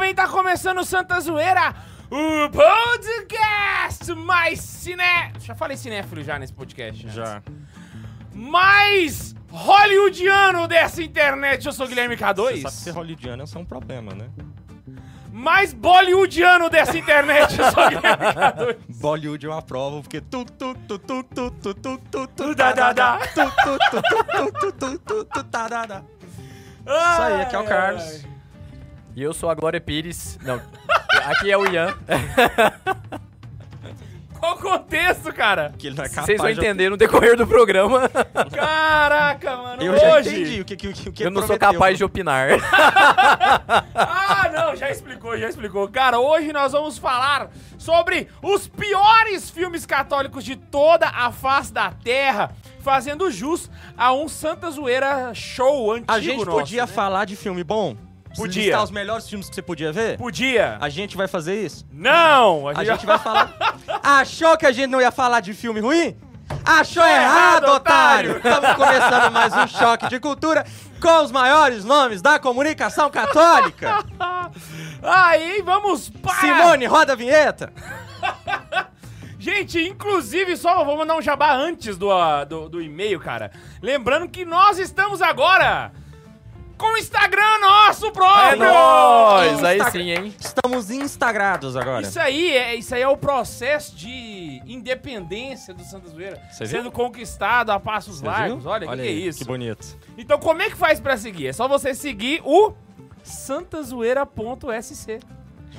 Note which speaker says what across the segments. Speaker 1: bem? Tá começando o Santa Zoeira, o podcast mais ciné... Já falei cinéfilo já nesse podcast. né?
Speaker 2: Já.
Speaker 1: Mais hollywoodiano dessa internet. Eu sou o Guilherme
Speaker 2: Você sabe que ser
Speaker 1: K2.
Speaker 2: hollywoodiano é só um problema, né?
Speaker 1: Mais bollywoodiano dessa internet. Eu sou o Guilherme K2.
Speaker 2: Bollywood é uma prova, porque tu, tu, tu, tu, tu, tu, tu, tu, tu,
Speaker 1: Da, da, da.
Speaker 2: tu, tu, tu, tu, tu, tu, tu, tu, tu, tá, da, da. Isso aí, aqui é o Carlos.
Speaker 3: E eu sou a Glória Pires. Não, aqui é o Ian.
Speaker 1: Qual o contexto, cara?
Speaker 2: Que ele não é capaz
Speaker 3: Vocês vão
Speaker 2: de-
Speaker 3: entender no decorrer do programa.
Speaker 1: Caraca, mano.
Speaker 2: Eu
Speaker 1: hoje...
Speaker 2: já entendi o que, o que, o que
Speaker 3: eu não sou
Speaker 2: prometeu.
Speaker 3: capaz de opinar.
Speaker 1: Ah, não, já explicou, já explicou. Cara, hoje nós vamos falar sobre os piores filmes católicos de toda a face da Terra, fazendo jus a um Santa Zoeira show antigo
Speaker 2: A gente
Speaker 1: nosso, né?
Speaker 2: podia falar de filme bom?
Speaker 1: Podia.
Speaker 2: Listar os melhores filmes que você podia ver?
Speaker 1: Podia.
Speaker 2: A gente vai fazer isso?
Speaker 1: Não,
Speaker 2: A gente vai falar. Achou que a gente não ia falar de filme ruim? Achou
Speaker 3: Tá
Speaker 2: errado,
Speaker 1: errado,
Speaker 2: otário! Estamos começando mais um choque de cultura com os maiores nomes da comunicação católica.
Speaker 1: Aí vamos para...
Speaker 2: Simone, roda a vinheta.
Speaker 1: Gente, inclusive, só vou mandar um jabá antes do, ah, do, do e-mail, cara. Lembrando que nós estamos agora com o Instagram nosso
Speaker 2: É
Speaker 1: próprio!
Speaker 3: Nós, É aí
Speaker 2: Instagram.
Speaker 3: sim, hein?
Speaker 2: Estamos instagrados agora.
Speaker 1: Isso aí, é, isso aí é o processo de independência do Santa Zoeira.
Speaker 2: Cê viu?
Speaker 1: Sendo conquistado a passos
Speaker 2: Você
Speaker 1: largos.
Speaker 2: viu?
Speaker 1: Olha, o que, que é
Speaker 2: aí,
Speaker 1: isso?
Speaker 2: Que bonito.
Speaker 1: então, como é que faz pra seguir? É só você seguir o santazoeira.sc.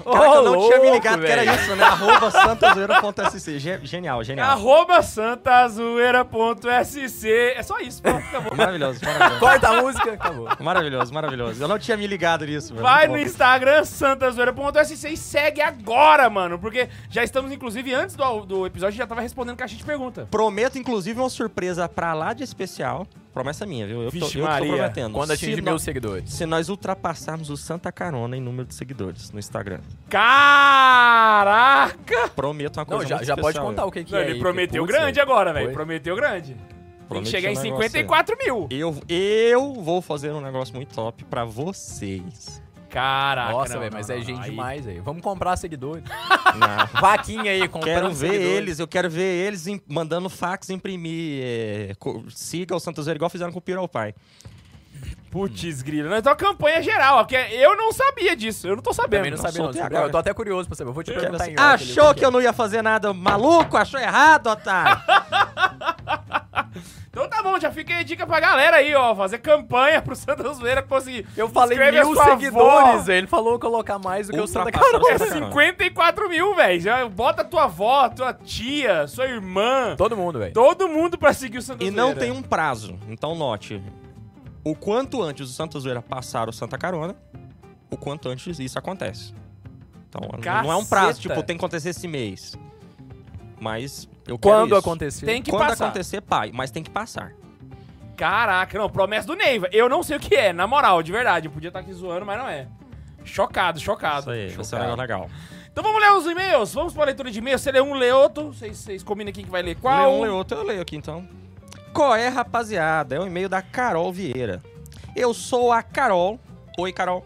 Speaker 2: Caraca, eu não tinha me
Speaker 3: louco,
Speaker 2: ligado que era
Speaker 3: velho.
Speaker 2: isso, né? Arroba santazoeira.sc. Ge- Genial, genial.
Speaker 1: Arroba santazoeira.sc. É só isso, pronto, acabou.
Speaker 2: Maravilhoso, maravilhoso.
Speaker 3: Corta a música, acabou.
Speaker 2: Maravilhoso, maravilhoso. Eu não tinha me ligado nisso. velho.
Speaker 1: Vai
Speaker 2: Muito
Speaker 1: no
Speaker 2: bom.
Speaker 1: Instagram, santazoeira.sc e segue agora, mano. Porque já estamos, inclusive, antes do, do episódio, já tava respondendo caixinha de pergunta.
Speaker 2: Prometo, incluve, uma surpresa pra lá de especial. Promessa minha, viu? Eu, tô,
Speaker 1: Vixe
Speaker 2: eu que tô
Speaker 1: Maria.
Speaker 2: prometendo.
Speaker 3: Quando atingir
Speaker 2: se, nó-
Speaker 3: meus seguidores.
Speaker 2: se nós ultrapassarmos o Santa Carona em número de seguidores no Instagram.
Speaker 1: Caraca!
Speaker 2: Prometo uma coisa
Speaker 3: Não, já,
Speaker 2: muito
Speaker 3: já pode
Speaker 2: especial, né?
Speaker 3: contar
Speaker 2: eu.
Speaker 3: o que, que
Speaker 1: Não,
Speaker 3: é.
Speaker 1: ele
Speaker 3: aí,
Speaker 1: prometeu
Speaker 3: que, putz,
Speaker 1: grande agora,
Speaker 3: foi.
Speaker 1: velho. Prometeu grande. Tem que
Speaker 2: Prometi
Speaker 1: chegar em
Speaker 2: um negócio
Speaker 1: 54 mil.
Speaker 2: Eu, eu vou fazer um negócio muito top pra vocês.
Speaker 1: Caraca.
Speaker 3: Nossa,
Speaker 1: não,
Speaker 3: velho,
Speaker 1: não,
Speaker 3: mas é
Speaker 1: não,
Speaker 3: gente
Speaker 1: aí-
Speaker 3: demais aí. Vamos comprar seguidores.
Speaker 2: Não.
Speaker 3: Vaquinha aí, comprando
Speaker 2: Quero ver
Speaker 3: seguidores.
Speaker 2: eles, eu quero ver eles im- mandando fax imprimir. é, co- siga o Santa Zoeira igual fizeram com o Piro Pai.
Speaker 1: Putz, grilo. Não, Então a campanha geral, ó, que é- eu não sabia disso. Eu não tô sabendo.
Speaker 3: Também não
Speaker 2: Não,
Speaker 3: sabia, não.
Speaker 2: soltei
Speaker 3: Gabriel,
Speaker 2: agora.
Speaker 3: Eu tô até curioso pra saber. Eu vou te perguntar em off ali o
Speaker 2: Achou que
Speaker 3: é.
Speaker 2: eu não ia fazer nada maluco? Achou errado, otário?
Speaker 1: Então tá bom, já fica aí a dica pra galera aí, ó. Fazer campanha pro Santa Zoeira conseguir.
Speaker 3: Eu falei
Speaker 1: Escreve a
Speaker 3: mil
Speaker 1: sua
Speaker 3: seguidores,
Speaker 1: avó.
Speaker 3: velho. Ele falou colocar mais do que o Santa
Speaker 2: Ultrapassou.
Speaker 3: Carona.
Speaker 1: É 54 mil, velho. Já Bota tua avó, tua tia, sua irmã.
Speaker 3: Todo mundo, velho.
Speaker 1: Todo mundo pra seguir o Santa
Speaker 2: E
Speaker 1: Zoeira.
Speaker 2: não tem um prazo. Então note, o quanto antes o Santa Zoeira passar o Santa Carona, o quanto antes isso acontece. Então não é um prazo,
Speaker 1: Caceta.
Speaker 2: tipo, tem que acontecer esse mês. Mas eu
Speaker 3: Quando
Speaker 2: quero isso.
Speaker 3: acontecer.
Speaker 1: Tem que
Speaker 2: Quando
Speaker 1: passar.
Speaker 2: acontecer, pai, mas tem que passar.
Speaker 1: Caraca, não, promessa do Neiva. Eu não sei o que é, na moral, de verdade. Eu podia estar aqui zoando, mas não é. Chocado, chocado.
Speaker 2: Isso aí,
Speaker 1: chocado.
Speaker 2: esse é um negócio legal.
Speaker 1: Então vamos ler os e-mails, vamos pra leitura de e-mails. Você lê um, lê outro. Vocês, vocês combinam quem que vai ler qual.
Speaker 2: Lê um, lê outro, eu leio aqui então. Qual é, rapaziada? É o e-mail da Carol Vieira. Eu sou a Carol. Oi, Carol.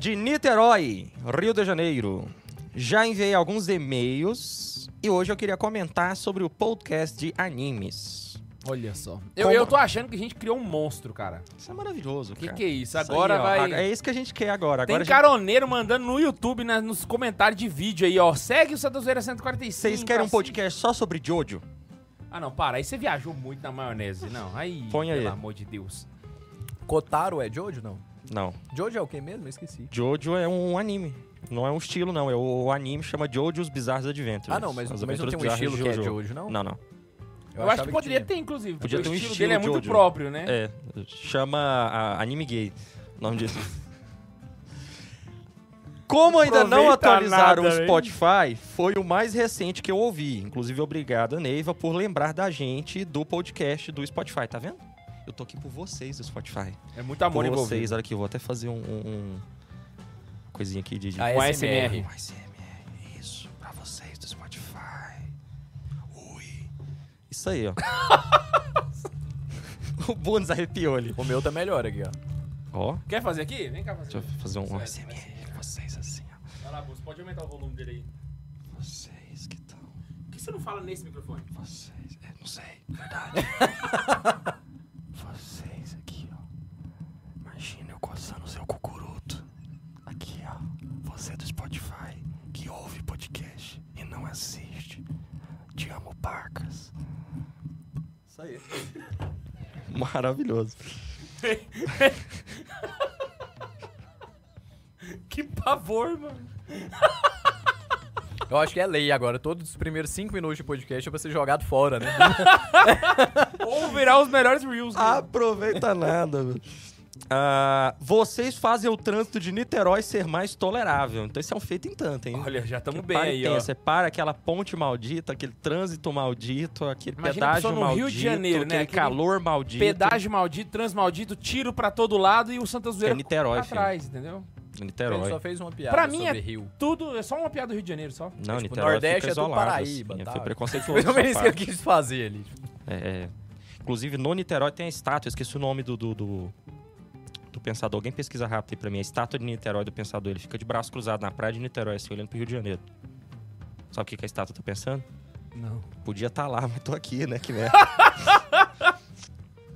Speaker 2: De Niterói, Rio de Janeiro. Já enviei alguns e-mails e hoje eu queria comentar sobre o podcast de animes.
Speaker 1: Olha só. Eu,
Speaker 2: Como?
Speaker 1: eu tô achando que a gente criou um monstro, cara.
Speaker 2: Isso é maravilhoso,
Speaker 1: Que
Speaker 2: cara.
Speaker 1: que é isso?
Speaker 2: Isso
Speaker 1: Agora
Speaker 2: aí, ó,
Speaker 1: vai...
Speaker 2: ag- É isso que a gente quer agora.
Speaker 1: Tem
Speaker 2: agora a gente-
Speaker 1: caroneiro mandando no YouTube, nas- nos comentários de vídeo aí, ó. Segue o Santa Zoeira 145.
Speaker 2: Vocês querem um
Speaker 1: assim.
Speaker 2: podcast só sobre Jojo?
Speaker 1: Ah, não, para. Aí você viajou muito na maionese. Não, aí...
Speaker 2: Põe aí.
Speaker 1: Pelo amor de Deus.
Speaker 3: Kotaro é Jojo, não?
Speaker 2: Não.
Speaker 3: Jojo é o que mesmo? Eu esqueci.
Speaker 2: Jojo é um anime. Não é um estilo, não. É o, o anime chama Jojo's Bizarre Adventures.
Speaker 3: Ah, não, mas, mas
Speaker 2: As
Speaker 3: não
Speaker 2: Aventuras
Speaker 3: tem um
Speaker 2: Bizarras de
Speaker 3: estilo que é
Speaker 2: Jojo.
Speaker 3: Jojo, não?
Speaker 2: Não, não.
Speaker 1: Eu, acho
Speaker 3: achava
Speaker 1: que poderia
Speaker 3: tinha.
Speaker 1: ter, inclusive.
Speaker 2: Podia
Speaker 1: porque
Speaker 2: ter um
Speaker 1: o estilo,
Speaker 2: estilo
Speaker 1: dele é muito
Speaker 2: Jojo.
Speaker 1: próprio, né?
Speaker 2: É, chama a- anime gay. o Nome disso. Como ainda não
Speaker 1: Aproveita
Speaker 2: atualizaram
Speaker 1: nada,
Speaker 2: o
Speaker 1: hein?
Speaker 2: Spotify, foi o mais recente que eu ouvi. Inclusive, obrigado, Neiva, por lembrar da gente do podcast do Spotify, tá vendo? Eu tô aqui por vocês do Spotify.
Speaker 1: É, muito amor
Speaker 2: por
Speaker 1: envolvido.
Speaker 2: vocês, olha aqui, eu vou até fazer um, um- um- coisinha aqui de. de...
Speaker 3: Ah,
Speaker 1: Com
Speaker 3: é
Speaker 1: ASMR.
Speaker 3: SMR.
Speaker 2: Um ASMR, isso, pra vocês do Spotify. Ui. Isso aí, ó. o Bônus arrepiou ali.
Speaker 3: O meu tá melhor aqui, ó.
Speaker 2: Ó.
Speaker 1: Quer fazer aqui? Vem cá fazer.
Speaker 2: Deixa eu fazer um
Speaker 1: Certo,
Speaker 2: ASMR com vocês assim.
Speaker 1: Pode aumentar o volume dele aí.
Speaker 2: Vocês que estão.
Speaker 1: Por que você não fala nesse microfone?
Speaker 2: Vocês. Eu não sei, verdade. Vocês aqui, ó. Imagina eu coçando o seu cucuruto. Aqui, ó. Você é do Spotify que ouve podcast e não assiste. Te amo, Parcas.
Speaker 3: Isso aí.
Speaker 2: Maravilhoso.
Speaker 1: Que pavor, mano.
Speaker 3: Eu acho que é lei agora. Todos os primeiros 5 minutos de podcast é pra ser jogado fora, né?
Speaker 1: Ou virar os melhores reels. né?
Speaker 2: Aproveita nada, velho. Ah, vocês fazem o trânsito de Niterói ser mais tolerável. Então isso é um feito em tanto, hein?
Speaker 1: Olha, já estamos
Speaker 2: Que
Speaker 1: bem
Speaker 2: pare
Speaker 1: aí,
Speaker 2: tem,
Speaker 1: ó.
Speaker 2: Você para aquela ponte maldita, aquele trânsito maldito, aquele
Speaker 1: Imagina a
Speaker 2: pedágio
Speaker 1: pessoa no
Speaker 2: maldito,
Speaker 1: Rio de Janeiro, né?
Speaker 2: aquele
Speaker 1: Aquele
Speaker 2: calor maldito.
Speaker 1: Pedágio maldito, trans maldito, tiro pra todo lado e o Santa Zoeira
Speaker 2: É Niterói,
Speaker 1: pra
Speaker 2: filho.
Speaker 1: trás, entendeu?
Speaker 3: Ele
Speaker 2: Niterói.
Speaker 3: só fez uma piada
Speaker 1: Pra mim
Speaker 3: sobre
Speaker 1: é-
Speaker 3: Rio.
Speaker 1: Tudo, é só uma piada do Rio de Janeiro, só.
Speaker 2: Não,
Speaker 3: tipo,
Speaker 2: Niterói
Speaker 3: Nordeste
Speaker 2: fica
Speaker 3: é tudo
Speaker 2: isolado,
Speaker 3: Paraíba,
Speaker 2: assim,
Speaker 3: tá?
Speaker 2: Foi
Speaker 3: Foi
Speaker 2: preconceituoso. da
Speaker 3: o menos
Speaker 2: sua
Speaker 3: que eu
Speaker 2: parte.
Speaker 3: quis fazer ali. tipo,
Speaker 2: É, é. Inclusive, no Niterói tem a estátua, eu esqueci o nome do, do, do- do pensador. Alguém pesquisa rápido aí pra mim. A estátua de Niterói do pensador. Ele fica de braço cruzado na praia de Niterói, assim, olhando pro Rio de Janeiro. Sabe o que, que a estátua tá pensando?
Speaker 1: Não.
Speaker 2: Podia estar lá, mas tô aqui, né? Que merda.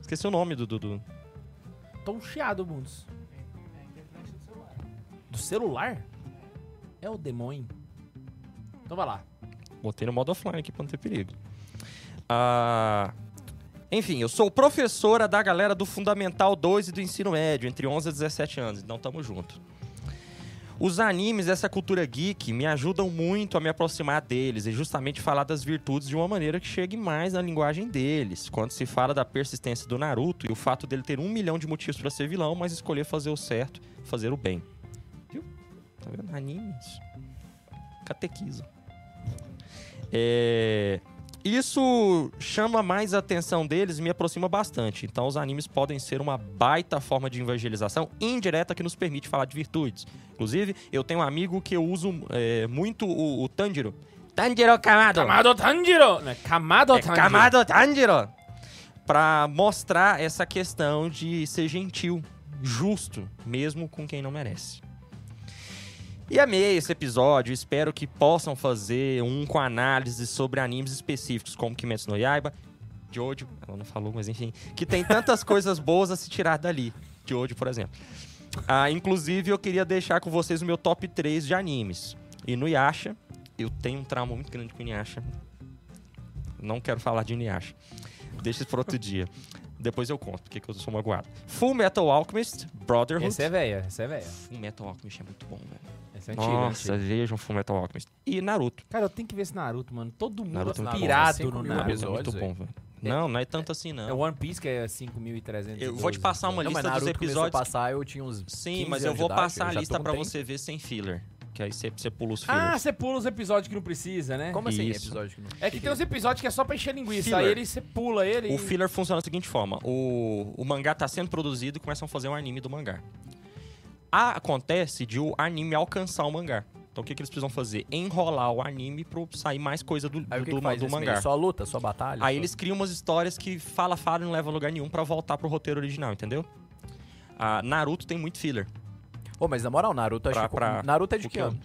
Speaker 2: esqueci o nome do... do, do...
Speaker 1: Tão um chiado, Bundes. Do celular? É o demônio. Então vai lá.
Speaker 2: Botei no modo offline aqui pra não ter perigo. Ah, enfim, eu sou professora da galera do Fundamental 2 e do Ensino Médio, entre 11 e 17 anos, então tamo junto. Os animes, essa cultura geek, me ajudam muito a me aproximar deles e justamente falar das virtudes de uma maneira que chegue mais na linguagem deles. Quando se fala da persistência do Naruto e o fato dele ter um milhão de motivos pra ser vilão, mas escolher fazer o certo, fazer o bem. Viu? Tá vendo? Animes. Catequismo. É, Isso chama mais a atenção deles e me aproxima bastante. Então, os animes podem ser uma baita forma de evangelização indireta que nos permite falar de virtudes. Inclusive, eu tenho um amigo que eu uso é, muito o, o Tanjiro. Tanjiro Kamado!
Speaker 1: Kamado Tanjiro! Não, é Kamado
Speaker 2: É,
Speaker 1: Tanjiro.
Speaker 2: Kamado Tanjiro! Pra mostrar essa questão de ser gentil, justo, mesmo com quem não merece. E amei esse episódio, espero que possam fazer um com análise sobre animes específicos, como Kimetsu no Yaiba, Jojo, ela não falou, mas enfim, que tem tantas coisas boas a se tirar dali. Jojo, por exemplo. Ah, inclusive, eu queria deixar com vocês o meu top 3 de animes. E no Yasha, eu tenho um trauma muito grande com Yasha. Não quero falar de Inuyasha. Deixa isso para outro dia. Depois eu conto, porque que eu sou magoado. Full Metal Alchemist, Brotherhood.
Speaker 3: Essa é velha, essa é velha.
Speaker 2: Full Metal Alchemist é muito bom, velho.
Speaker 3: Essa é antiga.
Speaker 2: Nossa,
Speaker 3: antiga.
Speaker 2: vejam Full Metal Alchemist. E Naruto.
Speaker 1: Cara, eu tenho que ver esse Naruto, mano. Todo mundo
Speaker 2: Naruto é muito bom.
Speaker 1: pirado
Speaker 3: Cinco
Speaker 1: no
Speaker 3: mil
Speaker 1: Naruto.
Speaker 2: Naruto é
Speaker 3: episódios,
Speaker 2: muito bom, velho. Não, não é tanto assim,
Speaker 1: É
Speaker 2: não.
Speaker 1: One Piece que é 5.300.
Speaker 2: Eu vou te passar uma
Speaker 1: né?
Speaker 3: Não, mas
Speaker 2: lista dos
Speaker 3: Naruto começou a
Speaker 2: episódios.
Speaker 3: passar, eu tinha uns
Speaker 2: Sim,
Speaker 3: 15
Speaker 2: mas eu
Speaker 3: anos
Speaker 2: vou
Speaker 3: de idade,
Speaker 2: passar a
Speaker 3: eu já
Speaker 2: lista
Speaker 3: tô um
Speaker 2: pra
Speaker 3: tempo.
Speaker 2: você ver sem filler. Que aí você, você pula os
Speaker 1: Ah,
Speaker 2: fillers.
Speaker 1: você pula os episódios que não precisa, né?
Speaker 3: Como assim,
Speaker 2: É Isso.
Speaker 3: episódio que não...
Speaker 1: É que tem uns episódios que é só pra encher linguiça.
Speaker 2: Filler.
Speaker 1: Aí ele, você pula ele
Speaker 2: o
Speaker 1: e...
Speaker 2: filler funciona da seguinte forma: o, o mangá tá sendo produzido e começam a fazer um anime do mangá. A- acontece de o anime alcançar o mangá. Então o que, que eles precisam fazer? Enrolar o anime pra sair mais coisa do,
Speaker 3: Aí
Speaker 2: do-
Speaker 3: o que que
Speaker 2: do-
Speaker 3: faz
Speaker 2: do
Speaker 3: nesse
Speaker 2: mangá.
Speaker 3: meio? Só luta, só batalha?
Speaker 2: Aí
Speaker 3: só-
Speaker 2: eles criam umas histórias que fala, fala e não leva a lugar nenhum pra voltar pro roteiro original, entendeu? Ah, Naruto tem muito filler.
Speaker 3: Ô, mas na moral, Naruto, acho
Speaker 2: Pra-
Speaker 3: que...
Speaker 2: pra-
Speaker 3: Naruto é de
Speaker 2: o
Speaker 3: que
Speaker 2: que eu-
Speaker 3: ano?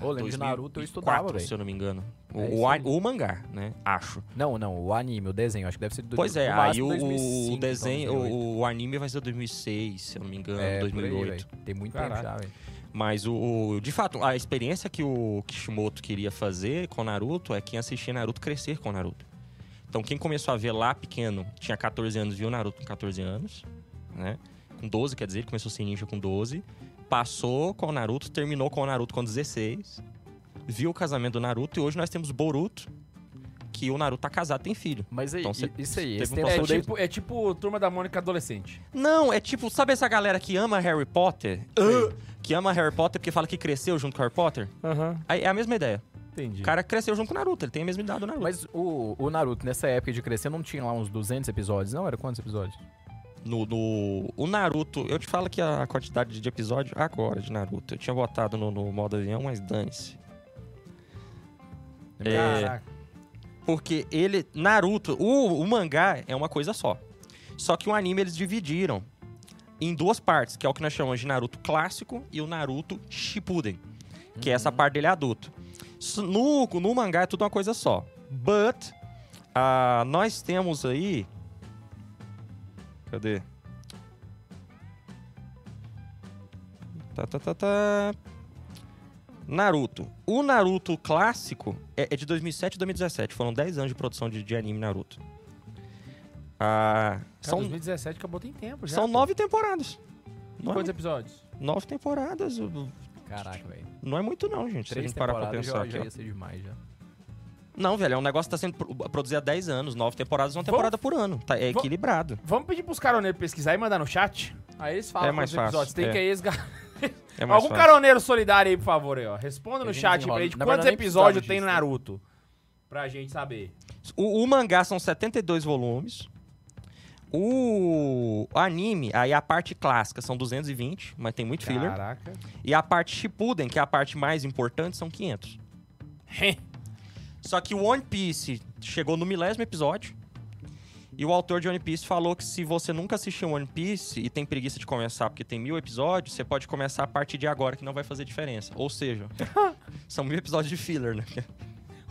Speaker 3: Ô, eu lembro de
Speaker 2: 2004,
Speaker 3: Naruto, eu estudava,
Speaker 2: se
Speaker 3: velho.
Speaker 2: eu não me engano. O,
Speaker 3: É
Speaker 2: o
Speaker 3: isso
Speaker 2: a-
Speaker 3: aí.
Speaker 2: o mangá, né? Acho.
Speaker 3: Não, não, o anime, o desenho, acho que deve ser do
Speaker 2: pois é,
Speaker 3: no
Speaker 2: aí
Speaker 3: máximo
Speaker 2: o, o
Speaker 3: 2005, então,
Speaker 2: desenho, ah,
Speaker 3: 2008.
Speaker 2: o, o anime vai ser 2006, se eu não me engano,
Speaker 3: É, por aí,
Speaker 2: 2008.
Speaker 3: velho. Tem muito
Speaker 1: Caraca.
Speaker 3: tempo já, velho.
Speaker 2: Mas o, o- de fato, a experiência que o Kishimoto queria fazer com Naruto é quem assistia Naruto crescer com Naruto. Então quem começou a ver lá pequeno, tinha 14 anos, viu Naruto com 14 anos, né? Com 12, quer dizer, ele começou a ser ninja com 12, passou com o Naruto, terminou com o Naruto com 16, viu o casamento do Naruto e hoje nós temos Boruto, que o Naruto tá casado, tem filho.
Speaker 3: Mas aí,
Speaker 2: Então, cê-
Speaker 3: isso aí,
Speaker 2: teve
Speaker 3: esse
Speaker 2: um
Speaker 3: tempo
Speaker 1: É
Speaker 2: passado
Speaker 3: todo aí-
Speaker 1: tipo, é tipo Turma da Mônica adolescente.
Speaker 2: Não, é tipo, sabe essa galera que ama Harry Potter? Que ama Harry Potter porque fala que cresceu junto com Harry Potter?
Speaker 1: Aham,
Speaker 2: Aí É a mesma ideia.
Speaker 1: entendi.
Speaker 2: O cara cresceu junto com o Naruto, ele tem a mesma idade do Naruto.
Speaker 3: Mas o, o Naruto, nessa época de crescer, não tinha lá uns 200 episódios, não? Era quantos episódios?
Speaker 2: No, no- o Naruto, eu te falo que a quantidade de episódio agora de Naruto, eu tinha botado no, no modo avião, mas dane-se. É,
Speaker 1: Caraca.
Speaker 2: Porque ele, Naruto, o, o mangá é uma coisa só. Só que o anime eles dividiram em duas partes, que é o que nós chamamos de Naruto clássico e o Naruto Shippuden. que é essa parte dele adulto. S- No, no mangá é tudo uma coisa só. But, ah, nós temos aí... Cadê? Tá, tá, tá, tá. Naruto. O Naruto clássico é, é de 2007 e 2017. Foram 10 anos de produção de, de anime Naruto. Ah,
Speaker 1: São...
Speaker 2: são
Speaker 1: 2017 acabou tem tempo já.
Speaker 2: são
Speaker 1: pô.
Speaker 2: nove temporadas. Não é
Speaker 1: Quantos episódios?
Speaker 2: mu- nove temporadas.
Speaker 3: Caraca, velho.
Speaker 2: Não é muito, não, gente. se a
Speaker 3: Três
Speaker 2: gente parar pra
Speaker 3: temporadas
Speaker 2: pensar
Speaker 3: já,
Speaker 2: aqui.
Speaker 3: já
Speaker 2: ó.
Speaker 3: ia ser demais, já.
Speaker 2: Não, velho, é um negócio que tá sendo pro- produzido há 10 anos. Nove temporadas, uma temporada por ano. Tá, é
Speaker 1: Vamos-
Speaker 2: equilibrado.
Speaker 1: Vamos pedir pros caroneiros pesquisar e mandar no chat? Aí eles falam
Speaker 2: É mais
Speaker 1: quantos
Speaker 2: fácil,
Speaker 1: episódios. Tem
Speaker 2: é.
Speaker 1: que aí eles...
Speaker 2: É mais
Speaker 1: Algum
Speaker 2: fácil.
Speaker 1: caroneiro solidário aí, por favor, aí, ó. Responda no
Speaker 3: Eles
Speaker 1: chat
Speaker 3: enrolam.
Speaker 1: pra gente
Speaker 3: Na
Speaker 1: quantos
Speaker 3: verdade, nem
Speaker 1: episódios
Speaker 3: precisava
Speaker 1: tem no
Speaker 3: disso, né?
Speaker 1: Naruto. Pra gente saber.
Speaker 2: O, o mangá são 72 volumes. O anime, aí a parte clássica são 220, mas tem muito filler.
Speaker 1: Caraca.
Speaker 2: E a parte Shippuden, que é a parte mais importante, são 500. Só que o One Piece chegou no milésimo episódio. E o autor de One Piece falou que se você nunca assistiu One Piece e tem preguiça de começar porque tem mil episódios, você pode começar a partir de agora, que não vai fazer diferença. Ou seja, são mil episódios de filler, né?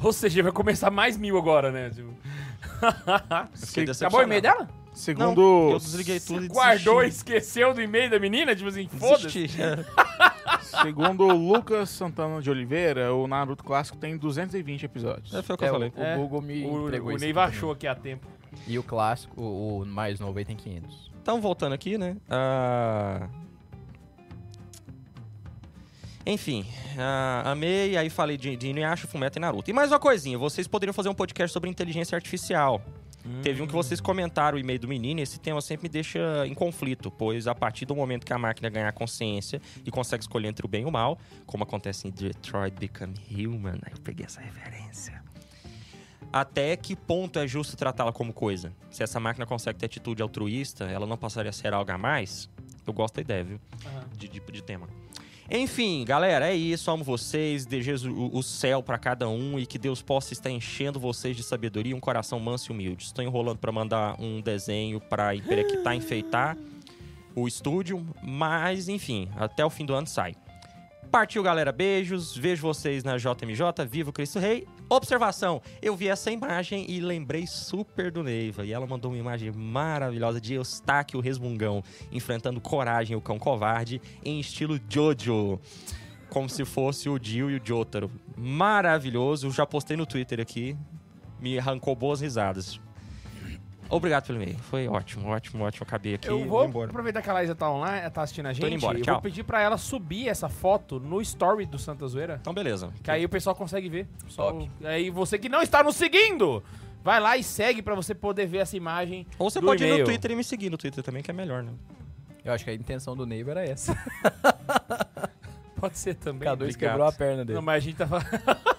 Speaker 1: Ou seja, vai começar mais mil agora, né? Tipo...
Speaker 2: Fiquei
Speaker 1: Acabou o
Speaker 2: decepcionado.
Speaker 1: e-mail dela?
Speaker 2: Não,
Speaker 4: Segundo,
Speaker 2: eu desliguei tudo e
Speaker 1: Guardou e esqueceu do e-mail da menina? Tipo assim, foda-se.
Speaker 2: desisti. Desisti. É,
Speaker 4: segundo o Lucas Santana de Oliveira, o Naruto clássico tem 220 episódios.
Speaker 2: É, foi o que eu
Speaker 3: É,
Speaker 2: falei.
Speaker 3: O
Speaker 1: É.
Speaker 3: Google me
Speaker 1: O,
Speaker 3: entregou
Speaker 1: o
Speaker 3: isso
Speaker 1: Ney
Speaker 3: aqui
Speaker 1: achou aqui a tempo.
Speaker 3: também. E o clássico, o, o mais novo aí tem 500.
Speaker 2: Então, voltando aqui, né? Ah, Enfim, ah, amei, aí falei de, de Inuyasha, Fullmetal e Naruto. E mais uma coisinha, vocês poderiam fazer um podcast sobre inteligência artificial. Teve um que vocês comentaram o e-mail do menino, e esse tema sempre me deixa em conflito, pois a partir do momento que a máquina ganhar consciência e consegue escolher entre o bem e o mal, como acontece em Detroit Become Human, aí eu peguei essa referência. Até que ponto é justo tratá-la como coisa? Se essa máquina consegue ter atitude altruísta, ela não passaria a ser algo a mais? Eu gosto da ideia, viu?
Speaker 1: Aham.
Speaker 2: De, de, de tema. Enfim, galera, é isso. Amo vocês. Desejo o, o céu pra cada um e que Deus possa estar enchendo vocês de sabedoria e um coração manso e humilde. Estou enrolando pra mandar um desenho pra emperequitar, enfeitar o estúdio, mas enfim, até o fim do ano sai. Partiu, galera. Beijos. Vejo vocês na JMJ. Viva o Cristo Rei. Observação: eu vi essa imagem e lembrei super do Neiva. E ela mandou uma imagem maravilhosa de Eustáquio Resmungão enfrentando coragem o cão covarde em estilo Jojo. Como se fosse o Dio e o Jotaro. Maravilhoso. Já postei no Twitter aqui. Me arrancou boas risadas. Obrigado pelo e-mail. Foi ótimo, ótimo, ótimo. Acabei aqui.
Speaker 1: Eu
Speaker 2: e
Speaker 1: vou
Speaker 2: embora.
Speaker 1: aproveitar que a Laísa tá online, tá assistindo a gente.
Speaker 2: indo embora,
Speaker 1: eu vou
Speaker 2: tchau.
Speaker 1: pedir pra ela subir essa foto no story do Santa Zoeira.
Speaker 2: Então, beleza.
Speaker 1: Que aí o pessoal consegue ver. Só
Speaker 3: Top.
Speaker 1: o- Aí você que não está nos seguindo, vai lá e segue pra você poder ver essa imagem.
Speaker 2: Ou você
Speaker 1: do
Speaker 2: pode ir
Speaker 1: e-mail.
Speaker 2: no Twitter e me seguir no Twitter também, que é melhor, né?
Speaker 3: Eu acho que a intenção do Neiva era essa.
Speaker 1: Pode ser também.
Speaker 3: K2
Speaker 2: obrigado.
Speaker 3: quebrou a perna dele.
Speaker 1: Não, mas a gente tá falando.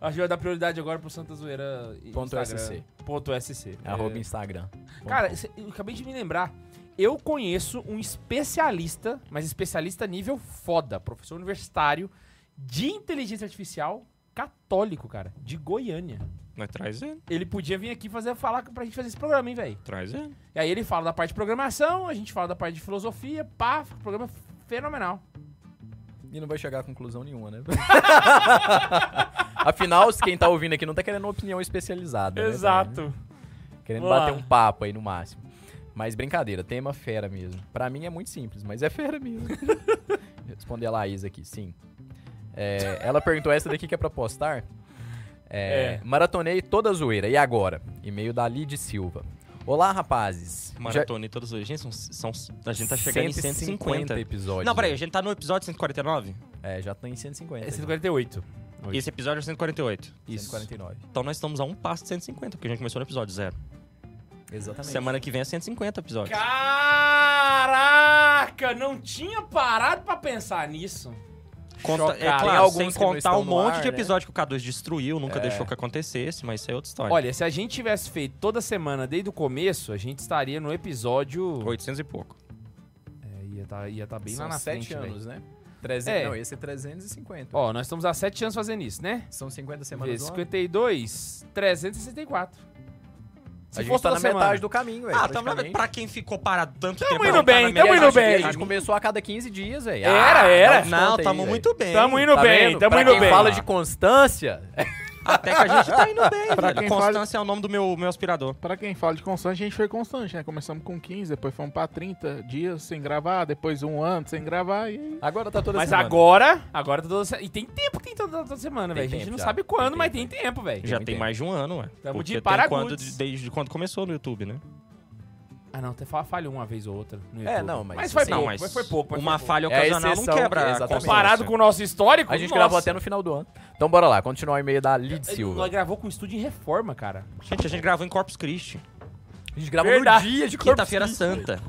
Speaker 1: a gente vai dar prioridade agora pro Santa Zoeira. e
Speaker 3: Ponto
Speaker 1: Instagram.
Speaker 3: SC.
Speaker 1: Ponto SC. É.
Speaker 3: Arroba Instagram.
Speaker 1: Cara, cê- eu acabei de me lembrar. Eu conheço um especialista, mas especialista nível foda, professor universitário de inteligência artificial católico, cara, de Goiânia.
Speaker 2: Mas traz ele,
Speaker 1: Ele podia vir aqui fazer falar pra gente fazer esse programa, hein, velho?
Speaker 2: traz ele.
Speaker 1: E aí ele fala da parte de programação, a gente fala da parte de filosofia, pá, programa fenomenal.
Speaker 3: E não vai chegar a conclusão nenhuma, né? Afinal, quem tá ouvindo aqui não tá querendo uma opinião especializada. né, também, né? Querendo
Speaker 1: Vamos
Speaker 3: bater
Speaker 1: lá.
Speaker 3: um papo aí no máximo. Mas brincadeira, tema fera mesmo. Pra mim é muito simples, mas é fera mesmo. Responder a Laís aqui, sim. É, ela perguntou essa daqui que é pra postar. É,
Speaker 1: É.
Speaker 3: Maratonei toda a zoeira, e agora? E-mail da Lid Silva. Olá, rapazes. Já-
Speaker 2: Maratona e todas as gente são, são- A gente tá chegando em 150.
Speaker 3: episódios.
Speaker 2: Não, peraí, a
Speaker 3: né?
Speaker 2: gente tá no episódio 149?
Speaker 3: É, já tá em 150.
Speaker 1: É
Speaker 3: já.
Speaker 1: 148.
Speaker 2: E esse episódio é o 148.
Speaker 3: 149.
Speaker 2: Então nós estamos a um passo de 150, porque a gente começou no episódio zero.
Speaker 3: Exatamente.
Speaker 2: Semana que vem é 150 episódios.
Speaker 1: Caraca, não tinha parado pra pensar nisso.
Speaker 2: Conta, é
Speaker 1: chocado. Tem
Speaker 2: claro,
Speaker 3: alguns
Speaker 2: sem
Speaker 3: que não
Speaker 2: contar
Speaker 3: estão
Speaker 2: um
Speaker 3: no
Speaker 2: monte
Speaker 3: ar,
Speaker 2: de
Speaker 3: né?
Speaker 2: episódio que o K2 destruiu, nunca deixou que acontecesse, mas isso é outra história.
Speaker 1: Olha, se a gente tivesse feito toda semana desde o começo, a gente estaria no episódio.
Speaker 2: 800 e pouco.
Speaker 1: É, ia tá, ia tá bem
Speaker 3: São
Speaker 1: lá na
Speaker 3: sete
Speaker 1: frente. velho.
Speaker 3: anos, né? 300,
Speaker 1: É.
Speaker 3: Não, esse é 350.
Speaker 1: Ó, nós estamos há 7 anos fazendo isso, né?
Speaker 3: São 50 semanas
Speaker 1: Vezes
Speaker 3: do ano.
Speaker 1: 52, 364. Se
Speaker 3: a gente
Speaker 1: fosse
Speaker 3: tá na
Speaker 1: toda semana.
Speaker 3: metade do caminho, velho.
Speaker 2: Ah, tamo
Speaker 3: praticamente.
Speaker 2: pra quem ficou parado tanto
Speaker 1: Tamo
Speaker 2: tempo.
Speaker 1: indo
Speaker 2: agora tá na
Speaker 1: bem, tamo
Speaker 2: metade
Speaker 1: indo
Speaker 2: do
Speaker 1: bem.
Speaker 3: A
Speaker 2: caminho.
Speaker 3: gente começou a cada 15 dias, velho.
Speaker 1: Era, era.
Speaker 3: dá um
Speaker 2: Não,
Speaker 3: desconto aí,
Speaker 2: tamo
Speaker 3: velho.
Speaker 2: muito bem.
Speaker 1: Tamo indo
Speaker 3: Tá
Speaker 1: bem,
Speaker 3: vendo?
Speaker 1: tamo
Speaker 3: Pra
Speaker 1: indo
Speaker 3: quem
Speaker 1: bem.
Speaker 3: fala de constância,
Speaker 2: Até que a gente tá indo bem,
Speaker 4: Pra
Speaker 2: velho.
Speaker 4: quem
Speaker 2: Constância é o nome do meu, meu aspirador.
Speaker 4: Pra quem fala de constante, a gente foi constante, né? Começamos com 15, depois fomos pra 30 dias sem gravar, depois um ano sem gravar e...
Speaker 3: agora tá toda
Speaker 1: Mas
Speaker 3: semana.
Speaker 1: agora, agora tá toda se- E tem tempo que tem toda, toda semana,
Speaker 3: Tem
Speaker 1: velho. A gente
Speaker 3: tempo
Speaker 1: não
Speaker 3: já.
Speaker 1: sabe quando,
Speaker 3: Tem
Speaker 1: mas tem
Speaker 3: tempo,
Speaker 1: tempo, velho.
Speaker 2: Já
Speaker 3: muito
Speaker 2: tem
Speaker 3: tempo.
Speaker 2: mais de um ano, ué.
Speaker 1: Tamo de
Speaker 2: Porque tem
Speaker 1: paragudes.
Speaker 2: quando- Desde quando começou no YouTube, né?
Speaker 1: Ah, não, até fa- falhou uma vez ou outra. no
Speaker 3: É,
Speaker 1: YouTube.
Speaker 3: não, mas
Speaker 1: Mas foi
Speaker 3: assim,
Speaker 1: pouco,
Speaker 2: não,
Speaker 1: mas foi pouco. mas
Speaker 2: uma
Speaker 1: foi pouco.
Speaker 2: falha
Speaker 3: É a
Speaker 2: ocasional não
Speaker 3: exceção,
Speaker 2: quebra. a
Speaker 3: exatamente.
Speaker 1: Comparado
Speaker 2: constância.
Speaker 1: com o nosso histórico,
Speaker 3: A gente
Speaker 1: nossa. É,
Speaker 3: gravou até no final do ano. Então bora lá, continuar o e-mail da Lid Silva.
Speaker 1: Nós gravou com o estúdio em reforma, cara.
Speaker 2: Gente, a gente gravou em Corpus Christi.
Speaker 3: A gente gravou
Speaker 1: Verdade.
Speaker 3: no dia de Corpus
Speaker 2: Quinta-feira
Speaker 3: Christi.
Speaker 2: Santa.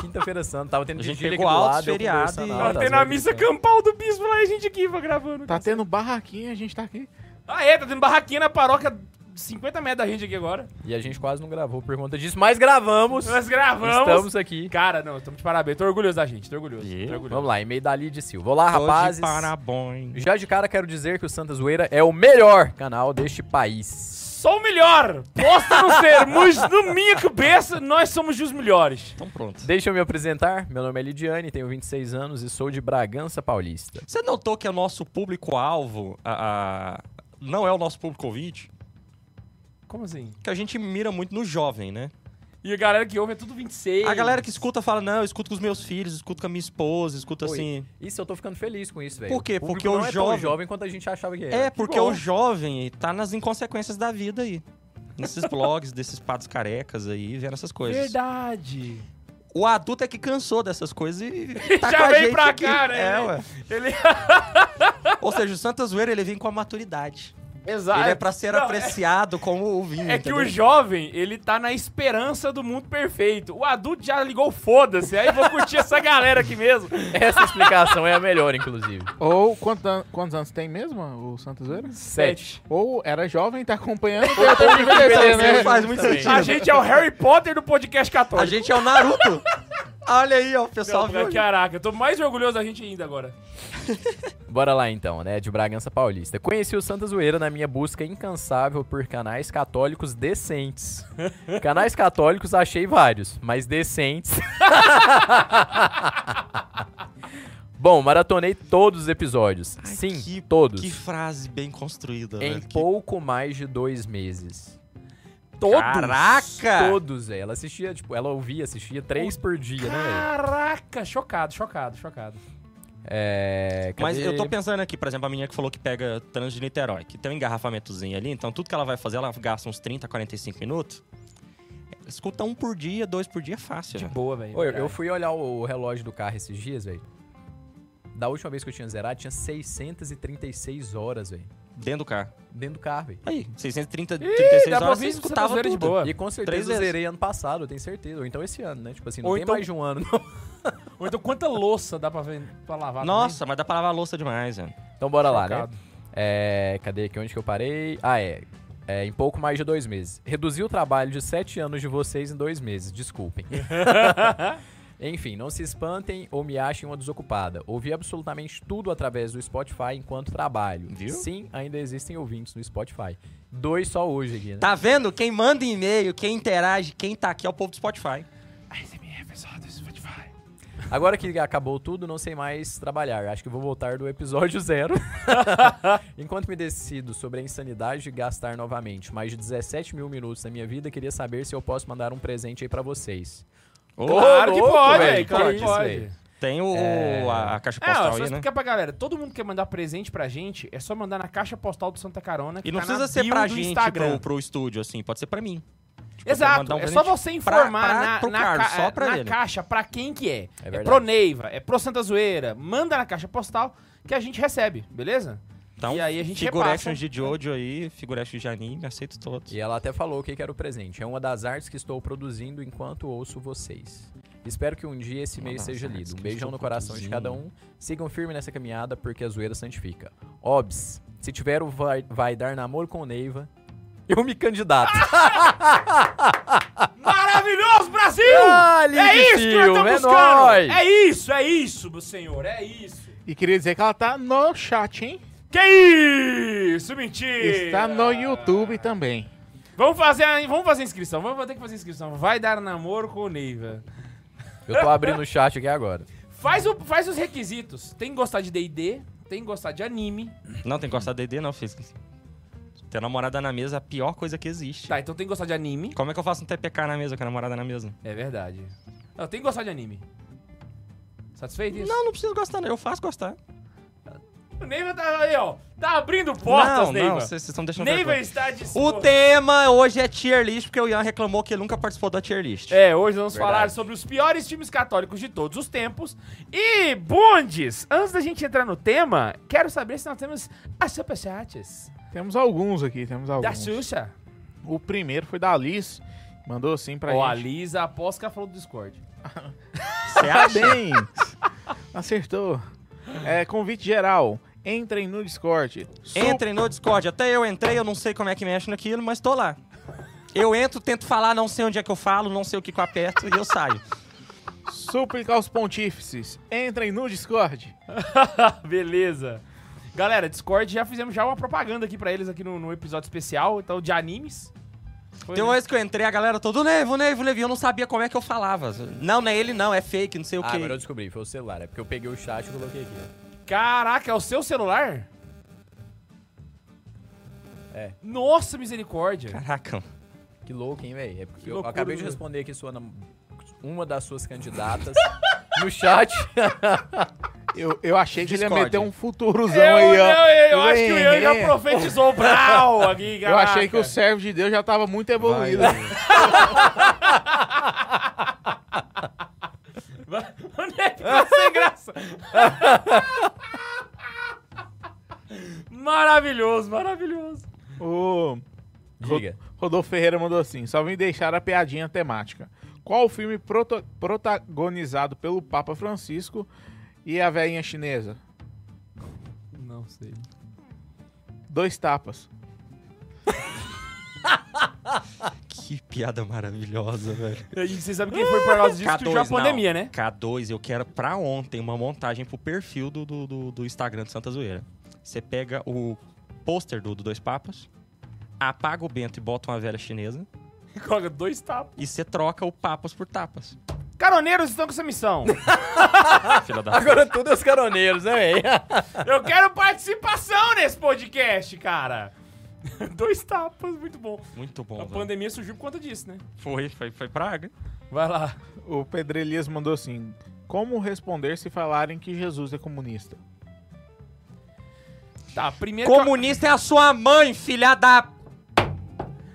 Speaker 3: Quinta-feira santa. Tava tendo
Speaker 2: A gente
Speaker 3: vigília
Speaker 2: pegou
Speaker 3: aqui do
Speaker 2: altos
Speaker 3: lado, eu
Speaker 2: feriado
Speaker 3: conversando
Speaker 2: e-
Speaker 3: altas,
Speaker 1: Tá
Speaker 2: Tava
Speaker 1: tendo
Speaker 3: né,
Speaker 1: a missa
Speaker 3: brincando.
Speaker 1: campal do bispo lá e a gente aqui vai gravando.
Speaker 4: Tá
Speaker 1: cara.
Speaker 4: tendo barraquinha, a gente tá aqui.
Speaker 1: Ah, é, tá tendo barraquinha na paróquia de 50 metros da gente aqui agora.
Speaker 3: E a gente quase não gravou por conta disso, mas gravamos.
Speaker 1: Nós gravamos.
Speaker 3: Estamos aqui.
Speaker 1: Cara, não, estamos de parabéns. Tô orgulhoso da gente, tô orgulhoso.
Speaker 2: E
Speaker 1: Tô orgulhoso.
Speaker 3: Vamos lá, e-mail da Lid Silva. Olá,
Speaker 2: Tô de
Speaker 3: rapazes.
Speaker 2: Parabéns.
Speaker 3: Já de cara quero dizer que o Santa Zoeira é o melhor canal deste país.
Speaker 1: Sou o melhor! Posso não ser, mas na minha cabeça nós somos os melhores.
Speaker 2: Então pronto.
Speaker 3: Deixa eu me apresentar. Meu nome é Lidiane, tenho 26 anos e sou de Bragança Paulista.
Speaker 2: Você notou que é o nosso público-alvo a- a- não é o nosso público ouvinte?
Speaker 1: Como assim?
Speaker 2: Que a gente mira muito no jovem, né?
Speaker 1: E a galera que ouve é tudo 26.
Speaker 2: A galera que escuta fala, não, eu escuto com os meus filhos, escuto com a minha esposa, escuto
Speaker 3: Oi.
Speaker 2: assim...
Speaker 3: Isso eu tô ficando feliz com isso, velho.
Speaker 2: Por quê?
Speaker 3: público
Speaker 2: Porque o
Speaker 3: não é tão
Speaker 2: jovem-
Speaker 3: jovem quanto a gente achava que era.
Speaker 2: É, porque
Speaker 1: bom.
Speaker 2: o jovem tá nas inconsequências da vida aí. Nesses blogs, desses patos carecas aí, vendo essas coisas.
Speaker 1: Verdade.
Speaker 2: O adulto é que cansou dessas coisas e tá
Speaker 1: Já
Speaker 2: com a
Speaker 1: veio
Speaker 2: gente
Speaker 1: pra
Speaker 2: aqui.
Speaker 1: cá, né?
Speaker 2: É, ué.
Speaker 1: Ele
Speaker 2: Ou seja, o Santa Zoeira, ele vem com a maturidade.
Speaker 1: Exato.
Speaker 2: ele é pra ser
Speaker 1: Não, é-
Speaker 2: apreciado como o vinho,
Speaker 1: É que o
Speaker 2: entendeu?
Speaker 1: jovem, ele tá na esperança do mundo perfeito. O adulto já ligou, foda-se. Aí vou curtir essa galera aqui mesmo.
Speaker 3: Essa explicação é a melhor, inclusive.
Speaker 4: Ou quantos, an- quantos anos tem mesmo o Santa Zoeira?
Speaker 1: É,
Speaker 3: Sete.
Speaker 4: Ou era jovem, tá acompanhando, depois de envelhecer, né?
Speaker 2: Então, assim, faz muito
Speaker 3: Também.
Speaker 2: sentido.
Speaker 1: A gente é o Harry Potter do podcast católico.
Speaker 2: A gente é o Naruto. Olha aí, ó, o pessoal
Speaker 1: Não,
Speaker 2: viu.
Speaker 1: caraca, eu tô mais orgulhoso da gente ainda agora.
Speaker 3: Bora lá então, né? De Bragança Paulista. Conheci o Santa Zoeira na minha busca incansável por canais católicos decentes. Canais católicos achei vários, mas decentes. Bom, maratonei todos os episódios.
Speaker 2: Ai,
Speaker 3: Sim,
Speaker 2: que-
Speaker 3: todos.
Speaker 2: Que frase bem construída,
Speaker 3: em
Speaker 2: velho. né? Que-
Speaker 3: pouco mais de dois meses.
Speaker 1: Todos.
Speaker 2: Caraca!
Speaker 3: Todos, é. Ela assistia, tipo, ela ouvia, assistia três por dia, né, velho?
Speaker 1: Caraca, chocado, chocado, chocado.
Speaker 3: É.
Speaker 2: Mas
Speaker 3: cadê?
Speaker 2: eu tô pensando aqui, por exemplo, a menina que falou que pega trans de Niterói, que tem um engarrafamentozinho ali, então tudo que ela vai fazer, ela gasta uns 30, 45 minutos. Escuta um por dia, dois por dia é fácil,
Speaker 1: De
Speaker 2: velho.
Speaker 1: boa, velho. É.
Speaker 3: Ô, eu, eu fui olhar o relógio do carro esses dias, velho. Da última vez que eu tinha zerado, tinha 636 horas, velho.
Speaker 2: Dentro do carro.
Speaker 3: Dentro do carro, velho.
Speaker 2: Aí, 630,
Speaker 1: Ih, dá
Speaker 2: 36
Speaker 1: pra
Speaker 2: horas,
Speaker 1: ouvir
Speaker 2: você
Speaker 1: isso
Speaker 2: escutava
Speaker 1: de
Speaker 2: tudo.
Speaker 1: boa.
Speaker 3: E com
Speaker 2: Três
Speaker 3: certeza eu
Speaker 2: vezes.
Speaker 3: zerei ano passado, eu tenho certeza. Ou então esse ano, né? Tipo assim, não
Speaker 1: Ou
Speaker 3: tem
Speaker 1: então-
Speaker 3: mais de um ano, não.
Speaker 1: Ou então quanta louça dá pra, ver, pra lavar
Speaker 2: Nossa, mas dá pra lavar a louça demais, velho.
Speaker 3: Então bora
Speaker 1: também?
Speaker 3: lá, né? É, cadê aqui? Onde que eu parei? Ah, é. É, em pouco mais de dois meses. Reduzi o trabalho de sete anos de vocês em dois meses, desculpem. Enfim, não se espantem ou me achem uma desocupada. Ouvi absolutamente tudo através do Spotify enquanto trabalho.
Speaker 2: Viu?
Speaker 3: Sim, ainda existem ouvintes no Spotify. Dois só hoje aqui, né?
Speaker 2: Tá vendo? Quem manda e-mail, quem interage, quem tá aqui é o povo do Spotify.
Speaker 1: ASMR, pessoal do Spotify.
Speaker 3: Agora que acabou tudo, não sei mais trabalhar. Acho que vou voltar do episódio zero. Enquanto me decido sobre a insanidade de gastar novamente mais de 17 mil minutos da minha vida, queria saber se eu posso mandar um presente aí pra vocês.
Speaker 1: Claro
Speaker 3: Ô,
Speaker 1: que
Speaker 3: louco,
Speaker 1: pode,
Speaker 3: velho,
Speaker 1: velho.
Speaker 3: que
Speaker 1: Claro
Speaker 3: é
Speaker 1: que
Speaker 3: isso,
Speaker 1: pode.
Speaker 3: velho.
Speaker 2: Tá? Tem o,
Speaker 3: É.
Speaker 2: a, a caixa
Speaker 1: É, ó,
Speaker 2: postal
Speaker 1: só
Speaker 2: aí, né?
Speaker 1: explicar pra galera. Todo mundo que quer mandar presente pra gente, é só mandar na caixa postal do Santa Carona. que
Speaker 2: E não
Speaker 1: tá
Speaker 2: precisa
Speaker 1: na
Speaker 2: ser
Speaker 1: bio
Speaker 2: pra
Speaker 1: do
Speaker 2: gente,
Speaker 1: Instagram.
Speaker 2: pro, pro estúdio, assim. Pode ser pra mim. Tipo, eu vou
Speaker 1: Exato,
Speaker 2: mandar um
Speaker 1: é só
Speaker 2: presente
Speaker 1: você
Speaker 2: pra-
Speaker 1: informar
Speaker 2: pra-
Speaker 1: na,
Speaker 2: pro
Speaker 1: na,
Speaker 2: Carlos,
Speaker 1: ca-
Speaker 2: só pra
Speaker 1: na
Speaker 2: ele.
Speaker 1: caixa pra quem que é. É,
Speaker 3: verdade.
Speaker 1: pro Neiva, é pro Santa Zoeira, manda na caixa postal que a gente recebe, beleza?
Speaker 2: Então,
Speaker 1: E aí a gente repassa.
Speaker 2: figurations de Jojo aí, figurations de anime, aceito todos.
Speaker 3: E ela até falou o que que era o presente. É uma das artes que estou produzindo enquanto ouço vocês. Espero que um dia esse
Speaker 2: Uma
Speaker 3: e-mail
Speaker 2: das
Speaker 3: seja
Speaker 2: artes
Speaker 3: lido. Um
Speaker 2: que
Speaker 3: beijão
Speaker 2: estou
Speaker 3: no coração de cada um.
Speaker 2: produzindo.
Speaker 3: Sigam firme nessa caminhada, porque a zoeira santifica. Obs, se tiver o vai, vai dar namoro com Neiva, eu me candidato.
Speaker 1: Maravilhoso, Brasil!
Speaker 3: Ah, Lidia
Speaker 1: é isso que eu tô
Speaker 3: Silva, é
Speaker 1: buscando!
Speaker 3: nóis!
Speaker 1: É isso, é isso, meu senhor, é isso.
Speaker 4: E queria dizer que ela tá no chat, hein?
Speaker 1: Que isso, mentira!
Speaker 4: Está no YouTube também.
Speaker 1: Vamos fazer, a- vamos fazer a inscrição. Vamos vou ter que fazer a inscrição. Vai dar namoro com o Neiva.
Speaker 3: Eu tô abrindo o chat aqui agora.
Speaker 1: Faz, o- faz os requisitos. Tem que gostar de D&D, tem que gostar de anime.
Speaker 2: Não, tem que gostar de D&D não, fiz. Ter namorada na mesa é a pior coisa que existe.
Speaker 1: Tá, então tem que gostar de anime.
Speaker 2: Como é que eu faço um TPK na mesa com a namorada na mesa?
Speaker 1: É verdade. Não, tem que gostar de anime. Satisfeito isso?
Speaker 2: Não, não preciso gostar, não. Eu faço gostar.
Speaker 1: O Neiva tá aí, ó. Tá abrindo portas,
Speaker 2: não,
Speaker 1: Neiva.
Speaker 2: não, vocês estão deixando
Speaker 1: Neiva é
Speaker 2: vergonha.
Speaker 1: está de
Speaker 2: O tema hoje é tier list, porque o Ian reclamou que ele nunca participou da tier list.
Speaker 1: É, hoje vamos
Speaker 3: Verdade.
Speaker 1: falar sobre os piores times católicos de todos os tempos. E, bundes, antes da gente entrar no tema, quero saber se nós temos as superchats
Speaker 4: Temos alguns aqui, temos
Speaker 1: da
Speaker 4: alguns.
Speaker 1: Xuxa.
Speaker 4: O primeiro foi da Alice. Mandou assim pra
Speaker 1: Ó, a
Speaker 4: gente.
Speaker 1: Lisa, após que ela falou do Discord.
Speaker 2: Você
Speaker 4: Tá
Speaker 2: acha?
Speaker 4: bem. Acertou. É, convite geral. Entrem no Discord. Som-
Speaker 2: Entrem no Discord. Até eu entrei, eu não sei como é que mexe naquilo, mas tô lá. Eu entro, tento falar, não sei onde é que eu falo, não sei o que que eu aperto e eu saio.
Speaker 4: Súplica aos pontífices. Entrem no Discord.
Speaker 1: Beleza. Galera, Discord, já fizemos já uma propaganda aqui pra eles aqui no, no episódio especial, então, de animes. Foi,
Speaker 2: Tem
Speaker 1: né?
Speaker 2: uma vez Então, que eu entrei, a galera toda, Nevo, Nevo, Levi, eu não sabia como é que eu falava. Não, não é ele não, é fake, não sei o
Speaker 3: Ah,
Speaker 2: que.
Speaker 3: agora eu descobri, foi o celular. É porque eu peguei o chat e coloquei aqui.
Speaker 1: Caraca, é o seu celular?
Speaker 3: É.
Speaker 1: Nossa, misericórdia.
Speaker 2: Caraca.
Speaker 3: Que louco, hein, velho? É porque eu
Speaker 1: loucura,
Speaker 3: acabei de
Speaker 1: né?
Speaker 3: responder aqui sua nam- uma das suas candidatas no chat.
Speaker 4: Eu, eu achei que ele ia
Speaker 2: Discord.
Speaker 4: meter um futurozão
Speaker 1: Eu,
Speaker 4: aí, ó.
Speaker 1: É eu, eu acho
Speaker 4: Vem,
Speaker 1: que o Ian já
Speaker 4: vem.
Speaker 1: profetizou o Brau aqui,
Speaker 4: Eu
Speaker 1: galera.
Speaker 4: achei que o servo de Deus já tava muito evoluído.
Speaker 1: O Neto tá sem graça. maravilhoso, maravilhoso.
Speaker 4: O Ro-
Speaker 3: Diga.
Speaker 4: Rodolfo Ferreira mandou assim: só vim deixar a piadinha temática. Qual o filme proto- protagonizado pelo Papa Francisco e a velhinha chinesa?
Speaker 1: Não sei.
Speaker 4: Dois tapas.
Speaker 2: Que piada maravilhosa, velho.
Speaker 1: E vocês sabem quem foi por causa disso que surgiu a
Speaker 2: não.
Speaker 1: pandemia, né?
Speaker 2: K2, eu quero pra ontem uma montagem pro perfil do, do, do- do Instagram de Santa Zoeira. Você pega o pôster do, do Dois Papas, apaga o Bento e bota uma velha chinesa,
Speaker 1: Coloca dois tapas.
Speaker 2: e você troca o Papas por tapas.
Speaker 1: Caroneiros estão com essa missão. Ah,
Speaker 2: Filha da...
Speaker 3: Agora tudo é os caroneiros, né, velho?
Speaker 1: Eu quero participação nesse podcast, cara. Dois tapas, muito bom.
Speaker 2: Muito bom,
Speaker 1: A
Speaker 2: velho.
Speaker 1: pandemia surgiu por conta disso, né?
Speaker 2: Foi, foi, foi praga.
Speaker 1: Vai lá.
Speaker 4: O Pedro Elias mandou assim: Como responder se falarem que Jesus é comunista?
Speaker 1: Tá, primeiro. que eu-
Speaker 2: Comunista é a sua mãe, filha da...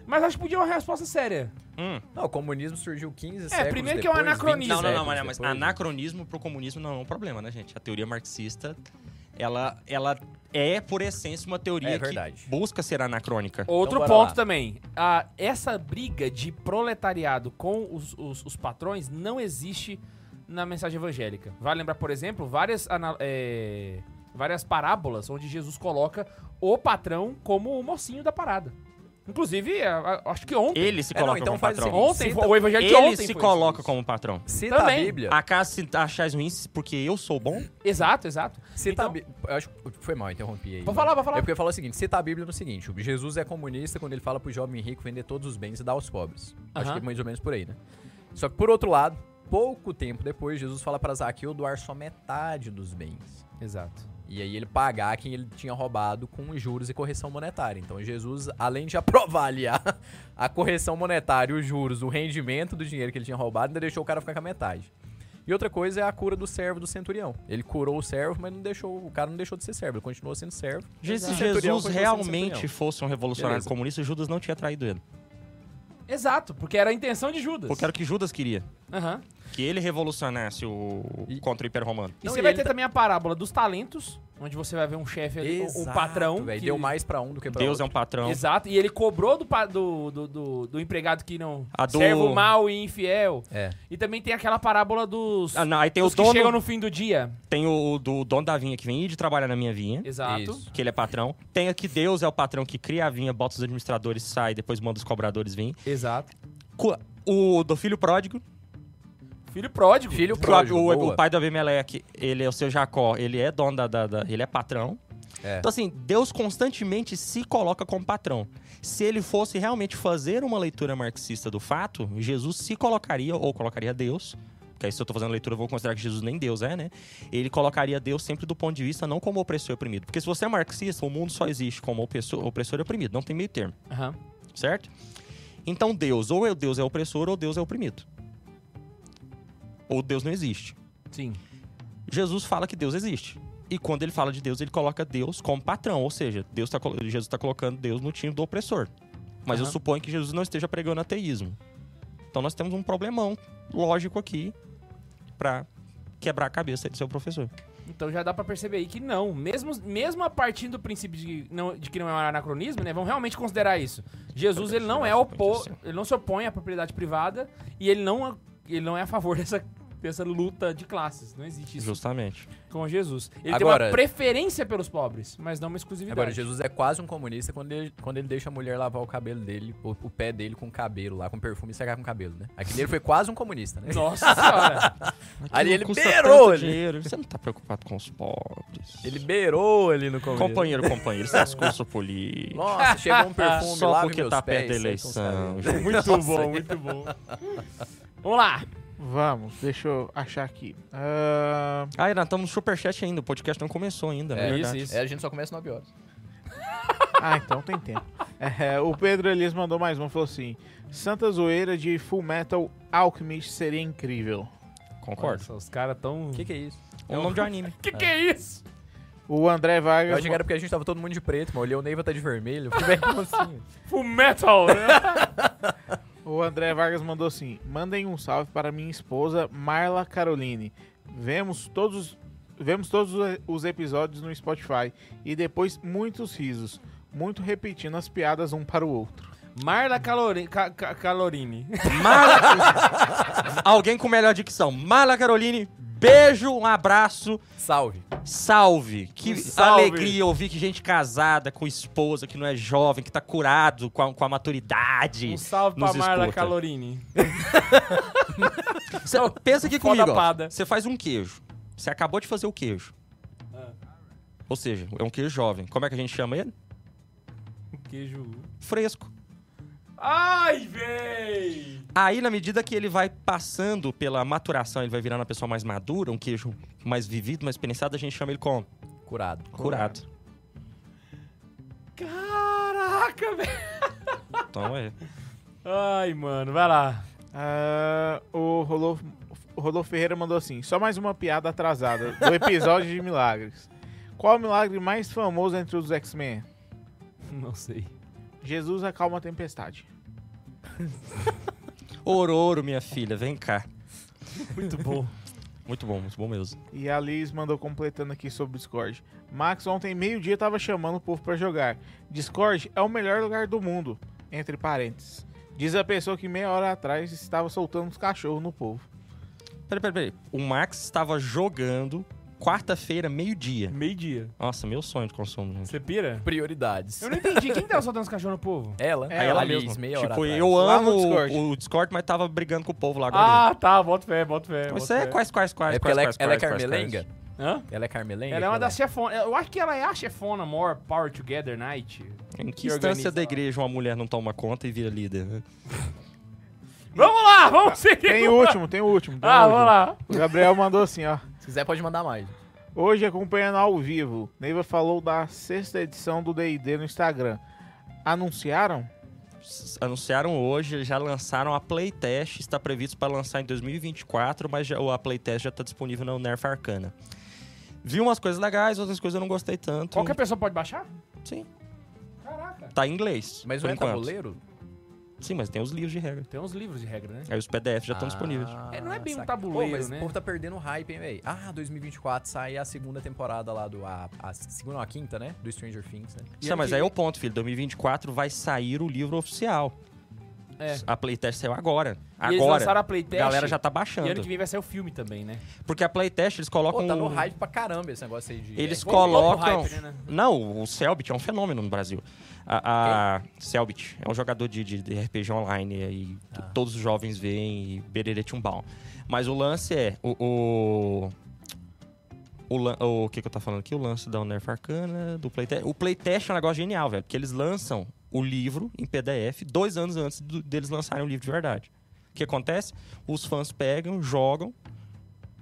Speaker 1: Mas acho que podia uma resposta séria.
Speaker 2: Hum.
Speaker 3: Não, o comunismo surgiu 15 séculos
Speaker 1: primeiro que é um
Speaker 3: depois,
Speaker 1: anacronismo.
Speaker 2: Não, não, não,
Speaker 3: mas
Speaker 2: mas anacronismo pro comunismo não é um problema, né, gente? A teoria marxista, ela, ela é, por essência, uma teoria
Speaker 3: É
Speaker 2: que
Speaker 3: verdade.
Speaker 2: busca ser anacrônica.
Speaker 1: Outro
Speaker 3: bora
Speaker 1: ponto
Speaker 3: lá.
Speaker 1: também. Ah, essa briga de proletariado com os, os- os patrões não existe na mensagem evangélica. Vale lembrar, por exemplo, várias, ana- é, várias parábolas onde Jesus coloca o patrão como o mocinho da parada. Inclusive, a- a- acho que ontem.
Speaker 2: Ele se
Speaker 3: É, não,
Speaker 2: coloca
Speaker 3: então
Speaker 2: como
Speaker 3: faz o
Speaker 2: patrão.
Speaker 3: seguinte,
Speaker 1: Ontem,
Speaker 3: cita-
Speaker 1: assim, o evangelho de
Speaker 2: Ele
Speaker 1: ontem.
Speaker 2: se
Speaker 1: foi
Speaker 2: coloca
Speaker 1: isso.
Speaker 2: como patrão.
Speaker 3: Cita
Speaker 1: Também.
Speaker 3: a Bíblia.
Speaker 2: Acaso se tá achais ruim porque eu sou bom?
Speaker 1: Exato, exato.
Speaker 3: Cita a
Speaker 1: Então-
Speaker 3: Bí- Eu acho que foi mal, interrompi aí.
Speaker 1: Vou falar, vou falar.
Speaker 3: É porque eu falo o seguinte, cita a Bíblia no seguinte, o Jesus é comunista quando ele fala pro jovem rico vender todos os bens e dar aos pobres. Acho
Speaker 1: Aham.
Speaker 3: que é mais ou menos por aí, né? Só que por outro lado, pouco tempo depois, Jesus fala pra Zaqueu doar só metade dos bens.
Speaker 1: Exato.
Speaker 3: E aí ele pagar quem ele tinha roubado com juros e correção monetária. Então Jesus, além de aprovar ali a, a correção monetária, os juros, o rendimento do dinheiro que ele tinha roubado, ainda deixou o cara ficar com a metade. E outra coisa é a cura do servo do centurião. Ele curou o servo, mas não deixou, o cara não deixou de ser servo, ele continuou sendo servo.
Speaker 2: Se
Speaker 3: O centurião
Speaker 2: Jesus
Speaker 3: continuou sendo
Speaker 2: realmente
Speaker 3: centurião.
Speaker 2: fosse um revolucionário
Speaker 3: Beleza.
Speaker 2: comunista, Judas não tinha traído ele.
Speaker 1: Exato, porque era a intenção de Judas.
Speaker 2: Porque era o que Judas queria.
Speaker 1: Aham. Que
Speaker 2: Que ele revolucionasse o
Speaker 3: E-
Speaker 2: contra o Império Romano.
Speaker 1: E
Speaker 3: Não,
Speaker 1: você
Speaker 3: e
Speaker 1: vai
Speaker 3: ele
Speaker 1: ter
Speaker 3: tá-
Speaker 1: também a parábola dos talentos, onde você vai ver um chefe ali, um- um
Speaker 3: Exato,
Speaker 1: patrão.
Speaker 3: velho,
Speaker 1: que-
Speaker 3: deu mais pra um do que pra
Speaker 2: Deus é
Speaker 3: outro.
Speaker 2: um patrão.
Speaker 1: Exato, e ele cobrou do, pa- do, do, do- do empregado que não
Speaker 2: A do-
Speaker 1: servo mal e infiel.
Speaker 3: É.
Speaker 1: E também tem aquela parábola dos,
Speaker 2: Ah, não, aí tem o
Speaker 1: dos que chegam
Speaker 2: dono,
Speaker 1: no fim do dia.
Speaker 2: tem o, o do dono da vinha que vem ir de trabalhar na minha vinha.
Speaker 1: Exato.
Speaker 3: Isso.
Speaker 2: que ele é patrão. Tem aqui Deus é o patrão que cria a vinha, bota os administradores, sai, depois manda os cobradores vir.
Speaker 1: Exato.
Speaker 2: Co- O do filho pródigo, que
Speaker 1: Filho pródigo.
Speaker 3: Filho
Speaker 2: o-
Speaker 3: pródigo,
Speaker 2: o, o
Speaker 3: boa.
Speaker 2: pai do Abimeleque, ele é o seu Jacó, ele é dono da, da- da- ele é patrão.
Speaker 3: É.
Speaker 2: Então, assim, Deus constantemente se coloca como patrão. Se ele fosse realmente fazer uma leitura marxista do fato, Jesus se colocaria, ou colocaria Deus, porque aí se eu tô fazendo leitura eu vou considerar que Jesus nem Deus é, né? Ele colocaria Deus sempre do ponto de vista não como opressor e oprimido. Porque se você é marxista, o mundo só existe como opressor, opressor e oprimido, não tem meio termo
Speaker 1: Aham.
Speaker 2: certo? Então Deus, ou eu- Deus é opressor ou Deus é oprimido. Ou Deus não existe.
Speaker 1: Sim.
Speaker 2: Jesus fala que Deus existe. E quando ele fala de Deus, ele coloca Deus como patrão, ou seja, Deus tá, colo- Jesus está colocando Deus no time do opressor. Mas eu
Speaker 1: Aham.
Speaker 2: suponho que Jesus não esteja pregando ateísmo. Então nós temos um problemão lógico aqui para quebrar a cabeça do seu professor.
Speaker 1: Então já dá pra perceber aí que não. Mesmo, mesmo a partir do princípio de, não, de que não é um anacronismo, né? Vamos realmente considerar isso. Jesus, ele não é opo, ele não se opõe à propriedade privada e ele não, ele não é a favor dessa, dessa luta de classes. Não existe isso
Speaker 2: Justamente.
Speaker 1: com Jesus. Ele tem uma
Speaker 3: Agora-
Speaker 1: preferência pelos pobres, mas não uma exclusividade.
Speaker 3: Agora, Jesus é quase um comunista quando ele, quando ele deixa a mulher lavar o cabelo dele, o, o pé dele com cabelo lá, com perfume e secar com cabelo, né? Aquele ele foi quase um comunista, né?
Speaker 1: Nossa senhora!
Speaker 3: Ali ele
Speaker 2: custa
Speaker 3: beirou
Speaker 2: tanto
Speaker 3: ali.
Speaker 2: dinheiro. Você não tá preocupado com os pobres.
Speaker 3: Ele beirou ali no começo.
Speaker 2: Companheiro, companheiro, esse discurso político.
Speaker 3: Nossa, chegou um perfume
Speaker 2: Só
Speaker 3: lá
Speaker 2: porque tá perto da eleição.
Speaker 1: muito bom, muito bom. Vamos lá.
Speaker 4: Vamos, deixa eu achar aqui. Ah,
Speaker 2: Ah, Renan, estamos no superchat ainda. O podcast não começou ainda, né?
Speaker 3: É,
Speaker 2: Verdade.
Speaker 3: isso. É, a gente só começa 9 horas.
Speaker 4: Ah, então tem tempo. É, o Pedro Elias mandou mais um, falou assim: Santa zoeira de Full Metal Alchemist seria incrível.
Speaker 2: Concordo.
Speaker 1: Nossa, os caras tão...
Speaker 3: O que, que é isso?
Speaker 2: É um nome de um anime.
Speaker 1: Que que é isso?
Speaker 4: O André
Speaker 3: Eu
Speaker 4: Vargas.
Speaker 3: achei que era porque a gente tava todo mundo de preto, mas olhei o Neiva tá de vermelho. Eu falei, "Véi, como assim?
Speaker 1: Full metal, né?
Speaker 4: O André Vargas mandou assim: mandem um salve para minha esposa Marla Caroline. Vemos todos, vemos todos os episódios no Spotify e depois muitos risos, muito repetindo as piadas um para o outro.
Speaker 1: Marla Calori... Ca- Ca- Calorini.
Speaker 2: Mala- Alguém com melhor dicção. Mala Caroline, beijo, um abraço,
Speaker 3: Salve.
Speaker 2: salve. Que
Speaker 1: Um salve.
Speaker 2: alegria ouvir que gente casada, com esposa, que não é jovem, que tá curado com a, com a maturidade.
Speaker 1: Um salve pra
Speaker 2: nos
Speaker 1: Marla
Speaker 2: escuta.
Speaker 1: Calorini.
Speaker 2: Cê- pensa aqui
Speaker 1: Foda
Speaker 2: comigo. ó.
Speaker 1: pada.
Speaker 2: Você faz um queijo. Você acabou de fazer o queijo.
Speaker 1: Ah.
Speaker 2: Ou seja, é um queijo jovem. Como é que a gente chama ele?
Speaker 1: Queijo.
Speaker 2: Fresco.
Speaker 1: Ai, véi!
Speaker 2: Aí, na medida que ele vai passando pela maturação, ele vai virando uma pessoa mais madura, um queijo mais vivido, mais penetrado, a gente chama ele como
Speaker 3: Curado.
Speaker 2: curado.
Speaker 1: Caraca, velho!
Speaker 2: Então é.
Speaker 1: Ai, mano, vai lá.
Speaker 4: Ah, o Rodolfo, o Rodolfo Ferreira mandou assim: só mais uma piada atrasada do episódio de Milagres. Qual o milagre mais famoso entre os X-Men?
Speaker 1: Não sei.
Speaker 4: Jesus acalma a tempestade.
Speaker 2: Ororo, minha filha, vem cá.
Speaker 1: Muito bom.
Speaker 2: Muito bom, muito bom mesmo.
Speaker 4: E a Liz mandou completando aqui sobre o Discord. Max ontem meio-dia tava chamando o povo pra jogar. Discord é o melhor lugar do mundo, entre parênteses. Diz a pessoa que meia hora atrás estava soltando os cachorros no povo.
Speaker 2: Peraí, peraí, peraí. O Max estava jogando quarta-feira, meio-dia.
Speaker 1: Meio-dia.
Speaker 2: Nossa, meu sonho de consumo, gente.
Speaker 1: Você pira?
Speaker 3: Prioridades.
Speaker 1: Eu não entendi. Quem tava soltando os cachorros no povo?
Speaker 3: Ela,
Speaker 4: Aí ela
Speaker 3: É, Alice,
Speaker 2: É, mesma.
Speaker 3: meia hora
Speaker 2: tipo,
Speaker 3: atrás.
Speaker 2: eu
Speaker 4: Lá
Speaker 2: amo
Speaker 4: no Discord.
Speaker 2: o o Discord, mas tava brigando com o povo lá agora.
Speaker 1: Ah, tá. Bota fé, bota fé.
Speaker 2: Mas
Speaker 1: bota
Speaker 2: isso é
Speaker 1: fé.
Speaker 2: quais, quais, quais,
Speaker 3: É porque
Speaker 2: quais,
Speaker 3: ela é,
Speaker 2: quais,
Speaker 3: ela é
Speaker 2: quais, quais,
Speaker 3: carmelenga?
Speaker 2: quais.
Speaker 1: Hã?
Speaker 3: Ela é carmelenga?
Speaker 1: Ela é uma
Speaker 3: aquela-
Speaker 1: das chefonas. Eu acho que ela é a chefona more power together night.
Speaker 2: Em que
Speaker 1: Que
Speaker 2: instância
Speaker 1: organiza
Speaker 2: da
Speaker 1: lá.
Speaker 2: igreja uma mulher não toma conta e vira líder? né?
Speaker 1: Vamos lá, vamos seguir.
Speaker 4: Tem o último, tem o último. tem o
Speaker 1: Ah,
Speaker 4: último.
Speaker 1: vamos lá.
Speaker 4: O Gabriel mandou assim, ó.
Speaker 3: Se quiser, pode mandar mais.
Speaker 4: Hoje acompanhando ao vivo, Neiva falou da sexta edição do D&D no Instagram. Anunciaram?
Speaker 2: S- anunciaram hoje, já lançaram a playtest, está previsto para lançar em 2024, mas já- a playtest já está disponível no Nerf Arcana. Vi umas coisas legais, outras coisas eu não gostei tanto.
Speaker 1: Qualquer pessoa pode baixar?
Speaker 2: Sim,
Speaker 1: Caraca.
Speaker 2: tá em inglês.
Speaker 3: Mas
Speaker 2: por
Speaker 3: não é
Speaker 2: enquanto.
Speaker 3: tabuleiro?
Speaker 2: Sim, mas tem os livros de regra.
Speaker 1: Tem uns livros de regra, né?
Speaker 2: Aí os PDF já estão disponíveis.
Speaker 1: É, não é bem um
Speaker 3: saca.
Speaker 1: tabuleiro,
Speaker 3: Ah, Pô, mas
Speaker 1: né?
Speaker 3: O povo tá perdendo o hype, hein, velho? Ah, 2024 sai a segunda temporada lá do. A, a segunda ou a quinta, né? Do Stranger Things, né?
Speaker 2: Sim, mas aí é o ponto, filho. 2024 vai sair o livro oficial.
Speaker 1: É.
Speaker 2: A playtest saiu agora.
Speaker 1: E eles
Speaker 2: Agora.
Speaker 1: lançaram a
Speaker 2: a
Speaker 1: playtest.
Speaker 2: galera já tá
Speaker 1: E ano
Speaker 2: baixando.
Speaker 1: que vem vai ser o filme também, né?
Speaker 2: Porque a playtest eles
Speaker 3: Pô,
Speaker 2: colocam. um
Speaker 3: tá no hype pra caramba esse negócio aí de.
Speaker 2: Eles
Speaker 3: é,
Speaker 1: Vamos- vamos pro
Speaker 2: colocam.
Speaker 1: hype, né, né?
Speaker 2: Não, o Selbit é um fenômeno no Brasil. A, a Selbit é um jogador de, de- de RPG online e
Speaker 3: Ah.
Speaker 2: todos os jovens veem e bererê tchumbau. Mas o lance é, o, o- o, lan- o que, que eu tô falando aqui? O lance da Nerf Arcana, do Playtest. O Playtest é um negócio genial, velho. Porque eles lançam o livro em PDF dois anos antes do- deles lançarem o livro de verdade. O que acontece? Os fãs pegam, jogam,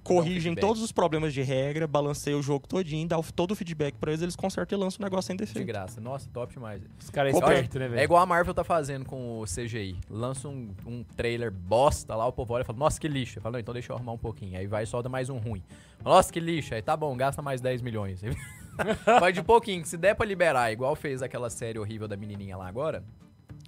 Speaker 2: corrigem
Speaker 3: feedback.
Speaker 2: todos os problemas de regra, balanceiam o jogo todinho, dá o- todo o feedback pra eles, eles consertam e lançam o negócio sem
Speaker 3: De
Speaker 2: defeito.
Speaker 3: graça. Nossa, top demais.
Speaker 1: Os caras
Speaker 3: Olha,
Speaker 1: espertos, né, velho?
Speaker 3: É igual a Marvel tá fazendo com o CGI. Lança um, um trailer bosta lá, o povo olha e fala, nossa, que lixo. Fala, não, então deixa eu arrumar um pouquinho. Aí vai e solta mais um ruim. Nossa, que lixo. Aí tá bom, gasta mais 10 milhões. vai de pouquinho, que se der pra liberar, igual fez aquela série horrível da menininha lá agora.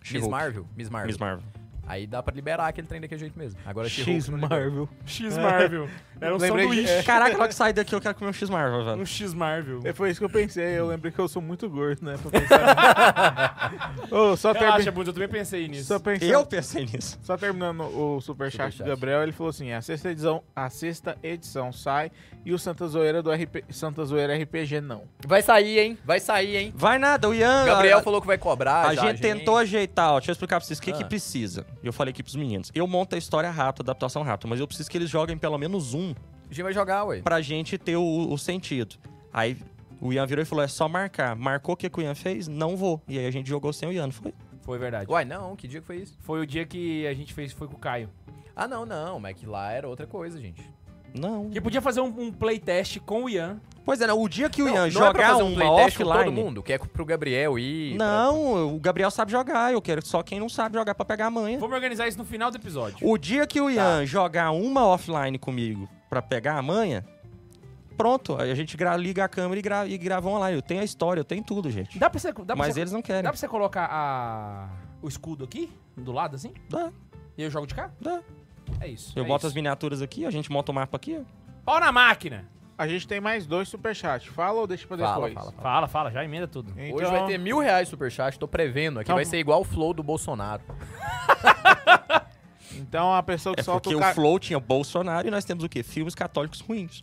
Speaker 3: Miss
Speaker 2: She-Hulk.
Speaker 3: Marvel? Miss Marvel.
Speaker 2: Miss Marvel.
Speaker 3: Aí dá pra liberar aquele trem daquele jeito mesmo. Agora
Speaker 4: X
Speaker 3: She-Hulk não libera.
Speaker 4: Marvel.
Speaker 1: X
Speaker 2: É.
Speaker 1: Marvel. Era um
Speaker 4: Lembrei de-
Speaker 1: sanduíche.
Speaker 2: Caraca, logo que sair daqui eu quero comer um X-Marvel, velho.
Speaker 1: Um X Marvel.
Speaker 4: É, foi isso que eu pensei. Eu lembrei que eu sou muito gordo, né? Pra pensar. Ô, só, termi-
Speaker 1: Relaxa, Bund, eu também pensei nisso.
Speaker 4: só pensando-
Speaker 2: Eu pensei nisso.
Speaker 4: Só terminando o superchat do
Speaker 3: Superchat.
Speaker 4: Gabriel, ele falou assim: a sexta edição, a sexta edição sai e o Santa Zoeira do RP, Santa Zoeira RPG não.
Speaker 3: Vai sair, hein? Vai sair, hein?
Speaker 2: Vai nada, o Ian.
Speaker 3: Gabriel
Speaker 2: a-
Speaker 3: falou que vai cobrar.
Speaker 2: Ah, a
Speaker 3: já,
Speaker 2: gente tentou ajeitar, ó, deixa eu explicar pra vocês o que,
Speaker 3: Ah.
Speaker 2: que precisa. Eu falei aqui pros meninos. Eu monto a história rápido, a adaptação rápida, mas eu preciso que eles joguem pelo menos um
Speaker 3: A gente vai jogar, ué.
Speaker 2: pra gente ter o, o sentido. Aí o Ian virou e falou: é só marcar. Marcou o que, que o Ian fez? Não vou. E aí a gente jogou sem o Ian, não foi?
Speaker 1: Foi verdade.
Speaker 3: Uai, não, que dia que foi isso?
Speaker 1: Foi o dia que a gente fez, foi com o Caio.
Speaker 3: Ah, não, não, mas que lá era outra coisa, gente.
Speaker 2: Não.
Speaker 1: Que podia fazer um, um playtest com o Ian.
Speaker 2: Pois é, né, o dia que o
Speaker 3: Não,
Speaker 2: Ian
Speaker 3: não é pra
Speaker 2: jogar
Speaker 3: fazer um
Speaker 2: uma
Speaker 3: playtest com todo
Speaker 2: offline.
Speaker 3: mundo, que é pro Gabriel ir.
Speaker 2: Não, o Gabriel sabe jogar, eu quero só quem não sabe jogar pra pegar a manha.
Speaker 1: Vamos organizar isso no final do episódio.
Speaker 2: O dia que o Ian jogar uma offline comigo pra pegar a manha, pronto, aí a gente gra- liga a câmera e, gra- e grava online. Eu tenho a história, eu tenho tudo, gente.
Speaker 1: Dá pra você, dá pra
Speaker 2: Mas
Speaker 1: você,
Speaker 2: eles não
Speaker 1: dá
Speaker 2: querem.
Speaker 1: pra você colocar a, o escudo aqui, do lado assim?
Speaker 2: Dá,
Speaker 1: E eu jogo de cá?
Speaker 2: dá.
Speaker 1: É isso.
Speaker 2: Eu
Speaker 1: é
Speaker 2: boto as
Speaker 1: isso.
Speaker 2: miniaturas aqui, a gente monta o mapa aqui. ó.
Speaker 1: Pau na máquina!
Speaker 4: A gente tem mais dois superchats. Fala ou deixa pra
Speaker 3: Fala,
Speaker 4: depois?
Speaker 3: fala, fala.
Speaker 1: Fala, fala, já emenda tudo.
Speaker 4: Então,
Speaker 3: Hoje vai ter mil reais superchat, tô prevendo aqui.
Speaker 4: Então-
Speaker 3: Vai ser igual o flow do Bolsonaro.
Speaker 4: Então a pessoa que
Speaker 2: É
Speaker 4: solta
Speaker 2: porque
Speaker 4: o,
Speaker 2: o
Speaker 4: ca...
Speaker 2: Flow tinha Bolsonaro e nós temos o quê? Filmes católicos ruins.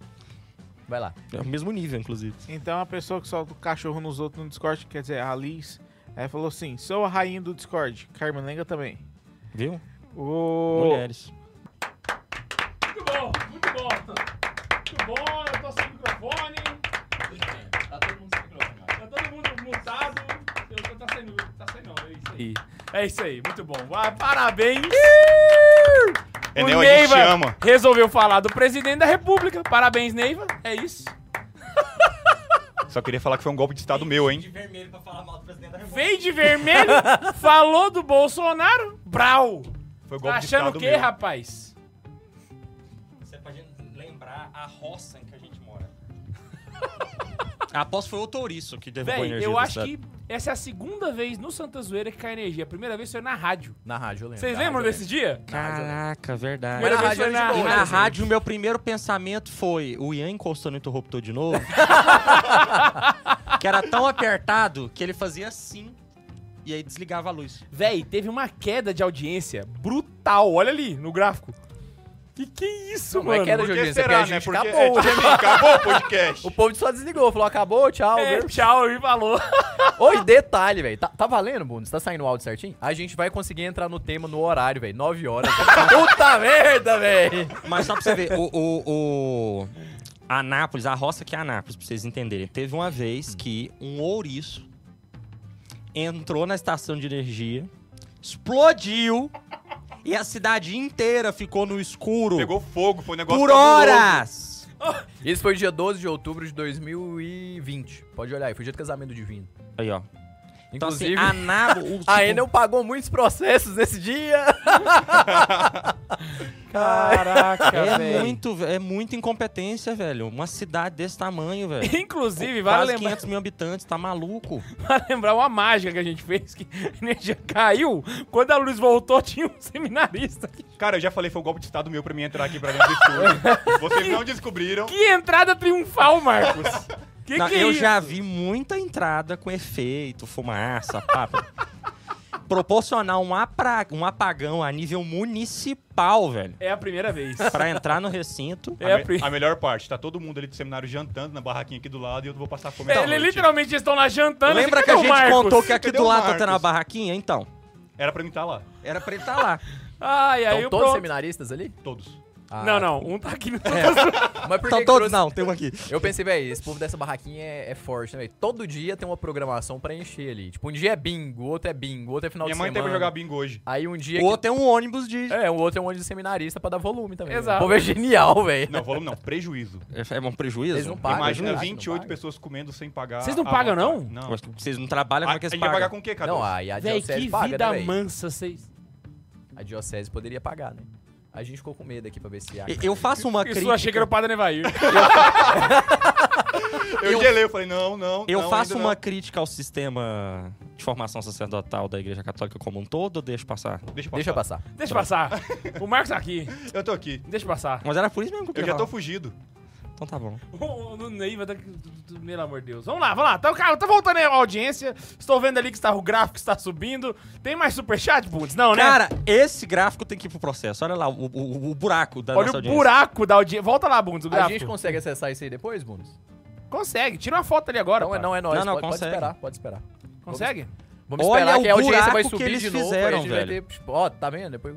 Speaker 3: Vai lá.
Speaker 2: É o mesmo nível, inclusive.
Speaker 4: então a pessoa que solta o cachorro nos outros no Discord, quer dizer, a Liz, aí falou assim: sou a rainha do Discord, Carmen Lenga também.
Speaker 2: Viu?
Speaker 4: O...
Speaker 2: Mulheres.
Speaker 1: Muito bom, muito bom. Muito bom, eu tô sem microfone.
Speaker 5: né?
Speaker 1: Tá todo mundo mutado. Eu tô tá saindo, tá saindo, é isso aí. É isso aí, muito bom. Ah, Parabéns.
Speaker 5: É, Neiva, a gente te ama.
Speaker 1: resolveu falar do presidente da república. Parabéns, Neiva. É isso.
Speaker 5: Só queria falar que foi um golpe de estado meu, hein?
Speaker 2: vermelho pra falar mal do presidente da
Speaker 1: Veio de vermelho, falou do Bolsonaro. Brau.
Speaker 5: Foi um
Speaker 1: Tá
Speaker 5: golpe
Speaker 1: achando o
Speaker 5: de estado
Speaker 1: quê,
Speaker 5: meu.
Speaker 1: rapaz?
Speaker 2: Você pode lembrar a roça em que a gente mora. Aposto que foi o Touriço que derrubou a
Speaker 1: Véi,
Speaker 2: energia
Speaker 1: eu
Speaker 2: do
Speaker 1: acho
Speaker 2: estado.
Speaker 1: que essa é a segunda vez no Santa Zoeira que cai energia. A primeira vez foi na rádio.
Speaker 3: Na rádio, eu lembro.
Speaker 1: Vocês
Speaker 3: É, Na
Speaker 1: lembram
Speaker 3: rádio,
Speaker 1: desse dia?
Speaker 2: Caraca, verdade.
Speaker 1: Primeira
Speaker 3: na
Speaker 1: vez
Speaker 3: rádio
Speaker 1: foi
Speaker 3: era
Speaker 1: na
Speaker 3: de
Speaker 2: E
Speaker 3: boa,
Speaker 1: rádio.
Speaker 2: na rádio, meu primeiro pensamento foi o Ian encostando no interruptor de novo. que era tão apertado que ele fazia assim e aí desligava a luz.
Speaker 1: Véi, teve uma queda de audiência brutal. Olha ali no gráfico. Que que é isso,
Speaker 3: Não, não é
Speaker 1: mano?
Speaker 3: queda de
Speaker 5: Por
Speaker 3: Porque
Speaker 5: que
Speaker 3: será,
Speaker 5: será,
Speaker 3: né?
Speaker 5: né? Porque
Speaker 3: Porque-
Speaker 5: acabou,
Speaker 4: É,
Speaker 5: acabou o podcast.
Speaker 3: O povo só desligou, falou, acabou, tchau.
Speaker 1: É,
Speaker 3: viu?
Speaker 1: tchau, e falou.
Speaker 3: Oi, detalhe, velho. Tá, tá valendo, Bundes? Tá saindo o áudio certinho? A gente vai conseguir entrar no tema no horário, velho. 9 horas. Puta merda, velho.
Speaker 2: Mas só pra você ver, o, o, o- Anápolis, a roça que é Anápolis, pra vocês entenderem. Teve uma vez que um ouriço entrou na estação de energia, explodiu e a cidade inteira ficou no escuro
Speaker 5: Pegou fogo, foi um negócio
Speaker 2: por
Speaker 5: horroroso.
Speaker 2: horas.
Speaker 3: Isso foi dia 12 de outubro de 2020. Pode olhar aí, foi dia do casamento divino.
Speaker 2: Aí, ó. Então,
Speaker 3: Inclusive,
Speaker 2: assim, Anápolis... tipo,
Speaker 3: a Enel pagou muitos processos nesse dia.
Speaker 1: Caraca,
Speaker 2: É muito, ve- é muita incompetência, velho. Uma cidade desse tamanho, velho.
Speaker 1: Inclusive, vale
Speaker 2: Quase
Speaker 1: lembrar,
Speaker 2: 500 mil habitantes, tá maluco?
Speaker 1: vale lembrar uma mágica que a gente fez, que a energia caiu. Quando a luz voltou, tinha um seminarista.
Speaker 5: Cara, eu já falei, foi um golpe de estado meu pra mim entrar aqui pra dentro do estúdio. Vocês não descobriram.
Speaker 1: Que entrada triunfal, Marcos. Que
Speaker 2: Não,
Speaker 1: que é
Speaker 2: eu
Speaker 1: isso?
Speaker 2: já vi muita entrada com efeito, fumaça, papo. Proporcionar um, apra- um apagão a nível municipal, velho.
Speaker 1: É a primeira vez.
Speaker 2: Pra entrar no recinto.
Speaker 1: É a
Speaker 5: a, me-
Speaker 1: pri-
Speaker 5: a melhor parte, tá todo mundo ali do seminário jantando na barraquinha aqui do lado e eu vou passar fome
Speaker 1: Ele-
Speaker 5: da noite.
Speaker 1: literalmente eles estão lá jantando.
Speaker 2: Então, Lembra
Speaker 1: Cadê
Speaker 2: que a
Speaker 1: o
Speaker 2: gente
Speaker 1: Marcos?
Speaker 2: contou que aqui
Speaker 5: Cadê
Speaker 2: do
Speaker 5: o
Speaker 2: lado tá tendo
Speaker 5: Marcos?
Speaker 2: uma barraquinha? Então.
Speaker 5: Era pra mim estar lá,
Speaker 2: Era pra ele estar lá.
Speaker 1: Ai,
Speaker 3: Estão
Speaker 1: aí eu
Speaker 3: todos
Speaker 1: pronto.
Speaker 3: seminaristas ali?
Speaker 5: todos.
Speaker 3: Ah,
Speaker 1: não, não. Um tá
Speaker 2: É
Speaker 1: aqui no
Speaker 3: Mas por
Speaker 2: Tá
Speaker 3: que que
Speaker 2: todos,
Speaker 3: trouxe-
Speaker 2: não, tem um aqui.
Speaker 3: Eu pensei, velho, esse povo dessa barraquinha é, é forte, né, velho? Todo dia tem uma programação pra encher ali. Tipo, um dia é bingo, outro é bingo, outro é final
Speaker 5: Minha
Speaker 3: de
Speaker 5: mãe
Speaker 3: semana.
Speaker 5: teve pra jogar bingo hoje.
Speaker 3: Aí um dia.
Speaker 2: O outro é um ônibus de.
Speaker 3: que... É, o outro é um monte de seminarista pra dar volume também. né?
Speaker 1: Exato.
Speaker 3: O povo é genial, velho.
Speaker 5: Não, volume não, prejuízo.
Speaker 2: É, é um prejuízo?
Speaker 3: Eles não pagam.
Speaker 5: Imagina
Speaker 3: não
Speaker 5: 28
Speaker 3: paga.
Speaker 5: pessoas comendo sem pagar.
Speaker 1: Vocês não
Speaker 5: a
Speaker 1: pagam,
Speaker 5: vontade.
Speaker 1: não?
Speaker 3: né?
Speaker 5: Não.
Speaker 2: Mas vocês não trabalham,
Speaker 5: A,
Speaker 2: como
Speaker 5: a
Speaker 2: é que
Speaker 5: gente
Speaker 2: eles
Speaker 5: vai pagar
Speaker 2: pagam?
Speaker 5: com o quê, cara?
Speaker 3: Não, ah,
Speaker 2: é
Speaker 3: aí a
Speaker 1: Véi,
Speaker 3: diocese
Speaker 1: que
Speaker 3: paga,
Speaker 1: vida
Speaker 3: né, véi?
Speaker 1: mansa vocês.
Speaker 3: A diocese poderia pagar, né? A gente ficou com medo aqui pra ver se... a-
Speaker 2: E- Eu faço uma
Speaker 1: Isso eu
Speaker 2: crítica.
Speaker 1: achei que era é o Padre Nevair.
Speaker 5: eu, gelei, eu falei, não, não.
Speaker 2: Eu
Speaker 5: não,
Speaker 2: faço
Speaker 5: ainda
Speaker 2: uma crítica ao sistema de formação sacerdotal da Igreja Católica como um todo, ou deixo passar?
Speaker 5: não. Deixa eu
Speaker 3: Deixa
Speaker 5: passar.
Speaker 3: passar.
Speaker 1: Deixa eu passar. O Marcos tá aqui.
Speaker 5: Eu tô aqui.
Speaker 1: Deixa eu passar.
Speaker 2: Mas era por isso mesmo que eu
Speaker 5: Eu
Speaker 2: queria
Speaker 5: já tô
Speaker 2: falar.
Speaker 5: fugido.
Speaker 2: Então tá bom.
Speaker 1: O o Ney vai ter que. Pelo amor de Deus. Vamos lá, vamos lá. Tá, cara, tá voltando aí a audiência. Estou vendo ali que está, o gráfico está subindo. Tem mais superchat, Bundes? Não, né?
Speaker 2: Cara, esse gráfico tem que ir pro processo. Olha lá o, o- o buraco da
Speaker 1: Olha
Speaker 2: nossa
Speaker 1: o
Speaker 2: audiência.
Speaker 1: buraco da audiência. Volta lá, Bundes, o
Speaker 3: A
Speaker 1: gráfico.
Speaker 3: gente consegue acessar isso aí depois, Bundes?
Speaker 1: Consegue, tira uma foto ali agora.
Speaker 3: Não,
Speaker 1: pá.
Speaker 3: é- não é nóis,
Speaker 2: Não, é, não,
Speaker 3: pode, pode
Speaker 2: consegue.
Speaker 3: esperar, pode esperar.
Speaker 1: Consegue?
Speaker 3: Vamos
Speaker 2: Olha
Speaker 3: esperar
Speaker 2: o
Speaker 3: que a audiência vai
Speaker 2: buraco que
Speaker 3: subir
Speaker 2: eles
Speaker 3: de novo,
Speaker 2: fizeram,
Speaker 3: aí a gente vai
Speaker 2: velho.
Speaker 3: ter, tipo, ó, tá vendo? Depois...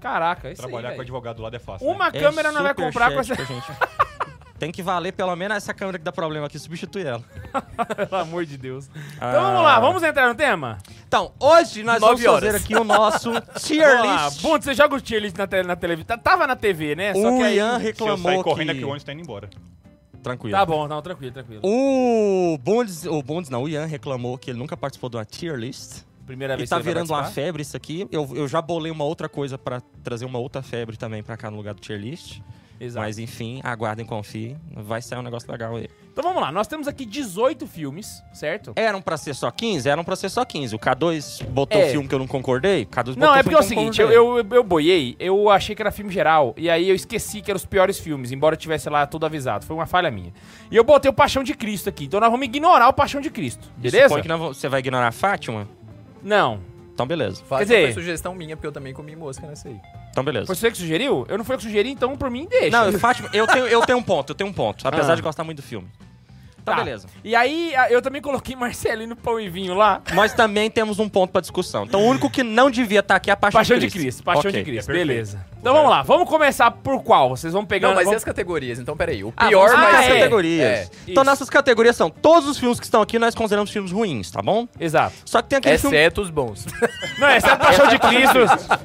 Speaker 1: Caraca, é isso
Speaker 5: Trabalhar
Speaker 1: aí,
Speaker 5: com
Speaker 1: velho.
Speaker 5: advogado lado é fácil. né?
Speaker 1: Uma
Speaker 2: É
Speaker 1: câmera não vai
Speaker 2: super
Speaker 1: comprar com essa.
Speaker 2: chat que a gente- Tem que valer pelo menos essa câmera que dá problema aqui, substitui ela.
Speaker 1: Pelo amor de Deus. Então
Speaker 2: Ah.
Speaker 1: vamos lá, vamos entrar no tema?
Speaker 2: Então, hoje nós vamos
Speaker 3: Nove
Speaker 2: fazer
Speaker 3: horas.
Speaker 2: aqui o nosso tier
Speaker 1: Vamos lá.
Speaker 2: list.
Speaker 1: Bundes, você joga o tier list na, tele, na televisão. Tava na TV, né? Só
Speaker 2: O
Speaker 1: que aí-
Speaker 2: Ian
Speaker 5: Se eu
Speaker 2: reclamou
Speaker 5: sair correndo
Speaker 2: que...
Speaker 5: aqui, o ônibus tá indo embora.
Speaker 2: Tranquilo.
Speaker 1: Tá bom, não, tranquilo, tranquilo.
Speaker 2: O Bondes, o Bondes não, o Ian reclamou que ele nunca participou de uma tier list.
Speaker 1: Primeira
Speaker 2: E
Speaker 1: vez
Speaker 2: tá
Speaker 1: que você vai
Speaker 2: virando uma
Speaker 1: participar.
Speaker 2: febre isso aqui. Eu, eu já bolei uma outra coisa pra trazer uma outra febre também pra cá no lugar do tier list.
Speaker 1: Exato.
Speaker 2: Mas enfim, aguardem, confiem. Vai sair um negócio legal aí.
Speaker 1: Então vamos lá, nós temos aqui 18 filmes, certo?
Speaker 2: Eram pra ser só 15? Eram pra ser só 15. O K2 botou
Speaker 1: É.
Speaker 2: filme que eu não concordei? O K2 botou
Speaker 1: Não, é
Speaker 2: filme
Speaker 1: porque é o
Speaker 2: que eu não
Speaker 1: seguinte, eu,
Speaker 2: concordei.
Speaker 1: eu, eu boiei, eu achei que era filme geral, e aí eu esqueci que eram os piores filmes, embora eu tivesse lá tudo avisado, foi uma falha minha. E eu botei o Paixão de Cristo aqui, então nós vamos ignorar o Paixão de Cristo, beleza?
Speaker 2: Suponho que nós vamos- você vai ignorar a Fátima?
Speaker 1: Não,
Speaker 2: Então beleza.
Speaker 3: Faz,
Speaker 1: dizer-
Speaker 3: Foi sugestão minha, porque eu também comi mosca nessa aí.
Speaker 2: Então beleza.
Speaker 1: foi você que sugeriu? Eu não fui eu que sugeri, então por mim deixa.
Speaker 2: Não, Fátima, eu tenho, eu tenho um ponto, eu tenho um ponto. Apesar
Speaker 1: Ah.
Speaker 2: de gostar muito do filme. Então beleza.
Speaker 1: Tá. E aí a- eu também coloquei Marcelino Pão e Vinho lá,
Speaker 2: Nós também temos um ponto pra discussão. Então, o único que não devia estar aqui é a Paixão,
Speaker 1: Paixão de Cristo, Paixão
Speaker 2: Ok.
Speaker 1: de Cristo,
Speaker 5: é perfeito.
Speaker 1: beleza. Então vamos lá, vamos começar por qual? Vocês vão pegar... um
Speaker 3: Não, mas e
Speaker 1: vamos...
Speaker 3: as categorias? Então, peraí. O
Speaker 2: Ah,
Speaker 3: pior,
Speaker 2: vamos
Speaker 1: mas
Speaker 2: para as
Speaker 1: é,
Speaker 2: categorias.
Speaker 3: é,
Speaker 2: então,
Speaker 1: isso.
Speaker 2: nossas categorias são todos os filmes que estão aqui, nós consideramos filmes ruins, tá bom?
Speaker 1: Exato.
Speaker 2: Só que tem
Speaker 1: É
Speaker 2: aquele filme.
Speaker 3: Exceto os bons.
Speaker 1: Não, essa é a Paixão de Cristo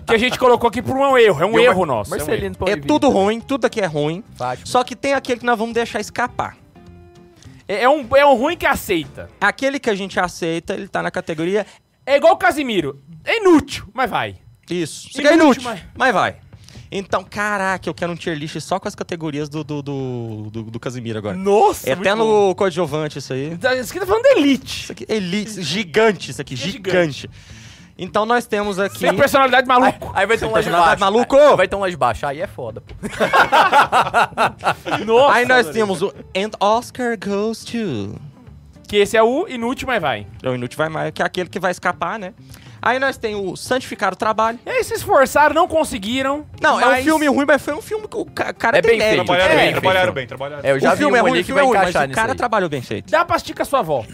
Speaker 1: que a gente colocou aqui por um erro, é um
Speaker 3: E o
Speaker 1: erro
Speaker 3: Mar-
Speaker 1: nosso. é um erro.
Speaker 3: Marcelino Pão
Speaker 2: É
Speaker 3: e Vinho.
Speaker 2: tudo ruim, tudo aqui é ruim.
Speaker 3: Fátima.
Speaker 2: Só que tem aquele que nós vamos deixar escapar.
Speaker 1: É, é um, é um ruim que aceita.
Speaker 2: Aquele que a gente aceita, ele tá na categoria
Speaker 1: É igual o Casimiro. É inútil, mas vai.
Speaker 2: Isso. Isso que é
Speaker 1: Inútil,
Speaker 2: inútil, mas vai. Então, caraca, eu quero um tier list só com as categorias do, do, do, do, do Casimiro agora.
Speaker 1: Nossa,
Speaker 2: é até no coadjuvante isso aí.
Speaker 1: Isso aqui tá falando de
Speaker 2: Isso
Speaker 1: Elite.
Speaker 2: aqui, elite, gigante isso aqui,
Speaker 1: É
Speaker 2: gigante. Então nós temos aqui...
Speaker 1: Sem personalidade maluco.
Speaker 3: Aí vai ter um lá de baixo.
Speaker 2: Personalidade tá maluco!
Speaker 3: Aí Vai ter um lá de baixo. Aí é foda, pô.
Speaker 1: Nossa,
Speaker 2: Aí nós
Speaker 1: mano.
Speaker 2: temos o And Oscar Goes To.
Speaker 1: Que esse é o inútil, mas vai.
Speaker 2: É o Inútil Vai Mais, que é aquele que vai escapar, né? Aí nós tem o Santificar o Trabalho.
Speaker 1: E aí se esforçaram, não conseguiram.
Speaker 2: Não, é um
Speaker 1: mas-
Speaker 2: filme ruim, mas foi um filme que o ca- cara
Speaker 3: É
Speaker 2: tem
Speaker 3: bem feito.
Speaker 2: mérito.
Speaker 5: Trabalharam
Speaker 3: É,
Speaker 5: bem,
Speaker 3: perfeito.
Speaker 5: trabalharam bem, trabalharam
Speaker 3: É, eu já
Speaker 2: o filme
Speaker 3: vi
Speaker 2: é
Speaker 3: um
Speaker 2: ruim,
Speaker 3: ali
Speaker 2: o
Speaker 3: que
Speaker 2: filme
Speaker 3: vai
Speaker 2: é ruim, mas
Speaker 3: encaixar
Speaker 2: o
Speaker 3: nisso
Speaker 2: cara
Speaker 3: aí.
Speaker 2: trabalhou bem feito.
Speaker 1: Dá pra esticar sua avó.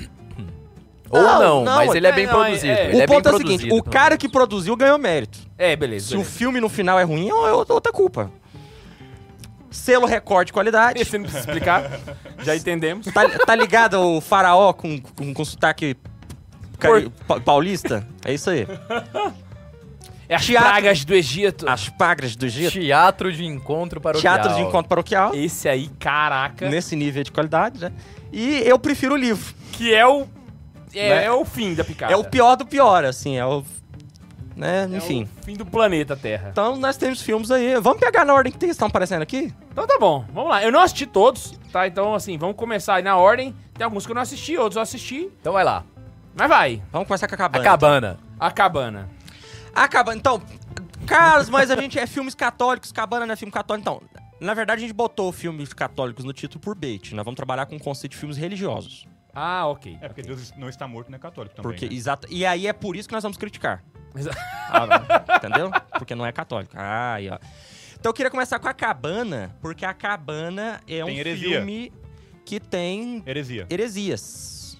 Speaker 3: Ou
Speaker 2: Não,
Speaker 3: não,
Speaker 2: não,
Speaker 3: mas ele é bem
Speaker 1: não, é-
Speaker 3: produzido.
Speaker 1: é.
Speaker 3: ele
Speaker 2: O
Speaker 3: bem
Speaker 2: ponto é o seguinte,
Speaker 3: produzido, né?
Speaker 2: o
Speaker 3: pelo
Speaker 2: cara
Speaker 3: menos.
Speaker 2: que produziu ganhou mérito.
Speaker 1: É, beleza.
Speaker 2: Se o
Speaker 1: beleza.
Speaker 2: filme no final é ruim, é outra culpa. Selo recorde de qualidade.
Speaker 1: Esse não precisa explicar. Já entendemos.
Speaker 2: Tá, tá ligado o faraó com, com, com sotaque cari- pa- paulista? É isso aí.
Speaker 1: É as
Speaker 2: Teatro. Ah.
Speaker 1: pragas do Egito.
Speaker 2: As pagras do Egito.
Speaker 3: Teatro de encontro para o
Speaker 2: Teatro de encontro paroquial.
Speaker 1: Esse aí, caraca.
Speaker 2: Nesse nível de qualidade, né? E eu prefiro o livro.
Speaker 1: Que é o... É,
Speaker 2: Né?
Speaker 1: é o fim da picada.
Speaker 2: É o pior do pior, assim. É o... Né? Enfim.
Speaker 1: É o fim do planeta Terra.
Speaker 2: Então nós temos filmes aí. Vamos pegar na ordem que eles estão aparecendo aqui?
Speaker 1: Então tá bom, vamos lá. Eu não assisti todos, tá? Então, assim, vamos começar aí na ordem. Tem alguns que eu não assisti, outros eu assisti.
Speaker 3: Então vai lá.
Speaker 1: Mas vai.
Speaker 2: Vamos começar com a
Speaker 3: A
Speaker 2: cabana.
Speaker 3: cabana.
Speaker 1: A cabana.
Speaker 2: Acaba, então. Carlos, mas a gente é filmes católicos, cabana não é filme católico. Então, na verdade, a gente botou filmes católicos no título por bait. Nós vamos trabalhar com o conceito de filmes religiosos.
Speaker 1: Ah, ok.
Speaker 5: É porque Deus não está morto, não é católico também.
Speaker 2: Porque,
Speaker 5: né?
Speaker 2: exato, e aí é por isso que nós vamos criticar.
Speaker 1: Exa-
Speaker 2: Ah, não. entendeu? Porque não é católico. Ah, aí, ó. Então eu queria começar com a cabana, porque a cabana é um
Speaker 5: Tem heresia.
Speaker 2: filme que tem
Speaker 5: Heresia.
Speaker 2: heresias.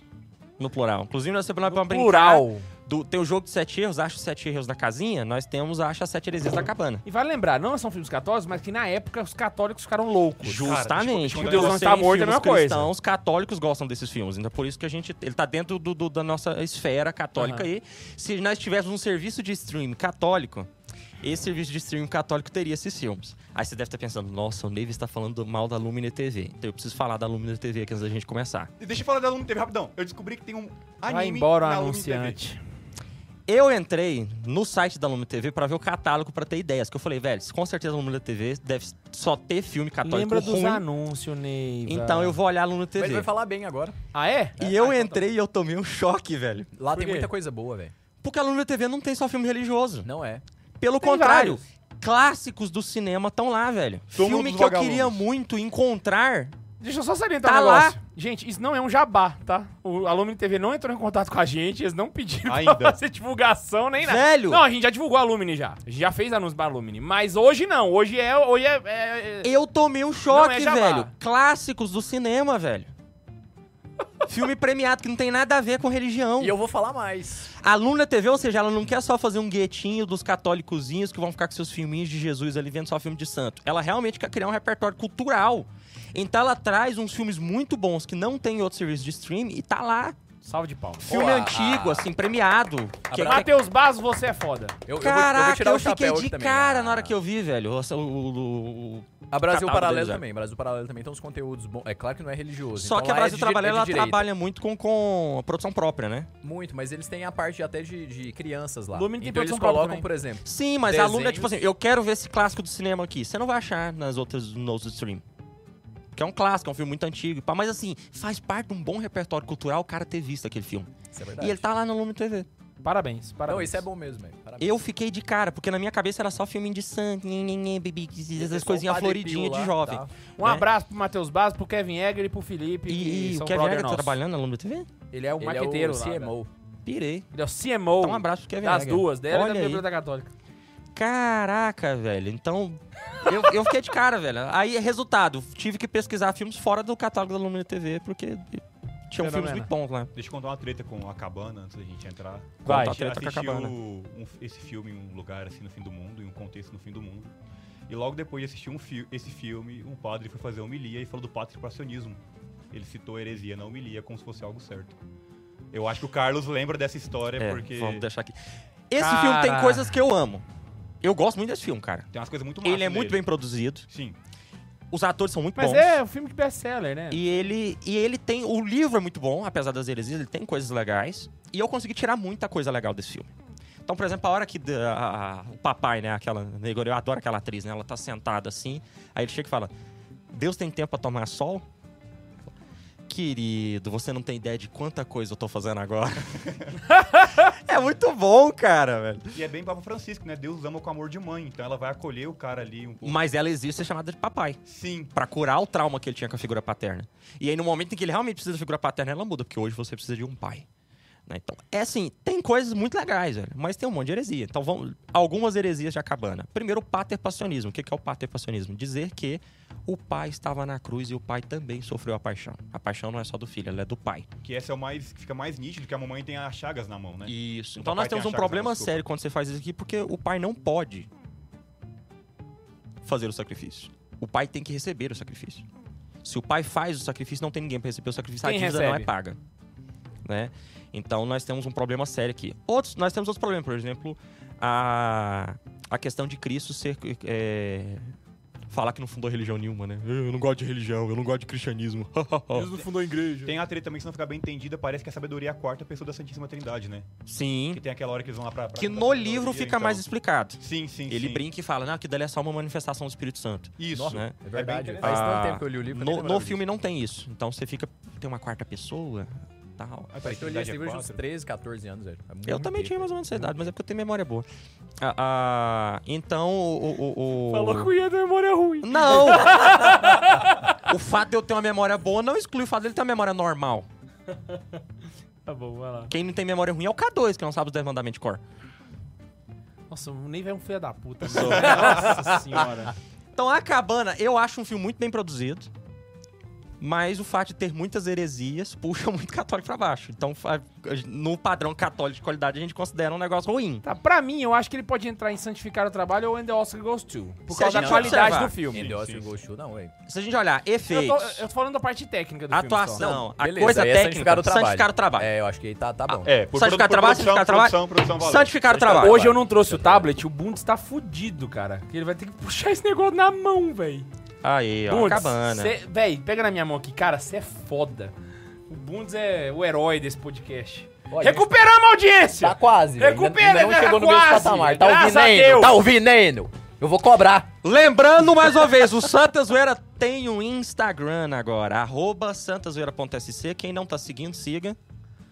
Speaker 2: No plural. Inclusive, nós sempre vamos brincar.
Speaker 1: Plural.
Speaker 2: do- tem o jogo de sete erros, acha os sete erros na casinha, nós temos acha as sete heresias na cabana.
Speaker 1: E vale lembrar, não são filmes católicos, mas que na época os católicos ficaram loucos.
Speaker 2: Justamente.
Speaker 5: quando
Speaker 2: Quando
Speaker 1: Deus não
Speaker 2: você
Speaker 1: está
Speaker 2: em
Speaker 1: morto, é a
Speaker 2: filmes
Speaker 1: mesma coisa.
Speaker 2: cristãos, Os católicos gostam desses filmes, então por isso que a gente. Ele tá dentro do- do- da nossa esfera católica aí. Se nós tivéssemos um serviço de stream católico. Esse serviço de stream católico teria esses filmes. Aí você deve estar pensando, nossa, o Neves está falando mal da Lumine TV. Então eu preciso falar da Lumine TV aqui antes da gente começar.
Speaker 5: E Deixa eu falar da Lume TV rapidão. Eu descobri que tem um anime
Speaker 1: Vai embora o
Speaker 5: na Lume TV.
Speaker 1: anunciante.
Speaker 2: Eu entrei no site da Lumina TV pra ver o catálogo pra ter ideias. Que eu falei, velho, com certeza a Lumina TV deve só ter filme católico
Speaker 1: Lembra dos é.
Speaker 2: ruim.
Speaker 1: anúncios, Neiva.
Speaker 2: Então eu vou olhar a Lumina
Speaker 3: Mas ele
Speaker 2: TV.
Speaker 3: vai falar bem agora.
Speaker 1: Ah, é?
Speaker 2: E eu entrei e eu tomei um choque, velho.
Speaker 3: Lá
Speaker 1: Por
Speaker 3: tem
Speaker 1: quê?
Speaker 3: muita coisa boa, velho.
Speaker 2: Porque a Lumina TV não tem só filme religioso.
Speaker 3: Não é.
Speaker 2: Pelo
Speaker 1: Tem
Speaker 2: contrário,
Speaker 1: vários.
Speaker 2: clássicos do cinema estão lá, velho.
Speaker 5: Túmulo
Speaker 2: filme
Speaker 5: dos
Speaker 2: que eu
Speaker 5: Vagalumes.
Speaker 2: queria muito encontrar.
Speaker 1: Deixa eu só salientar
Speaker 2: Tá
Speaker 1: um negócio. Gente, isso não é um jabá, tá? O Alumni TV não entrou em contato com a gente, eles não pediram
Speaker 5: Ainda.
Speaker 1: pra fazer divulgação nem nada.
Speaker 2: Velho!
Speaker 1: Não, a gente já divulgou a Alumni já. A gente já fez anúncio pra Alumni. Mas hoje não, hoje é. Hoje é, é- é-
Speaker 2: Eu tomei um choque,
Speaker 1: é jabá.
Speaker 2: velho. Clássicos do cinema, velho. filme premiado que não tem nada a ver com religião.
Speaker 3: E eu vou falar mais.
Speaker 2: A Luna TV, ou seja, ela não quer só fazer um guetinho dos católicozinhos que vão ficar com seus filminhos de Jesus ali vendo só filme de santo. Ela realmente quer criar um repertório cultural. Então ela traz uns filmes muito bons que não tem em outro serviço de stream e tá lá.
Speaker 1: Salve de palmas.
Speaker 2: Filme
Speaker 3: a-
Speaker 2: antigo, assim, premiado. Que- que-
Speaker 1: Matheus Basso, você é foda.
Speaker 3: Eu, eu vou- eu vou
Speaker 2: Caraca,
Speaker 3: tirar
Speaker 2: eu,
Speaker 3: o chapéu
Speaker 2: fiquei
Speaker 3: aqui
Speaker 2: de
Speaker 3: também.
Speaker 2: cara
Speaker 3: Ah,
Speaker 2: na hora que eu vi, velho. O- o- o- o-
Speaker 3: A Brasil
Speaker 2: catálogo deles,
Speaker 3: Paralelo
Speaker 2: é.
Speaker 3: também. Brasil Paralelo também tem uns conteúdos bons. É claro que não é religioso.
Speaker 2: Só
Speaker 3: então
Speaker 2: que a
Speaker 3: lá é
Speaker 2: Brasil
Speaker 3: de-
Speaker 2: Trabalha,
Speaker 3: é de
Speaker 2: ela
Speaker 3: direita.
Speaker 2: trabalha muito com, com a produção própria, né?
Speaker 3: Muito, mas eles têm a parte até de, de crianças lá.
Speaker 1: Lumine tem
Speaker 3: então eles
Speaker 1: produção própria
Speaker 3: colocam,
Speaker 1: também.
Speaker 3: por exemplo.
Speaker 2: Sim, mas a Luna é tipo assim,
Speaker 3: Desenhos.
Speaker 2: eu quero ver esse clássico do cinema aqui. Você não vai achar nas outras no outro stream. Que é um clássico, é um filme muito antigo. e pá, Mas assim, faz parte de um bom repertório cultural o cara ter visto aquele filme.
Speaker 3: Isso é
Speaker 2: E
Speaker 3: verdade.
Speaker 2: ele tá lá no Lume TV.
Speaker 1: Parabéns, parabéns.
Speaker 3: Não, isso é bom mesmo, velho. Parabéns.
Speaker 2: Eu fiquei de cara, porque na minha cabeça era só filme de sangue, nhe, nhe, nhe, bibi, essas
Speaker 1: é
Speaker 3: Pessoal,
Speaker 2: coisinhas
Speaker 3: é um Padre Pio
Speaker 2: floridinhas de
Speaker 3: lá,
Speaker 2: jovem.
Speaker 3: tá.
Speaker 1: Um
Speaker 2: né?
Speaker 1: abraço pro Matheus Basso, pro Kevin Egger e pro Felipe.
Speaker 2: E,
Speaker 1: que
Speaker 2: e o
Speaker 1: são
Speaker 2: Kevin
Speaker 1: brother
Speaker 2: Egger tá
Speaker 1: nosso.
Speaker 2: trabalhando na Lume TV?
Speaker 1: Ele é o
Speaker 3: Ele
Speaker 1: marqueteiro
Speaker 3: é o
Speaker 1: lá, velho.
Speaker 3: CMO.
Speaker 2: Pirei.
Speaker 1: Ele é o CMO.
Speaker 2: Então um abraço pro Kevin
Speaker 1: Das
Speaker 2: Egger.
Speaker 1: duas, dela e
Speaker 2: Olha
Speaker 1: da
Speaker 2: aí.
Speaker 1: Biblioteca Católica.
Speaker 2: Caraca, velho. Então, eu, eu fiquei de cara, velho. Aí, resultado, tive que pesquisar filmes fora do catálogo da Lumina TV, porque tinham
Speaker 1: Fenômeno.
Speaker 2: filmes muito bons lá.
Speaker 5: Deixa eu contar uma treta com a cabana antes da gente entrar.
Speaker 1: Vai.
Speaker 5: a
Speaker 2: Conta a
Speaker 5: gente
Speaker 2: treta com a
Speaker 5: assistiu
Speaker 2: cabana.
Speaker 5: um- esse filme em um lugar assim no fim do mundo, em um contexto no fim do mundo. E logo depois de assistir um fi- esse filme, um padre foi fazer homilia e falou do patripacionismo. Ele citou heresia na homilia como se fosse algo certo. Eu acho que o Carlos lembra dessa história
Speaker 2: É,
Speaker 5: porque
Speaker 2: vamos deixar aqui. Esse
Speaker 1: Cara.
Speaker 2: filme tem coisas que eu amo. Eu gosto muito desse filme, cara.
Speaker 5: tem umas coisas muito massas
Speaker 2: Ele é muito
Speaker 5: nele.
Speaker 2: bem produzido,
Speaker 5: Sim.
Speaker 2: os atores são muito
Speaker 1: Mas
Speaker 2: bons.
Speaker 1: é um filme de best-seller, né?
Speaker 2: E ele, e ele tem. O livro é muito bom, apesar das heresias, ele tem coisas legais. E eu consegui tirar muita coisa legal desse filme. Então, por exemplo, a hora que da- a- a- o papai, né, aquela negócio, eu adoro aquela atriz, né? Ela tá sentada assim, aí ele chega e fala: Deus tem tempo pra tomar sol? Querido, você não tem ideia de quanta coisa eu tô fazendo agora. é muito bom, cara, velho.
Speaker 5: E é bem Papa Francisco, né? Deus ama com amor de mãe, então ela vai acolher o cara ali um pouco.
Speaker 2: Mas ela existe ser chamada de papai.
Speaker 5: Sim.
Speaker 2: Pra curar o trauma que ele tinha com a figura paterna. E aí, no momento em que ele realmente precisa da figura paterna, ela muda, porque hoje você precisa de um pai. né? Então, é assim, tem coisas muito legais, velho, mas tem um monte de heresia. Então, vamos, algumas heresias de Acabana. Primeiro, o paterpassionismo. O que que é o paterpassionismo? Dizer que o pai estava na cruz e o pai também sofreu a paixão. A paixão não é só do filho, ela é do pai.
Speaker 5: Que essa é o mais. que fica mais nítido que a mamãe tem as chagas na mão, né?
Speaker 2: Isso.
Speaker 5: O
Speaker 2: Então,
Speaker 5: papai
Speaker 2: nós temos
Speaker 5: tem
Speaker 2: um
Speaker 5: a chaga,
Speaker 2: problema
Speaker 5: não, desculpa.
Speaker 2: sério quando você faz isso aqui, porque o pai não pode fazer o sacrifício. O pai tem que receber o sacrifício. Se o pai faz o sacrifício, não tem ninguém para receber o sacrifício.
Speaker 1: Quem
Speaker 2: a dívida não é
Speaker 1: recebe?
Speaker 2: paga. Né? Então, nós temos um problema sério aqui. Outros, nós temos outros problemas, por exemplo, a, a questão de Cristo ser. é, falar que não fundou religião nenhuma, né? Eu não gosto de religião, eu não gosto de cristianismo.
Speaker 1: não fundou a igreja.
Speaker 5: Tem a treta também, se não ficar bem entendida, parece que a sabedoria é a quarta pessoa da Santíssima Trindade, né?
Speaker 2: Sim.
Speaker 5: Que tem aquela hora que eles vão lá pra. pra
Speaker 2: Que
Speaker 5: pra
Speaker 2: no
Speaker 5: sabedoria,
Speaker 2: livro fica
Speaker 5: então.
Speaker 2: mais explicado.
Speaker 5: Sim, sim,
Speaker 2: Ele
Speaker 5: sim.
Speaker 2: brinca e fala, não, que dali é só uma manifestação do Espírito Santo.
Speaker 5: Isso.
Speaker 2: Nossa, né?
Speaker 3: É verdade.
Speaker 5: É bem
Speaker 3: Faz
Speaker 2: Ah,
Speaker 3: tanto tempo que eu li o livro. eu nem
Speaker 2: No,
Speaker 3: lembrava
Speaker 2: no
Speaker 3: disso.
Speaker 2: filme não tem isso. Então você fica. Tem uma quarta pessoa tal.
Speaker 5: Ah, peraí,
Speaker 3: Eu li
Speaker 5: Trindade
Speaker 3: esse
Speaker 5: é
Speaker 3: livro de uns
Speaker 5: quatro?
Speaker 3: 13, 14 anos, velho. É
Speaker 2: Eu
Speaker 3: muito
Speaker 2: também
Speaker 3: tempo.
Speaker 2: tinha mais ou menos essa idade, mas é porque eu tenho memória boa. Ah, ah, então, o. o- o-
Speaker 1: Falou que o Ian da memória ruim.
Speaker 2: Não! o fato de eu ter uma memória boa não exclui o fato dele ter uma memória normal.
Speaker 1: Tá bom, vai lá.
Speaker 2: Quem não tem memória ruim é o K2, que não sabe os 10 mandamentos de cor.
Speaker 1: Nossa, o Neiva é um filho da puta. né? Nossa senhora.
Speaker 2: Então, A Cabana, eu acho um filme muito bem produzido. Mas o fato de ter muitas heresias puxa muito católico pra baixo. Então, fa- no padrão católico de qualidade, a gente considera um negócio ruim.
Speaker 1: Tá, pra mim, eu acho que ele pode entrar em Santificar o Trabalho ou And the Oscar Goes To. Por
Speaker 2: Se
Speaker 1: causa
Speaker 2: a
Speaker 1: da
Speaker 2: gente
Speaker 1: qualidade
Speaker 2: observar.
Speaker 1: do filme.
Speaker 5: Sim,
Speaker 3: Sim, Endorse
Speaker 5: sim, sim.
Speaker 3: Goshu, não, ué.
Speaker 2: Se a gente olhar
Speaker 1: Eu
Speaker 2: efeitos,
Speaker 1: tô, eu tô falando da parte técnica do filme. só.
Speaker 2: atuação, a
Speaker 3: Beleza,
Speaker 2: coisa
Speaker 3: aí é
Speaker 2: técnica,
Speaker 3: santificar o trabalho.
Speaker 2: santificar o trabalho.
Speaker 3: É, eu acho que aí tá, tá bom.
Speaker 5: É,
Speaker 2: Santificar
Speaker 5: produ-
Speaker 2: trabalho,
Speaker 5: produção,
Speaker 2: santificar trabalho.
Speaker 5: produção, produção, valeu.
Speaker 2: Santificar o trabalho.
Speaker 1: Hoje eu não trouxe o tablet, o Bundes está fudido, cara. Que ele vai ter que puxar esse negócio na mão, véi.
Speaker 2: Aí, ó,
Speaker 1: Bundes,
Speaker 2: é cabana.
Speaker 1: cê- véi, pega na minha mão aqui. Cara, você é foda. O Bundes é o herói desse podcast.
Speaker 3: Ó, a gente-
Speaker 1: Recuperamos a audiência!
Speaker 3: Tá quase. velho. Ainda-
Speaker 1: Recupera,
Speaker 3: ainda não
Speaker 1: cara,
Speaker 3: chegou no
Speaker 1: quase.
Speaker 3: mesmo patamar. Tá
Speaker 1: Graças
Speaker 3: ouvindo,
Speaker 1: a
Speaker 3: Eno?
Speaker 1: Deus.
Speaker 3: Tá ouvindo, Eno? Eu vou cobrar.
Speaker 2: Lembrando mais uma vez, o Santa Zoeira tem um Instagram agora, arroba santazoeira.sc. Quem não tá seguindo, siga.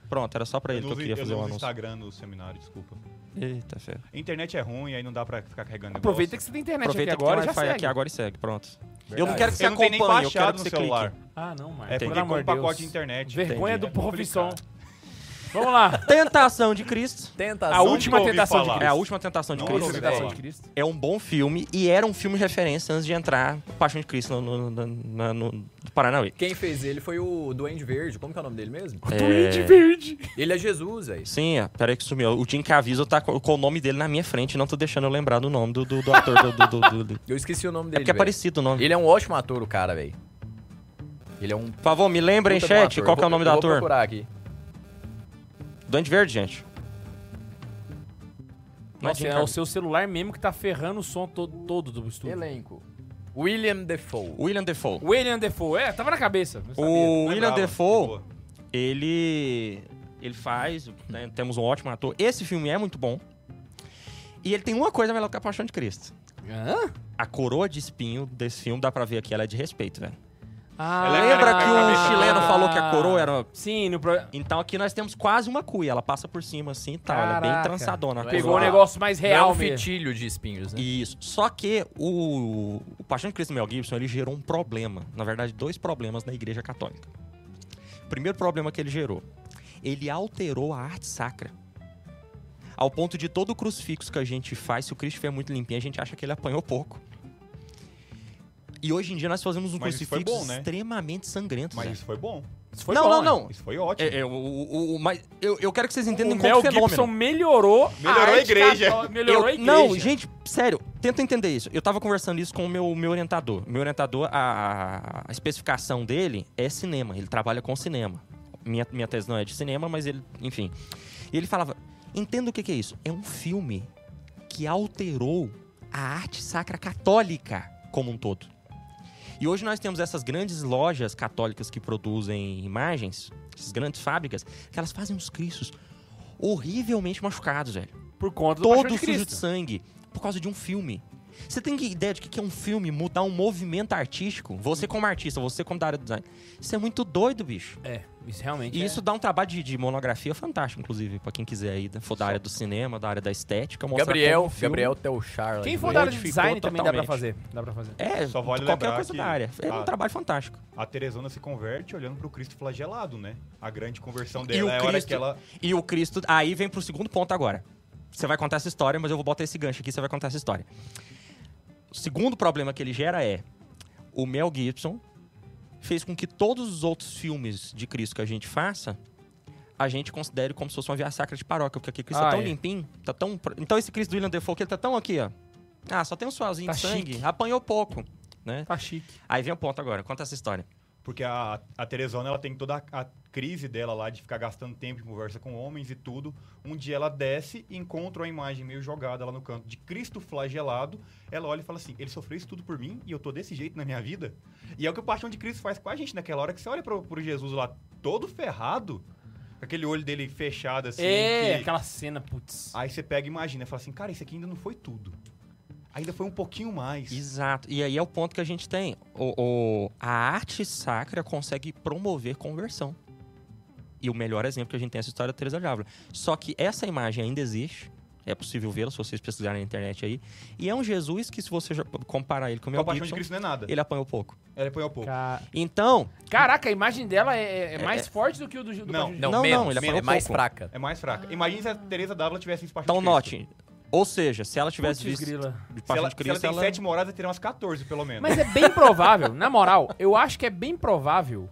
Speaker 2: Pronto, era só pra
Speaker 5: Eu
Speaker 2: ele que
Speaker 5: não
Speaker 2: eu
Speaker 5: uso,
Speaker 2: queria
Speaker 5: eu
Speaker 2: fazer
Speaker 5: não
Speaker 2: um
Speaker 5: uso
Speaker 2: anúncio.
Speaker 5: Instagram no seminário, desculpa.
Speaker 2: Eita, fé.
Speaker 5: A internet é ruim, aí não dá pra ficar carregando
Speaker 1: Aproveita que
Speaker 5: negócio.
Speaker 1: você tem internet
Speaker 2: Aproveita
Speaker 1: aqui
Speaker 2: que agora,
Speaker 1: agora e
Speaker 2: tem
Speaker 1: já
Speaker 2: Wi-Fi
Speaker 1: segue.
Speaker 2: aqui agora e segue, pronto. Eu não
Speaker 3: Verdade.
Speaker 2: quero que você
Speaker 5: Eu não tenho nem
Speaker 2: acompanhe, eu quero
Speaker 5: baixado
Speaker 2: que
Speaker 5: no
Speaker 2: você
Speaker 5: celular.
Speaker 2: clique.
Speaker 1: Ah, não, mano.
Speaker 5: É, tem que
Speaker 1: Pelo
Speaker 5: ter
Speaker 1: amor
Speaker 5: um
Speaker 1: de Deus.
Speaker 5: pacote de internet.
Speaker 1: Vergonha
Speaker 2: Entendi.
Speaker 1: do profissão.
Speaker 5: complicado.
Speaker 1: Vamos lá.
Speaker 2: Tentação de Cristo.
Speaker 3: Tenta
Speaker 1: A última
Speaker 5: ouvi
Speaker 1: tentação de
Speaker 5: falar.
Speaker 2: É
Speaker 1: Cristo.
Speaker 2: a última tentação de
Speaker 5: Não,
Speaker 2: Cristo.
Speaker 5: não,
Speaker 1: Tentação
Speaker 5: velho.
Speaker 1: de Cristo.
Speaker 2: É um bom filme e era um filme referência antes de entrar Paixão de Cristo no, no, no, no- no- no Paranauê.
Speaker 3: Quem fez ele foi o Duende Verde. Como que é o nome dele mesmo?
Speaker 2: É,
Speaker 1: Duende verde.
Speaker 3: Ele é Jesus, aí.
Speaker 2: Sim, ó, peraí que sumiu. O Jim Caviezel tá co- com, o nome dele na minha frente, não tô deixando eu lembrar do nome do, do, do ator. do, do, do- do-
Speaker 3: Eu esqueci o nome
Speaker 2: É
Speaker 3: dele,
Speaker 2: porque é
Speaker 3: velho.
Speaker 2: parecido o nome.
Speaker 3: Ele é um ótimo ator, o cara, velho. Ele é um...
Speaker 2: Por favor, me lembrem,
Speaker 3: puta de um
Speaker 2: chat,
Speaker 3: ator.
Speaker 2: qual que é o
Speaker 3: Eu vou-
Speaker 2: nome do
Speaker 3: eu Vou
Speaker 2: ator.
Speaker 3: procurar aqui.
Speaker 2: Duende Verde, gente. Não é
Speaker 1: Nossa,
Speaker 2: Jim
Speaker 1: é o
Speaker 2: Caviezel.
Speaker 1: seu celular mesmo que tá ferrando o som todo, todo do estúdio.
Speaker 2: é
Speaker 3: Elenco. William Defoe.
Speaker 2: William Defoe.
Speaker 1: William Defoe. É, tava na cabeça. não sabia.
Speaker 2: O William
Speaker 5: Lembrava,
Speaker 2: Defoe,
Speaker 5: de É boa.
Speaker 2: ele ele faz, né, temos um ótimo ator. Esse filme é muito bom. E ele tem uma coisa melhor que a Paixão de Cristo.
Speaker 1: Hã?
Speaker 2: A coroa de espinho desse filme, dá pra ver aqui, ela é de respeito, velho.
Speaker 1: Ah,
Speaker 5: Ela é
Speaker 2: Lembra
Speaker 5: cara
Speaker 2: que
Speaker 5: de
Speaker 2: o
Speaker 5: cabeça.
Speaker 2: chileno falou que a coroa era...
Speaker 1: Sim, no pro...
Speaker 2: Então aqui nós temos quase uma cuia, ela passa por cima assim e tal, ela é bem
Speaker 1: Caraca.
Speaker 2: trançadona. a
Speaker 3: Não é
Speaker 1: pegou
Speaker 2: coroa.
Speaker 1: um negócio mais
Speaker 3: Real
Speaker 1: real
Speaker 3: é um
Speaker 1: mesmo.
Speaker 3: fitilho de espinhos, né?
Speaker 2: Isso. Só que o, o Paixão de Cristo do Mel Gibson, ele gerou um problema. Na verdade, dois problemas na Igreja Católica. O primeiro problema que ele gerou, ele alterou a arte sacra. Ao ponto de todo o crucifixo que a gente faz, se o Cristo é muito limpinho, a gente acha que ele apanhou pouco. E hoje em dia nós fazemos um
Speaker 5: Mas isso foi
Speaker 2: crucifixo
Speaker 5: bom, né?
Speaker 2: extremamente sangrento.
Speaker 5: Mas
Speaker 2: Zé.
Speaker 5: isso foi bom.
Speaker 1: Isso foi
Speaker 2: não,
Speaker 1: bom,
Speaker 2: não,
Speaker 1: né?
Speaker 2: não,
Speaker 5: Isso foi ótimo.
Speaker 2: É, é, o- o- o- mas eu, eu quero que vocês entendam
Speaker 1: O
Speaker 2: como
Speaker 1: Mel
Speaker 2: fenômeno.
Speaker 1: Gibson melhorou
Speaker 5: Melhorou a
Speaker 1: arte
Speaker 5: igreja.
Speaker 1: cató- Melhorou
Speaker 2: Eu-
Speaker 1: a igreja.
Speaker 2: Não, gente, sério, tenta entender isso. Eu tava conversando isso com o meu, meu orientador. Meu orientador, a, a- a especificação dele é cinema. Ele trabalha com cinema. Minha, minha tese não é de cinema, mas ele, enfim. E ele falava: entenda o que, que é isso. É um filme que alterou a arte sacra católica como um todo. E hoje nós temos essas grandes lojas católicas que produzem imagens, essas grandes fábricas, que elas fazem uns cristos horrivelmente machucados, velho
Speaker 1: Por conta do Paixão
Speaker 2: todo
Speaker 1: de
Speaker 2: sujo de
Speaker 1: Cristo.
Speaker 2: sangue por causa de um filme. Você tem que ideia de que que é um filme mudar um movimento artístico? Você como artista, você como da área do design. Isso é muito doido, bicho.
Speaker 1: É, isso realmente
Speaker 2: E
Speaker 1: é.
Speaker 2: isso dá um trabalho de, de monografia fantástico, inclusive, pra quem quiser aí, da- for da área do cinema, da área da estética, mostrar
Speaker 3: Gabriel,
Speaker 2: como o filme-
Speaker 3: Gabriel Telchar.
Speaker 1: Quem for da área de
Speaker 2: modificou
Speaker 1: design também dá pra
Speaker 2: totalmente.
Speaker 1: fazer. Dá pra fazer.
Speaker 2: É,
Speaker 5: Só vale
Speaker 2: qualquer
Speaker 5: lembrar
Speaker 2: coisa
Speaker 5: que-
Speaker 2: da área. É um
Speaker 5: Ah.
Speaker 2: trabalho fantástico.
Speaker 5: A Teresona se converte olhando pro Cristo flagelado, né? A grande conversão
Speaker 2: E o
Speaker 5: dela é a hora
Speaker 2: Cristo-
Speaker 5: que ela.
Speaker 2: E o Cristo. Aí vem pro segundo ponto agora. Você vai contar essa história, mas eu vou botar esse gancho aqui, você vai contar essa história. O segundo problema que ele gera é: o Mel Gibson fez com que todos os outros filmes de Cristo que a gente faça, a gente considere como se fosse uma via sacra de paróquia, porque aqui Cristo
Speaker 1: Ah,
Speaker 2: tá tão
Speaker 1: é.
Speaker 2: limpinho, tá tão. pro- Então esse Cristo do William Defoe, que ele tá tão aqui, ó. Ah, só tem um suazinho
Speaker 1: Tá
Speaker 2: de sangue,
Speaker 1: chique.
Speaker 2: apanhou pouco, né?
Speaker 1: Tá chique.
Speaker 2: Aí vem o ponto agora, conta essa história.
Speaker 5: Porque a, a Teresona, ela tem toda a, a crise dela lá de ficar gastando tempo em conversa com homens e tudo. Um dia ela desce e encontra uma imagem meio jogada lá no canto de Cristo flagelado. Ela olha e fala assim: ele sofreu isso tudo por mim e eu tô desse jeito na minha vida? E é o que o Paixão de Cristo faz com a gente naquela hora que você olha pro, pro Jesus lá todo ferrado, com aquele olho dele fechado assim.
Speaker 1: é,
Speaker 5: que-
Speaker 1: aquela cena, putz.
Speaker 5: Aí você pega e imagina, e fala assim, cara, isso aqui ainda não foi tudo. Ainda foi um pouquinho mais.
Speaker 2: Exato. E aí é o ponto que a gente tem. O, o- a arte sacra consegue promover conversão. E o melhor exemplo que a gente tem é essa história da Teresa de Ávila. Só que essa imagem ainda existe. É possível vê-la se vocês pesquisarem na internet aí. E é um Jesus que, se você jo- comparar ele com o
Speaker 5: Com
Speaker 2: meu
Speaker 5: a paixão de
Speaker 2: Gibson,
Speaker 5: Cristo não é nada.
Speaker 2: ele apanhou pouco.
Speaker 5: Ela põe ao pouco.
Speaker 1: Ca-
Speaker 2: Então,
Speaker 1: Caraca, a imagem dela é, é- é mais forte do que o do, do
Speaker 5: Não,
Speaker 1: Paixão de
Speaker 3: Não,
Speaker 2: Não,
Speaker 3: menos,
Speaker 2: não,
Speaker 3: menos,
Speaker 2: ele apanhou
Speaker 3: é mais
Speaker 2: pouco.
Speaker 3: fraca.
Speaker 1: Ah.
Speaker 5: É mais fraca. Imagina se a Teresa Dávila tivesse esse paixão
Speaker 2: então
Speaker 5: de Cristo.
Speaker 2: note. Ou seja, se ela tivesse
Speaker 1: Putz,
Speaker 2: visto
Speaker 1: grila.
Speaker 2: de
Speaker 5: Se
Speaker 2: paixão de
Speaker 5: ela, se ela
Speaker 2: Cristo,
Speaker 5: tem
Speaker 2: ela...
Speaker 5: sete moradas, teria umas 14, pelo menos.
Speaker 1: Mas é bem provável, na moral, eu acho que é bem provável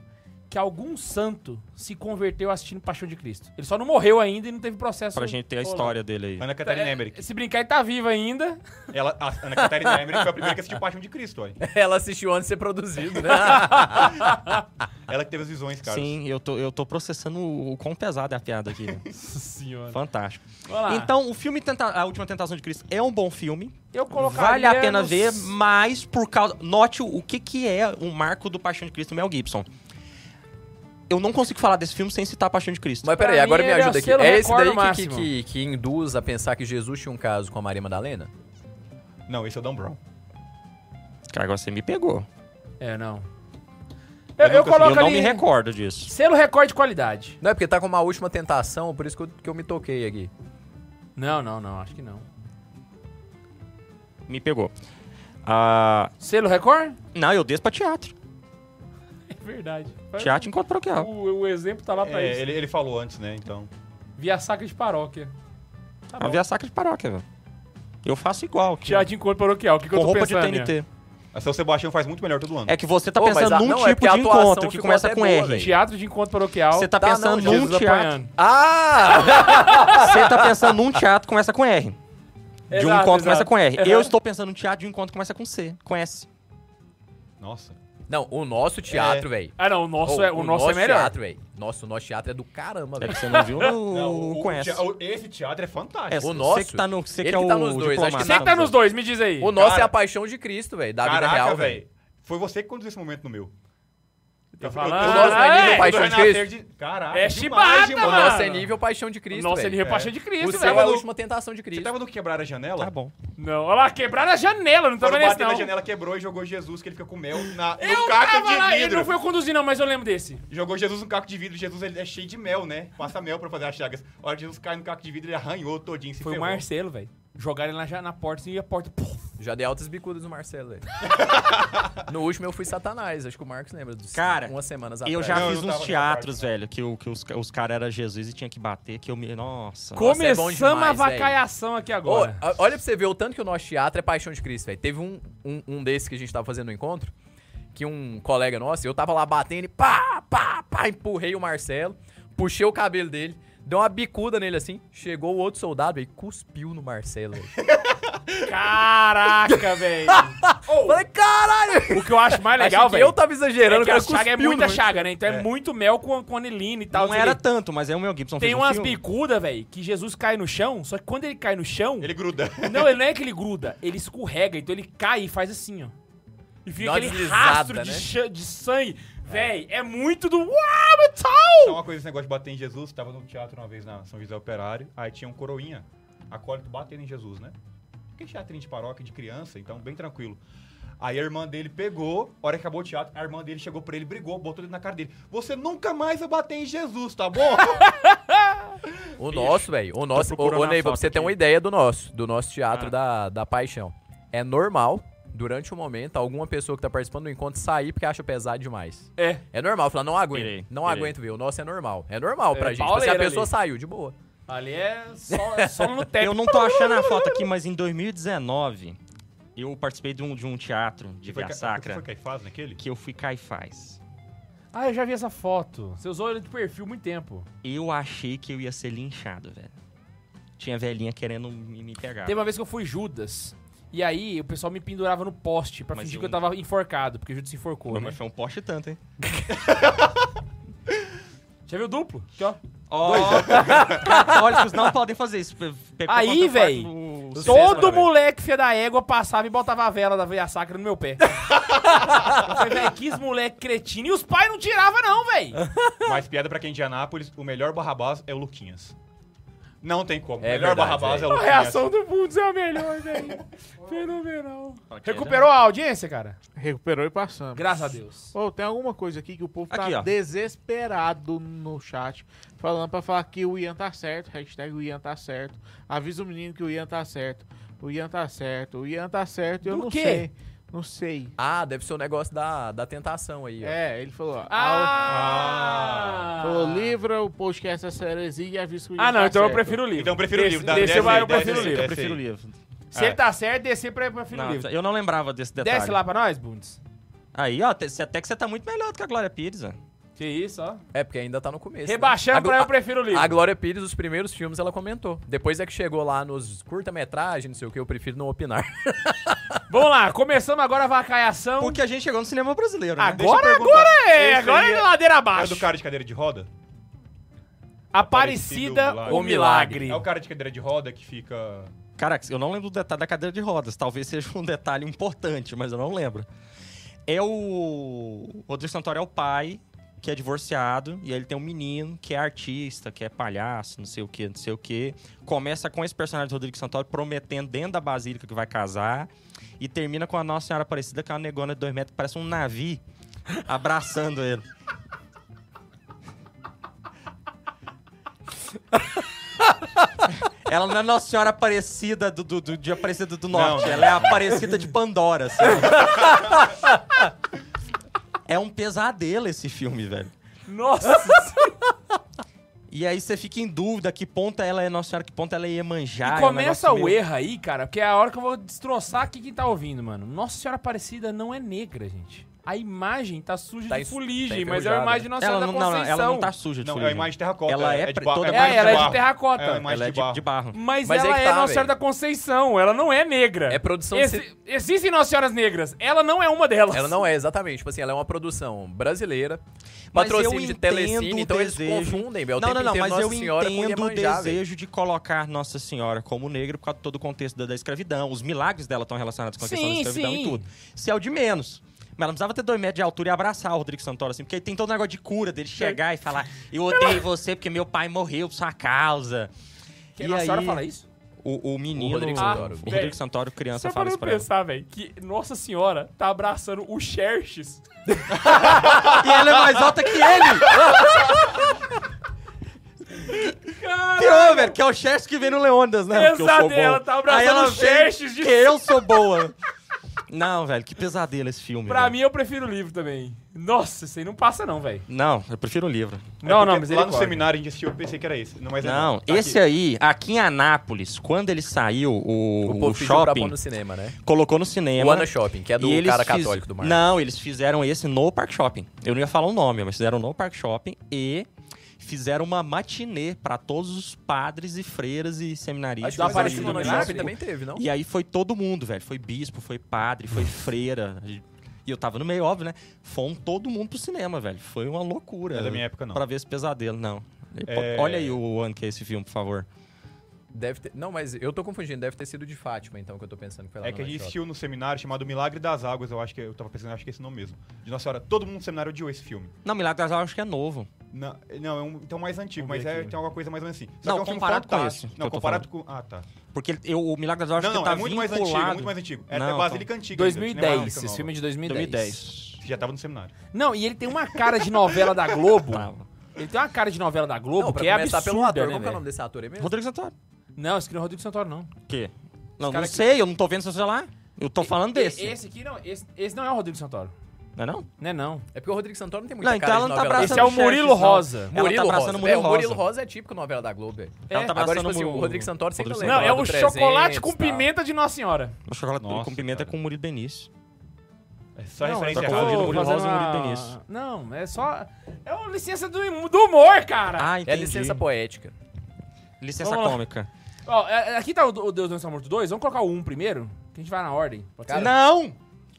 Speaker 1: que algum santo se converteu assistindo Paixão de Cristo. Ele só não morreu ainda e não teve processo.
Speaker 2: pra gente ter a
Speaker 1: rolando.
Speaker 2: história dele
Speaker 1: Tá, é
Speaker 2: aí.
Speaker 5: Ana Catarina Emmerich.
Speaker 1: Se brincar, ele tá vivo ainda.
Speaker 5: Ela, a Ana Catarina Emmerich foi a primeira que assistiu Paixão de Cristo, olha.
Speaker 3: Ela assistiu antes de ser produzido, né?
Speaker 5: Ela que teve as visões, cara.
Speaker 2: Sim, eu tô, eu tô processando o, o quão pesada é a piada aqui. né?
Speaker 1: Nossa senhora.
Speaker 2: Fantástico.
Speaker 1: Vamos lá.
Speaker 2: Então, o filme Tenta- A Última Tentação de Cristo é um bom filme.
Speaker 1: eu colocaria
Speaker 2: Vale a pena
Speaker 1: nos-
Speaker 2: ver, mas por causa. Note o o que, que é o marco do Paixão de Cristo Mel Gibson. Eu não consigo falar desse filme sem citar Paixão de Cristo.
Speaker 3: Mas peraí,
Speaker 1: Pra
Speaker 3: agora
Speaker 1: mim,
Speaker 3: me
Speaker 1: ele é
Speaker 3: ajuda
Speaker 1: o
Speaker 3: aqui.
Speaker 1: selo
Speaker 3: É esse
Speaker 1: Record
Speaker 3: daí
Speaker 1: no
Speaker 3: que- que,
Speaker 1: máximo.
Speaker 3: que, que induz a pensar que Jesus tinha um caso com a Maria Madalena?
Speaker 5: Não, esse é o Dan Brown.
Speaker 2: Cara, agora você me pegou.
Speaker 1: É, não. Eu, eu,
Speaker 5: nunca-
Speaker 1: coloco
Speaker 2: eu não
Speaker 1: ali
Speaker 2: me recordo disso.
Speaker 1: selo recorde de qualidade.
Speaker 3: Não é porque tá com uma última tentação, por isso que eu, que eu me toquei aqui.
Speaker 1: Não, não, não, acho que não.
Speaker 2: Me pegou. Ah,
Speaker 1: Selo recorde?
Speaker 2: não, eu desço pra teatro.
Speaker 1: É verdade.
Speaker 2: Teatro enquanto paroquial.
Speaker 1: O, o exemplo tá lá pra
Speaker 5: É,
Speaker 1: isso.
Speaker 5: ele, ele falou antes, né? Então.
Speaker 1: Via saca de paróquia. Tá bom.
Speaker 2: Havia sacra de paróquia, velho. Eu faço igual. que-
Speaker 1: Teatro de encontro paroquial. O que, que
Speaker 2: Com
Speaker 1: eu tô
Speaker 2: roupa de
Speaker 1: pensando?
Speaker 2: TNT.
Speaker 5: A São Sebastião faz muito melhor todo ano.
Speaker 2: É que você tá
Speaker 3: Pô, mas
Speaker 2: pensando
Speaker 3: a-
Speaker 2: num
Speaker 3: não, é
Speaker 2: tipo
Speaker 3: porque a
Speaker 2: de
Speaker 3: atuação
Speaker 2: encontro que
Speaker 3: ficou
Speaker 2: começa
Speaker 3: até
Speaker 2: com
Speaker 3: boa,
Speaker 2: R.
Speaker 1: Ian?
Speaker 3: velho.
Speaker 1: Teatro de encontro paroquial.
Speaker 2: Você tá
Speaker 3: Tá,
Speaker 2: pensando
Speaker 3: não,
Speaker 2: num
Speaker 1: Jesus
Speaker 2: teatro.
Speaker 1: apanhando.
Speaker 3: Ah!
Speaker 2: Você tá pensando num teatro que começa com R. De um
Speaker 1: Exato,
Speaker 2: encontro que começa
Speaker 1: exato.
Speaker 2: com R.
Speaker 1: Uhum.
Speaker 2: Eu estou pensando num teatro de um encontro que começa com C. Com S.
Speaker 5: Nossa.
Speaker 3: Não, o nosso teatro,
Speaker 5: É.
Speaker 3: velho.
Speaker 1: Ah, não, o nosso, é, o nosso, é melhor.
Speaker 3: Teatro, velho. Nossa, o nosso teatro é do caramba,
Speaker 2: É
Speaker 3: velho.
Speaker 2: que você não viu
Speaker 5: Não,
Speaker 2: o conhece.
Speaker 5: tea- o- esse teatro é
Speaker 2: É,
Speaker 5: fantástico.
Speaker 2: você
Speaker 3: nosso?
Speaker 2: que tá no, você que
Speaker 3: Ele
Speaker 2: é
Speaker 3: que tá
Speaker 2: o
Speaker 3: nos dois,
Speaker 2: diplomata.
Speaker 3: acho
Speaker 1: Você que tá nos dois, me diz aí.
Speaker 3: O nosso
Speaker 5: Cara.
Speaker 3: é a paixão de Cristo, velho. Da
Speaker 2: é
Speaker 3: vida
Speaker 5: Caraca,
Speaker 3: real, velho.
Speaker 5: velho. Foi você que conduziu esse momento no meu.
Speaker 1: Tá
Speaker 5: Eu-
Speaker 1: falando?
Speaker 5: eu- eu-
Speaker 3: nosso
Speaker 1: Ah,
Speaker 3: menino
Speaker 1: é.
Speaker 3: Paixão de
Speaker 5: Eu tô renascer
Speaker 3: Cristo.
Speaker 5: de- Caraca,
Speaker 1: É
Speaker 5: demais,
Speaker 1: chibata,
Speaker 5: demais.
Speaker 3: O
Speaker 1: mano.
Speaker 3: nosso é nível paixão de Cristo,
Speaker 1: Nossa,
Speaker 3: velho.
Speaker 1: ele repaixão de
Speaker 3: O
Speaker 1: Cristo,
Speaker 3: seu
Speaker 1: velho.
Speaker 3: é a última tentação de
Speaker 5: Você
Speaker 3: Cristo.
Speaker 5: tava no quebrar a janela?
Speaker 2: Tá bom.
Speaker 1: Não, olha lá, quebraram a janela, não tava
Speaker 5: Foram
Speaker 1: nesse
Speaker 5: bater
Speaker 1: não.
Speaker 5: na janela, quebrou e jogou Jesus, que ele fica com mel na, no
Speaker 1: Eu
Speaker 5: caco
Speaker 1: tava
Speaker 5: de
Speaker 1: lá, ele
Speaker 5: vidro.
Speaker 1: não foi eu conduzir não, mas eu lembro desse.
Speaker 5: Jogou Jesus no caco de vidro. Jesus ele é cheio de mel, né? Passa mel pra fazer as chagas. A hora que Jesus cai no caco de vidro, ele arranhou todinho, se ferrou.
Speaker 1: Marcelo, velho. Jogaram ele na, na porta assim, e a porta... puf.
Speaker 3: Já dei altas bicudas no Marcelo, velho. no último eu fui Satanás, acho que o Marcos lembra. Dos
Speaker 2: Cara,
Speaker 3: umas semanas
Speaker 2: Eu
Speaker 3: atrás.
Speaker 2: já
Speaker 5: Não, eu
Speaker 2: fiz
Speaker 5: não
Speaker 2: uns
Speaker 5: tava na
Speaker 2: teatros,
Speaker 5: parte, não.
Speaker 2: velho, que, o- que os, os caras eram Jesus e tinha que bater, que eu me... Nossa.
Speaker 3: é bom
Speaker 1: Começamos a
Speaker 3: demais, velho.
Speaker 1: vacaiação aqui
Speaker 3: Ô,
Speaker 1: agora.
Speaker 3: a- olha pra você ver o tanto que o nosso teatro é paixão de Cristo, velho. Teve um, um, um desses que a gente tava fazendo no encontro, que um colega nosso, eu tava lá batendo e pá, pá, pá, empurrei o Marcelo, puxei o cabelo dele, deu uma bicuda nele assim, chegou o outro soldado e cuspiu no Marcelo, velho.
Speaker 1: Caraca, velho.
Speaker 3: Falei, caralho!
Speaker 1: O que eu acho mais É legal,
Speaker 3: Achei que
Speaker 1: velho...
Speaker 3: Eu tava exagerando,
Speaker 1: é que
Speaker 3: o
Speaker 1: a
Speaker 3: cara
Speaker 1: chaga é
Speaker 3: cuspiu
Speaker 1: muita
Speaker 3: no-
Speaker 1: chaga, né? Então é, muito mel com, com anilina e tal.
Speaker 2: Não
Speaker 1: sei
Speaker 2: era
Speaker 1: lá.
Speaker 2: tanto, mas é o Mel Gibson
Speaker 1: tá Tem
Speaker 2: fez um
Speaker 1: umas
Speaker 2: filme.
Speaker 1: bicudas, velho, que Jesus cai no chão, só que quando ele cai no chão...
Speaker 5: Ele gruda.
Speaker 1: Não, ele não é que ele gruda, ele escorrega, então ele cai e faz assim, ó. E fica
Speaker 3: Dá uma
Speaker 1: aquele
Speaker 3: deslizada,
Speaker 1: rastro de,
Speaker 3: né?
Speaker 1: cha- de sangue. Véi, é muito do. Uau,
Speaker 5: Então,
Speaker 1: metal!
Speaker 5: uma coisa, esse negócio de bater em Jesus. Tava no teatro uma vez na São José Operário. Aí tinha um coroinha, acólito batendo em Jesus, né? Porque teatrinho de paróquia, de criança, então bem tranquilo. Aí a irmã dele pegou, a hora que acabou o teatro, a irmã dele chegou pra ele, brigou, botou ele na cara dele. Você nunca mais vai bater em Jesus, tá bom?
Speaker 3: O nosso, velho. O nosso. Ô,
Speaker 2: procurando
Speaker 3: ô
Speaker 2: a
Speaker 3: Ney, pra
Speaker 2: foto
Speaker 3: você ter
Speaker 2: aqui.
Speaker 3: uma ideia do nosso, do nosso teatro da, da paixão. É normal, durante o momento, alguma pessoa que tá participando do encontro sair porque acha pesado demais.
Speaker 1: É.
Speaker 3: É normal, falar, não aguento.
Speaker 2: Pirei,
Speaker 3: não
Speaker 2: pirei.
Speaker 3: aguento ver. O nosso é normal. É normal
Speaker 1: É
Speaker 3: pra gente. Tipo, Se a
Speaker 1: pauleira
Speaker 3: pessoa
Speaker 1: ali.
Speaker 3: saiu, de boa.
Speaker 1: Ali é só, é só no teto.
Speaker 2: Eu não tô achando a foto aqui, mas em 2019, eu participei de um, de um teatro de
Speaker 5: Foi
Speaker 2: Via
Speaker 5: ca-
Speaker 2: Sacra,
Speaker 5: Foi Caifás naquele?
Speaker 2: que eu fui caifás.
Speaker 1: Ah, eu já vi essa foto. Você usou ele de perfil há muito tempo.
Speaker 2: Eu achei que eu ia ser linchado, velho. Tinha velhinha querendo me, me pegar.
Speaker 1: Teve uma vez que eu fui Judas. E aí o pessoal me pendurava no poste pra
Speaker 2: Mas
Speaker 1: fingir
Speaker 2: eu
Speaker 1: que eu tava enforcado, porque Judas se enforcou.
Speaker 2: Pô,
Speaker 1: né?
Speaker 2: mas foi um poste tanto, hein?
Speaker 1: Já viu o duplo? Aqui, ó.
Speaker 2: Católicos não podem fazer isso. Pe- pegou
Speaker 1: né? Aí,
Speaker 2: contra o
Speaker 1: véi,
Speaker 2: quarto, o- o sexto,
Speaker 1: Todo
Speaker 2: velho.
Speaker 1: moleque filha da égua passava e botava a vela da veia sacra no meu pé. eu falei, velho, que esse moleque cretino. E os pais não tiravam, não, velho.
Speaker 5: Mas piada pra quem é de Anápolis, o melhor Barrabás é o Luquinhas. Não tem como.
Speaker 3: É
Speaker 5: o melhor
Speaker 3: verdade,
Speaker 5: Barrabás
Speaker 3: é.
Speaker 5: é, o
Speaker 1: A
Speaker 5: Luquinhas.
Speaker 1: reação do Bundes é a melhor, velho. Fenomenal.
Speaker 2: Ok,
Speaker 1: Recuperou a audiência, cara?
Speaker 4: Recuperou e passamos.
Speaker 1: Graças a Deus.
Speaker 4: Ô, tem alguma coisa aqui que o povo
Speaker 2: Aqui,
Speaker 4: tá
Speaker 2: ó.
Speaker 4: desesperado no chat, falando pra falar que o Ian tá certo, hashtag o Ian tá certo, avisa o menino que o Ian tá certo, o Ian tá certo, o Ian tá certo, eu
Speaker 1: Do
Speaker 4: não
Speaker 1: quê?
Speaker 4: sei. Não sei.
Speaker 3: Ah, deve ser o negócio da, da tentação aí, ó.
Speaker 4: É, ele falou. ó,
Speaker 1: Ah!
Speaker 4: ao- Falou, livra o podcast essa heresia e avisa que o
Speaker 1: Ah, não,
Speaker 4: tá
Speaker 1: então eu
Speaker 4: certo."
Speaker 1: prefiro o livro.
Speaker 5: Então eu prefiro o
Speaker 1: Desse-
Speaker 5: livro. dá-
Speaker 1: desse
Speaker 5: desce
Speaker 1: vai,
Speaker 5: aí,
Speaker 1: eu
Speaker 5: desce
Speaker 1: prefiro o
Speaker 5: aí,
Speaker 1: livro.
Speaker 5: desce
Speaker 2: prefiro
Speaker 5: aí.
Speaker 2: o livro.
Speaker 1: Se ele tá certo, descer pra prefiro o
Speaker 2: Não,
Speaker 1: livro.
Speaker 2: eu não lembrava desse detalhe.
Speaker 1: Desce lá pra nós, Bundes.
Speaker 2: Aí, ó, te- até que você tá muito melhor do que a Glória Pires, ó.
Speaker 1: Que isso, ó.
Speaker 3: É, porque ainda tá no começo. né?
Speaker 1: Rebaixando
Speaker 3: A Glo-
Speaker 1: pra eu
Speaker 3: a-
Speaker 1: prefiro o livro.
Speaker 3: A Glória Pires, os primeiros filmes, ela comentou. Depois é que chegou lá nos curta-metragem, não sei o que, eu prefiro não opinar.
Speaker 1: Vamos lá, começamos agora a vacaiação.
Speaker 2: Porque a gente chegou no cinema brasileiro, né?
Speaker 5: Deixa eu
Speaker 1: Agora,
Speaker 5: perguntar,
Speaker 1: agora é,
Speaker 5: esse
Speaker 1: agora
Speaker 5: aí
Speaker 1: é de ladeira
Speaker 5: É o
Speaker 1: abaixo.
Speaker 5: do cara de cadeira de roda?
Speaker 1: Aparecida
Speaker 5: Aparecido,
Speaker 1: ou um
Speaker 5: o
Speaker 1: milagre.
Speaker 5: É o cara de cadeira de roda que fica.
Speaker 2: Cara, eu não lembro do detalhe da cadeira de rodas. Talvez seja um detalhe importante, mas eu não lembro. É o. Rodrigo Santoro é o pai, que é divorciado, e aí ele tem um menino que é artista, que é palhaço, não sei o quê, não sei o quê. Começa com esse personagem do Rodrigo Santoro prometendo dentro da basílica que vai casar, e termina com a Nossa Senhora Aparecida, que é uma negona de dois metros, que parece um navio, abraçando ele. Ela não é Nossa Senhora Aparecida do, do, do- de Aparecida do Norte,
Speaker 5: não.
Speaker 2: ela é a Aparecida de Pandora, assim. É um pesadelo esse filme, velho.
Speaker 1: É Nossa,
Speaker 2: E aí você fica em dúvida que ponta ela é Nossa Senhora, que ponta ela é Iemanjá. é um
Speaker 1: começa
Speaker 2: negócio
Speaker 1: o
Speaker 2: meio-
Speaker 1: erro aí, cara, porque é a hora que eu vou destroçar aqui quem tá ouvindo, mano. Nossa Senhora Aparecida não é negra, gente. A imagem tá suja
Speaker 3: Tá
Speaker 1: de
Speaker 3: ens-
Speaker 1: fuligem,
Speaker 3: tá
Speaker 1: mas é uma
Speaker 3: enferrujada.
Speaker 1: imagem de Nossa
Speaker 2: Ela
Speaker 1: Senhora da
Speaker 2: não, não,
Speaker 1: Conceição.
Speaker 2: não, ela não tá suja de
Speaker 5: Não, é
Speaker 2: fuligem.
Speaker 5: a imagem de terracota.
Speaker 2: Ela é
Speaker 5: de
Speaker 2: pre-
Speaker 5: ba-
Speaker 2: toda
Speaker 5: é
Speaker 2: branca.
Speaker 1: É, ela é de
Speaker 5: barro.
Speaker 1: terracota.
Speaker 5: É uma imagem
Speaker 2: Ela é
Speaker 5: de barro.
Speaker 2: de, de barro.
Speaker 1: Mas,
Speaker 3: Mas
Speaker 1: ela
Speaker 3: aí
Speaker 1: é,
Speaker 3: que tá,
Speaker 1: Nossa
Speaker 3: velho.
Speaker 1: Senhora da Conceição, ela não é negra.
Speaker 3: É produção...
Speaker 1: Exi-
Speaker 3: se-
Speaker 1: Existem Nossa Senhoras negras, ela não é uma delas.
Speaker 3: Ela não é, exatamente. Tipo assim, ela é uma produção brasileira,
Speaker 2: Mas eu
Speaker 3: patrocínio de
Speaker 2: entendo
Speaker 3: telecine,
Speaker 2: o
Speaker 3: então eles
Speaker 2: desejo-
Speaker 3: confundem,
Speaker 1: É
Speaker 3: meu. o
Speaker 2: Não,
Speaker 3: tempo
Speaker 2: não, não,
Speaker 3: inteiro
Speaker 2: mas eu
Speaker 3: Nossa Senhora com
Speaker 2: entendo o
Speaker 3: Iemanjá, velho.
Speaker 2: desejo de colocar Nossa Senhora como negra por causa de todo o contexto da, da escravidão. Os milagres dela estão relacionados com a questão da
Speaker 1: Sim,
Speaker 2: escravidão
Speaker 1: sim.
Speaker 2: e tudo. Se é o de menos. Mas ela não precisava ter dois metros de altura e abraçar o Rodrigo Santoro, assim, porque aí tem todo o negócio de cura dele chegar e falar: Eu odeio você porque meu pai morreu por sua causa.
Speaker 1: Que
Speaker 2: e
Speaker 1: Nossa Senhora
Speaker 2: aí,
Speaker 1: fala isso?
Speaker 2: O, o menino.
Speaker 3: O Rodrigo
Speaker 1: Santoro.
Speaker 2: o Rodrigo Santoro, criança,
Speaker 1: Só
Speaker 2: fala
Speaker 1: para
Speaker 2: isso
Speaker 1: eu
Speaker 2: pra ela.
Speaker 1: pensar, velho, que Nossa Senhora tá abraçando o Xerxes.
Speaker 2: E ela é mais alta que ele! Pior, velho, que é o Xerxes que vem no Leônidas, né? Porque eu sou
Speaker 1: Pesadelo,
Speaker 2: bom.
Speaker 1: tá abraçando
Speaker 2: Aí ela
Speaker 1: o Xerxes
Speaker 2: vem
Speaker 1: de-
Speaker 2: Que eu sou boa. Não, velho, que pesadelo esse filme.
Speaker 1: Pra
Speaker 2: velho.
Speaker 1: mim, eu prefiro o livro também. Nossa, isso aí não passa não, velho.
Speaker 2: Não, eu prefiro o livro.
Speaker 5: É
Speaker 1: não, não,
Speaker 5: porque
Speaker 1: mas
Speaker 5: Lá no seminário a gente assistiu, eu pensei que era esse. Não, mas é
Speaker 2: Não,
Speaker 5: Tá
Speaker 2: esse aí,
Speaker 5: aqui.
Speaker 2: aqui em Anápolis, quando ele saiu, o,
Speaker 3: O
Speaker 2: o
Speaker 3: povo pediu pra pôr
Speaker 2: shopping
Speaker 3: no cinema, né?
Speaker 2: colocou no
Speaker 3: O
Speaker 2: cinema.
Speaker 3: Ana Shopping, que é do
Speaker 2: e eles
Speaker 3: cara
Speaker 2: fiz-
Speaker 3: católico do mar.
Speaker 2: Não, eles fizeram esse no Park Shopping. Eu não ia falar o nome, mas fizeram no Park Shopping e fizeram uma matinê pra todos os padres e freiras e seminaristas.
Speaker 3: Acho que o Aparecido
Speaker 1: Aparecido
Speaker 2: ali do
Speaker 3: no
Speaker 1: Milagre
Speaker 3: Shopping também teve,
Speaker 5: então.
Speaker 3: não?
Speaker 2: E aí foi todo mundo, velho. Foi bispo, foi padre, foi freira. E eu tava no meio, óbvio, né? Fomos todo mundo pro cinema, velho. Foi uma loucura.
Speaker 5: Não é da minha época, não.
Speaker 2: Pra ver esse pesadelo, não. Eu-
Speaker 5: É.
Speaker 2: Olha aí o ano que é esse filme, por favor.
Speaker 3: Deve ter... Não, mas eu tô confundindo. Deve ter sido de Fátima, então, que eu tô pensando que foi lá
Speaker 5: É
Speaker 3: no
Speaker 5: que a
Speaker 3: Ana
Speaker 5: gente
Speaker 3: Shopping.
Speaker 5: assistiu no seminário chamado Milagre das Águas, eu acho que eu tava pensando, acho que é esse nome mesmo. De Nossa Senhora, todo mundo no seminário odiou esse filme.
Speaker 2: Não, Milagre das Almas acho que é novo.
Speaker 5: Não, não é um então mais antigo,
Speaker 1: Vamos
Speaker 5: mas
Speaker 1: ver
Speaker 5: é,
Speaker 1: aqui.
Speaker 5: tem alguma coisa mais ou menos assim. Só
Speaker 2: Não,
Speaker 5: que é um filme
Speaker 2: comparado com
Speaker 5: fantástico.
Speaker 2: esse que eu
Speaker 5: Não,
Speaker 2: tô
Speaker 5: comparado com. Ah, tá.
Speaker 2: Porque ele- eu- o Milagre das Almas
Speaker 5: não,
Speaker 2: acho
Speaker 5: não,
Speaker 2: que tá
Speaker 5: é muito mais antigo, é
Speaker 2: vinculado.
Speaker 5: muito mais antigo. É
Speaker 2: Não,
Speaker 5: até
Speaker 2: então.
Speaker 5: Basílica Antiga. ainda, não tem nem
Speaker 1: 2010,
Speaker 5: Basílica
Speaker 1: esse
Speaker 5: nova.
Speaker 1: filme é de 2010.
Speaker 2: 2010.
Speaker 5: Você já tava no seminário.
Speaker 1: Não, e ele tem uma cara de novela da Globo.
Speaker 2: Tava.
Speaker 1: Ele tem uma cara de novela da Globo
Speaker 3: Tá. Não, pra
Speaker 1: que é
Speaker 3: começar
Speaker 1: absurda,
Speaker 3: pelo ator. Como
Speaker 1: né,
Speaker 3: que é o
Speaker 1: velho?
Speaker 3: nome desse ator aí mesmo?
Speaker 2: Rodrigo Santoro.
Speaker 1: Não, esse aqui não é o Rodrigo Santoro, não.
Speaker 2: O quê? Não,
Speaker 1: cara
Speaker 2: não
Speaker 1: que-
Speaker 2: sei, eu não tô vendo seu celular. Eu tô falando desse.
Speaker 1: E- Esse aqui não, esse, esse não é o Rodrigo Santoro.
Speaker 2: Não é não?
Speaker 1: Não é não.
Speaker 3: É porque o Rodrigo Santoro não tem muita
Speaker 2: Não, então
Speaker 3: cara
Speaker 2: ela
Speaker 3: de
Speaker 2: não tá
Speaker 3: novela.
Speaker 1: Esse
Speaker 2: abraçando
Speaker 1: é o Murilo
Speaker 2: Xerxes, não.
Speaker 1: Rosa.
Speaker 2: Ela
Speaker 3: Murilo
Speaker 2: tá
Speaker 3: Rosa.
Speaker 2: abraçando o
Speaker 3: é,
Speaker 2: Murilo
Speaker 3: o Murilo
Speaker 2: Rosa.
Speaker 3: Rosa é típico novela da Globo. velho.
Speaker 2: Ela tá
Speaker 3: Agora, tipo
Speaker 2: abraçando
Speaker 3: assim, o
Speaker 2: o-
Speaker 3: Rodrigo Santoro sempre
Speaker 2: Rodrigo
Speaker 3: lembra.
Speaker 1: Não,
Speaker 2: Santoro.
Speaker 1: é
Speaker 3: do
Speaker 1: o
Speaker 3: 300
Speaker 1: chocolate
Speaker 3: e
Speaker 1: com
Speaker 3: tal.
Speaker 1: pimenta de Nossa Senhora.
Speaker 2: O chocolate
Speaker 5: Nossa,
Speaker 2: com pimenta é
Speaker 5: cara.
Speaker 2: com o Murilo Benício.
Speaker 5: É só
Speaker 1: não,
Speaker 5: referência
Speaker 2: tá
Speaker 5: errada.
Speaker 2: confundindo
Speaker 1: tô
Speaker 2: o Murilo
Speaker 1: fazendo
Speaker 2: Rosa e o Murilo
Speaker 1: uma-
Speaker 2: Benício.
Speaker 1: Não, é só... É uma licença do, do humor, cara.
Speaker 2: Ah,
Speaker 3: É
Speaker 2: entendi.
Speaker 3: licença poética.
Speaker 2: Licença
Speaker 1: Vamos lá.
Speaker 2: cômica.
Speaker 1: Ó, é- é- aqui tá o, o Deus Dança Morto 2. Vamos colocar o 1 primeiro? Que a gente vai na ordem. Pode ser?
Speaker 2: Não!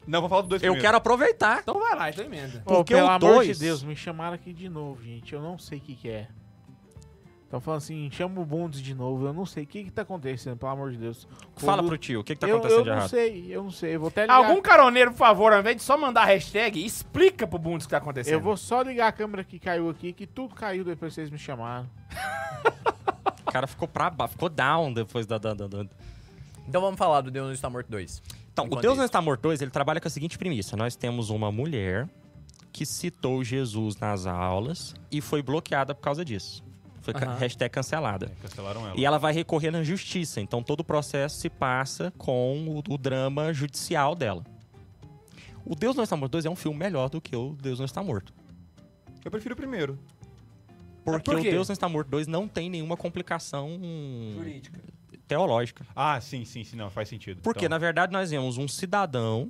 Speaker 5: Não, vou falar dos dois
Speaker 2: Eu
Speaker 5: primeiros.
Speaker 2: quero aproveitar.
Speaker 1: Então vai lá, então emenda.
Speaker 4: Pô,
Speaker 2: Porque
Speaker 4: pelo
Speaker 2: o
Speaker 4: amor
Speaker 2: dois-
Speaker 4: de Deus, me chamaram aqui de novo, gente. Eu não sei o que que é. Estão falando assim, chama o Bundes de novo. Eu não sei o que que tá acontecendo, pelo amor de Deus. O
Speaker 2: Fala
Speaker 4: povo-
Speaker 2: pro tio, o que, que tá
Speaker 4: eu,
Speaker 2: acontecendo
Speaker 4: eu
Speaker 2: de
Speaker 4: não
Speaker 2: errado?
Speaker 4: sei, eu não sei. Eu vou até ligar.
Speaker 1: Algum caroneiro, por favor, ao invés de só mandar a hashtag, explica pro Bundes o que tá acontecendo.
Speaker 4: Eu vou só ligar a câmera que caiu aqui, que tudo caiu depois que vocês me chamaram.
Speaker 2: O cara ficou pra baixo, ficou down depois da. da, da, da-
Speaker 3: Então vamos falar do Deus Não Está Morto 2.
Speaker 2: Então,
Speaker 3: Enquanto
Speaker 2: o Deus
Speaker 3: isso.
Speaker 2: Não Está Morto 2, ele trabalha com a seguinte premissa: nós temos uma mulher que citou Jesus nas aulas e foi bloqueada por causa disso. Foi ca-
Speaker 1: Aham.
Speaker 2: hashtag cancelada.
Speaker 5: É, cancelaram ela.
Speaker 2: E ela vai recorrer na justiça, então todo o processo se passa com o, o drama judicial dela. O Deus Não Está Morto 2 é um filme melhor do que o Deus Não Está Morto.
Speaker 5: Eu prefiro o primeiro.
Speaker 2: Porque
Speaker 1: por
Speaker 2: o
Speaker 1: quê?
Speaker 2: Deus Não Está Morto 2 não tem nenhuma complicação
Speaker 1: Jurídica.
Speaker 2: teológica.
Speaker 5: Ah, sim, sim, sim, não, faz sentido.
Speaker 2: Porque,
Speaker 5: Então,
Speaker 2: na verdade, nós vemos um cidadão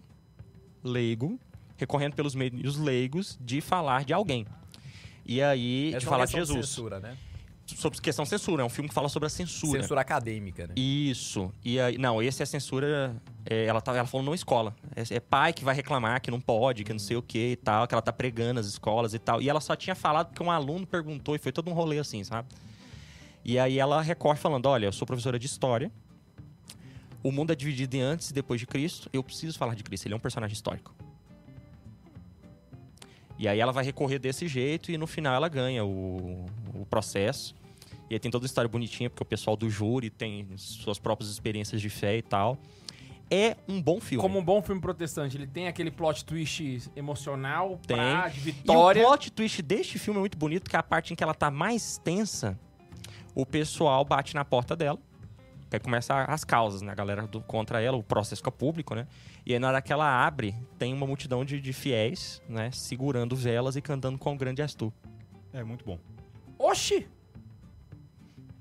Speaker 2: leigo recorrendo pelos meios leigos de falar de alguém. E aí,
Speaker 3: Essa
Speaker 2: de
Speaker 3: é uma
Speaker 2: falar de
Speaker 3: questão
Speaker 2: Jesus.
Speaker 3: Censura, né?
Speaker 2: Sobre questão censura, é um filme que fala sobre a censura.
Speaker 3: Censura acadêmica, né?
Speaker 2: Isso. E aí, não, esse é censura. é, ela, tá, ela falou não escola. É, é pai que vai reclamar que não pode, que não sei o que e tal, que ela tá pregando as escolas e tal. E ela só tinha falado porque um aluno perguntou e foi todo um rolê assim, sabe? E aí ela recorre falando: olha, eu sou professora de história. O mundo é dividido em antes e depois de Cristo. Eu preciso falar de Cristo. Ele é um personagem histórico. E aí ela vai recorrer desse jeito e no final ela ganha o, o processo. E aí tem toda a história bonitinha, porque o pessoal do júri tem suas próprias experiências de fé e tal. É um bom filme.
Speaker 1: Como um bom filme protestante, ele tem aquele plot twist emocional,
Speaker 2: Tem.
Speaker 1: pra, de
Speaker 2: E o
Speaker 1: vitória.
Speaker 2: plot twist deste filme é muito bonito, que é a parte em que ela tá mais tensa, o pessoal bate na porta dela. Que aí começa as causas, né? A galera do, contra ela, o processo fica público, né? E aí na hora que ela abre, tem uma multidão de, de fiéis, né? Segurando velas e cantando com grande és tu. né?
Speaker 5: É muito bom.
Speaker 1: Oxi!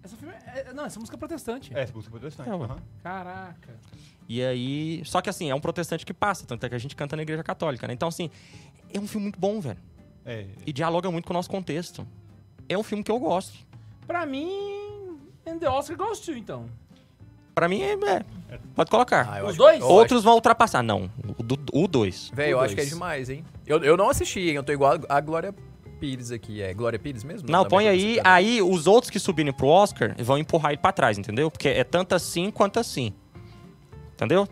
Speaker 1: Essa, filme é- é- não, essa música é protestante.
Speaker 5: É, essa música é protestante.
Speaker 2: É, ué.
Speaker 5: aham.
Speaker 1: Caraca.
Speaker 2: E aí... Só que assim, é um protestante que passa, tanto é que a gente canta na igreja católica, né? Então assim, é um filme muito bom, velho.
Speaker 5: É,
Speaker 2: E dialoga muito com o nosso contexto. É um filme que eu gosto.
Speaker 1: Pra mim, And the Oscar goes to, então.
Speaker 2: Pra mim, é... é. Pode colocar.
Speaker 3: Ah, eu
Speaker 1: Os
Speaker 3: acho-
Speaker 1: dois?
Speaker 3: eu acho-
Speaker 2: Outros vão ultrapassar. Não, o do- o 2.
Speaker 3: Véi, eu
Speaker 1: Os
Speaker 3: acho que é
Speaker 1: dois.
Speaker 3: demais, hein? Eu, eu não assisti, hein? Eu tô igual a a Glória Pires aqui. É Glória Pires mesmo?
Speaker 2: Não,
Speaker 3: Também
Speaker 2: põe
Speaker 3: tô
Speaker 2: aí,
Speaker 3: pensando.
Speaker 2: aí os outros que subirem pro Oscar vão empurrar ele pra trás, entendeu? Porque é tanto assim quanto assim. Entendeu?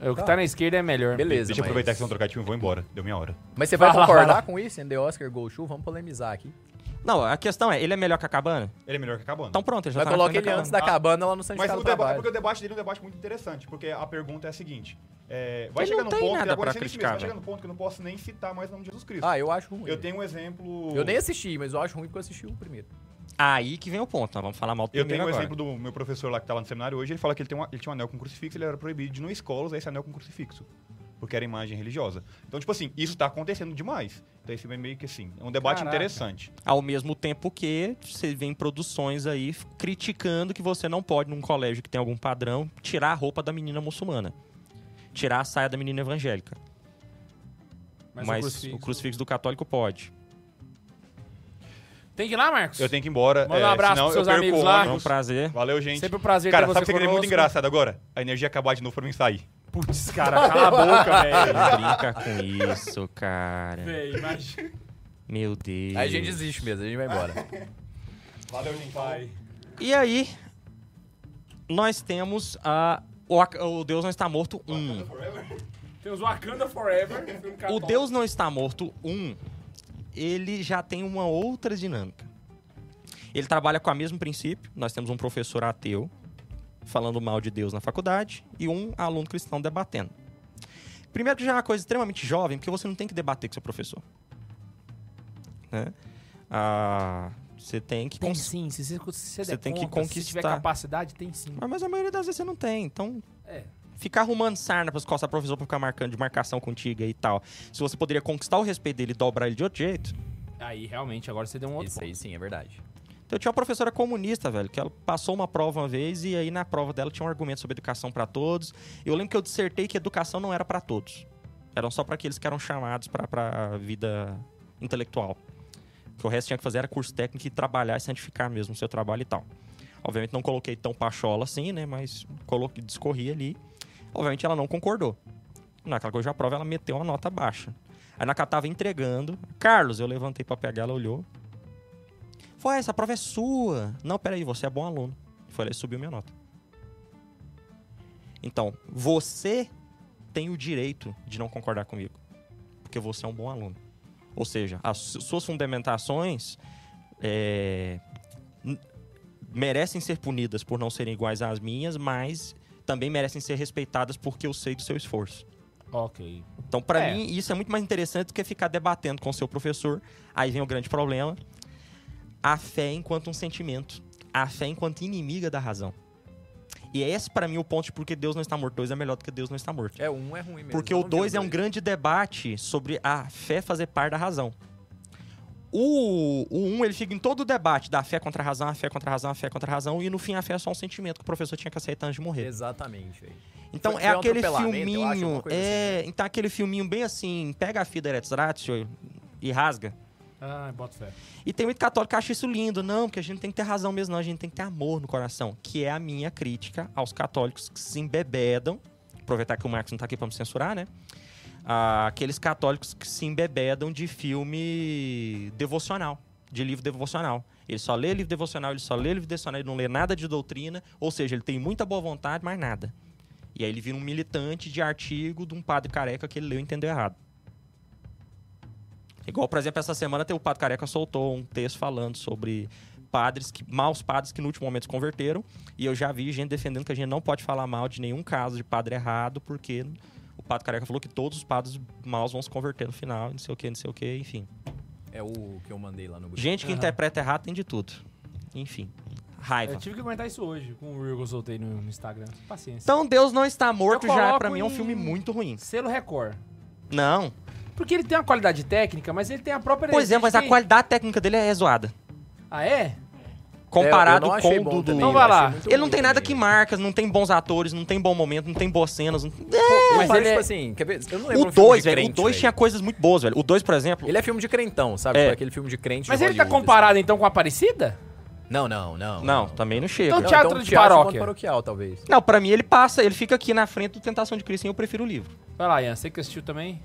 Speaker 1: O que tá na esquerda é melhor.
Speaker 3: Beleza,
Speaker 5: deixa eu
Speaker 3: mas-
Speaker 5: aproveitar que vocês vão trocar time e vou embora. Deu minha hora.
Speaker 3: Mas você vai
Speaker 1: Vai lá,
Speaker 3: concordar
Speaker 1: vai lá.
Speaker 3: com isso? And the Oscar Go Show? Vamos polemizar aqui.
Speaker 5: Tá
Speaker 2: Não, a questão é, ele é melhor que a cabana?
Speaker 5: Ele é melhor que a cabana.
Speaker 2: Então pronto, ele já
Speaker 3: Mas
Speaker 2: tá na
Speaker 3: coloca
Speaker 2: frente
Speaker 3: ele antes
Speaker 2: cabana.
Speaker 3: da cabana lá no Santiago
Speaker 5: Mas
Speaker 1: tá
Speaker 5: o
Speaker 3: do
Speaker 5: debate, é
Speaker 3: Trabalho.
Speaker 5: porque o debate dele é um debate muito interessante, porque a pergunta é a seguinte: é, vai
Speaker 2: Ele
Speaker 5: chegar
Speaker 2: não
Speaker 5: num
Speaker 2: tem
Speaker 5: ponto
Speaker 2: nada
Speaker 5: que
Speaker 2: pra
Speaker 5: aconteceu isso mesmo,
Speaker 2: criticar,
Speaker 5: vai
Speaker 2: velho.
Speaker 1: né?
Speaker 5: chegar num ponto que eu não posso nem citar mais o nome de Jesus Cristo.
Speaker 3: Ah, eu acho ruim.
Speaker 5: eu tenho um exemplo.
Speaker 3: Eu nem assisti, mas eu acho ruim porque eu assisti o primeiro.
Speaker 2: Aí que vem o ponto, nós vamos falar mal do
Speaker 5: Eu
Speaker 2: primeiro
Speaker 5: tenho um
Speaker 2: agora.
Speaker 5: exemplo do meu professor lá que tá lá no seminário hoje, ele fala que ele, tem uma- ele tinha um anel com crucifixo, ele era proibido de ir no escola usar esse anel com crucifixo. Porque era imagem religiosa. Então, tipo assim, isso tá acontecendo demais. Então esse filme é meio que assim, é um debate
Speaker 1: Caraca.
Speaker 5: interessante.
Speaker 2: Ao mesmo tempo que você vê em produções aí f- criticando que você não pode, num colégio que tem algum padrão, tirar a roupa da menina muçulmana. Tirar a saia da menina evangélica. Mas, o, crucifixo... do católico pode.
Speaker 1: Tem que ir lá, Marcos?
Speaker 5: Eu tenho que ir embora. é,
Speaker 1: Manda um abraço
Speaker 5: senão
Speaker 1: pros seus
Speaker 5: eu perco
Speaker 1: amigos
Speaker 5: o
Speaker 1: lá.
Speaker 5: ônibus.
Speaker 2: É um prazer.
Speaker 5: Valeu, gente.
Speaker 1: Sempre um prazer
Speaker 5: Cara,
Speaker 1: ter
Speaker 5: sabe
Speaker 1: você
Speaker 5: o que seria muito
Speaker 1: conosco.
Speaker 5: engraçado agora? A energia acabar de novo pra mim sair.
Speaker 1: Putz, cara, cala a boca, velho.
Speaker 2: Não brinca com isso, cara.
Speaker 1: Véi, imagina.
Speaker 2: Meu Deus.
Speaker 3: Aí a gente desiste mesmo, a gente vai embora.
Speaker 2: Ah,
Speaker 5: Valeu, gente.
Speaker 1: Vai.
Speaker 2: E aí, nós temos a. O, Ac- o Deus Não Está Morto 1.
Speaker 1: Temos Wakanda Forever. um filme
Speaker 2: O
Speaker 1: católico.
Speaker 2: Deus Não Está Morto 1, ele já tem uma outra dinâmica. Ele trabalha com o mesmo princípio. Nós temos um professor ateu falando mal de Deus na faculdade e um aluno cristão debatendo. Primeiro que já é uma coisa extremamente jovem, porque você não tem que debater com seu professor. Né? Ah, você tem que...
Speaker 1: Tem
Speaker 2: cons-
Speaker 1: sim, se você, se você
Speaker 2: Você
Speaker 1: der
Speaker 2: tem que
Speaker 1: conta, Se tiver
Speaker 2: conquistar.
Speaker 1: capacidade, tem sim.
Speaker 2: Mas, mas a maioria das vezes você não tem, então...
Speaker 1: É.
Speaker 2: Ficar arrumando sarna pras costas do professor pra ficar marcando de marcação contigo aí e tal. Se você poderia conquistar o respeito dele e dobrar ele de outro jeito...
Speaker 1: Aí, realmente, agora você deu um outro
Speaker 3: Isso aí sim, é verdade.
Speaker 2: Eu tinha uma professora comunista, velho, que ela passou uma prova uma vez e aí na prova dela tinha um argumento sobre educação pra todos. Eu lembro que eu dissertei que educação não era pra todos. Eram só pra aqueles que eram chamados pra pra vida intelectual. O que o resto tinha que fazer era curso técnico e trabalhar e santificar mesmo o seu trabalho e tal. Obviamente não coloquei tão pachola assim, né, mas coloquei, discorri ali. Obviamente ela não concordou. Naquela coisa da prova ela meteu uma nota baixa. Aí na que ela tava entregando, Carlos, eu levantei pra pegar, ela olhou. Foi, essa prova é sua. Não, peraí, você é bom aluno. Foi lá e subiu minha nota. Então, você tem o direito de não concordar comigo. Porque você é um bom aluno. Ou seja, as su- suas fundamentações é, n- merecem ser punidas por não serem iguais às minhas, mas também merecem ser respeitadas porque eu sei do seu esforço.
Speaker 1: Ok.
Speaker 2: Então, pra
Speaker 1: É.
Speaker 2: mim, isso é muito mais interessante do que ficar debatendo com o seu professor. Aí vem o grande problema. A fé enquanto um sentimento. A fé enquanto inimiga da razão. E esse, pra mim, é o ponto de porque Deus não está morto. Dois é melhor do que Deus não está morto.
Speaker 3: É, um é ruim mesmo.
Speaker 2: Porque o 2 é um grande debate sobre a fé fazer par da razão. O 1, um, ele fica em todo o debate da fé contra a razão, a fé contra a razão, a fé contra a razão, e no fim a fé é só um sentimento que o professor tinha que aceitar antes de morrer.
Speaker 3: Exatamente, velho.
Speaker 2: Então
Speaker 3: Foi-
Speaker 2: é
Speaker 3: foi um
Speaker 2: aquele
Speaker 3: atropelamento, eu acho, alguma
Speaker 2: filminho.
Speaker 3: coisa assim.
Speaker 2: É, Então é aquele filminho bem assim, pega a fita Eretz Ratio e rasga.
Speaker 1: Ah, bota fé.
Speaker 2: E tem muito católico que acha isso lindo. Não, porque a gente não tem que ter razão mesmo, não. A gente tem que ter amor no coração. Que é a minha crítica aos católicos que se embebedam. Aproveitar que o Marcos não tá aqui pra me censurar, né? Ah, aqueles católicos que se embebedam de filme devocional, de livro devocional. Ele só lê livro devocional, ele só lê livro devocional, ele não lê nada de doutrina, ou seja, ele tem muita boa vontade, mas nada. E aí ele vira um militante de artigo de um padre careca que ele leu e entendeu errado. Igual, por exemplo, essa semana tem o Padre Careca soltou um texto falando sobre padres, que, maus padres que no último momento se converteram. E eu já vi gente defendendo que a gente não pode falar mal de nenhum caso de padre errado, porque o Padre Careca falou que todos os padres maus vão se converter no final, não sei o que, não sei o que, enfim.
Speaker 3: É o que eu mandei lá no grupo.
Speaker 2: Gente que
Speaker 1: Aham. É
Speaker 2: interpreta errado tem de tudo. Enfim, raiva.
Speaker 1: Eu tive que aguentar isso hoje com o Reel que eu soltei no no Instagram. Paciência.
Speaker 2: Então, Deus Não Está Morto
Speaker 1: Eu
Speaker 2: já,
Speaker 1: coloco
Speaker 2: pra mim, é um
Speaker 1: em-
Speaker 2: filme muito ruim.
Speaker 1: Selo Record.
Speaker 2: Não.
Speaker 1: Porque ele tem uma qualidade técnica, mas ele tem a própria...
Speaker 2: Pois é,
Speaker 1: ele
Speaker 2: mas a Tipo
Speaker 1: tem-
Speaker 2: qualidade técnica dele é zoada.
Speaker 1: Ah, é?
Speaker 2: Comparado
Speaker 3: É, eu não
Speaker 2: com
Speaker 3: achei
Speaker 2: o
Speaker 3: bom
Speaker 2: do- do...
Speaker 3: também,
Speaker 1: Então
Speaker 3: eu
Speaker 1: vai
Speaker 3: achei
Speaker 1: lá.
Speaker 3: muito
Speaker 2: Ele não
Speaker 3: ruim
Speaker 2: tem nada
Speaker 3: também.
Speaker 2: que marca, não tem bons atores, não tem bom momento, não tem boas cenas. não tem-
Speaker 3: Pô,
Speaker 1: Mas
Speaker 3: mas ele
Speaker 1: ele é-
Speaker 3: tipo assim, quer ver? Eu não lembro
Speaker 2: O
Speaker 3: um filme
Speaker 2: 2,
Speaker 3: de
Speaker 2: velho, o
Speaker 3: crente,
Speaker 2: 2
Speaker 3: velho.
Speaker 2: tinha coisas muito boas, velho. O 2, por exemplo,
Speaker 3: Ele é filme de crentão, sabe?
Speaker 2: É.
Speaker 3: Tipo aquele filme de crente. de
Speaker 1: Mas ele tá
Speaker 3: Hollywood,
Speaker 2: assim.
Speaker 1: comparado, então, com a Aparecida?
Speaker 3: assim. Não, não, não.
Speaker 2: não, também não chega.
Speaker 1: Então,
Speaker 3: Não,
Speaker 1: Teatro
Speaker 3: então
Speaker 1: de
Speaker 3: teatro
Speaker 1: paróquia.
Speaker 3: paroquial, talvez.
Speaker 2: Não, pra mim ele passa, ele fica aqui na frente do Tentação de Cristo e eu prefiro o livro.
Speaker 1: Vai lá, Ian. Você que assistiu também?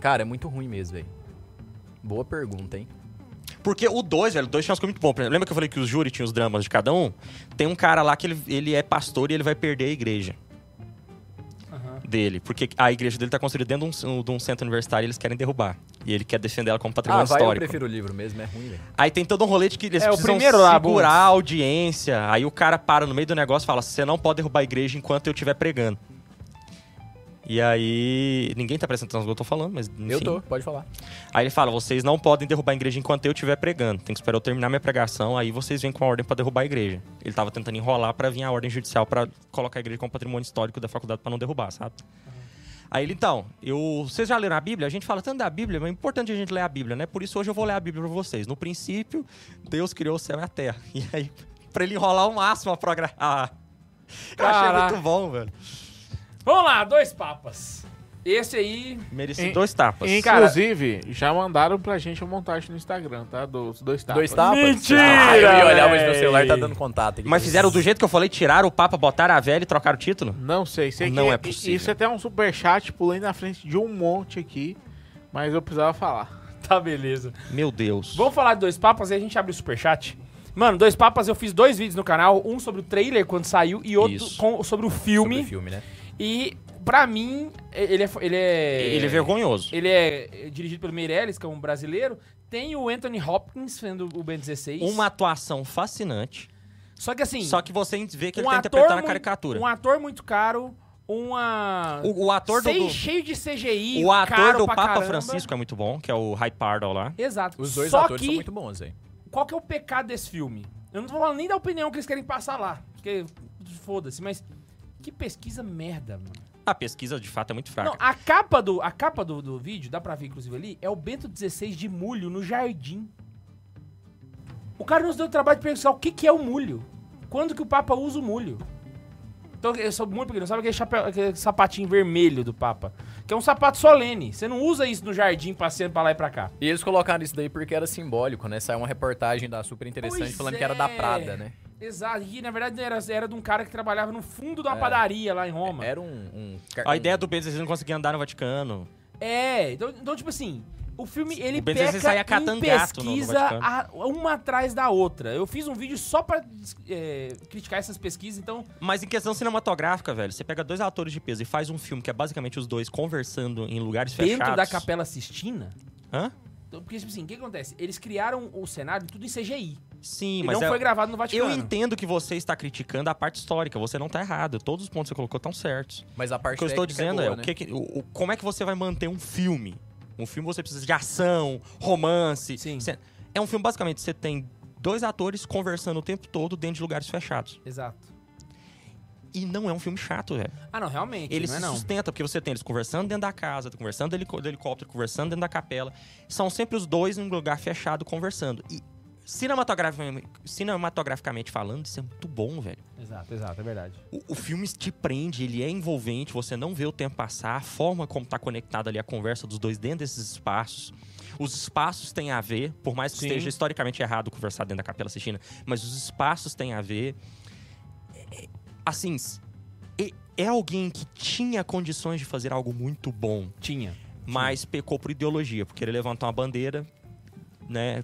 Speaker 3: Cara, é muito ruim mesmo, velho. Boa pergunta, hein?
Speaker 2: Porque o 2, velho, o 2 tinha umas coisas muito boas. Por exemplo, Lembra que eu falei que os júri tinham os dramas de cada um? Tem um cara lá que ele, ele é pastor e ele vai perder a igreja
Speaker 1: Aham.
Speaker 2: dele. Porque a igreja dele tá construída dentro de um, de um centro universitário e eles querem derrubar. E ele quer defender ela como patrimônio
Speaker 3: ah, vai, eu
Speaker 2: histórico.
Speaker 3: prefiro o livro mesmo, é ruim, velho.
Speaker 2: Aí tem todo um rolê de que eles
Speaker 1: É, o
Speaker 2: precisam
Speaker 1: primeiro lá,
Speaker 2: segurar
Speaker 1: Bundes.
Speaker 2: a audiência. Aí o cara para no meio do negócio e fala: Você não pode derrubar a igreja enquanto eu estiver pregando. E aí. Ninguém tá prestando atenção no que eu tô falando, mas. Enfim.
Speaker 3: Eu tô, pode falar.
Speaker 2: Aí ele fala: Vocês não podem derrubar a igreja enquanto eu estiver pregando. Tem que esperar eu terminar minha pregação. Aí vocês vêm com a ordem pra derrubar a igreja. Ele tava tentando enrolar pra vir a ordem judicial pra colocar a igreja como patrimônio histórico da faculdade pra não derrubar, sabe? Aí ele, então, eu, vocês já leram a Bíblia? A gente fala tanto da Bíblia, mas é importante a gente ler a Bíblia, né? Por isso hoje eu vou ler a Bíblia pra vocês. No princípio, Deus criou o céu e a terra. E aí, pra ele enrolar ao máximo a programa. Ah, eu achei
Speaker 1: Caraca.
Speaker 2: muito bom, velho.
Speaker 1: Vamos lá, dois papas. Esse aí...
Speaker 2: Mereci
Speaker 4: Em-
Speaker 2: dois tapas.
Speaker 4: Inclusive, já mandaram pra gente a montagem no Instagram, tá? Dos dois tapas.
Speaker 3: Dois tapas.
Speaker 1: Mentira,
Speaker 3: Ah, eu ia olhar hoje
Speaker 1: véi.
Speaker 3: meu celular, tá dando contato aqui.
Speaker 2: Mas fizeram do jeito que eu falei, tiraram o Papa, botaram a velha e trocaram o título?
Speaker 4: Não sei, sei
Speaker 2: Não
Speaker 4: que
Speaker 2: é possível.
Speaker 4: Isso é até um superchat, pulei na frente de um monte aqui, mas eu precisava falar.
Speaker 1: Tá, beleza.
Speaker 2: Meu Deus.
Speaker 1: Vamos falar de Dois Papas e a gente abre o superchat? Mano, Dois Papas eu fiz dois vídeos no canal. Um sobre o trailer quando saiu e outro
Speaker 2: Isso.
Speaker 1: com- sobre o
Speaker 3: filme.
Speaker 1: filme.
Speaker 3: Sobre filme, né?
Speaker 1: E, pra mim, ele é... Ele é,
Speaker 2: Ele é vergonhoso.
Speaker 1: Ele é dirigido pelo Meirelles, que é um brasileiro. Tem o Anthony Hopkins sendo o Ben 16.
Speaker 2: Uma atuação fascinante,
Speaker 1: Só que assim,
Speaker 2: só que você vê que ele
Speaker 1: um
Speaker 2: tá
Speaker 1: ator
Speaker 2: interpretando a
Speaker 1: mui-
Speaker 2: caricatura.
Speaker 1: Um ator muito caro, uma
Speaker 2: O, o ator do,
Speaker 1: Sei,
Speaker 2: do-
Speaker 1: cheio de CGI,
Speaker 2: o ator
Speaker 1: caro
Speaker 2: do
Speaker 1: pra
Speaker 2: Papa
Speaker 1: caramba.
Speaker 2: Francisco é muito bom, que é o Hyde Pardo lá.
Speaker 1: Exato.
Speaker 3: Os dois
Speaker 1: Só
Speaker 3: atores
Speaker 1: que,
Speaker 3: são muito bons, velho.
Speaker 1: qual que é o pecado desse filme? Eu não tô falando nem da opinião que eles querem passar lá, porque foda-se, mas que pesquisa merda, mano.
Speaker 2: A pesquisa de fato é muito fraca.
Speaker 1: Não, a capa do a capa do, do vídeo, dá pra ver inclusive ali, é o Bento 16 de mulho no jardim. O cara nos deu o trabalho de pensar o que, que é o mulho. Quando que o Papa usa o mulho? Então, eu sou muito pequeno, sabe aquele, chapéu, aquele sapatinho vermelho do Papa? Que é um sapato solene. Você não usa isso no jardim passeando pra lá e pra cá.
Speaker 3: E eles colocaram isso daí porque era simbólico, né? Saiu uma reportagem da super interessante
Speaker 1: Pois
Speaker 3: falando que era da
Speaker 1: é.
Speaker 3: Prada, né?
Speaker 1: Exato. E na verdade era, era de um cara que trabalhava no fundo de uma
Speaker 3: É.
Speaker 1: padaria lá em Roma.
Speaker 3: Era um. um car-
Speaker 2: A ideia
Speaker 3: um-
Speaker 2: do Ben 16 não conseguir andar no Vaticano.
Speaker 1: É, então, então, tipo assim, o filme ele
Speaker 2: O Ben 16 saía
Speaker 1: peca em
Speaker 2: catando gato no- no
Speaker 1: pesquisa
Speaker 2: Vaticano.
Speaker 1: a- uma atrás da outra. Eu fiz um vídeo só pra des- é, criticar essas pesquisas, então
Speaker 2: Mas em questão cinematográfica, velho, você pega dois atores de peso e faz um filme que é basicamente os dois conversando em lugares
Speaker 1: dentro
Speaker 2: fechados.
Speaker 1: da Capela Sistina...
Speaker 2: Hã?
Speaker 1: então, Porque, tipo assim, o que acontece? Eles criaram o cenário tudo em CGI.
Speaker 2: Sim,
Speaker 1: e
Speaker 2: mas
Speaker 1: não
Speaker 2: é-
Speaker 1: foi gravado no Vaticano.
Speaker 2: eu entendo que você está criticando a parte histórica. Você não tá errado. Todos os pontos que você colocou estão certos.
Speaker 3: um- Mas a
Speaker 2: O
Speaker 3: parte
Speaker 2: que eu estou
Speaker 3: técnica é
Speaker 2: dizendo é,
Speaker 3: boa,
Speaker 2: o
Speaker 3: né?
Speaker 2: que que- o- o- como é que você vai manter um filme? Um filme você precisa de ação, romance.
Speaker 1: Sim.
Speaker 2: cê- é um filme, basicamente, você tem dois atores conversando o tempo todo dentro de lugares fechados.
Speaker 1: Exato.
Speaker 2: E não é um filme chato, velho.
Speaker 1: Ah, não, realmente.
Speaker 2: Ele
Speaker 1: não
Speaker 2: se
Speaker 1: é, não.
Speaker 2: sustenta, porque você tem eles conversando dentro da casa, tá conversando do helico- do helicóptero, conversando dentro da capela. São sempre os dois em um lugar fechado conversando. E cinematografi- cinematograficamente falando, isso é muito bom, velho.
Speaker 1: Exato, exato, é verdade.
Speaker 2: O, o filme te prende, ele é envolvente, você não vê o tempo passar, a forma como tá conectada ali a conversa dos dois dentro desses espaços. Os espaços têm a ver, por mais que
Speaker 1: Sim.
Speaker 2: esteja historicamente errado conversar dentro da Capela Sistina, mas os espaços têm a ver. É, é, Assim, s- é- é alguém que tinha condições de fazer algo muito bom
Speaker 1: Tinha.
Speaker 2: mas pecou por ideologia, porque ele levantou uma bandeira, né?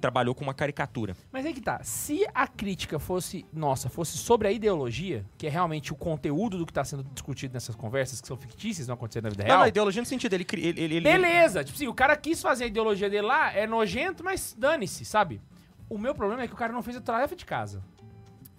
Speaker 2: Trabalhou com uma caricatura.
Speaker 1: Mas aí que tá. Se a crítica fosse, nossa, fosse sobre a ideologia, que é realmente o conteúdo do que tá sendo discutido nessas conversas, que são fictícias, não aconteceram na vida
Speaker 2: Não,
Speaker 1: real.
Speaker 2: não, ideologia no sentido dele. cri- Ele, ele, ele-
Speaker 1: Beleza, tipo assim, o cara quis fazer a ideologia dele lá, é nojento, mas dane-se, sabe? O meu problema é que o cara não fez a tarefa de casa.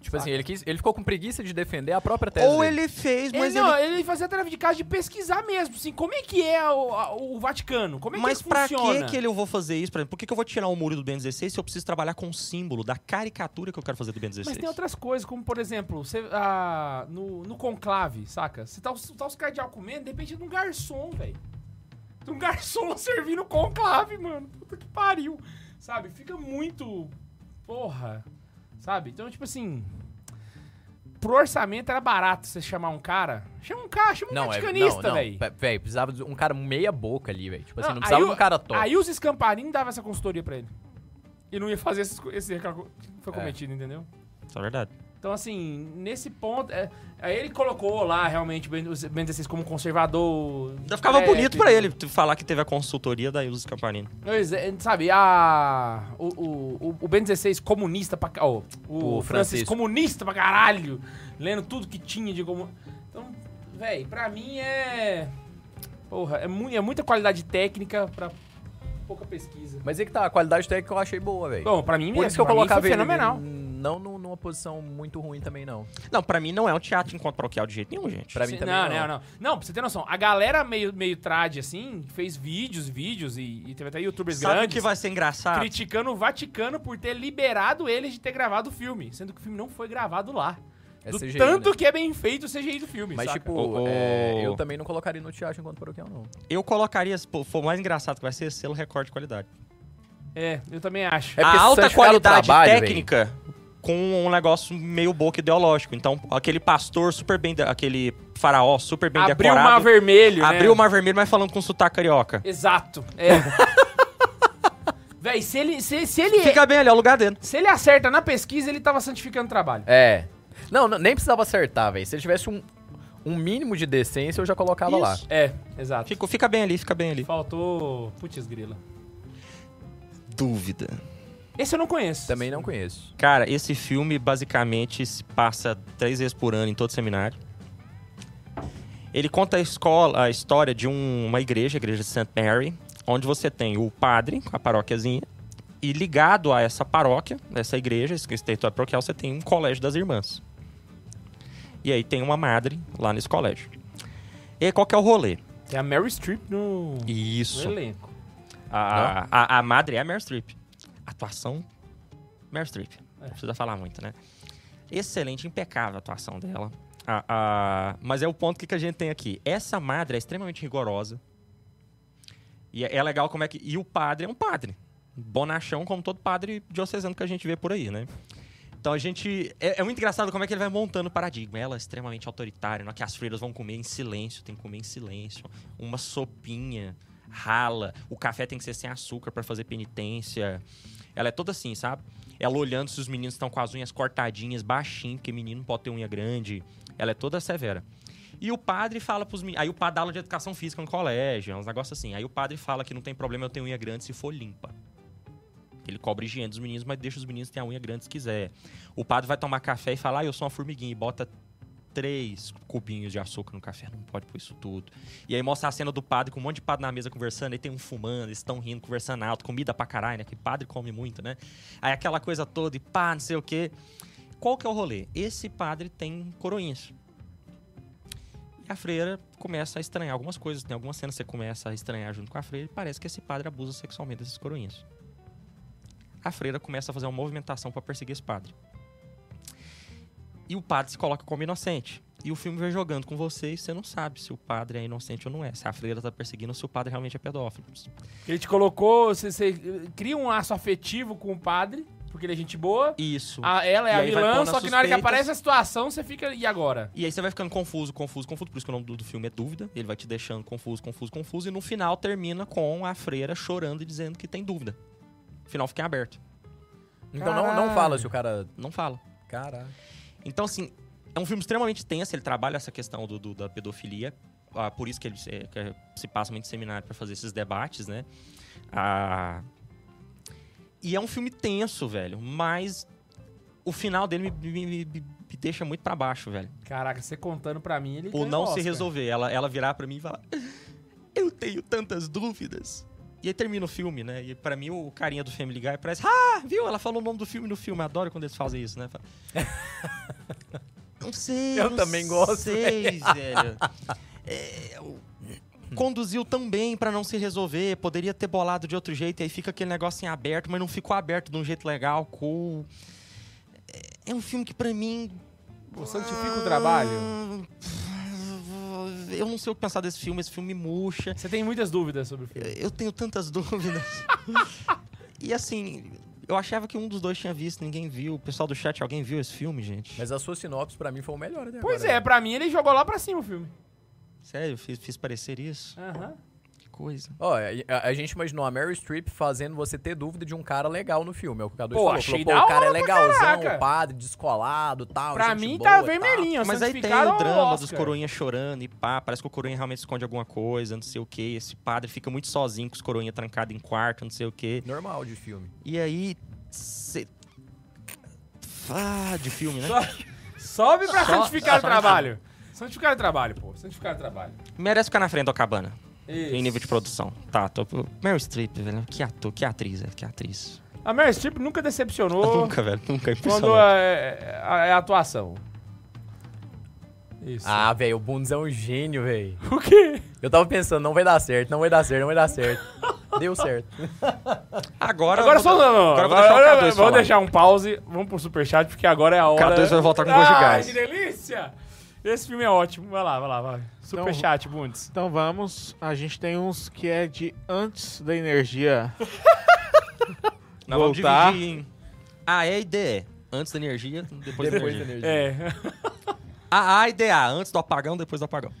Speaker 3: Tipo assim, ele, quis, ele ficou com preguiça de defender a própria tese.
Speaker 2: Ou
Speaker 3: dele.
Speaker 2: ele fez, mas
Speaker 1: ele,
Speaker 2: ele.
Speaker 1: não, ele fazia a tarefa de casa de pesquisar mesmo, assim, como é que é o, a- o Vaticano? Como é
Speaker 2: Mas
Speaker 1: que
Speaker 2: pra
Speaker 1: ele funciona?
Speaker 2: que que ele eu vou fazer isso? Por exemplo, por que, que eu vou tirar o muro do Ben 16 se eu preciso trabalhar com o símbolo da caricatura que eu quero fazer do Ben 16?
Speaker 1: Mas tem outras coisas, como por exemplo, você, ah, no, no conclave, saca? Você tá, os- tá os cardeal comendo, de repente é de um garçom, velho. De um garçom servindo conclave, mano. Puta que pariu. Sabe? Fica muito. Porra. Sabe? Então, tipo assim. Pro orçamento era barato você chamar um cara. Chama um cara, chama um
Speaker 3: Não, é, não,
Speaker 1: vaticanista,
Speaker 3: não.
Speaker 1: velho.
Speaker 3: Pe- Véi, precisava de um cara meia boca ali, velho. Tipo assim,
Speaker 1: Não,
Speaker 3: não, precisava
Speaker 1: aí
Speaker 3: de
Speaker 1: o-
Speaker 3: um cara top.
Speaker 1: Aí os escamparinhos davam essa consultoria pra ele. E não ia fazer esses, co- esse recalco que foi
Speaker 3: É.
Speaker 1: cometido, entendeu?
Speaker 2: Isso é verdade.
Speaker 1: Então, assim, nesse ponto. é, aí ele colocou lá realmente o Ben o Ben 16 como conservador.
Speaker 2: Ainda ficava
Speaker 1: é,
Speaker 2: bonito pra ele tu falar que teve a consultoria da Ilus Campanini.
Speaker 1: Pois é, Sabe, a, o, o, o- o Ben 16 comunista pra. ca- ó, o
Speaker 3: O
Speaker 1: Francisco
Speaker 3: Francisco.
Speaker 1: comunista pra caralho. Lendo tudo que tinha de como. Então, véi, pra mim é. Porra, é, mu é muita qualidade técnica pra pouca pesquisa.
Speaker 3: Mas é que tá, a qualidade técnica eu achei boa, velho.
Speaker 1: Bom, pra mim
Speaker 3: Por
Speaker 1: mesmo,
Speaker 3: isso que eu
Speaker 1: pra mim
Speaker 3: colocava
Speaker 1: foi
Speaker 3: ele
Speaker 1: fenomenal.
Speaker 3: Não num- numa posição muito ruim também, não.
Speaker 2: Não, pra mim não é um teatro enquanto paroquial de jeito nenhum, gente.
Speaker 3: Pra mim
Speaker 1: Sim,
Speaker 3: também
Speaker 1: não,
Speaker 3: não.
Speaker 1: não, não. Não, pra você ter noção, a galera meio, meio trad, assim, fez vídeos, vídeos e, e teve até youtubers
Speaker 2: Sabe o
Speaker 1: grandes
Speaker 2: que vai ser engraçado?
Speaker 1: criticando o Vaticano por ter liberado eles de ter gravado o filme, sendo que o filme não foi gravado lá.
Speaker 3: É
Speaker 1: do
Speaker 3: CGI,
Speaker 1: tanto
Speaker 3: né?
Speaker 1: que é bem feito o CGI do filme,
Speaker 3: Mas,
Speaker 1: saca?
Speaker 3: tipo,
Speaker 2: O-
Speaker 3: é,
Speaker 2: o-
Speaker 3: eu também não colocaria no teatro enquanto paroquial, não. É
Speaker 2: Eu colocaria, se pô, for mais engraçado que vai ser, selo recorde de qualidade.
Speaker 1: É, eu também acho.
Speaker 3: É porque
Speaker 2: a
Speaker 3: se
Speaker 2: alta
Speaker 3: santificar no
Speaker 2: qualidade
Speaker 3: trabalho,
Speaker 2: técnica com um negócio meio boca ideológico. Então, aquele pastor super bem, de- aquele faraó super bem
Speaker 1: Abriu o
Speaker 2: decorado.
Speaker 1: mar vermelho, né?
Speaker 2: abriu o mar vermelho, mas falando com sotaque carioca.
Speaker 1: Exato, é. Véi, se ele, se, se ele,
Speaker 2: Fica bem ali, é o lugar dele.
Speaker 1: se ele acerta na pesquisa, ele tava santificando o trabalho.
Speaker 3: É. Não, não, nem precisava acertar, velho. Se ele tivesse um, um mínimo de decência, eu já colocava lá.
Speaker 2: Isso.
Speaker 1: É, exato.
Speaker 2: Fica, fica bem ali, fica bem ali.
Speaker 1: Faltou... Putz, grila.
Speaker 2: Dúvida.
Speaker 1: Esse eu não conheço.
Speaker 3: Também não conheço.
Speaker 2: Cara, esse filme basicamente se passa três vezes por ano em todo seminário. Ele conta a escola, a história de um- uma igreja, a igreja de St. Mary, onde você tem o padre com a paróquiazinha e ligado a essa paróquia, essa igreja, esse esse território paroquial, você tem um colégio das irmãs. E aí tem uma madre lá nesse colégio. E aí, qual que é o rolê?
Speaker 1: Tem a Mary Streep no, no
Speaker 2: Isso.
Speaker 1: elenco.
Speaker 2: A, a, a madre é a Meryl Streep. Atuação Meryl Streep. Não precisa falar muito, né? Excelente, impecável a atuação dela. A- a- mas é o ponto que, que a gente tem aqui. Essa madre é extremamente rigorosa. E é, é legal como é que. E o padre é um padre. Bonachão, como todo padre diocesano que a gente vê por aí, né? Então a gente. É, é muito engraçado como é que ele vai montando o paradigma. Ela é extremamente autoritária, não é que as freiras vão comer em silêncio, tem que comer em silêncio. Uma sopinha rala, o café tem que ser sem açúcar pra fazer penitência. Ela é toda assim, sabe? Ela olhando se os meninos estão com as unhas cortadinhas, baixinho, porque menino não pode ter unha grande. Ela é toda severa. E o padre fala pros meninos. Aí o padre dá aula de educação física no colégio, é uns negócios assim. Aí o padre fala que não tem problema eu ter unha grande se for limpa. Ele cobra a higiene dos meninos, mas deixa os meninos ter a unha grande se quiser. O padre vai tomar café e fala, ah, eu sou uma formiguinha, e bota três cubinhos de açúcar no café. Não pode pôr isso tudo. E aí mostra a cena do padre com um monte de padre na mesa conversando, aí tem um fumando, eles estão rindo, conversando alto, comida pra caralho, né? Que padre come muito, né? Aí aquela coisa toda e pá, não sei o quê. Qual que é o rolê? Esse padre tem coroinhas. E a freira começa a estranhar algumas coisas. Tem algumas cenas que você começa a estranhar junto com a freira e parece que esse padre abusa sexualmente desses coroinhas. A freira começa a fazer uma movimentação pra perseguir esse padre. E o padre se coloca como inocente. E o filme vai jogando com você e você não sabe se o padre é inocente ou não é. Se a freira tá perseguindo ou se o padre realmente é pedófilo.
Speaker 1: Ele te colocou, você, você cria um laço afetivo com o padre, porque ele é gente boa.
Speaker 2: Isso.
Speaker 1: A- ela é
Speaker 2: E
Speaker 1: a
Speaker 2: aí vai
Speaker 1: vilã,
Speaker 2: pondo
Speaker 1: só
Speaker 2: as
Speaker 1: que na hora que
Speaker 2: suspeitas.
Speaker 1: aparece a situação, você fica. E agora?
Speaker 2: E aí você vai ficando confuso, confuso, confuso. Por isso que o nome do, do filme é Dúvida. Ele vai te deixando confuso, confuso, confuso. E no final termina com a freira chorando e dizendo que tem dúvida. O final fica em aberto.
Speaker 3: Então não, não fala se o cara.
Speaker 2: Não fala.
Speaker 3: Caralho.
Speaker 2: Então, assim, é um filme extremamente tenso. Ele trabalha essa questão do, do- da pedofilia. Ah, por isso que ele se, que se passa muito seminário para fazer esses debates, né? Ah, e é um filme tenso, velho. Mas o final dele me, me- me- me deixa muito pra baixo, velho.
Speaker 1: Caraca, você contando pra mim, ele.
Speaker 2: Ou
Speaker 1: ganha
Speaker 2: não
Speaker 1: o
Speaker 2: se
Speaker 1: Oscar.
Speaker 2: resolver. Ela, ela virar pra mim e falar: Eu tenho tantas dúvidas. E aí termina o filme, né? E pra mim o carinha do Family Guy parece: Ah, viu? Ela falou o nome do filme no filme. Adoro quando eles fazem isso, né? Fala, não sei.
Speaker 3: Eu
Speaker 2: não
Speaker 3: também gosto,
Speaker 2: Sei, velho. É, eu- Conduziu tão bem pra não se resolver. Poderia ter bolado de outro jeito. E aí fica aquele negócio em aberto, mas não ficou aberto de um jeito legal, cool. É- É um filme que pra mim
Speaker 1: Pô, santifica o trabalho.
Speaker 2: Ah, eu não sei o que pensar desse filme, esse filme murcha.
Speaker 1: Você tem muitas dúvidas sobre o filme.
Speaker 2: Eu tenho tantas dúvidas. e assim, eu achava que um dos dois tinha visto, ninguém viu. O pessoal do chat, alguém viu esse filme, gente?
Speaker 3: Mas a sua sinopse pra mim foi o melhor até
Speaker 1: Pois é,
Speaker 3: agora.
Speaker 1: pra mim ele jogou lá pra cima o filme.
Speaker 2: Sério, eu fiz, fiz parecer isso?
Speaker 1: Aham.
Speaker 2: Que coisa.
Speaker 3: Ó, a, a gente imaginou a Mary Streep fazendo você ter dúvida de um cara legal no filme. É o que o K2
Speaker 1: Pô,
Speaker 3: falou. falou.
Speaker 1: achei
Speaker 3: Pô,
Speaker 1: da
Speaker 3: o cara é
Speaker 1: hora pra
Speaker 3: legalzão,
Speaker 1: caraca.
Speaker 3: o padre, descolado tal.
Speaker 1: Pra
Speaker 3: Ah, gente
Speaker 1: mim
Speaker 3: boa
Speaker 1: tá
Speaker 3: e tal.
Speaker 1: vermelhinho.
Speaker 2: Mas aí tem
Speaker 1: santificaram
Speaker 2: o drama dos
Speaker 1: Oscar.
Speaker 2: coroinhas chorando e pá, parece que o coroinha realmente esconde alguma coisa, não sei o quê. Esse padre fica muito sozinho com os coroinhas trancados em quarto, não sei o quê.
Speaker 3: Normal de filme.
Speaker 2: E aí. Cê... Ah, de filme, né?
Speaker 1: Sobe pra
Speaker 2: Só-
Speaker 1: santificar
Speaker 2: só-
Speaker 1: o trabalho. Santificar o trabalho, pô. Santificar o trabalho.
Speaker 2: Merece ficar na frente da cabana.
Speaker 1: Isso.
Speaker 2: Em nível de produção. Tá, tô. Meryl Streep, velho. Que ator, que atriz, velho. Que atriz.
Speaker 1: A Meryl Streep nunca decepcionou
Speaker 2: Nunca, velho. Nunca.
Speaker 1: quando
Speaker 2: Impressionante.
Speaker 1: é, é- é atuação. Isso.
Speaker 3: Ah, velho, o Bundes é um gênio, velho.
Speaker 1: O quê?
Speaker 3: Eu tava pensando, não vai dar certo, não vai dar certo, não vai dar certo. Deu certo.
Speaker 2: Agora.
Speaker 1: Agora
Speaker 2: eu
Speaker 1: só
Speaker 2: vou-
Speaker 1: não, não.
Speaker 2: Agora eu vou
Speaker 1: agora-
Speaker 2: deixar o K2
Speaker 1: vamos
Speaker 2: falar.
Speaker 1: deixar um pause, vamos pro superchat, porque agora é a hora.
Speaker 2: K2 vai voltar com gosto de
Speaker 1: Ah,
Speaker 2: gás.
Speaker 1: que delícia! Esse filme é ótimo. Vai lá, vai lá, vai. Superchat, Bundes.
Speaker 4: Então vamos, a gente tem uns que é de antes da energia.
Speaker 2: Nós vamos
Speaker 4: voltar.
Speaker 2: dividir em A, E e DE. Antes da energia, depois, da energia.
Speaker 1: É.
Speaker 2: A, A e DA. Antes do apagão, depois do apagão.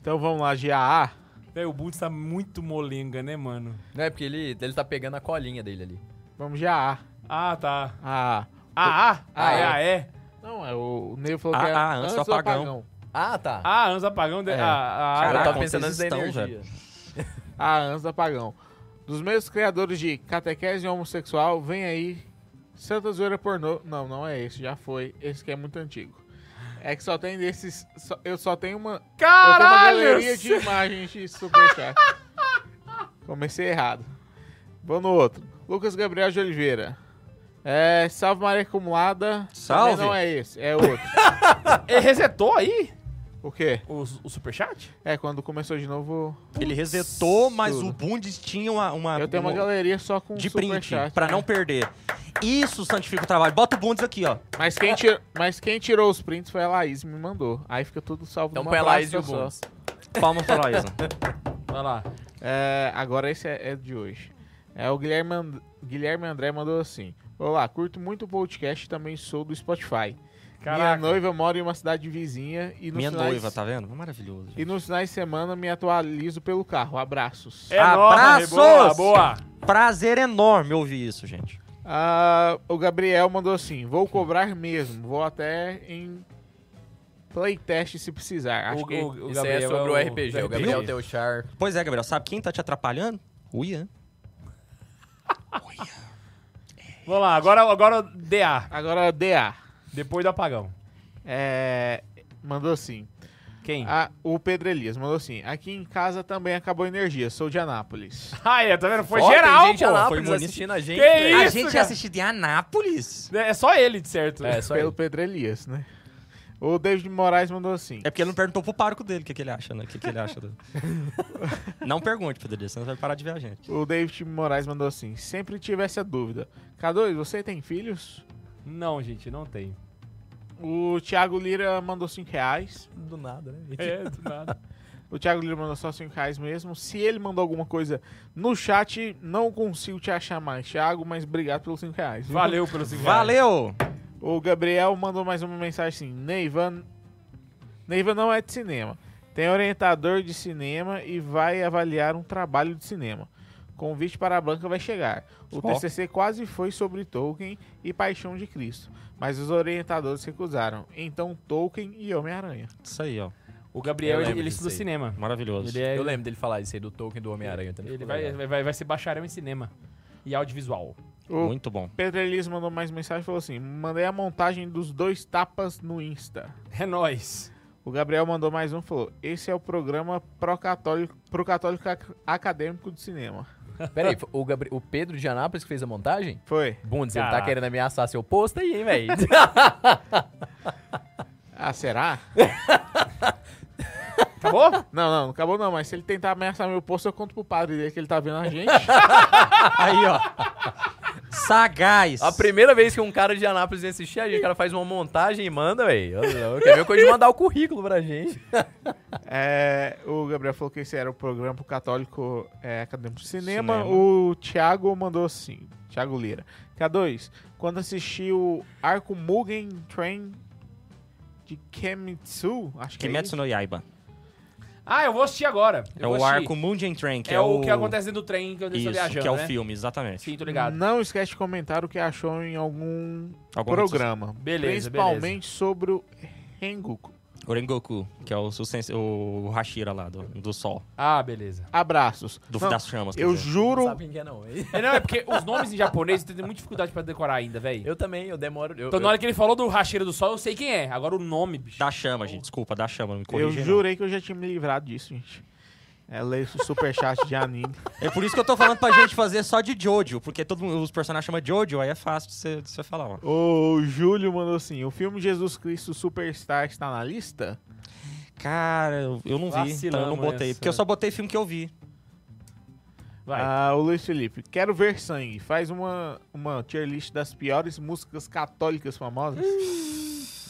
Speaker 4: Então vamos lá, de AA.
Speaker 1: Véi, o Bundes tá muito molenga, né, mano?
Speaker 3: Não é porque ele, ele tá pegando a colinha dele ali.
Speaker 4: Vamos de AA.
Speaker 1: Ah, tá.
Speaker 4: AA.
Speaker 1: Ah, ah,
Speaker 3: Ah,
Speaker 1: é.
Speaker 3: é.
Speaker 1: ah, é.
Speaker 4: Não, é o, o Nego falou que
Speaker 2: AA,
Speaker 4: é
Speaker 2: antes do apagão.
Speaker 3: Ah, tá.
Speaker 1: Ah, anos apagão. De...
Speaker 2: É.
Speaker 1: Ah, ah,
Speaker 3: eu
Speaker 2: Caraca,
Speaker 3: tava
Speaker 2: onde
Speaker 3: pensando antes
Speaker 2: vocês
Speaker 3: da
Speaker 2: estão,
Speaker 3: energia.
Speaker 2: velho?
Speaker 4: AA antes do apagão. Dos mesmos criadores de Catequese Homossexual, vem aí Santa Zoeira Pornô. Não, não é esse, já foi. Esse que é muito antigo. É que só tem desses. só- eu só tenho uma. Eu tenho uma
Speaker 1: Caralho!
Speaker 4: galeria de imagens de superchat. Comecei errado. Vou no outro. Lucas Gabriel de Oliveira. É, salve Maria Acumulada. Também
Speaker 2: Salve.
Speaker 4: Não é esse, é outro.
Speaker 1: Ele resetou aí
Speaker 4: o quê?
Speaker 1: o, o superchat?
Speaker 4: É, quando começou de novo,
Speaker 2: Ele resetou, mas
Speaker 4: tudo.
Speaker 2: o Bundes tinha uma. uma
Speaker 3: Ah,
Speaker 4: eu tenho uma
Speaker 2: um-
Speaker 4: galeria só com
Speaker 2: De print,
Speaker 4: superchat. né?
Speaker 2: pra não perder. Isso santifica o trabalho. Bota o Bundes aqui, ó.
Speaker 4: Mas quem, tir- Mas quem tirou os prints foi a Laís, me mandou. Aí fica tudo salvo
Speaker 1: Um
Speaker 3: Então
Speaker 4: numa
Speaker 3: põe a Laís e o
Speaker 4: pasta só.
Speaker 3: Bundes.
Speaker 2: Palmas pra Laísa.
Speaker 1: Vai lá.
Speaker 4: É, agora esse é, é de hoje. É, o Guilherme, And- Guilherme André mandou assim. Olá, curto muito o podcast e também sou do Spotify. Minha
Speaker 1: Caraca.
Speaker 4: noiva mora em uma cidade vizinha e nos
Speaker 2: Minha
Speaker 4: finais-
Speaker 2: noiva, tá vendo? Maravilhoso.
Speaker 4: E nos finais de semana me atualizo pelo carro. Abraços.
Speaker 1: É nóis,
Speaker 2: Abraços!
Speaker 1: boa, boa.
Speaker 2: Prazer enorme ouvir isso, gente.
Speaker 4: Ah, o Gabriel mandou assim: vou cobrar mesmo, vou até em playtest se precisar. Acho
Speaker 1: O-
Speaker 4: que
Speaker 1: o- o
Speaker 3: Isso aí é
Speaker 1: Gabriel
Speaker 3: sobre
Speaker 1: é
Speaker 3: o
Speaker 1: o-
Speaker 3: RPG. O Gabriel
Speaker 1: Viu?
Speaker 3: tem o char.
Speaker 2: Pois é, Gabriel, sabe quem tá te atrapalhando? O Ian.
Speaker 1: Vamos lá, agora, agora o DA,
Speaker 4: agora DA.
Speaker 1: depois do apagão.
Speaker 4: É, mandou assim.
Speaker 1: Quem?
Speaker 4: Ah, o Pedro Elias mandou assim: aqui em casa também acabou a energia, sou de Anápolis.
Speaker 1: Ah, é, tá vendo? Foi
Speaker 3: Ó, tem
Speaker 1: geral,
Speaker 3: gente
Speaker 1: pô.
Speaker 3: lá
Speaker 2: foi
Speaker 3: Anápolis
Speaker 2: bonito.
Speaker 3: assistindo a gente.
Speaker 1: Que
Speaker 3: velho.
Speaker 1: isso?
Speaker 2: a gente
Speaker 1: cara.
Speaker 2: assiste de Anápolis.
Speaker 1: É só ele, de certo.
Speaker 3: É, só
Speaker 4: Pelo
Speaker 3: ele.
Speaker 4: Pedro Elias, né? O David Moraes mandou assim.
Speaker 2: É porque ele não perguntou pro pároco dele o que, que ele acha, né? O que, que ele acha. do- não pergunte, Pedro, senão você vai parar de ver a gente.
Speaker 4: O David Moraes mandou assim: sempre tive essa dúvida. K2, você tem filhos?
Speaker 1: Não, gente, não tem.
Speaker 4: O Thiago Lira mandou 5 reais.
Speaker 3: Do nada, né? gente?
Speaker 1: É, do nada.
Speaker 4: O Thiago Lira mandou só 5 reais mesmo. Se ele mandou alguma coisa no chat, não consigo te achar mais, Thiago, mas obrigado pelos 5 reais. viu?
Speaker 1: Valeu pelo cigarro.
Speaker 2: Valeu!
Speaker 4: O Gabriel mandou mais uma mensagem assim: Neivan. Neivan não é de cinema. Tem orientador de cinema e vai avaliar um trabalho de cinema. Convite para a banca vai chegar. O
Speaker 2: Ó.
Speaker 4: TCC quase foi sobre Tolkien e Paixão de Cristo, mas os orientadores recusaram. Então Tolkien e Homem-Aranha.
Speaker 2: Isso aí, ó.
Speaker 1: O
Speaker 3: Eu
Speaker 1: Gabriel, ele,
Speaker 3: lembro
Speaker 1: ele
Speaker 3: disso
Speaker 1: estuda
Speaker 3: aí.
Speaker 1: cinema.
Speaker 2: Maravilhoso.
Speaker 1: Ele é-
Speaker 3: Eu lembro dele falar isso aí do Tolkien do Homem-Aranha também.
Speaker 1: Ele
Speaker 3: ficou
Speaker 1: vai,
Speaker 3: legal.
Speaker 1: vai, vai ser bacharel em cinema e audiovisual.
Speaker 4: O
Speaker 2: Muito bom.
Speaker 4: Pedro Elias mandou mais mensagem e falou assim: mandei a montagem dos dois tapas no Insta.
Speaker 1: É nóis.
Speaker 4: O Gabriel mandou mais um e falou: esse é o programa pró-católico- pro-católico ac- acadêmico de cinema.
Speaker 3: Pera aí, o, Gabri- o Pedro de Anápolis que fez a montagem?
Speaker 4: Foi.
Speaker 3: Bundes, ele tá
Speaker 1: Caraca.
Speaker 3: querendo ameaçar seu posto aí, hein, velho?
Speaker 4: Ah, será?
Speaker 1: Acabou?
Speaker 4: Não, não, não acabou não, mas se ele tentar ameaçar meu posto, eu conto pro padre dele que ele tá vendo a gente.
Speaker 2: Aí, ó. Sagaz.
Speaker 3: a primeira vez que um cara de Anápolis vem assistir a gente, o cara faz uma montagem e manda, velho. Quer ver coisa de mandar o currículo pra gente.
Speaker 4: É, o Gabriel falou que esse era o programa pro católico é, acadêmico de cinema.
Speaker 2: Cinema.
Speaker 4: O Thiago mandou assim, Thiago Lira. K2, quando assisti o Arco Mugen Train de Kemitsu, acho que
Speaker 2: Kimetsu
Speaker 4: é
Speaker 2: no Yaiba.
Speaker 1: Ah, eu vou assistir agora. Eu
Speaker 2: É
Speaker 1: vou
Speaker 2: o
Speaker 1: assistir.
Speaker 2: arco Mundian Train, que
Speaker 1: É, o que acontece dentro do trem que eu estou
Speaker 2: Isso,
Speaker 1: viajando,
Speaker 2: que é o
Speaker 1: né?
Speaker 2: filme, exatamente.
Speaker 1: Sim, tô
Speaker 4: isso.
Speaker 1: ligado.
Speaker 4: Não esquece de comentar o que achou em algum
Speaker 2: Alguma
Speaker 4: programa.
Speaker 1: Beleza,
Speaker 4: principalmente sobre o Rengoku.
Speaker 2: coisa- O Rengoku, que é o, susten- o Hashira lá, do, do sol,
Speaker 1: Ah, beleza.
Speaker 4: Abraços.
Speaker 2: do,
Speaker 4: Não,
Speaker 2: das chamas. quer
Speaker 4: eu
Speaker 2: dizer.
Speaker 3: Não
Speaker 4: juro
Speaker 3: sabe quem que é, não. hein?
Speaker 1: É, não, é porque os nomes em japonês eu tenho muita dificuldade pra decorar ainda, velho.
Speaker 3: Eu também, eu demoro. Eu,
Speaker 1: Então, na
Speaker 3: eu-
Speaker 1: hora que ele falou do Racheiro do Sol, eu sei quem é. Agora o nome, bicho.
Speaker 2: Da chama, gente. Desculpa, da chama, não me
Speaker 4: Eu
Speaker 2: corrija. não.
Speaker 4: jurei que eu já tinha me livrado disso, gente. É ler esse superchat de anime.
Speaker 2: É por isso que eu tô falando pra gente fazer só de Jojo, porque todo mundo- os personagens chamam Jojo, aí é fácil de você, de você falar, ó.
Speaker 4: O Júlio mandou assim: o filme Jesus Cristo Superstar está na lista?
Speaker 2: Cara, eu, eu não vi, então eu não
Speaker 1: Vacilamos
Speaker 2: botei.
Speaker 1: essa.
Speaker 2: Porque eu só botei filme que eu vi.
Speaker 1: Vai.
Speaker 4: Ah, o Luiz Felipe, quero ver sangue. Faz uma, uma tier list das piores músicas católicas famosas.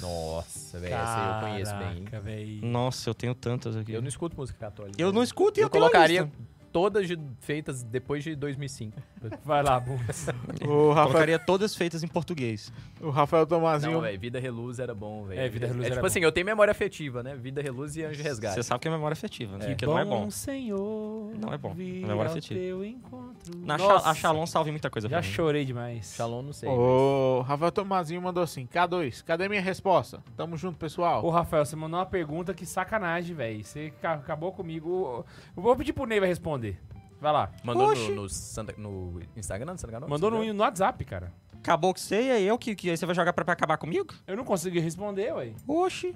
Speaker 3: Nossa,
Speaker 2: É,
Speaker 3: velho, essa aí eu conheço bem. hein?
Speaker 1: Caraca, véi.
Speaker 2: Nossa, eu tenho tantas aqui.
Speaker 3: Eu não escuto música católica.
Speaker 2: Eu não escuto e eu,
Speaker 3: Eu colocaria todas de- feitas depois de 2005.
Speaker 1: Vai lá, Bundes.
Speaker 4: o, Rafael,
Speaker 2: Colocaria todas feitas em português.
Speaker 4: o Rafael Tomazinho.
Speaker 3: Não, velho, Vida Reluz era bom, velho.
Speaker 1: É, Vida Reluz
Speaker 3: é,
Speaker 1: era
Speaker 3: tipo
Speaker 1: bom.
Speaker 3: assim, eu tenho memória afetiva, né? Vida Reluz e Anjo Resgate.
Speaker 2: Você sabe que é memória afetiva, né? Porque não é bom.
Speaker 1: Senhor.
Speaker 2: Não é bom.
Speaker 1: vir
Speaker 2: Memória
Speaker 1: ao
Speaker 2: afetiva.
Speaker 1: teu encontro.
Speaker 2: Na
Speaker 1: Nossa,
Speaker 2: Cha- a Shalom salve muita coisa
Speaker 1: Já
Speaker 2: pra mim.
Speaker 1: chorei demais.
Speaker 3: Shalom, não sei.
Speaker 4: o Rafael Tomazinho mandou assim: K2, cadê minha resposta? Tamo junto, pessoal.
Speaker 1: Ô, Rafael, você mandou uma pergunta que sacanagem, velho. Você ca- acabou comigo. Eu vou pedir pro Ney vai responder. Vai lá.
Speaker 3: mas- Mandou
Speaker 2: Oxi.
Speaker 3: no, no Santa- no Instagram, no Santa Canal?
Speaker 1: Mandou no,
Speaker 3: Instagram?
Speaker 1: no WhatsApp, cara.
Speaker 2: Acabou que você e aí eu que, que aí você vai jogar pra, pra acabar comigo?
Speaker 1: Eu não consegui responder, ué.
Speaker 2: Oxi.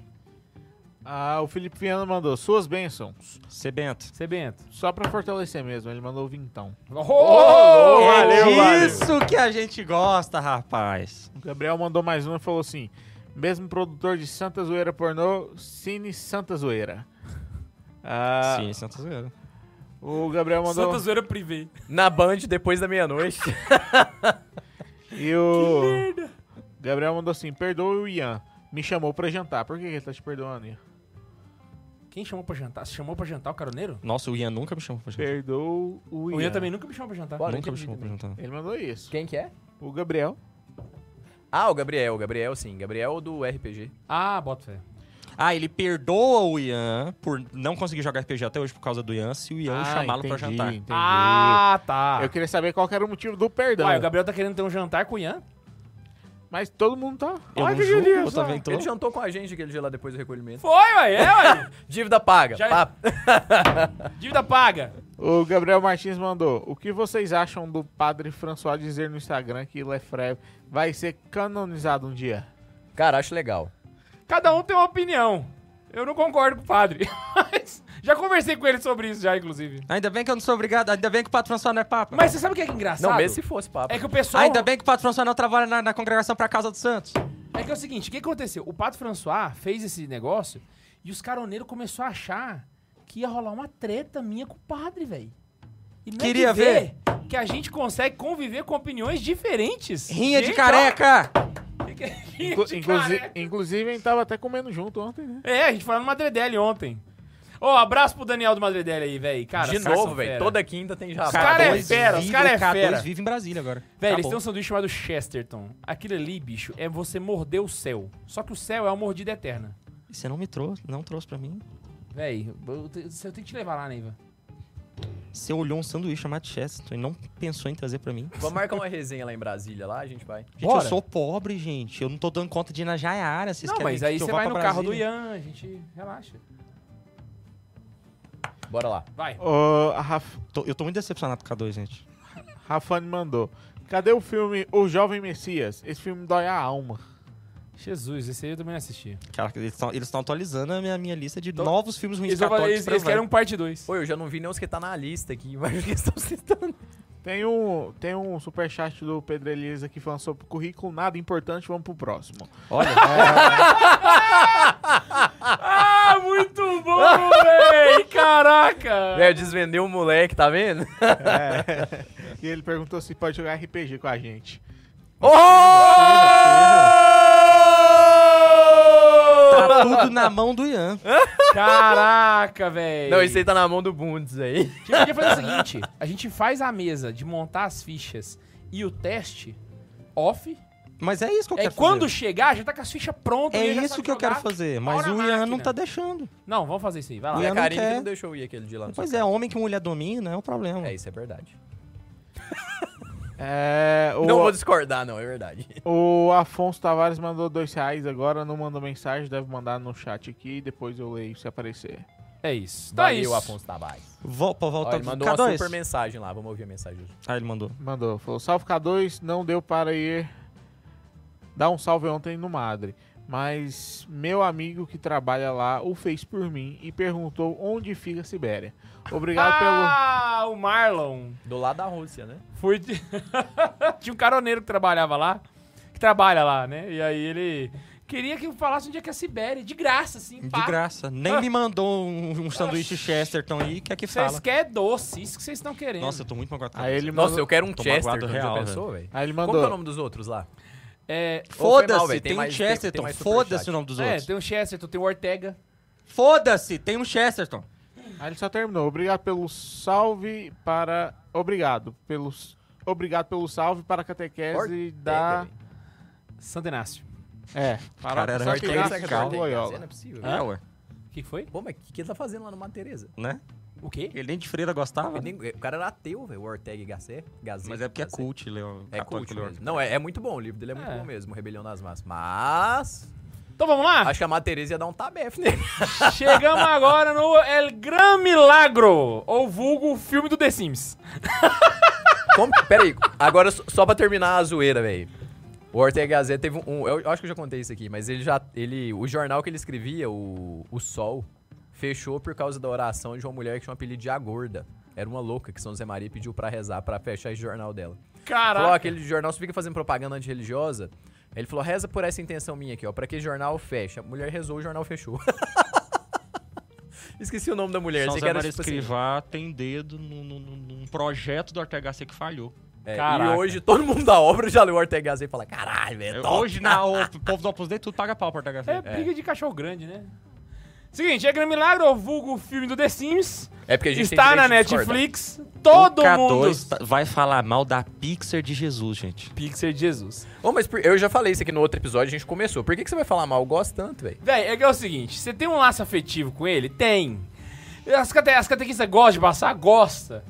Speaker 4: Ah, o Felipe Viana mandou: suas bênçãos.
Speaker 2: Cê Bento.
Speaker 1: Você, Bento.
Speaker 4: Só pra fortalecer mesmo, ele mandou o vintão.
Speaker 1: Oh,
Speaker 4: valeu,
Speaker 2: é
Speaker 4: valeu.
Speaker 2: disso que a gente gosta, rapaz.
Speaker 4: O Gabriel mandou mais uma e falou assim: mesmo produtor de Santa Zoeira pornô, Cine Santa Zoeira. Ah,
Speaker 2: Sim, Santa Zoeira.
Speaker 4: O Gabriel mandou.
Speaker 1: Santa Zoeira Privé.
Speaker 3: Na Band, depois da meia-noite.
Speaker 4: E o. Gabriel mandou assim: perdoe o Ian. Me chamou pra jantar. Por que que ele tá te perdoando, Ian?
Speaker 1: Quem chamou pra jantar? Você chamou pra jantar o caroneiro?
Speaker 2: Nossa, o Ian nunca me chamou pra jantar.
Speaker 4: Perdoa o Ian.
Speaker 1: O Ian também nunca me chamou pra jantar.
Speaker 3: Bora.
Speaker 2: é. Nunca me
Speaker 3: entendi
Speaker 2: chamou pra
Speaker 3: também.
Speaker 2: jantar.
Speaker 4: Ele mandou isso.
Speaker 3: Quem que é?
Speaker 4: O Gabriel.
Speaker 3: Ah, o Gabriel, o Gabriel sim. Gabriel do RPG.
Speaker 1: Ah, bota fé.
Speaker 2: Ah, ele perdoa o Ian por não conseguir jogar RPG até hoje por causa do Ian, se o Ian Ah, chamá-lo pra
Speaker 4: entendi,
Speaker 2: jantar.
Speaker 4: entendi.
Speaker 1: Ah, tá.
Speaker 4: Eu queria saber qual que era o motivo do perdão.
Speaker 1: Uai, o Gabriel tá querendo ter um jantar com o Ian?
Speaker 4: Mas todo mundo tá.
Speaker 2: Eu
Speaker 1: Ai,
Speaker 2: não
Speaker 1: que
Speaker 2: julgo, eu
Speaker 1: delícia.
Speaker 2: também tô.
Speaker 3: Ele jantou com a gente aquele dia lá depois do recolhimento.
Speaker 1: Foi, uai, é, uai.
Speaker 3: Dívida paga.
Speaker 1: Já- é-
Speaker 3: pá.
Speaker 1: Dívida paga.
Speaker 4: O Gabriel Martins mandou: O que vocês acham do padre François dizer no Instagram que Lefebvre vai ser canonizado um dia?
Speaker 3: Cara, acho legal.
Speaker 1: Cada um tem uma opinião. Eu não concordo com o padre. Mas já conversei com ele sobre isso já, inclusive.
Speaker 2: Ainda bem que eu não sou obrigado, ainda bem que o Pato François não é papa.
Speaker 1: Mas você sabe o que é engraçado?
Speaker 3: Não, mesmo se fosse papo.
Speaker 1: É que o pessoal...
Speaker 2: Ainda bem que o Pato François não trabalha na, na congregação pra Casa dos Santos.
Speaker 1: É que é o seguinte, o que aconteceu? O Pato François fez esse negócio e os caroneiros começaram a achar que ia rolar uma treta minha com o padre, velho. E não é
Speaker 2: Queria
Speaker 1: de ver que a gente consegue conviver com opiniões diferentes.
Speaker 2: Rinha de
Speaker 1: Gente,
Speaker 2: careca!
Speaker 1: ó,
Speaker 4: Inclu- inclusive, inclusive, a gente tava até comendo junto ontem, né?
Speaker 1: É, a gente falou no Madredelli ontem. Ô, abraço pro Daniel do Madredelli aí, velho. Cara,
Speaker 3: de
Speaker 1: os caras
Speaker 3: novo,
Speaker 1: são
Speaker 3: velho.
Speaker 1: fera.
Speaker 3: Toda quinta tem jabá.
Speaker 1: Os cara é
Speaker 2: dois
Speaker 1: fera, os
Speaker 2: vive-
Speaker 1: cara é
Speaker 2: o K2
Speaker 1: fera.
Speaker 2: vive em Brasília agora.
Speaker 1: Velho, eles
Speaker 2: Acabou.
Speaker 1: têm um sanduíche chamado Chesterton. Aquilo ali, bicho, é você morder o céu. Só que o céu é uma mordida eterna.
Speaker 2: Você não me trouxe, não trouxe pra mim.
Speaker 1: Véi, eu, te- eu tenho que te levar lá, né, Neiva.
Speaker 2: Você olhou um sanduíche chamado Cheston e não pensou em trazer pra mim.
Speaker 3: Vamos marcar uma resenha lá em Brasília, lá a gente vai.
Speaker 2: Gente,
Speaker 1: Bora.
Speaker 2: eu sou pobre, gente. Eu não tô dando conta de ir na Jaiara. Vocês
Speaker 1: Não,
Speaker 2: querem
Speaker 1: mas aí
Speaker 2: que eu
Speaker 1: você
Speaker 2: vá
Speaker 1: vai no
Speaker 2: pra
Speaker 1: carro do
Speaker 2: Brasília?
Speaker 1: Ian, a gente relaxa.
Speaker 3: Bora lá.
Speaker 1: Vai.
Speaker 4: Ô, a Raf-
Speaker 2: Tô- eu tô muito decepcionado com o K2, gente.
Speaker 4: Rafane mandou. Cadê o filme O Jovem Messias? Esse filme dói a alma.
Speaker 1: Jesus, esse aí eu também não assisti.
Speaker 2: Caraca, eles estão eles tão atualizando a minha, minha lista de
Speaker 1: Tô-
Speaker 2: novos filmes ruins
Speaker 1: Eles, vão fazer-
Speaker 2: católicos
Speaker 1: eles,
Speaker 2: pra
Speaker 1: eles
Speaker 2: eu ver.
Speaker 1: querem um parte 2.
Speaker 3: Pô, eu já não vi nem os que tá na lista aqui, mas os que estão citando.
Speaker 4: Tem um, tem um superchat do Pedro Elisa que falando sobre currículo, nada importante, vamos pro próximo.
Speaker 1: Ah, muito bom, véi! Caraca!
Speaker 3: Velho, desvendeu o moleque, tá vendo?
Speaker 4: E ele perguntou se pode jogar RPG com a gente.
Speaker 2: Tá
Speaker 3: Oh!
Speaker 2: tudo na mão do Ian.
Speaker 1: Caraca, véi!
Speaker 3: Não, isso aí tá na mão do Bundes aí.
Speaker 1: A gente podia fazer o seguinte: a gente faz a mesa de montar as fichas e o teste off.
Speaker 2: Mas é isso que eu
Speaker 1: É
Speaker 2: quero
Speaker 1: quando
Speaker 2: fazer.
Speaker 1: chegar, já tá com as fichas prontas.
Speaker 2: É
Speaker 1: e já
Speaker 2: isso
Speaker 1: sabe
Speaker 2: que eu
Speaker 1: jogar.
Speaker 2: quero fazer. Mas
Speaker 1: Bora
Speaker 2: o
Speaker 1: na
Speaker 2: Ian
Speaker 1: máquina.
Speaker 2: não tá deixando.
Speaker 1: Não, vamos fazer isso aí. Vai lá.
Speaker 2: O
Speaker 3: E
Speaker 2: Ian
Speaker 3: a
Speaker 2: não
Speaker 3: Karine Ah, é que
Speaker 2: quer.
Speaker 3: não deixou eu ir aquele de lá.
Speaker 2: Pois é, homem que mulher domina é o problema.
Speaker 3: É, isso é verdade.
Speaker 4: É, o,
Speaker 3: Não vou discordar, não, é verdade.
Speaker 4: o Afonso Tavares mandou dois reais agora, não mandou mensagem, deve mandar no chat aqui e depois eu leio se aparecer.
Speaker 1: É isso. Então é
Speaker 3: Valeu,
Speaker 1: isso.
Speaker 3: Afonso Tabás.
Speaker 2: Vol, pô,
Speaker 3: Ó,
Speaker 2: volta
Speaker 3: ele mandou
Speaker 2: K2.
Speaker 3: uma super mensagem lá, vamos ouvir a mensagem.
Speaker 2: Ah, ele mandou.
Speaker 4: Mandou, falou, salve K2, não deu para ir dar um salve ontem no Madre, mas meu amigo que trabalha lá o fez por mim e perguntou onde fica a Sibéria. Obrigado pelo...
Speaker 1: Ah, o Marlon.
Speaker 3: Do lado da Rússia, né?
Speaker 1: Fui. de- Tinha um caroneiro que trabalhava lá. Que trabalha lá, né? E aí ele queria que eu falasse um dia que é a Sibéria. De graça, assim. Pá.
Speaker 2: De graça. Nem me mandou um, um sanduíche Chesterton aí. Quer que
Speaker 1: Vocês
Speaker 2: fala?
Speaker 1: querem doce. Isso que vocês estão querendo.
Speaker 2: Nossa, eu tô muito magoado com a
Speaker 4: Aí ele
Speaker 3: Nossa,
Speaker 4: mandou,
Speaker 3: eu quero um
Speaker 2: Tô
Speaker 3: Chester,
Speaker 2: magoado real,
Speaker 3: já pensou, velho?
Speaker 4: aí ele
Speaker 3: Como que é o
Speaker 4: mandou
Speaker 3: nome dos outros lá?
Speaker 1: É.
Speaker 3: Ou foi mal,
Speaker 2: Foda-se,
Speaker 3: velho, tem
Speaker 2: tem um
Speaker 3: mais- tem- tem
Speaker 2: Chesterton.
Speaker 3: mais
Speaker 2: Foda-se
Speaker 3: superchat.
Speaker 2: o nome dos
Speaker 1: É,
Speaker 2: outros.
Speaker 1: tem o Chesterton, tem o Ortega.
Speaker 2: Foda-se, tem um Chesterton.
Speaker 4: Aí ele só terminou. Obrigado pelo salve para. Obrigado. Pelos... Obrigado pelo salve para a catequese
Speaker 3: Ortega,
Speaker 4: da.
Speaker 3: velho.
Speaker 1: Santo Inácio.
Speaker 4: É, para
Speaker 2: Cara, era
Speaker 4: só
Speaker 2: Ortega,
Speaker 4: pegar
Speaker 2: Ortega,
Speaker 4: Sal
Speaker 2: Ortega.
Speaker 4: Loyola.
Speaker 3: Não é possível.
Speaker 1: Hã?
Speaker 2: É, ué.
Speaker 1: O que que foi?
Speaker 3: Pô, mas o que, que ele tá fazendo lá no Mãe Teresa?
Speaker 2: Né?
Speaker 1: O quê?
Speaker 2: Ele nem de freira gostava.
Speaker 3: Ele nem- O cara era ateu, velho, o Ortega e Gasset. Gasset,
Speaker 2: Mas é porque é
Speaker 3: Gasset.
Speaker 2: cult, Leon.
Speaker 3: É
Speaker 2: católico,
Speaker 3: cult
Speaker 2: Leon.
Speaker 3: mesmo. Não, é, é muito bom, o livro dele é muito
Speaker 1: É.
Speaker 3: bom mesmo, Rebelião nas Massas. Mas...
Speaker 1: Então vamos
Speaker 2: Ah.
Speaker 1: lá?
Speaker 3: Acho que a Mãe Teresa ia dar um tabefe nele.
Speaker 1: Chegamos agora no El Gran Milagro, ou vulgo filme do The Sims.
Speaker 3: Como? Pera aí, agora só- só pra terminar a zoeira, velho. O Ortega Gasset teve um, um- Eu eu acho que eu já contei isso aqui, mas ele já. Ele, o jornal que ele escrevia, o, o Sol, fechou por causa da oração de uma mulher que tinha um apelido de A Gorda. Era uma louca que São Zé Maria pediu pra rezar pra fechar esse jornal dela. Falou, ó,
Speaker 1: Caraca.
Speaker 3: aquele jornal só fica fazendo propaganda antirreligiosa. Ele falou, reza por essa intenção minha aqui, ó. Pra que jornal fecha? A mulher rezou, o jornal fechou. Esqueci o nome da mulher.
Speaker 2: São
Speaker 3: sei
Speaker 2: Zé
Speaker 3: que era,
Speaker 2: Maria
Speaker 3: tipo assim,
Speaker 2: Escrivá tem dedo no- no- no- num projeto do RTHC que falhou.
Speaker 3: é,
Speaker 1: Caraca.
Speaker 3: e hoje todo mundo da obra já leu Ortega Gasset e fala, caralho, velho, é top."
Speaker 2: Hoje, na, o povo do Opus Dei, tudo paga pau pro RTHC.
Speaker 1: É briga de cachorro grande, né? Seguinte, El Gran Milagro, ou vulgo filme do The Sims,
Speaker 3: É porque a gente
Speaker 1: está
Speaker 3: tem
Speaker 1: na
Speaker 3: direito de discordar.
Speaker 1: Netflix, todo
Speaker 2: o K2
Speaker 1: mundo...
Speaker 2: tá- vai falar mal da Pixar de Jesus, gente.
Speaker 1: Pixar de Jesus.
Speaker 3: Ô, mas por- eu já falei isso aqui no outro episódio, a gente começou. Por que, que você vai falar mal? Eu gosto tanto, velho.
Speaker 1: Véi, é que é o seguinte, você tem um laço afetivo com ele? Tem. As, cate, as catequistas gostam de passar? Gosta.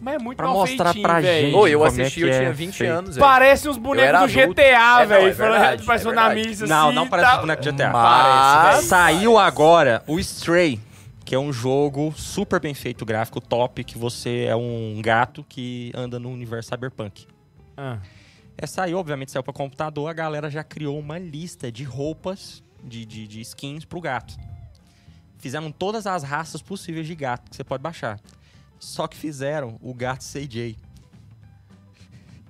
Speaker 1: Mas é muito
Speaker 2: Pra
Speaker 1: mal
Speaker 2: mostrar
Speaker 1: feitinho,
Speaker 2: pra
Speaker 1: véi.
Speaker 2: gente.
Speaker 3: Ô, eu
Speaker 2: como é
Speaker 3: assisti,
Speaker 2: que
Speaker 3: eu
Speaker 2: é
Speaker 3: tinha 20
Speaker 2: feito?
Speaker 3: anos, velho.
Speaker 1: Parece uns bonecos
Speaker 3: era
Speaker 1: do
Speaker 3: adulto.
Speaker 1: GTA,
Speaker 3: É, não,
Speaker 1: velho.
Speaker 3: é verdade,
Speaker 1: Pareceu
Speaker 3: é
Speaker 1: na
Speaker 3: verdade.
Speaker 1: missa,
Speaker 2: Não,
Speaker 1: assim,
Speaker 2: não
Speaker 3: tá-
Speaker 2: parece
Speaker 1: tal.
Speaker 2: o boneco de GTA.
Speaker 3: Parece, velho.
Speaker 2: Saiu agora o Stray, que é um jogo super bem feito, gráfico top, que você é um gato que anda no universo cyberpunk.
Speaker 1: Ah.
Speaker 2: Essa aí, obviamente, É, saiu pra computador, a galera já criou uma lista de roupas, de, de, de skins pro gato. Fizeram todas as raças possíveis de gato que você pode baixar. Só que fizeram o gato CJ.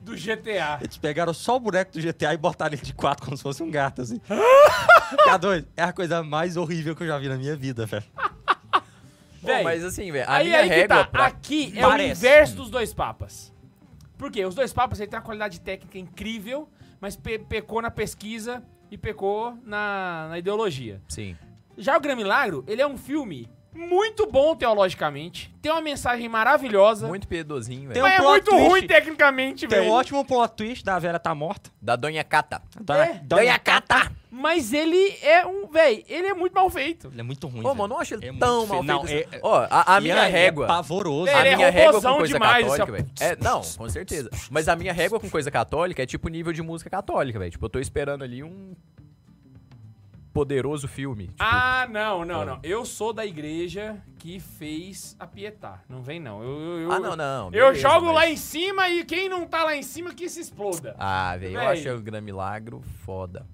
Speaker 1: Do GTA.
Speaker 2: Eles pegaram só o boneco do GTA e botaram ele de quatro como se fosse um gato, assim. K2, é a coisa mais horrível que eu já vi na minha vida, velho.
Speaker 3: Ô,
Speaker 1: Véi,
Speaker 3: mas assim, velho, a
Speaker 1: Aí,
Speaker 3: minha
Speaker 1: aí que
Speaker 3: régua
Speaker 1: tá.
Speaker 3: pra...
Speaker 1: Aqui é o
Speaker 2: Parece.
Speaker 1: inverso dos dois papas. Por quê? Os dois papas ele tem uma qualidade técnica incrível, mas pe- pecou na pesquisa e pecou na, na ideologia.
Speaker 3: Sim.
Speaker 1: Já o Gran Milagro, ele é um filme muito bom teologicamente, tem uma mensagem maravilhosa,
Speaker 3: Muito piedosinho,
Speaker 2: Tem
Speaker 3: velho.
Speaker 2: um
Speaker 1: mas é
Speaker 2: plot
Speaker 1: muito
Speaker 2: twist.
Speaker 1: ruim tecnicamente,
Speaker 2: Tem um
Speaker 1: velho.
Speaker 2: ótimo plot twist da Vera tá morta.
Speaker 3: Da Donha Cata.
Speaker 2: Da, da-
Speaker 3: É, Cata!
Speaker 1: Mas ele é um, velho, ele é muito mal feito.
Speaker 2: Ele é muito ruim.
Speaker 3: Ô,
Speaker 2: velho.
Speaker 3: mano, eu não acho ele
Speaker 2: É muito
Speaker 3: tão
Speaker 2: feio.
Speaker 3: mal
Speaker 2: Não,
Speaker 3: feito.
Speaker 2: é-
Speaker 3: assim. Ó, a, a
Speaker 2: E
Speaker 3: minha
Speaker 2: é-
Speaker 3: régua...
Speaker 2: É pavoroso. né?
Speaker 1: Ele
Speaker 3: A
Speaker 1: é
Speaker 3: minha régua
Speaker 1: robozão
Speaker 3: com coisa
Speaker 1: demais,
Speaker 3: católica,
Speaker 1: esse
Speaker 3: velho. É, não, com certeza. Mas a minha régua com coisa católica é tipo nível de música católica, velho. Tipo, eu tô esperando ali um poderoso filme. Tipo,
Speaker 1: Ah, não, não, não. Eu sou da igreja que fez a Pietá. Não vem, não. Eu, eu- eu-
Speaker 3: ah, não, não.
Speaker 1: Eu
Speaker 3: beleza,
Speaker 1: jogo
Speaker 3: mas-
Speaker 1: lá em cima e quem não tá lá em cima que se exploda.
Speaker 3: Ah, velho, eu
Speaker 1: Véi.
Speaker 3: achei o Gran Milagro foda.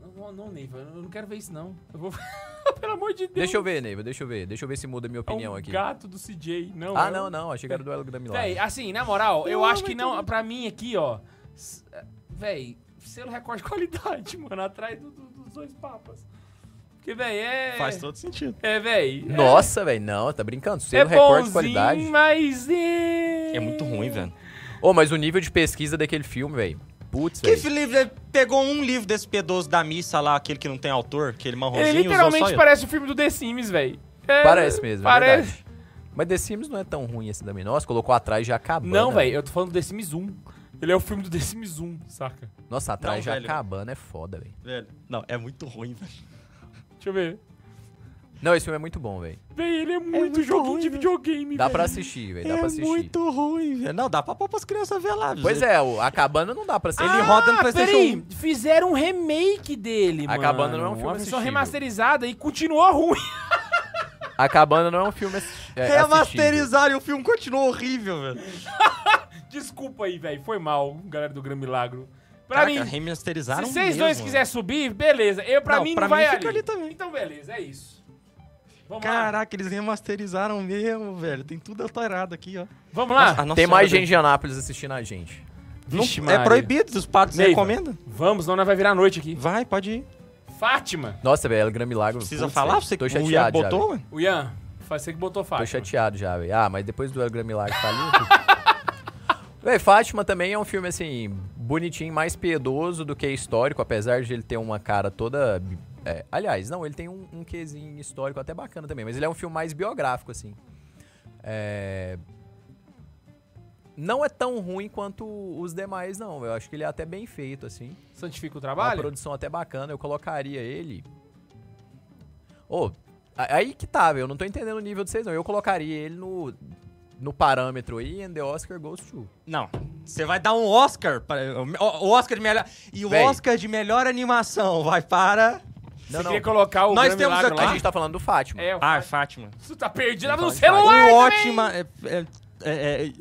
Speaker 1: Não, Não, não, Neiva, eu não quero ver isso, não. Eu vou. Pelo amor de Deus.
Speaker 3: Deixa eu ver, Neiva, deixa eu ver. Deixa eu ver se muda a minha
Speaker 1: um É um
Speaker 3: opinião aqui.
Speaker 1: gato do CJ. Não,
Speaker 3: Ah,
Speaker 1: eu-
Speaker 3: não, é não. Achei que era o duelo Gran Milagro.
Speaker 1: Véi, assim, na moral, eu acho que não. Pra mim aqui, ó. s- é, Véi, selo recorde de qualidade, mano. Atrás do- do- dos dois papas. Porque, véi, é.
Speaker 6: Faz todo sentido.
Speaker 1: É, véi. é-
Speaker 3: Nossa, velho, não, tá brincando.
Speaker 1: É,
Speaker 3: Selo recorde de
Speaker 1: bonzinho,
Speaker 3: qualidade.
Speaker 1: mas é...
Speaker 2: É muito ruim, velho.
Speaker 3: Ô, mas o nível de pesquisa daquele filme, velho. Putz,
Speaker 2: Que
Speaker 3: velho.
Speaker 2: livro? Ele pegou um livro desse pedoso da missa lá, aquele que não tem autor, aquele marronzinho.
Speaker 1: Ele
Speaker 2: usou só
Speaker 1: literalmente
Speaker 2: ele.
Speaker 1: parece o filme do The Sims, véi. É,
Speaker 3: Parece mesmo, parece.
Speaker 1: Parece.
Speaker 3: verdade. Mas The Sims não é tão ruim esse também. Nossa, colocou atrás já acabando. né?
Speaker 1: Não, velho, eu tô falando do The Sims 1. Ele é o filme do The Sims 1, saca?
Speaker 3: Nossa, atrás
Speaker 2: Não,
Speaker 3: já
Speaker 2: velho.
Speaker 3: acabando é foda, velho.
Speaker 6: Velho,
Speaker 2: Não, é muito ruim, velho.
Speaker 1: Deixa eu ver.
Speaker 3: Não, esse filme é muito bom, velho.
Speaker 1: Véi, ele é muito, joguinho de videogame,
Speaker 3: Dá
Speaker 1: véi.
Speaker 3: pra assistir,
Speaker 1: É
Speaker 3: velho. Dá pra assistir.
Speaker 2: É ruim, velho. Não, dá pra pôr pras crianças ver lá, velho.
Speaker 3: Pois é, o acabando não dá pra assistir.
Speaker 2: Ele roda no
Speaker 1: Ah,
Speaker 2: PlayStation
Speaker 1: peraí, fizeram um remake dele, mano.
Speaker 3: Acabando não é um filme
Speaker 1: Uma versão
Speaker 3: assistível.
Speaker 1: remasterizada e continuou ruim.
Speaker 3: Acabando não é um filme assi- é, assistível.
Speaker 2: Remasterizaram e o filme continuou horrível, velho.
Speaker 1: Desculpa aí, velho, foi mal, galera do Gran Milagro. Pra
Speaker 2: Caraca,
Speaker 1: mim,
Speaker 2: remasterizaram
Speaker 1: se vocês
Speaker 2: mesmo,
Speaker 1: dois
Speaker 2: velho.
Speaker 1: quiserem subir, beleza. Eu, pra
Speaker 2: Não,
Speaker 1: mim,
Speaker 2: pra
Speaker 1: não vai
Speaker 2: mim fica ali também.
Speaker 1: Então, beleza, é isso. Vamos lá.
Speaker 2: Caraca, eles remasterizaram mesmo, velho. Tem tudo alterado aqui, ó.
Speaker 1: Vamos lá.
Speaker 2: Nossa,
Speaker 3: Tem
Speaker 2: Senhora,
Speaker 3: mais
Speaker 2: velho.
Speaker 3: gente de Anápolis assistindo a gente.
Speaker 2: Não-
Speaker 1: Vixe,
Speaker 2: é
Speaker 1: Maria.
Speaker 2: proibido, os padres
Speaker 1: Neiva.
Speaker 2: recomendam.
Speaker 1: Vamos, não, nós vai virar noite aqui.
Speaker 2: Vai, pode ir.
Speaker 1: Fátima.
Speaker 3: Nossa, velho, Gran Milagro.
Speaker 2: Precisa
Speaker 3: putz,
Speaker 2: falar?
Speaker 3: velho,
Speaker 2: Você
Speaker 3: tô
Speaker 2: que o
Speaker 3: chateado
Speaker 2: Iago
Speaker 3: já, velho.
Speaker 2: botou, velho?
Speaker 1: O Ian, foi você que botou Fátima.
Speaker 3: Tô chateado já, velho. Ah, mas depois do Gran Milagre tá ali. Véi, Fátima também é um filme, assim, bonitinho, mais piedoso do que é histórico, apesar de ele ter uma cara toda. bi- é, aliás, não, ele tem um, um quezinho histórico até bacana também, mas ele é um filme mais biográfico, assim. É. Não é tão ruim quanto os demais, não. Eu acho que ele é até bem feito, assim.
Speaker 1: Santifica o
Speaker 3: Uma
Speaker 1: trabalho?
Speaker 3: produção até bacana, eu colocaria ele. Ô, a- aí que tá, velho. Eu não tô entendendo o nível de vocês, não. Eu colocaria ele no, no parâmetro aí, and the Oscar goes to.
Speaker 2: Não. Você vai dar um Oscar para o o Oscar de melhor e o
Speaker 3: Véi.
Speaker 2: Oscar de melhor animação vai para
Speaker 3: Não,
Speaker 1: Você
Speaker 3: não.
Speaker 1: queria colocar o
Speaker 2: Nós
Speaker 1: Gran
Speaker 2: temos
Speaker 1: Milagro
Speaker 2: aqui-
Speaker 1: lá?
Speaker 3: A gente tá falando do Fátima.
Speaker 1: É, o
Speaker 2: Ah,
Speaker 1: Fátima.
Speaker 2: Fátima.
Speaker 1: Você tá perdido lá no
Speaker 3: Então,
Speaker 1: celular!
Speaker 2: o
Speaker 1: também.
Speaker 2: ótima é, é- é- é-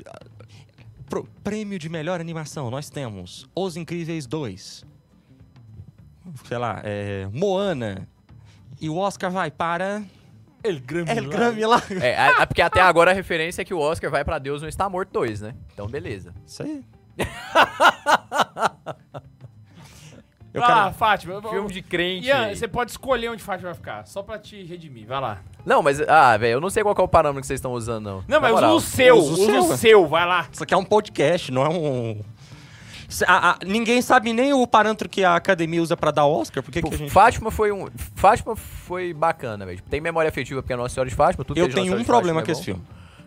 Speaker 2: pro- prêmio de melhor animação nós temos Os Incríveis 2. Sei lá, é, Moana. E o Oscar vai para
Speaker 1: El Gran
Speaker 2: El Gran Milagre.
Speaker 3: É, a- a- porque até agora a referência é que o Oscar vai pra Deus não está morto 2, né? Então, beleza.
Speaker 2: Isso aí. Eu
Speaker 1: Vai lá,
Speaker 2: quero-
Speaker 1: Fátima. eu- eu-
Speaker 3: Ah, Filme de crente.
Speaker 1: Ian, ah, você pode escolher onde Fátima vai ficar, só pra te redimir. Vai lá.
Speaker 3: Não, mas, ah, velho, eu não sei qual que é o parâmetro que vocês estão usando, não. Na
Speaker 1: Não, mas usa
Speaker 3: moral.
Speaker 1: o seu,
Speaker 2: usa o
Speaker 1: usa
Speaker 2: seu,
Speaker 1: o
Speaker 2: ué.
Speaker 3: né?
Speaker 1: seu, vai lá.
Speaker 2: Isso aqui é um podcast, não é um. Se- a- a- ninguém sabe nem o parâmetro que a academia usa pra dar Oscar, por que
Speaker 3: Tipo,
Speaker 2: que a gente.
Speaker 3: Fátima foi um. Fátima foi bacana, velho. Tem memória afetiva porque é Nossa Senhora de Fátima, tudo que
Speaker 2: Eu
Speaker 3: seja Nossa
Speaker 2: tenho
Speaker 3: Senhora
Speaker 2: um
Speaker 3: de Fátima
Speaker 2: problema
Speaker 3: é
Speaker 2: com esse
Speaker 3: bom.
Speaker 2: filme.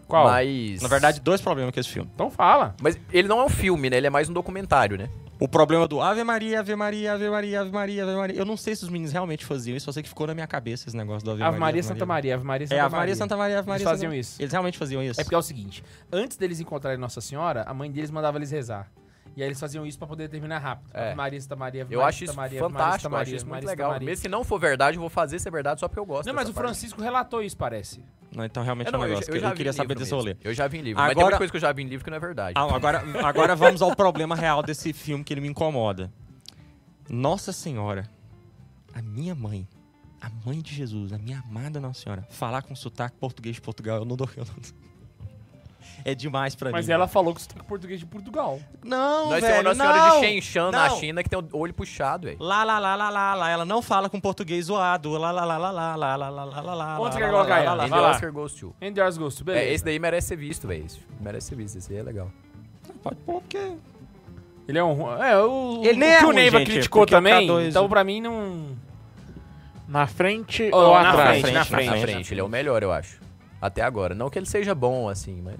Speaker 1: Qual?
Speaker 3: Mas.
Speaker 2: Na verdade, dois problemas com esse filme.
Speaker 1: Então fala.
Speaker 3: Mas ele não é um filme, né? Ele é mais um documentário, né?
Speaker 2: O problema do Ave Maria, Ave Maria, Ave Maria, Ave Maria, Ave Maria. Eu não sei se os meninos realmente faziam isso, só sei que ficou na minha cabeça esse negócio do Ave,
Speaker 1: Ave Maria, Santa Maria, Ave Maria, Santa
Speaker 2: É, Ave Maria, Santa Maria, Ave Maria.
Speaker 1: Eles faziam
Speaker 2: Santa... Maria.
Speaker 1: isso.
Speaker 2: Eles realmente faziam isso.
Speaker 1: É porque é o seguinte, antes deles encontrarem Nossa Senhora, a mãe deles mandava eles rezar. E aí eles faziam isso pra poder terminar rápido.
Speaker 3: É.
Speaker 1: Ave Maria, Santa Maria, Ave
Speaker 3: Eu
Speaker 1: Maria,
Speaker 3: acho isso
Speaker 1: Santa Maria, Ave Maria,
Speaker 3: fantástico,
Speaker 1: Santa
Speaker 3: eu acho
Speaker 1: Maria,
Speaker 3: isso
Speaker 1: Ave Maria,
Speaker 3: muito
Speaker 1: Santa
Speaker 3: legal.
Speaker 1: Maria.
Speaker 3: Mesmo se não for verdade, eu vou fazer ser verdade só porque eu gosto.
Speaker 1: Não, mas
Speaker 3: dessa
Speaker 1: o
Speaker 3: parte.
Speaker 1: Francisco relatou isso, parece.
Speaker 2: Não, então realmente
Speaker 3: É,
Speaker 2: é um
Speaker 3: não, eu,
Speaker 2: negócio.
Speaker 3: já-
Speaker 2: que
Speaker 3: eu
Speaker 2: Eu,
Speaker 3: já vi
Speaker 2: queria
Speaker 3: em
Speaker 2: saber
Speaker 3: livro
Speaker 2: desse
Speaker 3: mesmo.
Speaker 2: rolê.
Speaker 3: Eu já vi em livro. Mas tem
Speaker 2: Agora-
Speaker 3: muita coisa que eu já vi em livro que não é verdade.
Speaker 2: Ah, agora, agora vamos ao problema real desse filme que ele me incomoda. Nossa Senhora, a minha mãe, a mãe de Jesus, a minha amada Nossa Senhora, falar com sotaque português de Portugal, eu não dou. Eu não... É demais
Speaker 3: Tá
Speaker 2: pra
Speaker 1: Mas
Speaker 2: mim.
Speaker 1: ela falou que sotaque português de Portugal.
Speaker 2: Não,
Speaker 3: Nós
Speaker 2: velho,
Speaker 3: temos Nossa Senhora
Speaker 2: não.
Speaker 3: de Shenzhen na
Speaker 2: não.
Speaker 3: China que tem o olho puxado, velho.
Speaker 2: Lá, lá, lá, lá, lá, lá. Ela não fala com português zoado. Lá, lá, lá, lá, lá, lá, lá, lá, lá, lá, lá.
Speaker 1: Onde você
Speaker 2: lá,
Speaker 1: quer
Speaker 2: lá,
Speaker 1: colocar
Speaker 2: lá,
Speaker 1: ela?
Speaker 3: And
Speaker 2: lá, lá.
Speaker 3: the
Speaker 1: vai lá.
Speaker 3: Oscar goes to.
Speaker 1: And there's
Speaker 2: É,
Speaker 1: Ghost, beleza.
Speaker 3: É, esse daí merece ser visto, velho. Esse Merece ser visto, esse aí é legal.
Speaker 2: Pode pôr, porque...
Speaker 1: Ele é um. ru- É, o,
Speaker 2: Ele nem
Speaker 1: o
Speaker 2: é né?
Speaker 1: que o
Speaker 2: ruim,
Speaker 1: Neiva
Speaker 2: gente,
Speaker 1: criticou
Speaker 2: porque o
Speaker 1: também.
Speaker 2: K2
Speaker 1: Então, pra mim, não.
Speaker 4: Na frente
Speaker 1: Ô,
Speaker 4: ou
Speaker 1: na
Speaker 4: atrás?
Speaker 1: frente, na frente.
Speaker 3: Na frente, ele é o melhor, eu acho. Até agora. Não que ele seja bom, assim, mas...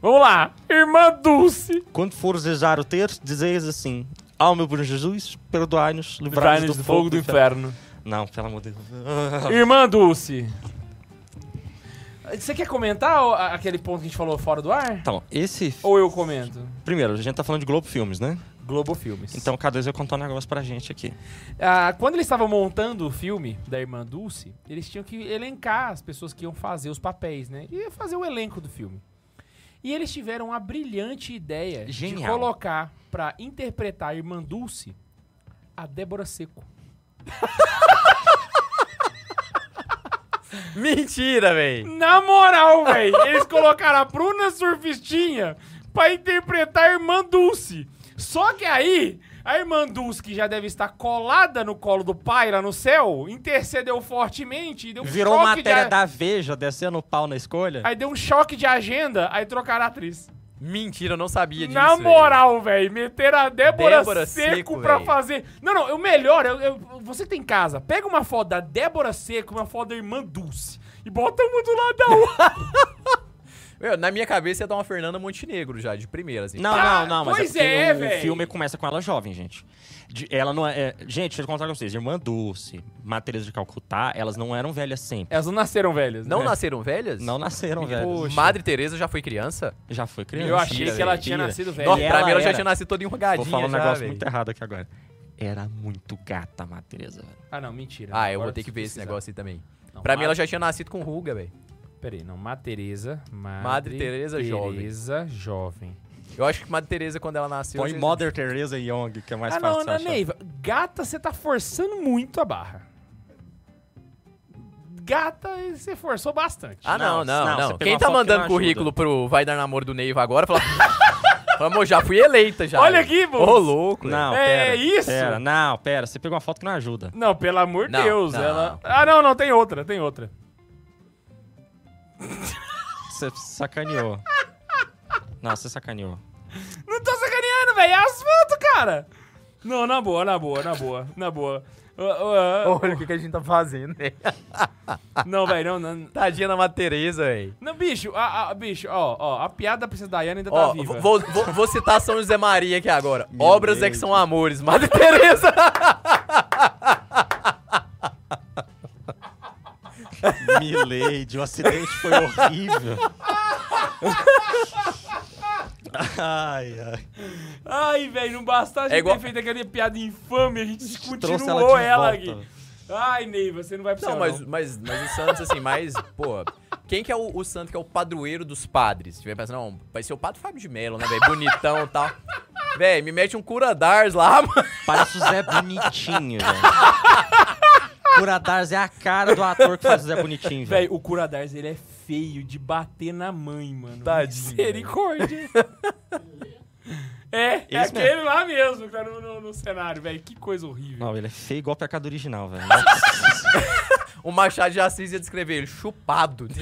Speaker 1: Vamos lá. Irmã Dulce.
Speaker 2: Quando fores usar o texto, dizeis assim: Ó meu bom Jesus, perdoai-nos, livrai-nos do, fogo do inferno. Não, pelo amor de Deus.
Speaker 1: Irmã Dulce. Você quer comentar o- a- aquele ponto que a gente falou fora do ar?
Speaker 2: Então, esse.
Speaker 1: Ou eu comento?
Speaker 2: Primeiro, a gente tá falando de Globo Filmes, né?
Speaker 1: Globo Filmes.
Speaker 2: Então, K2 vai contar um negócio pra gente aqui.
Speaker 1: Ah, quando eles estavam montando o filme da Irmã Dulce, eles tinham que elencar as pessoas que iam fazer os papéis, né? E fazer o elenco do filme. E eles tiveram a brilhante ideia de
Speaker 2: Genial.
Speaker 1: colocar pra interpretar a Irmã Dulce a Débora Seco.
Speaker 3: Mentira, véi!
Speaker 1: Na moral, velho, eles colocaram a Bruna Surfistinha pra interpretar a irmã Dulce. Só que aí, a irmã Dulce, que já deve estar colada no colo do pai lá no céu, intercedeu fortemente e deu um
Speaker 2: Virou
Speaker 1: choque
Speaker 2: matéria
Speaker 1: de... a-
Speaker 2: da Veja descendo o pau na escolha.
Speaker 1: Aí deu um choque de agenda, aí trocaram a atriz.
Speaker 3: Mentira, eu não sabia é disso,
Speaker 1: Na
Speaker 3: véi.
Speaker 1: moral, velho, meteram a Débora,
Speaker 3: Débora
Speaker 1: Seco,
Speaker 3: Seco,
Speaker 1: pra
Speaker 3: véi.
Speaker 1: fazer... Não, não, o melhor, eu, eu- você que tem em casa, pega uma foto da Débora Seco e uma foto da irmã Dulce e bota uma do lado da outra.
Speaker 3: Meu, na minha cabeça ia dar uma Fernanda Montenegro já, de primeira, assim.
Speaker 2: Não,
Speaker 1: Ah,
Speaker 2: não, não, mas
Speaker 1: pois
Speaker 2: é
Speaker 1: é,
Speaker 2: porque o
Speaker 1: véi.
Speaker 2: filme começa com ela jovem, gente. De- ela não é, é- Gente, deixa eu contar pra vocês. Irmã Dulce, Matheus de Calcutá, elas não eram velhas sempre.
Speaker 1: Elas não nasceram velhas,
Speaker 3: Não
Speaker 1: né?
Speaker 3: nasceram velhas?
Speaker 2: É. Não nasceram velhas.
Speaker 3: Madre Teresa já foi criança?
Speaker 2: Já foi criança.
Speaker 1: Eu achei
Speaker 3: Mentira,
Speaker 1: que ela
Speaker 3: velho.
Speaker 1: tinha
Speaker 2: Mentira.
Speaker 1: nascido velha.
Speaker 3: Nossa,
Speaker 2: E
Speaker 3: pra
Speaker 2: ela
Speaker 3: mim ela já
Speaker 2: era-
Speaker 3: tinha nascido toda enrugadinha
Speaker 2: Vou falar um
Speaker 3: já,
Speaker 2: negócio
Speaker 3: véi.
Speaker 2: muito errado aqui agora. Era muito gata a Matheus.
Speaker 1: Ah, não, mentira.
Speaker 3: Ah, eu
Speaker 1: Agora
Speaker 3: vou ter que ver esse
Speaker 1: precisar.
Speaker 3: negócio aí também.
Speaker 1: Não,
Speaker 3: Pra mim, ela
Speaker 1: Madre-
Speaker 3: já tinha nascido com ruga, velho.
Speaker 1: Peraí, não. Madre Teresa. Madre,
Speaker 3: Teresa jovem.
Speaker 1: Teresa jovem.
Speaker 3: Eu acho que Madre Teresa, quando ela nasceu...
Speaker 2: Põe
Speaker 3: já-
Speaker 2: Mother Teresa Young, que é mais
Speaker 1: ah, não,
Speaker 2: fácil. você
Speaker 1: não,
Speaker 2: achar.
Speaker 1: Neiva. Gata, você tá forçando muito a barra. Gata, você forçou bastante.
Speaker 3: Ah, não, não,
Speaker 2: Não, não,
Speaker 3: não.
Speaker 2: você pegou
Speaker 3: Quem
Speaker 2: uma
Speaker 3: tá
Speaker 2: foto que
Speaker 3: mandando
Speaker 2: não ajuda.
Speaker 3: currículo pro Vai Dar Namoro do Neiva agora, fala... fala, amor, já fui eleita já.
Speaker 1: Olha aqui, moço.
Speaker 3: Ô, louco.
Speaker 2: Não,
Speaker 1: É
Speaker 2: pera,
Speaker 1: isso?
Speaker 2: Pera, não, pera. Você pegou uma foto que não ajuda.
Speaker 1: Não, pelo amor de
Speaker 3: Não,
Speaker 1: Deus.
Speaker 3: não.
Speaker 1: Ela... Ah, não, não, tem outra, tem outra.
Speaker 2: Você sacaneou. não, você sacaneou.
Speaker 1: Não tô sacaneando, velho. É asfalto, cara. Não, na boa, na boa, na boa, na boa. Ah, ah, ah.
Speaker 3: Olha o que, que a gente tá fazendo, velho.
Speaker 1: Não, velho, não, não.
Speaker 3: Tadinha da Madre Teresa, velho.
Speaker 1: Não, bicho, a, a- bicho, ó, ó, a piada da Princesa Diana ainda tá
Speaker 3: Ó,
Speaker 1: viva.
Speaker 3: vou, vou, vou citar São José Maria aqui agora. Obras é que são amores. Madre Teresa.
Speaker 2: Milady, o acidente foi horrível. ai, ai.
Speaker 1: Ai, velho, não basta a gente
Speaker 3: É igual-
Speaker 1: ter feito aquela piada infame, a gente
Speaker 2: Trouxe
Speaker 1: continuou ela,
Speaker 2: ela de volta.
Speaker 1: aqui. Ai, Ney, você não vai pro
Speaker 3: Não,
Speaker 1: céu,
Speaker 3: mas, mas, mas o Santos, assim, mais, pô... Quem que é o, o santo que é o padroeiro dos padres? Se tiver pensando, não, vai ser o padre Fábio de Mello, né, velho? Bonitão e tal. Véi, me mete um curadars lá, mano.
Speaker 2: Parece o Zé Bonitinho, velho. Curadars é a cara do ator que faz o Zé Bonitinho, velho.
Speaker 1: Velho, o Curadars, ele é feio de bater na mãe, mano.
Speaker 3: Tadinho,
Speaker 1: Misericórdia. é, é
Speaker 2: Esse
Speaker 1: aquele lá mesmo, cara, no, no- no cenário, velho. Que coisa horrível.
Speaker 2: Não, ele é feio igual o pecado original, velho.
Speaker 3: O um Machado de Assis ia descrever ele chupado.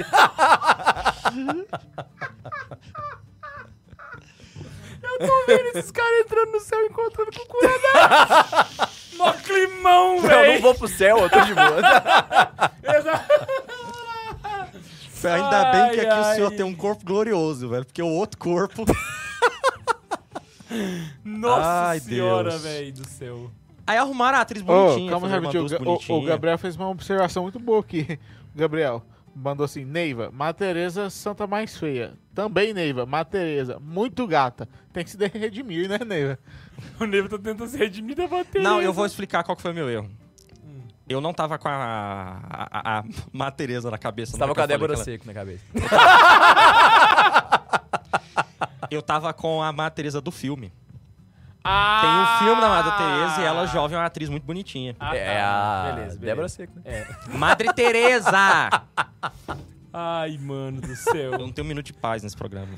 Speaker 1: Eu tô vendo esses caras entrando no céu e encontrando com o Curadars. Mó climão,
Speaker 3: eu não
Speaker 1: velho.
Speaker 3: vou pro céu, eu tô de boa.
Speaker 2: Ainda bem
Speaker 1: Ai,
Speaker 2: que aqui o
Speaker 1: ai.
Speaker 2: senhor tem um corpo glorioso, velho. Porque o outro corpo.
Speaker 1: Nossa
Speaker 2: Ai,
Speaker 1: senhora,
Speaker 2: Deus.
Speaker 1: velho do céu.
Speaker 2: Aí arrumaram a atriz
Speaker 4: Ô,
Speaker 2: bonitinha.
Speaker 4: calma
Speaker 2: fazer uma
Speaker 4: rapidinho. O,
Speaker 2: doce
Speaker 4: Ga- o- o
Speaker 2: bonitinha.
Speaker 4: Gabriel fez uma observação muito boa aqui. O Gabriel mandou assim: Neiva, Matereza Santa mais feia. Também, Neiva, Matereza, muito gata. Tem que se de- redimir, né, Neiva?
Speaker 1: O Neiva tá tentando se redimir da bateria.
Speaker 2: Não, eu vou explicar qual que foi o meu erro.
Speaker 1: Hum.
Speaker 2: Eu não tava com a, a, a, a Má Tereza na cabeça. na
Speaker 3: Tava
Speaker 2: hora
Speaker 3: com a
Speaker 2: que eu falei
Speaker 3: Débora
Speaker 2: que ela-
Speaker 3: Seco na cabeça.
Speaker 2: Eu tava com a Má Tereza do filme.
Speaker 1: Ah!
Speaker 2: Tem um filme da Madre Teresa e ela jovem é uma atriz muito bonitinha.
Speaker 1: Ah,
Speaker 3: é
Speaker 1: tá.
Speaker 3: a
Speaker 1: Beleza, É.
Speaker 3: Débora
Speaker 1: beleza.
Speaker 3: Seco, né?
Speaker 2: Madre Teresa!
Speaker 1: Ai, mano do
Speaker 2: Eu
Speaker 1: céu.
Speaker 2: não tenho um minuto de paz nesse programa.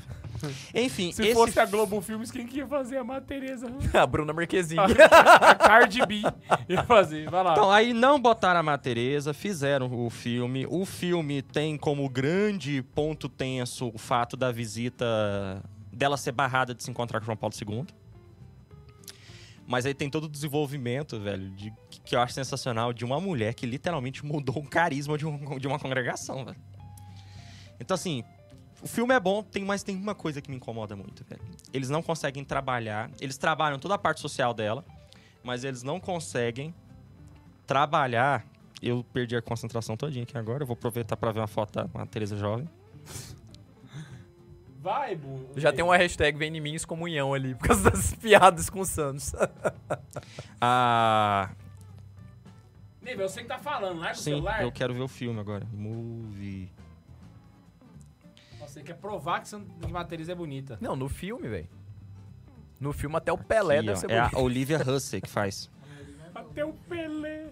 Speaker 2: Enfim,
Speaker 1: Se
Speaker 2: esse
Speaker 1: fosse a Globo Filmes, quem que ia fazer? A Má Tereza.
Speaker 3: A Bruna Marquezine.
Speaker 1: a Cardi B ia fazer. Vai lá.
Speaker 2: Então, aí não botaram a Má Tereza, fizeram o filme. O filme tem como grande ponto tenso o fato da visita dela ser barrada de se encontrar com João Paulo II. Mas aí tem todo o desenvolvimento, velho, de- que- que eu acho sensacional, de uma mulher que literalmente mudou o carisma de, um- de uma congregação, velho. Então, assim, o filme é bom, tem, mas tem uma coisa que me incomoda muito, velho. Eles não conseguem trabalhar. Eles trabalham toda a parte social dela, mas eles não conseguem trabalhar. Eu perdi a concentração todinha aqui agora. Eu vou aproveitar pra ver uma foto da uma Teresa Jovem.
Speaker 1: Vai, Bu.
Speaker 3: Já tem uma hashtag Vem em mim excomunhão ali, por causa das piadas com o Santos.
Speaker 2: Ah,
Speaker 1: Neiva, eu sei que tá falando. Larga o
Speaker 2: um- sim,
Speaker 1: celular.
Speaker 2: eu quero ver o filme agora. Movie.
Speaker 1: Você quer provar que Santa Matriz é bonita.
Speaker 3: Não, no filme, velho. No filme até o Pelé
Speaker 2: Aqui,
Speaker 3: deve
Speaker 2: ó,
Speaker 3: ser
Speaker 2: é
Speaker 3: bonito.
Speaker 2: a Olivia Hussey que faz.
Speaker 1: Até o Pelé.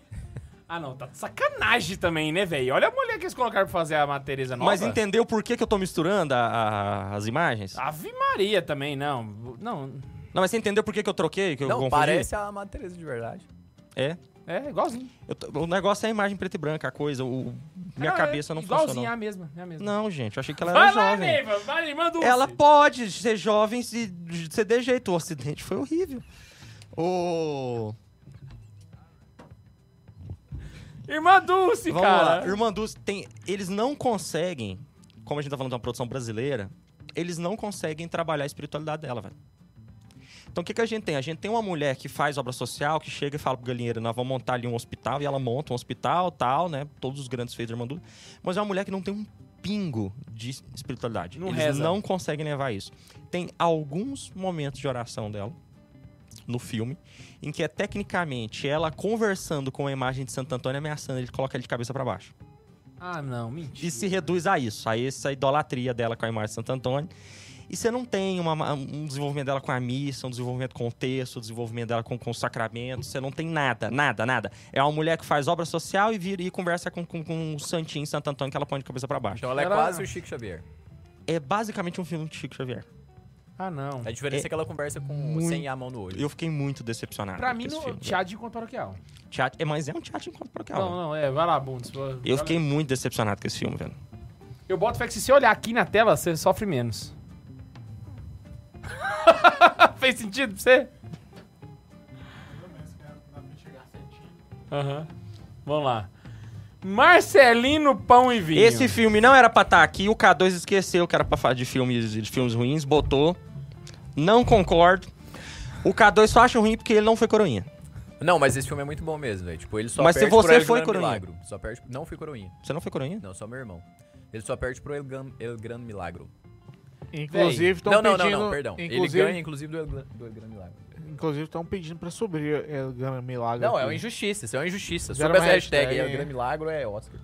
Speaker 1: Ah, não. Tá de sacanagem também, né, velho? Olha a mulher que eles colocaram pra fazer a Matereza nova.
Speaker 2: Mas entendeu por que, que eu tô misturando a- a- as imagens?
Speaker 3: Ah.
Speaker 1: Ave Maria também, não. Não,
Speaker 2: Não, mas você entendeu por que, que eu troquei? Que eu
Speaker 3: Não,
Speaker 2: confundi?
Speaker 3: parece a Madre Teresa de verdade.
Speaker 2: É.
Speaker 1: é igualzinho.
Speaker 2: Eu tô- o negócio é a imagem preta e branca, a coisa. O, o- minha
Speaker 1: Ah,
Speaker 2: cabeça não
Speaker 1: igualzinho,
Speaker 2: funcionou.
Speaker 1: é a mesma, é a mesma.
Speaker 2: Não, gente, eu achei que ela
Speaker 1: Vai
Speaker 2: era
Speaker 1: lá,
Speaker 2: jovem.
Speaker 1: Neiva, vai, manda um.
Speaker 2: Ela pode ser jovem se ser de jeito. O acidente foi horrível. O.
Speaker 1: Irmã Dulce,
Speaker 2: Vamos
Speaker 1: cara.
Speaker 2: lá. Irmã Dulce tem. Eles não conseguem, como a gente tá falando de uma produção brasileira, eles não conseguem trabalhar a espiritualidade dela, velho. Então o que, que a gente tem? A gente tem uma mulher que faz obra social, que chega e fala pro galinheiro, nós vamos montar ali um hospital, e ela monta um hospital, tal, né? Todos os grandes feitos da Irmã Dulce. Mas é uma mulher que não tem um pingo de espiritualidade.
Speaker 1: Não
Speaker 2: eles
Speaker 1: reza.
Speaker 2: não conseguem levar isso. Tem alguns momentos de oração dela no filme, em que é tecnicamente ela conversando com a imagem de Santo Antônio ameaçando, ele coloca ele de cabeça pra baixo.
Speaker 1: Ah, não, mentira.
Speaker 2: E se reduz a isso, a essa idolatria dela com a imagem de Santo Antônio. E você não tem uma- um desenvolvimento dela com a missa, um desenvolvimento com o texto, um desenvolvimento dela com, com o sacramento, você não tem nada, nada, nada. É uma mulher que faz obra social e vira e conversa com, com, com o santinho Santo Antônio que ela põe de cabeça pra baixo.
Speaker 3: Então ela é
Speaker 1: Era-
Speaker 3: quase o Chico Xavier.
Speaker 2: É basicamente um filme de Chico Xavier.
Speaker 1: Ah, não.
Speaker 3: A diferença é, que ela conversa com sem a mão no olho.
Speaker 2: Eu fiquei muito decepcionado.
Speaker 1: Pra
Speaker 2: com
Speaker 1: mim,
Speaker 2: esse
Speaker 1: no
Speaker 2: filme.
Speaker 1: teatro de conto paroquial.
Speaker 2: Teatro- é, mas é um teatro enquanto para
Speaker 1: Não, não, é, vai lá, Bundes. vai- vai
Speaker 2: Eu fiquei muito decepcionado com esse filme, velho.
Speaker 1: lá. Eu boto fé que se você olhar aqui na tela, você sofre menos. Fez sentido pra você? Aham. Vamos lá. Marcelino Pão e Vinho.
Speaker 2: Esse filme não era pra estar aqui, o K2 esqueceu que era pra falar de filmes, de filmes ruins, botou. Não concordo. O K2 só acha ruim porque ele não foi coroinha.
Speaker 3: Não, mas esse filme é muito bom mesmo, velho. Tipo, ele só
Speaker 2: Mas se
Speaker 3: perde
Speaker 2: você
Speaker 3: pro El
Speaker 2: foi
Speaker 3: Gran
Speaker 2: coroinha.
Speaker 3: Milagro. Só perde... Não fui coroinha.
Speaker 2: Você não foi coroinha?
Speaker 3: Não, só meu irmão. Ele só perde pro El Gran, El Gran Milagro.
Speaker 4: Inclusive, estão
Speaker 3: não,
Speaker 4: pedindo...
Speaker 3: não, não, não, perdão.
Speaker 4: Inclusive,
Speaker 3: Ele ganha, inclusive, do El, Gran- do El Gran Milagro.
Speaker 4: Inclusive, estão pedindo pra subir é, Gran Milagre.
Speaker 3: Não, é
Speaker 4: aqui.
Speaker 3: uma injustiça. Isso é uma injustiça.
Speaker 4: Fizeram
Speaker 3: Sobre essa
Speaker 4: uma
Speaker 3: hashtag,
Speaker 4: hashtag,
Speaker 3: El Gran
Speaker 4: hein?
Speaker 3: Milagro é Oscar.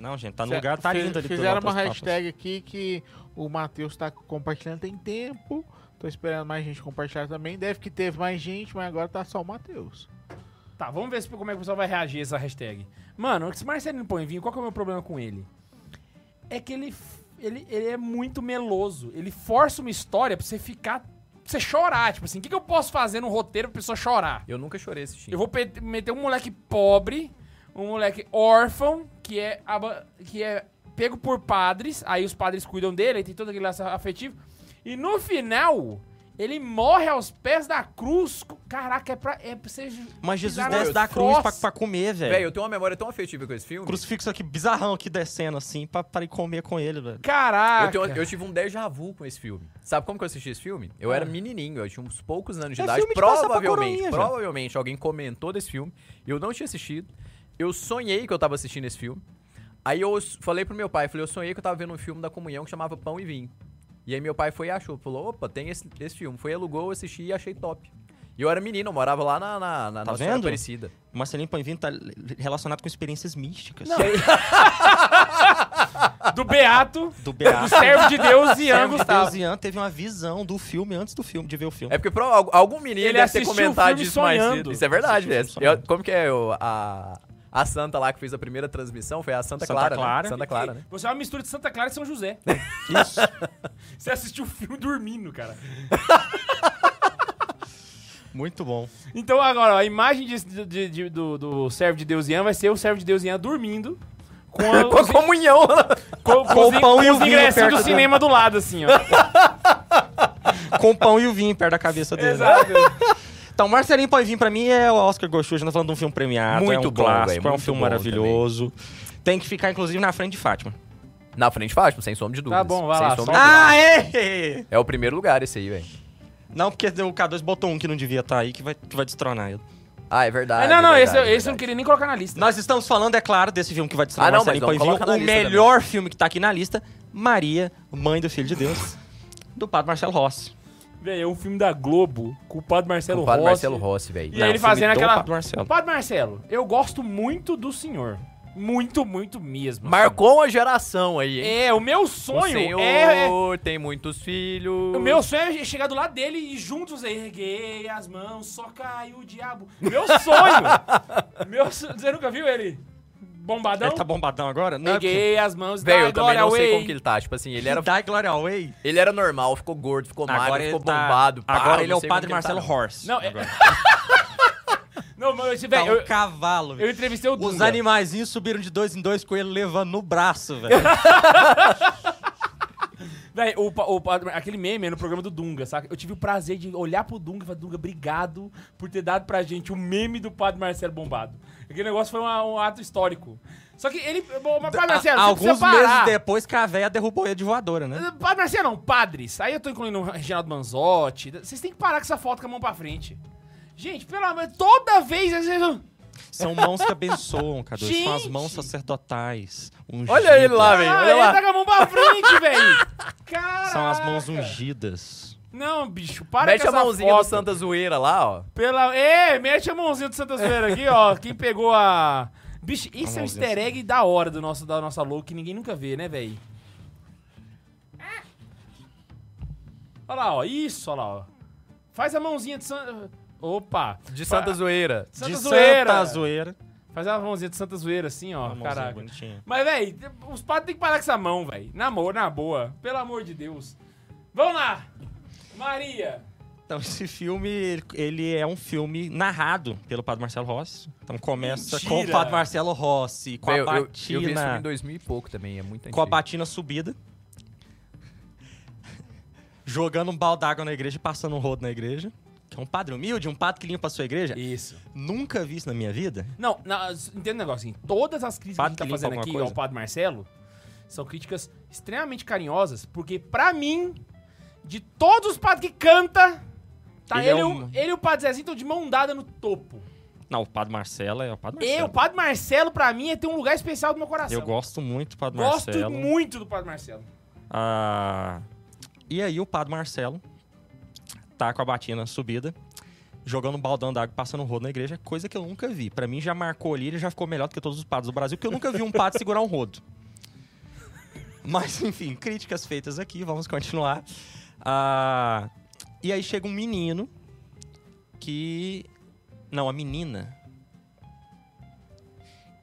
Speaker 2: Não, gente, tá no
Speaker 4: Fiz-
Speaker 2: lugar, tá
Speaker 4: fiz-
Speaker 2: lindo ali.
Speaker 4: Fizeram
Speaker 2: pelo
Speaker 4: uma
Speaker 2: Altas Papas.
Speaker 4: hashtag aqui que o Matheus tá compartilhando tem tempo. Tô esperando mais gente compartilhar também. Deve que teve mais gente, mas agora tá só o Matheus.
Speaker 1: Tá, vamos ver se, como é que o pessoal vai reagir a essa hashtag. Mano, esse Marcelino Pão e Vinho, qual que é o meu problema com ele? É que ele, f- ele, ele é muito meloso. Ele força uma história pra você ficar. Pra você chorar. Tipo assim, o que, que eu posso fazer num roteiro pra pessoa chorar?
Speaker 3: Eu nunca chorei assistindo.
Speaker 1: Eu vou pe- meter um moleque pobre, um moleque órfão, que é, aba- que é pego por padres, aí os padres cuidam dele, aí tem todo aquele laço afetivo. E no final, ele morre aos pés da cruz. Co- Caraca, é pra, é pra você. ju-
Speaker 2: Mas Jesus
Speaker 1: pisar
Speaker 2: desce
Speaker 1: nas
Speaker 2: da cruz pra,
Speaker 1: fossas.
Speaker 2: pra comer,
Speaker 3: Velho,
Speaker 2: velho.
Speaker 3: eu tenho uma memória tão afetiva com esse filme.
Speaker 2: Crucifixo aqui, bizarrão aqui descendo assim, pra, pra ir comer com ele, velho.
Speaker 1: Caraca.
Speaker 3: Eu, tenho- eu tive um déjà vu com esse filme. Sabe como que eu assisti esse filme? Eu era menininho, eu tinha uns poucos anos de
Speaker 2: Ah. É
Speaker 3: idade.
Speaker 2: filme de passar pra
Speaker 3: provavelmente,
Speaker 2: coroinha,
Speaker 3: provavelmente alguém comentou desse filme. Eu não tinha assistido. Eu sonhei que eu tava assistindo esse filme. Aí eu s- falei pro meu pai, falei, eu sonhei que eu tava vendo um filme da comunhão que chamava Pão e Vinho. E aí meu pai foi e achou, falou, opa, tem esse, esse filme. Foi, alugou, eu assisti e achei top. E eu era menino, eu morava lá na, na, na
Speaker 2: Tá
Speaker 3: Nossa Senhora
Speaker 2: vendo?
Speaker 3: Aparecida.
Speaker 2: Marcelinho Panvinho tá l- relacionado com experiências místicas.
Speaker 1: Do Beato,
Speaker 2: Do
Speaker 1: do
Speaker 2: Beato.
Speaker 1: servo de Deus e Ian
Speaker 2: Servo de Deus,
Speaker 1: Gustavo.
Speaker 2: Ian teve uma visão do filme antes do filme, de ver o filme.
Speaker 3: É porque pro, al- algum menino
Speaker 1: Ele
Speaker 3: deve ter
Speaker 1: assistiu o
Speaker 3: comentado
Speaker 1: filme
Speaker 3: isso mais
Speaker 1: sonhando.
Speaker 3: cedo. Isso é verdade, velho.
Speaker 2: Assistiu o filme
Speaker 3: Eu- Como que é o- a, a santa lá que fez a primeira transmissão? Foi a Santa,
Speaker 2: Santa
Speaker 3: Clara, né?
Speaker 2: Clara.
Speaker 3: Santa Clara, né?
Speaker 1: Você é uma mistura de Santa Clara e São José.
Speaker 2: Isso.
Speaker 1: Você assistiu o filme dormindo, cara.
Speaker 2: Muito bom.
Speaker 1: Então agora, a imagem de- de- de- do, do servo de Deus Ian vai ser o servo de Deus Ian dormindo. Com, a-
Speaker 3: Com a
Speaker 1: os-
Speaker 3: comunhão.
Speaker 1: com, com
Speaker 2: Com
Speaker 1: os,
Speaker 2: o pão
Speaker 1: com
Speaker 2: e o
Speaker 1: os
Speaker 2: vinho
Speaker 1: ingressos
Speaker 2: perto
Speaker 1: do
Speaker 2: do-
Speaker 1: cinema do lado, assim, ó. É
Speaker 2: Com o pão e o vinho perto da cabeça dele.
Speaker 1: Exato.
Speaker 2: Então, Marcelinho pode vir pra mim é o Oscar Goshu, já tá falando de um filme premiado,
Speaker 3: Muito
Speaker 2: é um
Speaker 3: bom,
Speaker 2: clássico,
Speaker 3: velho,
Speaker 2: é um
Speaker 3: muito
Speaker 2: filme
Speaker 3: bom
Speaker 2: maravilhoso. Tem que ficar, inclusive, na frente de Fátima.
Speaker 3: Na frente Fátima, sem sombra de dúvidas.
Speaker 1: Tá bom, vai
Speaker 3: sem
Speaker 1: lá,
Speaker 3: sombra
Speaker 1: só-
Speaker 3: de dúvidas.
Speaker 2: Ah, é!
Speaker 3: É o primeiro lugar esse aí, velho.
Speaker 2: Não, porque o K2 botou um que não devia estar aí, que vai, que vai destronar ele.
Speaker 3: Ah, é verdade.
Speaker 1: Ah, não,
Speaker 3: é
Speaker 1: não,
Speaker 3: verdade,
Speaker 1: esse,
Speaker 3: é
Speaker 1: esse eu não
Speaker 3: verdade.
Speaker 1: queria nem colocar na lista.
Speaker 2: Nós estamos falando, é claro, desse filme que vai destronar
Speaker 3: Ah, não,
Speaker 2: Marcelinho
Speaker 3: mas vamos
Speaker 2: Poivinho,
Speaker 3: colocar na
Speaker 2: o
Speaker 3: lista
Speaker 2: melhor filme que tá aqui na lista, Maria, Mãe do Filho de Deus, do Padre Marcelo Rossi.
Speaker 1: Véi, é um filme da Globo, com o Padre Marcelo
Speaker 3: O padre
Speaker 1: Rossi.
Speaker 3: Marcelo Rossi, velho.
Speaker 1: E aí ele
Speaker 2: o é um filme
Speaker 1: fazendo
Speaker 2: do
Speaker 1: aquela-
Speaker 2: Padre Marcelo.
Speaker 1: Padre Marcelo, eu gosto muito do senhor. Muito, muito mesmo.
Speaker 3: Marcou uma geração aí, hein?
Speaker 1: É, o meu
Speaker 3: o
Speaker 1: sonho
Speaker 3: senhor
Speaker 1: é, é-
Speaker 3: tem muitos filhos.
Speaker 1: O meu sonho é chegar do lado dele e juntos aí, erguei as mãos, só caiu o diabo. Meu sonho! meu sonho. Você nunca viu ele? Bombadão?
Speaker 2: Ele tá bombadão agora? Não, é porque...
Speaker 1: Erguei as mãos, dá
Speaker 3: Velho, eu também
Speaker 1: glória
Speaker 3: não
Speaker 1: ao
Speaker 3: sei
Speaker 1: Ei.
Speaker 3: como que ele tá. Tipo assim, ele era,
Speaker 2: Die Glory Away.
Speaker 3: ele era normal, ficou gordo, ficou magro, ficou bombado. pá,
Speaker 2: agora
Speaker 3: eu
Speaker 2: ele é
Speaker 3: não
Speaker 2: o
Speaker 3: sei
Speaker 2: Padre
Speaker 3: como que ele
Speaker 2: Marcelo
Speaker 3: tá,
Speaker 2: Horse.
Speaker 1: Não, é-
Speaker 2: agora.
Speaker 1: Não, mas esse,
Speaker 2: Tá
Speaker 1: velho,
Speaker 2: um
Speaker 1: eu,
Speaker 2: cavalo,
Speaker 1: eu
Speaker 2: velho.
Speaker 1: entrevistei o Dunga.
Speaker 3: é.
Speaker 2: Os animaizinhos subiram de dois em dois com ele levando no braço, velho.
Speaker 1: Tá Véi, o, pa- o padre- aquele meme é no programa do Dunga, saca? Eu tive o prazer de olhar pro Dunga e falar, Dunga, obrigado por ter dado pra gente o meme do Padre Marcelo bombado. Aquele negócio foi uma- um ato histórico. Só que ele... Bom, mas Padre Marcelo,
Speaker 2: A-
Speaker 1: você precisa
Speaker 2: alguns meses
Speaker 1: parar.
Speaker 2: depois que a véia derrubou ele de voadora, né?
Speaker 1: Padre Marcelo não, padres. Aí eu tô incluindo o Reginaldo Manzotti. Vocês têm que parar com essa foto com a mão pra frente. Gente, pelo amor... Toda vez... às vezes-
Speaker 2: São mãos que abençoam, cara. São as
Speaker 1: Gente!
Speaker 2: mãos sacerdotais. ungidas.
Speaker 3: Olha ele lá, velho.
Speaker 1: Ah,
Speaker 3: Olha
Speaker 1: ele
Speaker 3: lá.
Speaker 1: tá com a mão pra frente, velho. Caraca.
Speaker 2: São as mãos ungidas.
Speaker 1: Não, bicho, para
Speaker 3: um Mete
Speaker 1: com
Speaker 3: a
Speaker 1: essa
Speaker 3: mãozinha
Speaker 1: foto.
Speaker 3: do Santa Zoeira lá, ó.
Speaker 1: Pela... É, mete a mãozinha do Santa Zoeira aqui, ó. Quem pegou a. Bicho, isso é um
Speaker 2: mãozinha
Speaker 1: easter egg da hora do nosso, da nossa logo que ninguém nunca vê, né, velho? Olha lá, ó. Isso, olha lá, ó. Faz a mãozinha de Santa. Opa!
Speaker 3: De Santa Zoeira.
Speaker 1: Santa
Speaker 2: de
Speaker 1: Zoeira!
Speaker 2: Santa Zoeira.
Speaker 1: Faz a mãozinha de Santa Zoeira assim, ó.
Speaker 2: Uma mãozinha
Speaker 1: Caraca.
Speaker 2: bonitinha.
Speaker 1: Mas, véi, os patos têm que parar com essa mão, véi. Na, mo- na boa. Pelo amor de Deus. Vamos lá! Maria!
Speaker 2: Então, esse filme, ele- ele é um filme narrado pelo Padre Marcelo Rossi. Então, começa com o
Speaker 1: Mentira!
Speaker 2: Padre Marcelo Rossi, com
Speaker 3: Velho, eu,
Speaker 2: a
Speaker 3: eu, eu vi
Speaker 2: batina...
Speaker 3: esse filme em 2000 e pouco também, é muito
Speaker 2: com a
Speaker 3: antigo.
Speaker 2: batina subida. Jogando um balde d'água na igreja e passando um rodo na igreja. Que é um padre humilde, um padre que limpa a sua igreja.
Speaker 1: Isso.
Speaker 2: Nunca vi isso na minha vida.
Speaker 1: Não, na, entenda um negócio assim. Todas as críticas
Speaker 2: Padre
Speaker 1: que a
Speaker 2: que
Speaker 1: gente tá
Speaker 2: limpa
Speaker 1: fazendo
Speaker 2: alguma
Speaker 1: aqui
Speaker 2: coisa?
Speaker 1: ao Padre Marcelo são críticas extremamente carinhosas, porque pra mim, de todos os padres que canta, tá ele,
Speaker 2: Ele é
Speaker 1: o-
Speaker 2: um-
Speaker 1: ele e o Padre Zezinho estão de mão dada no topo.
Speaker 2: Não, o Padre Marcelo é o Padre
Speaker 1: E o
Speaker 2: Marcelo.
Speaker 1: Padre Marcelo, pra mim, é- tem um lugar especial no meu coração.
Speaker 2: Eu gosto muito do Padre
Speaker 1: Gosto
Speaker 2: Marcelo.
Speaker 1: muito do Padre Marcelo.
Speaker 2: Ah, e aí o Padre Marcelo tá com a batina subida, jogando um baldão d'água, e passando um rodo na igreja, coisa que eu nunca vi. Pra mim já marcou ali, ele já ficou melhor do que todos os padres do Brasil, porque eu nunca vi um padre segurar um rodo. Mas enfim, críticas feitas aqui, vamos continuar. Ah, e aí chega um menino que não, a menina.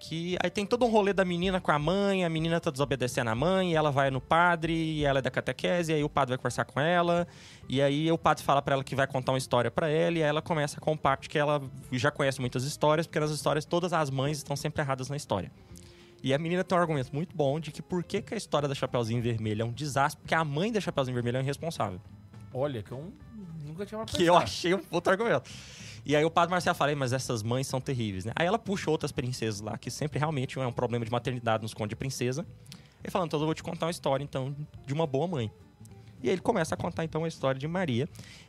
Speaker 2: Que aí tem todo um rolê da menina com a mãe, a menina tá desobedecendo a mãe, e ela vai no padre, e ela é da catequese, e aí o padre vai conversar com ela, e aí o padre fala pra ela que vai contar uma história pra ela, e aí ela começa com o parte que ela já conhece muitas histórias, porque nas histórias todas as mães estão sempre erradas na história. E a menina tem um argumento muito bom de que por que, que a história da Chapeuzinho Vermelho é um desastre, porque a mãe da Chapeuzinho Vermelho é irresponsável.
Speaker 1: Olha, que eu nunca tinha
Speaker 2: Que eu achei um puto argumento. E aí o padre Marcelo fala, "Ei, mas essas mães são terríveis, né? Aí ela puxa outras princesas lá, que sempre realmente é um problema de maternidade nos contos de princesa. E falando, então eu vou te contar uma história, então, de uma boa mãe. E aí ele começa a contar, então, a história de Maria.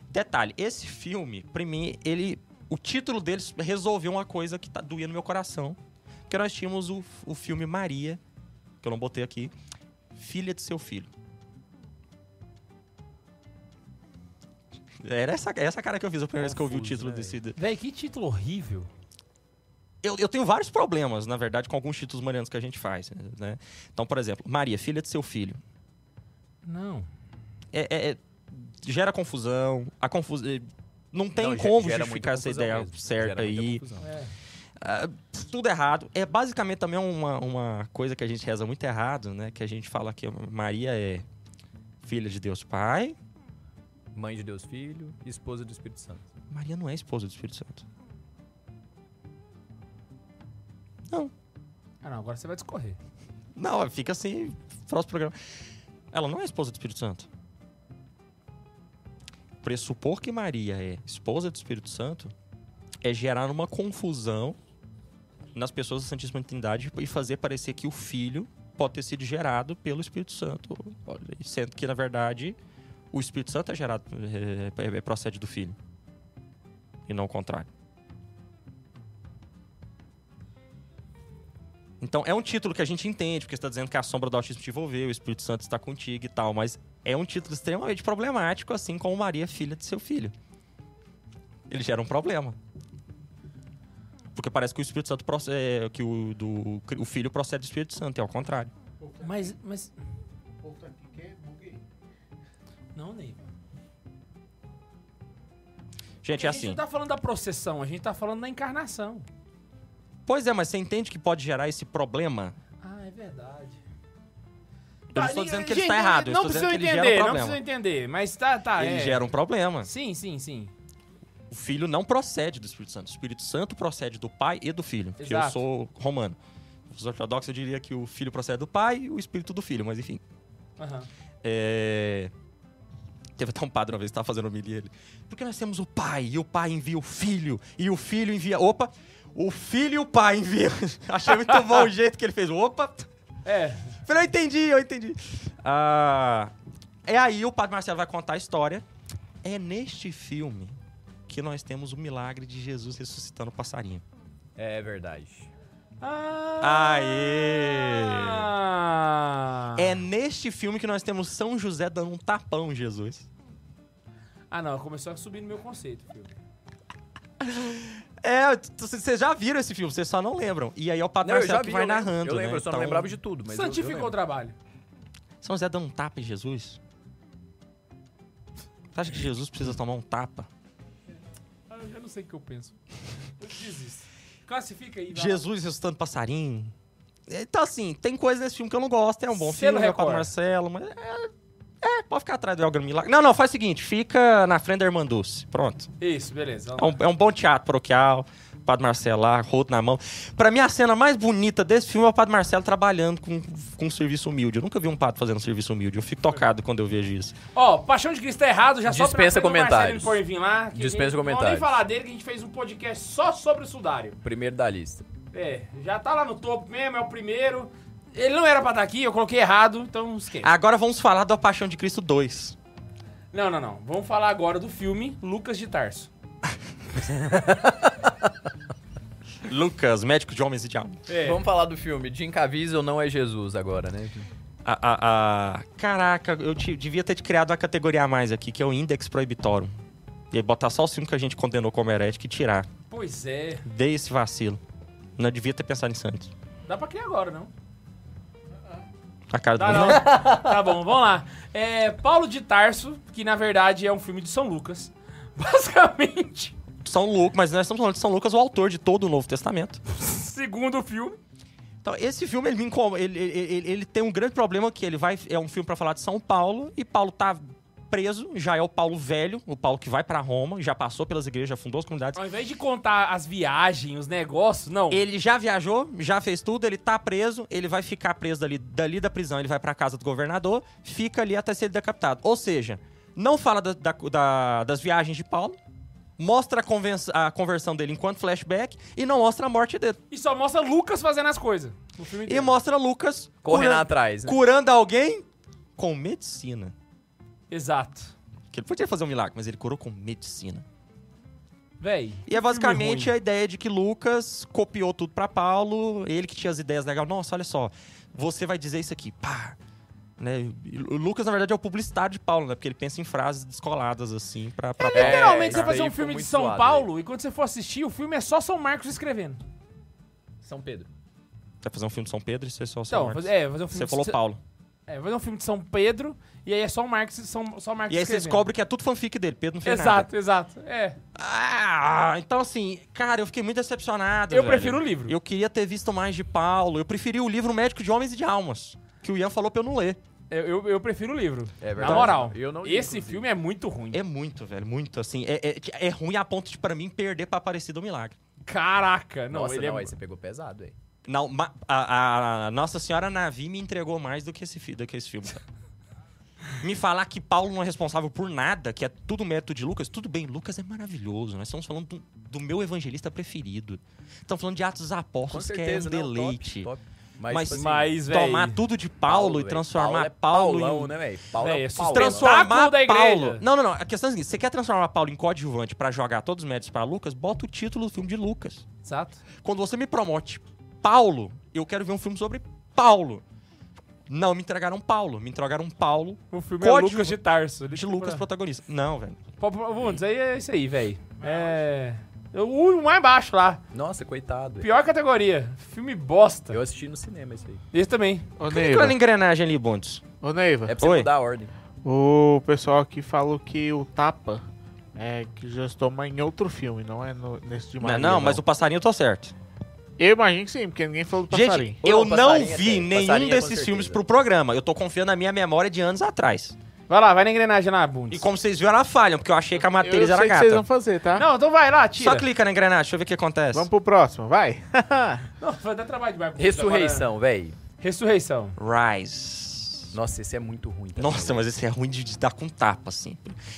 Speaker 2: Detalhe, esse filme, pra mim, ele... O título dele resolveu uma coisa que tá doía no meu coração. Porque nós tínhamos o, o filme Maria, que eu não botei aqui, Filha de Seu Filho. Era essa, é essa cara que eu fiz a primeira vez que eu vi o
Speaker 1: Confuso,
Speaker 2: título
Speaker 1: né,
Speaker 2: desse,
Speaker 1: Véi, que título horrível.
Speaker 2: eu, eu tenho vários problemas, na verdade, com alguns títulos marianos que a gente faz, né? Então, por exemplo, Maria, filha de seu filho.
Speaker 1: Não.
Speaker 2: É- é- é- gera confusão, a confusão... Não tem
Speaker 3: Não, ge-
Speaker 2: como
Speaker 3: gera muita
Speaker 2: justificar essa
Speaker 3: confusão
Speaker 2: ideia
Speaker 3: mesmo,
Speaker 2: certa
Speaker 3: gera muita
Speaker 2: aí.
Speaker 3: confusão.
Speaker 1: É.
Speaker 2: Ah, tudo errado. É basicamente também uma, uma coisa que a gente reza muito errado, né? Que a gente fala que Maria é filha de Deus Pai.
Speaker 3: Mãe de Deus Filho, esposa do Espírito Santo.
Speaker 2: Maria não é esposa do Espírito Santo.
Speaker 1: Ah, não, agora você vai discorrer.
Speaker 2: Não, fica assim, próximo programa. Ela não é esposa do Espírito Santo. pressupor que Maria é esposa do Espírito Santo é gerar uma confusão nas pessoas da Santíssima Trindade e fazer parecer que o filho pode ter sido gerado pelo Espírito Santo, sendo que na verdade o Espírito Santo é gerado é, é- procede do filho e não o contrário. Então é um título que a gente entende, porque está dizendo que a sombra do autismo te envolveu, o Espírito Santo está contigo e tal, mas é um título extremamente problemático, assim como Maria, filha de seu filho. Ele gera um problema. Porque parece que o Espírito Santo proce- é, que o, do, o filho procede do Espírito Santo, é ao contrário.
Speaker 1: Mas, mas... Não, Ney.
Speaker 2: Gente, é
Speaker 1: a gente
Speaker 2: assim.
Speaker 1: não tá falando da processão, a gente tá falando da encarnação.
Speaker 2: Pois é, mas você entende que pode gerar esse problema?
Speaker 1: Ah, é verdade.
Speaker 2: Eu não estou dizendo que ele está errado, eu
Speaker 1: Tá, Não
Speaker 2: estou dizendo
Speaker 1: precisa
Speaker 2: que ele gera um
Speaker 1: entender, não
Speaker 2: problema.
Speaker 1: precisa entender. Mas tá, tá.
Speaker 2: Ele
Speaker 1: é.
Speaker 2: gera um problema.
Speaker 1: Sim, sim, sim.
Speaker 2: O filho não procede do Espírito Santo. O Espírito Santo procede do pai e do filho. Porque eu
Speaker 1: Exato.
Speaker 2: sou romano. Os ortodoxos eu diria que o filho procede do pai e o espírito do filho, mas enfim.
Speaker 1: Aham.
Speaker 2: É... Teve até um padre uma vez que estava fazendo homilia ele. Porque nós temos o pai, e o pai envia o filho, e o filho envia. Opa! O filho e o pai enviam. Achei muito bom o jeito que ele fez. Opa!
Speaker 1: É.
Speaker 2: Falei, eu entendi, eu entendi. Ah, é aí o Padre Marcelo vai contar a história. É neste filme que nós temos o milagre de Jesus ressuscitando o passarinho.
Speaker 3: É verdade.
Speaker 1: Ah,
Speaker 2: É neste filme que nós temos São José dando um tapão em Jesus.
Speaker 1: Ah, não, começou a subir no meu conceito, filho.
Speaker 2: É, t- t- vocês já viram esse filme, vocês só não lembram. E aí é o Padre
Speaker 3: eu
Speaker 2: Marcelo
Speaker 3: vi,
Speaker 2: que vai
Speaker 3: eu lembro.
Speaker 2: narrando.
Speaker 3: Eu lembro,
Speaker 2: né?
Speaker 3: eu só não
Speaker 2: Então,
Speaker 3: lembrava de tudo, mas. eu- eu
Speaker 1: Santificou o
Speaker 3: lembro.
Speaker 1: trabalho.
Speaker 2: São José dando um tapa em Jesus? Você acha que Jesus precisa tomar um tapa?
Speaker 1: Ah, eu já não sei o que eu penso. Eu desisto. Classifica aí. vai lá.
Speaker 2: Jesus ressuscitando passarinho. Então, assim, tem coisa nesse filme que eu não gosto. É um bom
Speaker 1: Selo
Speaker 2: filme, é o Padre
Speaker 1: Record.
Speaker 2: Marcelo, mas... É, é, pode ficar atrás do Elgan Milagre. Não, não, faz o seguinte. Fica na frente da Irmã Dulce. Pronto.
Speaker 1: Isso, beleza.
Speaker 2: É
Speaker 1: vamos
Speaker 2: um, é um bom teatro paroquial. Padre Marcelo lá, roto na mão. Pra mim, a cena mais bonita desse filme é o Padre Marcelo trabalhando com, com um serviço humilde. Eu nunca vi um padre fazendo um serviço humilde. Eu fico tocado quando eu vejo isso.
Speaker 1: lá. Ó, Paixão de Cristo tá errado, já só
Speaker 3: Dispensa comentários.
Speaker 1: lá, que a
Speaker 3: Dispensa
Speaker 1: gente- Não vou nem
Speaker 3: comentários.
Speaker 1: falar dele, que a gente fez um podcast só sobre o Sudário.
Speaker 3: Primeiro da lista.
Speaker 1: É, já tá lá no topo mesmo, é o primeiro. Ele não era pra estar aqui, eu coloquei errado, então esquece.
Speaker 2: Agora vamos falar do A Paixão de Cristo 2.
Speaker 1: Não, não, não. Vamos falar agora do filme Lucas de Tarso.
Speaker 2: Lucas, médico de homens e de almas.
Speaker 1: É.
Speaker 3: Vamos falar do filme. Jim Caviezel não é Jesus agora, né?
Speaker 2: Ah, ah, ah. Caraca, eu te- devia ter te criado uma categoria a mais aqui, que é o Index Prohibitorum. E aí botar só o filme que a gente condenou como herético e tirar.
Speaker 1: Pois é.
Speaker 2: Dei esse vacilo. Não devia ter pensado nisso antes.
Speaker 1: Dá pra criar agora, não?
Speaker 2: A cara
Speaker 1: Dá
Speaker 2: do...
Speaker 1: não. tá bom, vamos lá. É, Paulo de Tarso, que na verdade é um filme de São Lucas. Basicamente,
Speaker 2: São Lucas, mas nós estamos falando de São Lucas, o autor de todo o Novo Testamento.
Speaker 1: segundo filme.
Speaker 2: Então, esse filme, ele me incomoda. Ele, ele- ele- ele tem um grande problema que ele vai. É um filme pra falar de São Paulo, e Paulo tá preso, já é o Paulo velho, o Paulo que vai pra Roma, já passou pelas igrejas, já fundou as comunidades.
Speaker 1: Ao invés de contar as viagens, os negócios, não.
Speaker 2: Ele já viajou, já fez tudo, ele tá preso, ele vai ficar preso dali, dali da prisão, ele vai pra casa do governador, fica ali até ser decapitado. Ou seja, não fala da- da- da- das viagens de Paulo, mostra a, convença- a conversão dele enquanto flashback e não mostra a morte dele.
Speaker 1: E só mostra Lucas fazendo as coisas. No filme
Speaker 2: E
Speaker 1: inteiro.
Speaker 2: mostra Lucas
Speaker 3: Correndo
Speaker 2: curando,
Speaker 3: atrás, né?
Speaker 2: curando alguém com medicina.
Speaker 1: Exato.
Speaker 2: Que ele podia fazer um milagre, mas ele curou com medicina.
Speaker 1: Véi.
Speaker 2: E é basicamente a ideia de que Lucas copiou tudo pra Paulo, ele que tinha as ideias legais. Nossa, olha só, você vai dizer isso aqui, pá. Né? E O Lucas, na verdade, é o publicitário de Paulo, né? Porque ele pensa em frases descoladas, assim, pra... pra
Speaker 3: É,
Speaker 1: Literalmente,
Speaker 3: isso
Speaker 1: você fazer
Speaker 3: daí
Speaker 1: um
Speaker 3: foi
Speaker 1: filme de
Speaker 3: muito né?
Speaker 1: São
Speaker 3: zoado,
Speaker 1: Paulo e quando você for assistir, o filme é só São Marcos escrevendo.
Speaker 3: São Pedro.
Speaker 2: Vai fazer um filme de São Pedro e você só... só
Speaker 1: Então,
Speaker 2: Marcos.
Speaker 1: faz- é, fazer um filme
Speaker 2: Você falou
Speaker 1: de...
Speaker 2: Paulo.
Speaker 1: É, fazer um filme de São Pedro e aí é só o Marcos, São, só o Marcos
Speaker 2: E aí você
Speaker 1: escrevendo.
Speaker 2: descobre que é tudo fanfic dele, Pedro não fez nada.
Speaker 1: tá
Speaker 3: né?
Speaker 1: Exato, exato. É.
Speaker 2: Ah, então assim, cara, eu fiquei muito decepcionado,
Speaker 1: Eu
Speaker 2: velho.
Speaker 1: prefiro o livro.
Speaker 2: Eu queria ter visto mais de Paulo. Eu preferi o livro Médico de Homens e de Almas, que o Ian falou pra eu não ler.
Speaker 1: Eu, eu, eu prefiro o livro.
Speaker 3: É verdade.
Speaker 1: Na moral,
Speaker 3: Eu não li,
Speaker 1: esse
Speaker 3: inclusive.
Speaker 1: filme é muito ruim.
Speaker 2: É muito, velho, muito assim. É, é- é ruim a ponto de, pra mim, perder pra Aparecida o Milagre.
Speaker 1: Caraca, não,
Speaker 3: Nossa,
Speaker 1: ele
Speaker 3: não,
Speaker 1: é...
Speaker 3: aí você pegou pesado, aí.
Speaker 2: Não, ma- a, a- a Nossa Senhora Navi me entregou mais do que esse, fi- do que esse filme. cara. Me falar que Paulo não é responsável por nada, que é tudo mérito de Lucas, tudo bem, Lucas é maravilhoso. Nós estamos falando do, do meu evangelista preferido. Estamos falando de Atos dos
Speaker 3: Com
Speaker 2: Apóstolos, que é um
Speaker 3: certeza, não, top,
Speaker 2: deleite.
Speaker 3: top.
Speaker 2: Mas-
Speaker 3: tipo assim,
Speaker 1: Mas, velho.
Speaker 2: Tomar tudo de Paulo, e
Speaker 3: velho.
Speaker 2: transformar
Speaker 3: Paulo
Speaker 2: Paulo,
Speaker 3: é Paulão,
Speaker 2: em. um-
Speaker 3: né, velho? Paulo
Speaker 1: Véi,
Speaker 3: é
Speaker 1: esses
Speaker 3: Paulão.
Speaker 2: Transformar
Speaker 1: Tentáculo da igreja.
Speaker 2: Paulo. Não, não, não. A questão é a seguinte: você quer transformar Paulo em coadjuvante pra jogar todos os méritos pra Lucas? Bota o título do filme de Lucas.
Speaker 1: Exato.
Speaker 2: Quando você me promete Paulo, eu quero ver um filme sobre Paulo. Não, me entregaram Paulo. Me entregaram um Paulo
Speaker 1: O filme
Speaker 2: Código
Speaker 1: é Lucas de Tarso.
Speaker 2: de Lucas protagonista. Não, velho.
Speaker 1: Bundes, aí é isso aí, velho. É. O mais baixo lá.
Speaker 3: Nossa, coitado. velho.
Speaker 1: Pior categoria. Filme bosta.
Speaker 2: tá.
Speaker 3: Eu assisti no cinema isso aí.
Speaker 1: Esse também.
Speaker 4: Ô,
Speaker 2: Aquela
Speaker 4: Neiva,
Speaker 2: engrenagem ali, Bundes.
Speaker 4: ô, Neiva,
Speaker 3: É pra você
Speaker 2: Oi.
Speaker 3: mudar a ordem.
Speaker 4: o pessoal aqui falou que o tapa é que já toma em outro filme, não é no- nesse de Maria,
Speaker 2: Não, não, mas o passarinho eu tô certo.
Speaker 4: Eu imagino que sim, porque ninguém falou do passarinho. é
Speaker 2: Gente, eu
Speaker 3: Pô,
Speaker 2: não
Speaker 3: passarinho
Speaker 2: vi
Speaker 3: até.
Speaker 2: nenhum
Speaker 3: Passarinho, com
Speaker 2: desses
Speaker 3: certeza.
Speaker 2: filmes pro programa. Eu tô confiando na minha memória de anos atrás.
Speaker 1: Vai lá, vai na engrenagem lá,
Speaker 2: E
Speaker 1: Bundes.
Speaker 2: como vocês viram, ela falha, porque eu achei que a
Speaker 4: eu
Speaker 2: matriz
Speaker 4: sei
Speaker 2: era
Speaker 4: que vocês
Speaker 2: gata.
Speaker 4: vão fazer, tá?
Speaker 1: Não, então vai lá, tira.
Speaker 2: Só clica na engrenagem, deixa eu ver o que acontece.
Speaker 4: Vamos pro próximo, vai.
Speaker 1: Não, vai dar trabalho demais. Bundes,
Speaker 3: Ressurreição, velho.
Speaker 1: agora. né? Ressurreição.
Speaker 2: Rise.
Speaker 3: Nossa, esse é muito ruim. também,
Speaker 2: Nossa, mas esse é ruim de, de dar com tapa, assim.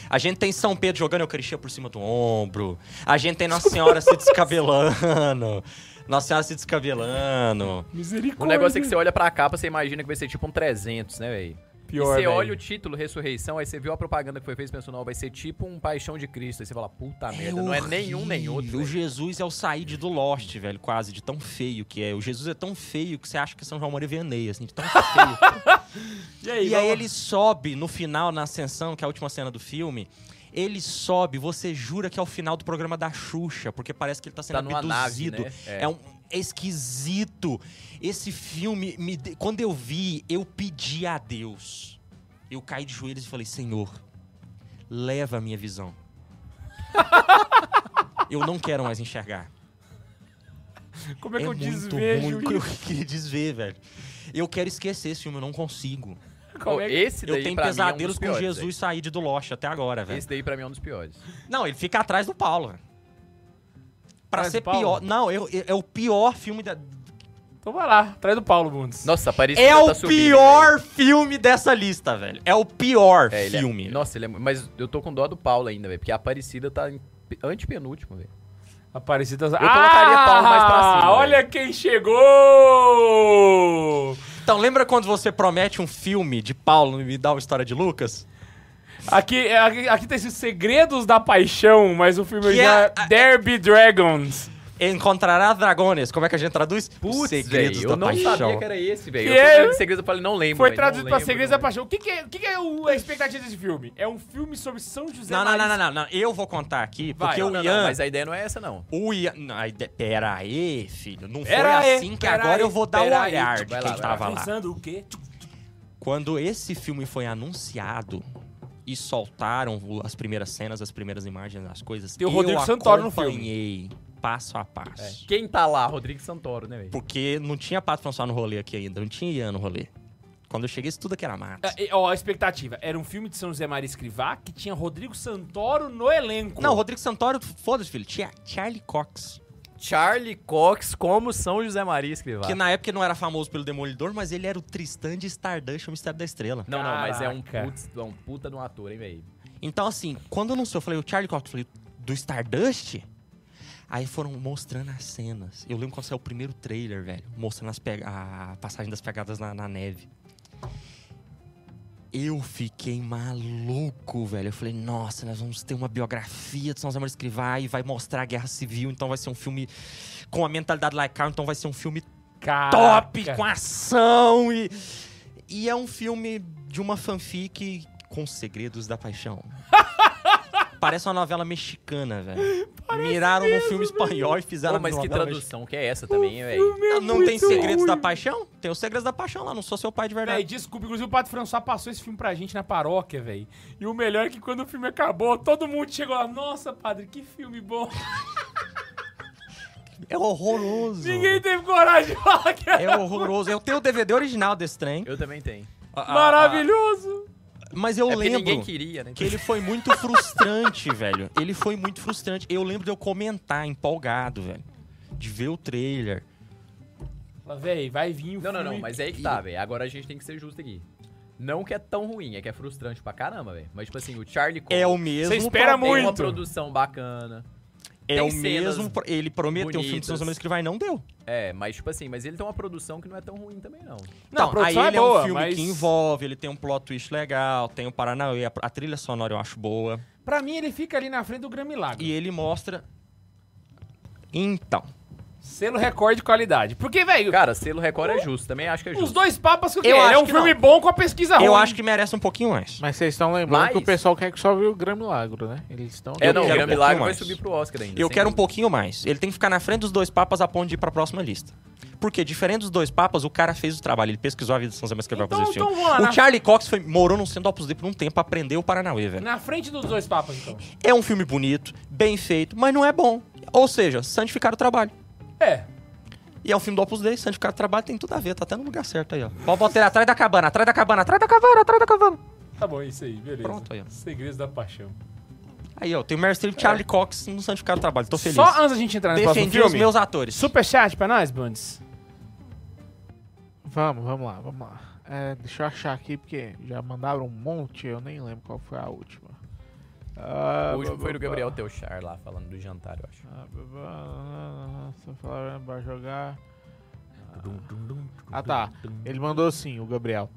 Speaker 2: A gente tem São Pedro jogando Eucaristia por cima do ombro. A gente tem Nossa Senhora se descabelando. Nossa Senhora se descabelando.
Speaker 1: Misericórdia.
Speaker 3: O negócio é que você olha pra capa, você imagina que vai ser tipo um 300, né, velho? E
Speaker 1: Pior,
Speaker 3: você
Speaker 1: velho.
Speaker 3: olha o título, Ressurreição, aí você viu a propaganda que foi feita e pensou, não, vai ser tipo um Paixão de Cristo. Aí você fala, puta merda, não é nenhum nem outro.
Speaker 2: O
Speaker 3: velho.
Speaker 2: Jesus é o Said do Lost, velho, quase, de tão feio que é. O Jesus é tão feio que você acha que São João Maria Vianney, assim, de tão feio.
Speaker 1: E aí,
Speaker 2: e aí ele sobe no final, na ascensão, que é a última cena do filme. Ele sobe, você jura que é o final do programa da Xuxa, porque parece que ele tá sendo
Speaker 3: Tá numa nave,
Speaker 2: abduzido.
Speaker 3: né?
Speaker 2: É. um é esquisito. Esse filme, me de- quando eu vi, eu pedi a Deus. Eu caí de joelhos e falei: Senhor, leva a minha visão. eu não quero mais enxergar.
Speaker 1: Como é
Speaker 2: é
Speaker 1: que eu
Speaker 2: muito
Speaker 1: desvejo
Speaker 2: ruim. Eu queria desver, velho. Eu quero esquecer esse filme, eu não consigo.
Speaker 1: isso?
Speaker 3: Pô,
Speaker 1: Como é que...
Speaker 3: Esse daí
Speaker 2: Eu tenho
Speaker 3: pra mim é um dos
Speaker 2: pesadelos com
Speaker 3: piores,
Speaker 2: Jesus sair do Lost até agora,
Speaker 3: velho.
Speaker 2: velho.
Speaker 3: Esse daí pra mim é um dos piores.
Speaker 2: Não, ele fica atrás do Paulo. velho. Pra
Speaker 1: Atrás do
Speaker 2: ser
Speaker 1: Paulo?
Speaker 2: pior. Não, eu- eu- é o pior filme da.
Speaker 1: Então vai lá, atrás do Paulo Bundes.
Speaker 3: Nossa, tá parece
Speaker 2: É o pior filme dessa lista, velho. É o pior
Speaker 3: É, ele é-
Speaker 2: filme.
Speaker 3: Nossa, ele é... mu- mas eu tô com dó do Paulo ainda, velho, porque a Aparecida tá em pe- antepenúltimo, velho.
Speaker 1: Aparecida. Eu
Speaker 3: colocaria Paulo mais pra cima,
Speaker 1: Ah, Olha quem chegou!
Speaker 2: Então, lembra quando você promete um filme de Paulo e me dá uma história de Lucas?
Speaker 1: Aqui, aqui, aqui tem escrito Segredos da Paixão, mas o filme
Speaker 2: Que
Speaker 1: original
Speaker 2: é-
Speaker 1: é Derby Dragons.
Speaker 2: Encontrará dragones. Como é que a gente traduz? Os
Speaker 3: Putz,
Speaker 2: segredos
Speaker 3: velho,
Speaker 2: da
Speaker 3: eu não
Speaker 2: paixão.
Speaker 3: sabia que era esse, velho.
Speaker 1: Que
Speaker 3: Eu tô
Speaker 1: é-
Speaker 3: falando de segredos, eu falei, não lembro,
Speaker 1: Foi
Speaker 3: velho, não
Speaker 1: traduzido pra
Speaker 3: lembro,
Speaker 1: Segredos
Speaker 3: não
Speaker 1: da Paixão. O que, que é, o que que é o- a expectativa desse filme? É um filme sobre São José
Speaker 2: Não, não, não,
Speaker 1: Maria-
Speaker 2: não, não, não. Eu vou contar aqui,
Speaker 1: Vai,
Speaker 2: porque
Speaker 1: não,
Speaker 2: o
Speaker 3: Não,
Speaker 2: Ian.
Speaker 3: não, mas a ideia não é essa, não.
Speaker 2: O Ian. não, aí de- Pera aí, filho. Não
Speaker 1: Pera
Speaker 2: foi
Speaker 1: aí,
Speaker 2: assim que
Speaker 1: pera
Speaker 2: agora
Speaker 1: aí,
Speaker 2: eu vou dar o
Speaker 1: pera aí.
Speaker 2: olhar de
Speaker 3: Vai
Speaker 2: quem
Speaker 3: lá, vai lá.
Speaker 2: tava lá.
Speaker 1: Tá Pensando o quê?
Speaker 2: Quando esse filme foi anunciado e soltaram o- as primeiras cenas, as primeiras imagens, as coisas.
Speaker 1: Tem o
Speaker 2: eu
Speaker 1: Rodrigo Santoro no filme.
Speaker 2: acompanhei passo a passo.
Speaker 3: É. Quem tá lá? Rodrigo Santoro, né, velho?
Speaker 2: Porque não tinha Pato François no rolê aqui ainda, não tinha Ian no rolê. Quando eu cheguei, isso tudo aqui era mato.
Speaker 1: É, é, Ó, a expectativa. Era um filme de São José Maria Escrivá que tinha Rodrigo Santoro no elenco.
Speaker 2: Não, o Rodrigo Santoro, foda-se, filho. Tinha Charlie Cox.
Speaker 3: Charlie Cox como São José Maria Escrivá.
Speaker 2: Que na época ele não era famoso pelo Demolidor, mas ele era o Tristan de Stardust, o Mistério da Estrela.
Speaker 3: Não, não, mas é um,
Speaker 1: Caraca.
Speaker 3: putz, é um puta de um ator, hein, velho?
Speaker 2: Então, assim, quando anunciou, eu falei, o Charlie Cox, eu falei, do Stardust? Aí foram mostrando as cenas. Eu lembro quando saiu o primeiro trailer, velho, mostrando as pega- a passagem das pegadas na, na neve. Eu fiquei maluco, velho. Eu falei, nossa, nós vamos ter uma biografia de São José Maria Escrivá e vai mostrar a Guerra Civil, então vai ser um filme com a mentalidade laical, então vai ser um filme
Speaker 1: Caraca.
Speaker 2: top, com ação e. E é um filme de uma fanfic com segredos da paixão. Parece uma novela mexicana, velho. Miraram no filme espanhol e fizeram
Speaker 3: Pô, mas
Speaker 2: uma
Speaker 3: que
Speaker 2: novela
Speaker 3: tradução que é essa também, hein, velho?
Speaker 2: mexicana. Ah, Não, não tem segredos da paixão? Tem os segredos da paixão lá, não sou seu pai de
Speaker 1: Véi,
Speaker 2: verdade.
Speaker 1: desculpa, inclusive o Padre François passou esse filme pra gente na paróquia, véi. E o melhor é que quando o filme acabou, todo mundo chegou lá, nossa, padre, que filme bom.
Speaker 2: É horroroso.
Speaker 1: Ninguém teve coragem de falar que era
Speaker 2: É horroroso. Eu tenho o DVD original desse trem.
Speaker 3: Eu também tenho.
Speaker 2: A- a- a-
Speaker 1: maravilhoso.
Speaker 2: Mas eu
Speaker 3: é porque ninguém
Speaker 2: lembro.
Speaker 3: queria, né?
Speaker 2: Que ele foi muito frustrante, velho. Ele foi muito frustrante. Eu lembro de eu comentar empolgado, velho. De ver o trailer.
Speaker 1: Fala, Véi, vai vir o
Speaker 3: Não, é não,
Speaker 1: filme.
Speaker 3: tá, não, mas é aí que tá, velho. Agora a gente tem que ser justo aqui. Não que é tão ruim, é que é frustrante pra caramba, velho. Mas, tipo assim, o Charlie Cox
Speaker 2: É o mesmo.
Speaker 1: Você espera
Speaker 2: pro-
Speaker 3: tem uma
Speaker 1: muito.
Speaker 3: produção bacana.
Speaker 2: É
Speaker 3: tem
Speaker 2: o
Speaker 3: cenas
Speaker 2: mesmo. pro- Ele prometeu um filme de
Speaker 3: bonitas.
Speaker 2: Sons Homens que vai não deu.
Speaker 3: É, mas, tipo assim, mas ele tem uma produção que não é tão ruim também, não.
Speaker 1: Não, a produção é
Speaker 2: ele é
Speaker 1: boa,
Speaker 2: um filme
Speaker 1: mas-
Speaker 2: que envolve, ele tem um plot twist legal, tem o Paranauê, a, a trilha sonora eu acho boa.
Speaker 1: Pra mim, ele fica ali na frente do Gran Milagre.
Speaker 2: E ele mostra. Então.
Speaker 1: Selo recorde de qualidade. Porque, velho,
Speaker 3: Cara, selo Record é justo, também acho que é
Speaker 1: os
Speaker 3: justo.
Speaker 1: dois papas que eu,
Speaker 2: Eu
Speaker 1: quero. É
Speaker 2: acho
Speaker 1: um
Speaker 2: que
Speaker 1: filme bom com a pesquisa
Speaker 2: Eu
Speaker 1: Tá ruim.
Speaker 2: acho que merece um pouquinho mais.
Speaker 4: Mas vocês estão lembrando
Speaker 3: Mas-
Speaker 4: que o pessoal quer que sobe o Gran Milagro, né? Eles estão.
Speaker 3: É, não, o
Speaker 2: quero
Speaker 3: Gran Milagre
Speaker 2: um pouquinho
Speaker 3: vai
Speaker 2: mais.
Speaker 3: subir pro Oscar ainda.
Speaker 2: Eu
Speaker 3: sem
Speaker 2: quero um
Speaker 3: dúvida.
Speaker 2: pouquinho mais. Ele tem que ficar na frente dos dois papas a ponto de ir pra próxima lista. Porque, diferente dos dois papas, o cara fez o trabalho. Ele pesquisou a vida de São Zé que ele vai
Speaker 1: Então-
Speaker 2: fazer esse filme.
Speaker 1: então vamos lá,
Speaker 2: o
Speaker 1: na-
Speaker 2: Charlie Cox foi- morou no centro do Opus Dei por um tempo, aprendeu o Paranauê, velho.
Speaker 1: Na frente dos dois papas, então.
Speaker 2: É um filme bonito, bem feito, mas não é bom. Ou seja, santificar o trabalho.
Speaker 1: É.
Speaker 2: E é um filme do Opus Dei, santificar o trabalho tem tudo a ver, tá até no lugar certo aí, ó. Pode botar ele atrás da cabana, atrás da cabana, atrás da cabana, atrás da cabana.
Speaker 1: Tá bom, isso aí, beleza.
Speaker 2: Pronto, aí, ó.
Speaker 1: Segredos da paixão.
Speaker 2: Aí, ó, tem o Meryl Streep e Charlie Cox no santificar o trabalho, tô feliz.
Speaker 1: É. Só antes da gente entrar no próximo
Speaker 2: Defendi os
Speaker 1: filme,
Speaker 2: meus atores.
Speaker 1: superchat pra nós, Bundes.
Speaker 4: Vamos, vamos lá, vamos lá. É, deixa eu achar aqui, porque já mandaram um monte, eu nem lembro qual foi a última. Ah,
Speaker 3: O último
Speaker 4: blá,
Speaker 3: foi do
Speaker 4: blá,
Speaker 3: Gabriel Teuchar lá, falando do jantar, eu acho.
Speaker 4: blá. Ah, blá, blá, blá, blá, blá, blá, vai jogar. Ah tá, ele mandou sim, o Gabriel.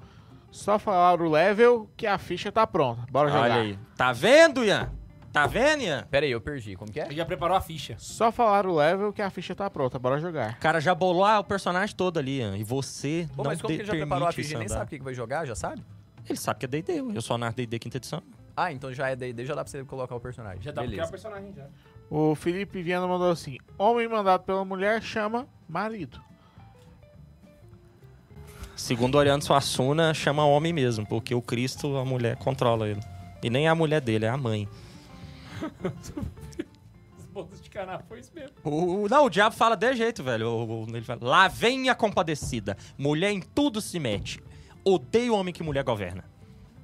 Speaker 4: Só falar o level que a ficha tá pronta. Bora jogar.
Speaker 2: Olha aí. Tá vendo, Ian? Tá vendo, Ian?
Speaker 3: Pera aí, eu perdi, como que é?
Speaker 1: Ele já preparou a ficha.
Speaker 4: Só falar o level que a ficha tá pronta. Bora jogar.
Speaker 2: O cara já bolou ah, o personagem todo ali, Ian. E você
Speaker 3: Pô,
Speaker 2: não
Speaker 3: mas como
Speaker 2: de-
Speaker 3: que ele já preparou a
Speaker 2: permite
Speaker 3: ficha
Speaker 2: isso
Speaker 3: e nem
Speaker 2: andar.
Speaker 3: sabe o que que vai jogar, já sabe?
Speaker 2: Ele sabe que é D&D, ué. eu sou na D&D quinta edição.
Speaker 3: Ah, então já é D&D, já dá pra você colocar o personagem.
Speaker 1: Já dá pra criar o
Speaker 3: Beleza.
Speaker 1: personagem já.
Speaker 4: O Felipe Viana mandou assim: Homem mandado pela mulher chama marido.
Speaker 2: Segundo Oriano Suassuna, chama homem mesmo, porque o Cristo, a mulher, controla ele. E nem é a mulher dele, é a mãe.
Speaker 1: Os pontos de canal foi isso mesmo.
Speaker 2: O, o- não, o diabo fala de jeito, velho. O- o- ele fala, lá vem a compadecida. Mulher em tudo se mete. Odeio homem que mulher governa.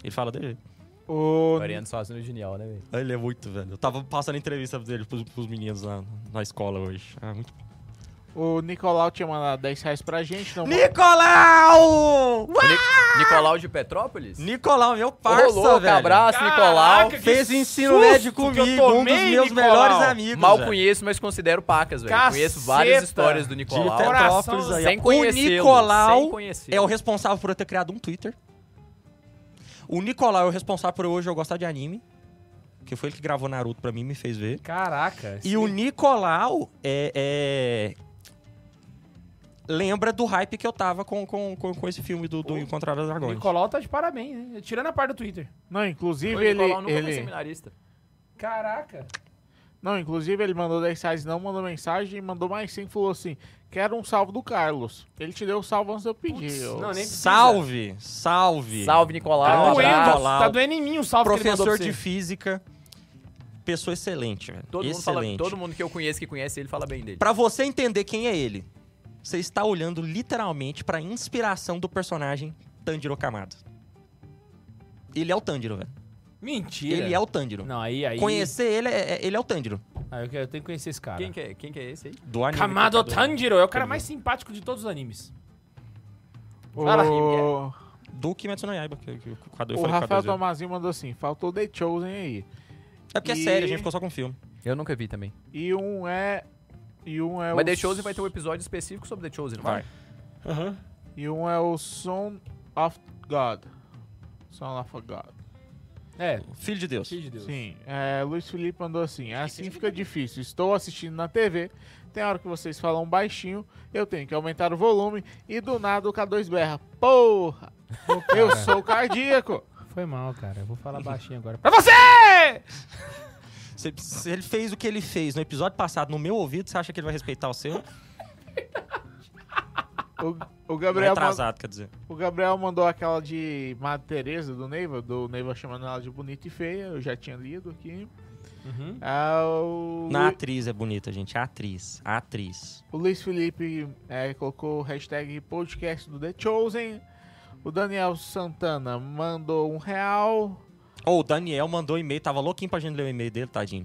Speaker 2: ele fala de jeito.
Speaker 4: O
Speaker 3: Variando só no genial, né, velho?
Speaker 2: Ele é muito, velho. Eu tava passando entrevista dele pros, pros meninos lá na escola hoje. É muito
Speaker 4: O Nicolau tinha mandado 10 reais pra gente. Não
Speaker 2: Nicolau! Ué!
Speaker 3: Ni- Nicolau de Petrópolis?
Speaker 2: Nicolau, meu parça,
Speaker 3: Ô,
Speaker 2: velho.
Speaker 3: abraço, Nicolau.
Speaker 1: Caraca, que
Speaker 2: Fez ensino
Speaker 1: susto
Speaker 2: médio
Speaker 1: que eu
Speaker 2: comigo, um dos
Speaker 1: tomei,
Speaker 2: meus
Speaker 1: Nicolau.
Speaker 2: melhores amigos.
Speaker 3: Mal
Speaker 2: velho.
Speaker 3: conheço, mas considero pacas, velho.
Speaker 1: Caceta.
Speaker 3: Conheço várias histórias do
Speaker 2: De
Speaker 3: Nicolau.
Speaker 2: Petrópolis aí. ó.
Speaker 3: Sem conhecê-lo,
Speaker 2: o Nicolau
Speaker 3: sem conhecê-lo.
Speaker 2: é o responsável por eu ter criado um Twitter. O Nicolau é o responsável por hoje eu gostar de anime. Que foi ele que gravou Naruto pra mim e me fez ver.
Speaker 1: Caraca.
Speaker 2: E o Nicolau é, é- Lembra do hype que eu tava com, com, com, com esse filme do, do Encontrar os Dragões.
Speaker 1: Nicolau tá de parabéns, né? Tirando a parte do Twitter.
Speaker 4: Não, inclusive
Speaker 3: O
Speaker 4: ele.
Speaker 3: Nicolau nunca foi
Speaker 4: ele...
Speaker 3: seminarista.
Speaker 1: Caraca.
Speaker 4: Não, inclusive ele mandou 10 reais, não mandou mensagem, e mandou mais 5 falou assim: Quero um salvo do Carlos. Ele te deu o salvo antes de eu pedir. eu-
Speaker 1: não, nem precisa.
Speaker 2: Salve! Salve!
Speaker 3: Salve, Nicolau.
Speaker 1: Tá
Speaker 2: Grande
Speaker 3: um abraço.
Speaker 1: doendo,
Speaker 2: Nicolau.
Speaker 1: tá doendo em mim o salve que ele mandou
Speaker 2: Professor
Speaker 1: pra
Speaker 2: de
Speaker 1: você.
Speaker 2: física. Pessoa excelente, velho.
Speaker 3: Todo mundo, fala,
Speaker 2: excelente.
Speaker 3: todo mundo que eu conheço, que conhece ele, fala bem dele.
Speaker 2: Pra você entender quem é ele, você está olhando literalmente pra inspiração do personagem Tanjiro Kamado. Ele é o Tanjiro, velho.
Speaker 1: Mentira.
Speaker 2: Ele é o Tanjiro.
Speaker 1: Não, aí, aí...
Speaker 2: Conhecer ele, é, é- ele é o Tanjiro.
Speaker 1: Ah, eu, quero- eu tenho que conhecer esse cara.
Speaker 3: Quem que, é, quem que é esse aí?
Speaker 2: Do anime.
Speaker 1: Kamado
Speaker 2: do-
Speaker 1: Tanjiro é o cara mais simpático de todos os animes.
Speaker 4: O,
Speaker 1: Fala,
Speaker 4: o,
Speaker 2: Do Kimetsu no Yaiba. Que, que, que, quadro- eu
Speaker 4: o
Speaker 2: falei que
Speaker 4: Rafael
Speaker 2: quadro-
Speaker 4: Tomazinho mandou assim: Faltou The Chosen aí.
Speaker 2: É porque é
Speaker 4: E-
Speaker 2: sério, a gente ficou só com o filme.
Speaker 3: Eu nunca vi também.
Speaker 4: E um é. E um é
Speaker 3: Mas
Speaker 4: o.
Speaker 3: The Chosen vai ter um episódio específico sobre The Chosen, não vai?
Speaker 2: Vai.
Speaker 4: E um é o Son of God. Son of God.
Speaker 1: É,
Speaker 2: Filho de Deus.
Speaker 1: filho de Deus.
Speaker 4: Sim, é, Luiz Felipe mandou assim: assim fica difícil. Estou assistindo na TV, tem hora que vocês falam baixinho, eu tenho que aumentar o volume e do nada o K2 berra: Porra, eu sou cardíaco.
Speaker 1: Foi mal, cara. Eu vou falar baixinho agora.
Speaker 4: Pra você!
Speaker 2: Se, se ele fez o que ele fez no episódio passado no meu ouvido, você acha que ele vai respeitar o seu?
Speaker 4: O, o
Speaker 2: Não é
Speaker 4: Gabriel, mandou,
Speaker 2: atrasado, quer dizer.
Speaker 4: o Gabriel mandou aquela de Madre Teresa do Neiva, do Neiva chamando ela de bonita e feia, eu já tinha lido aqui.
Speaker 1: Uhum.
Speaker 4: Ah, o,
Speaker 2: Na atriz é bonita, gente. A atriz. A atriz.
Speaker 4: O Luiz Felipe eh, colocou o hashtag podcast do The Chosen. O Daniel Santana mandou um real.
Speaker 2: Ô, o Daniel mandou e-mail, tava louquinho pra gente ler o e-mail dele, tadinho.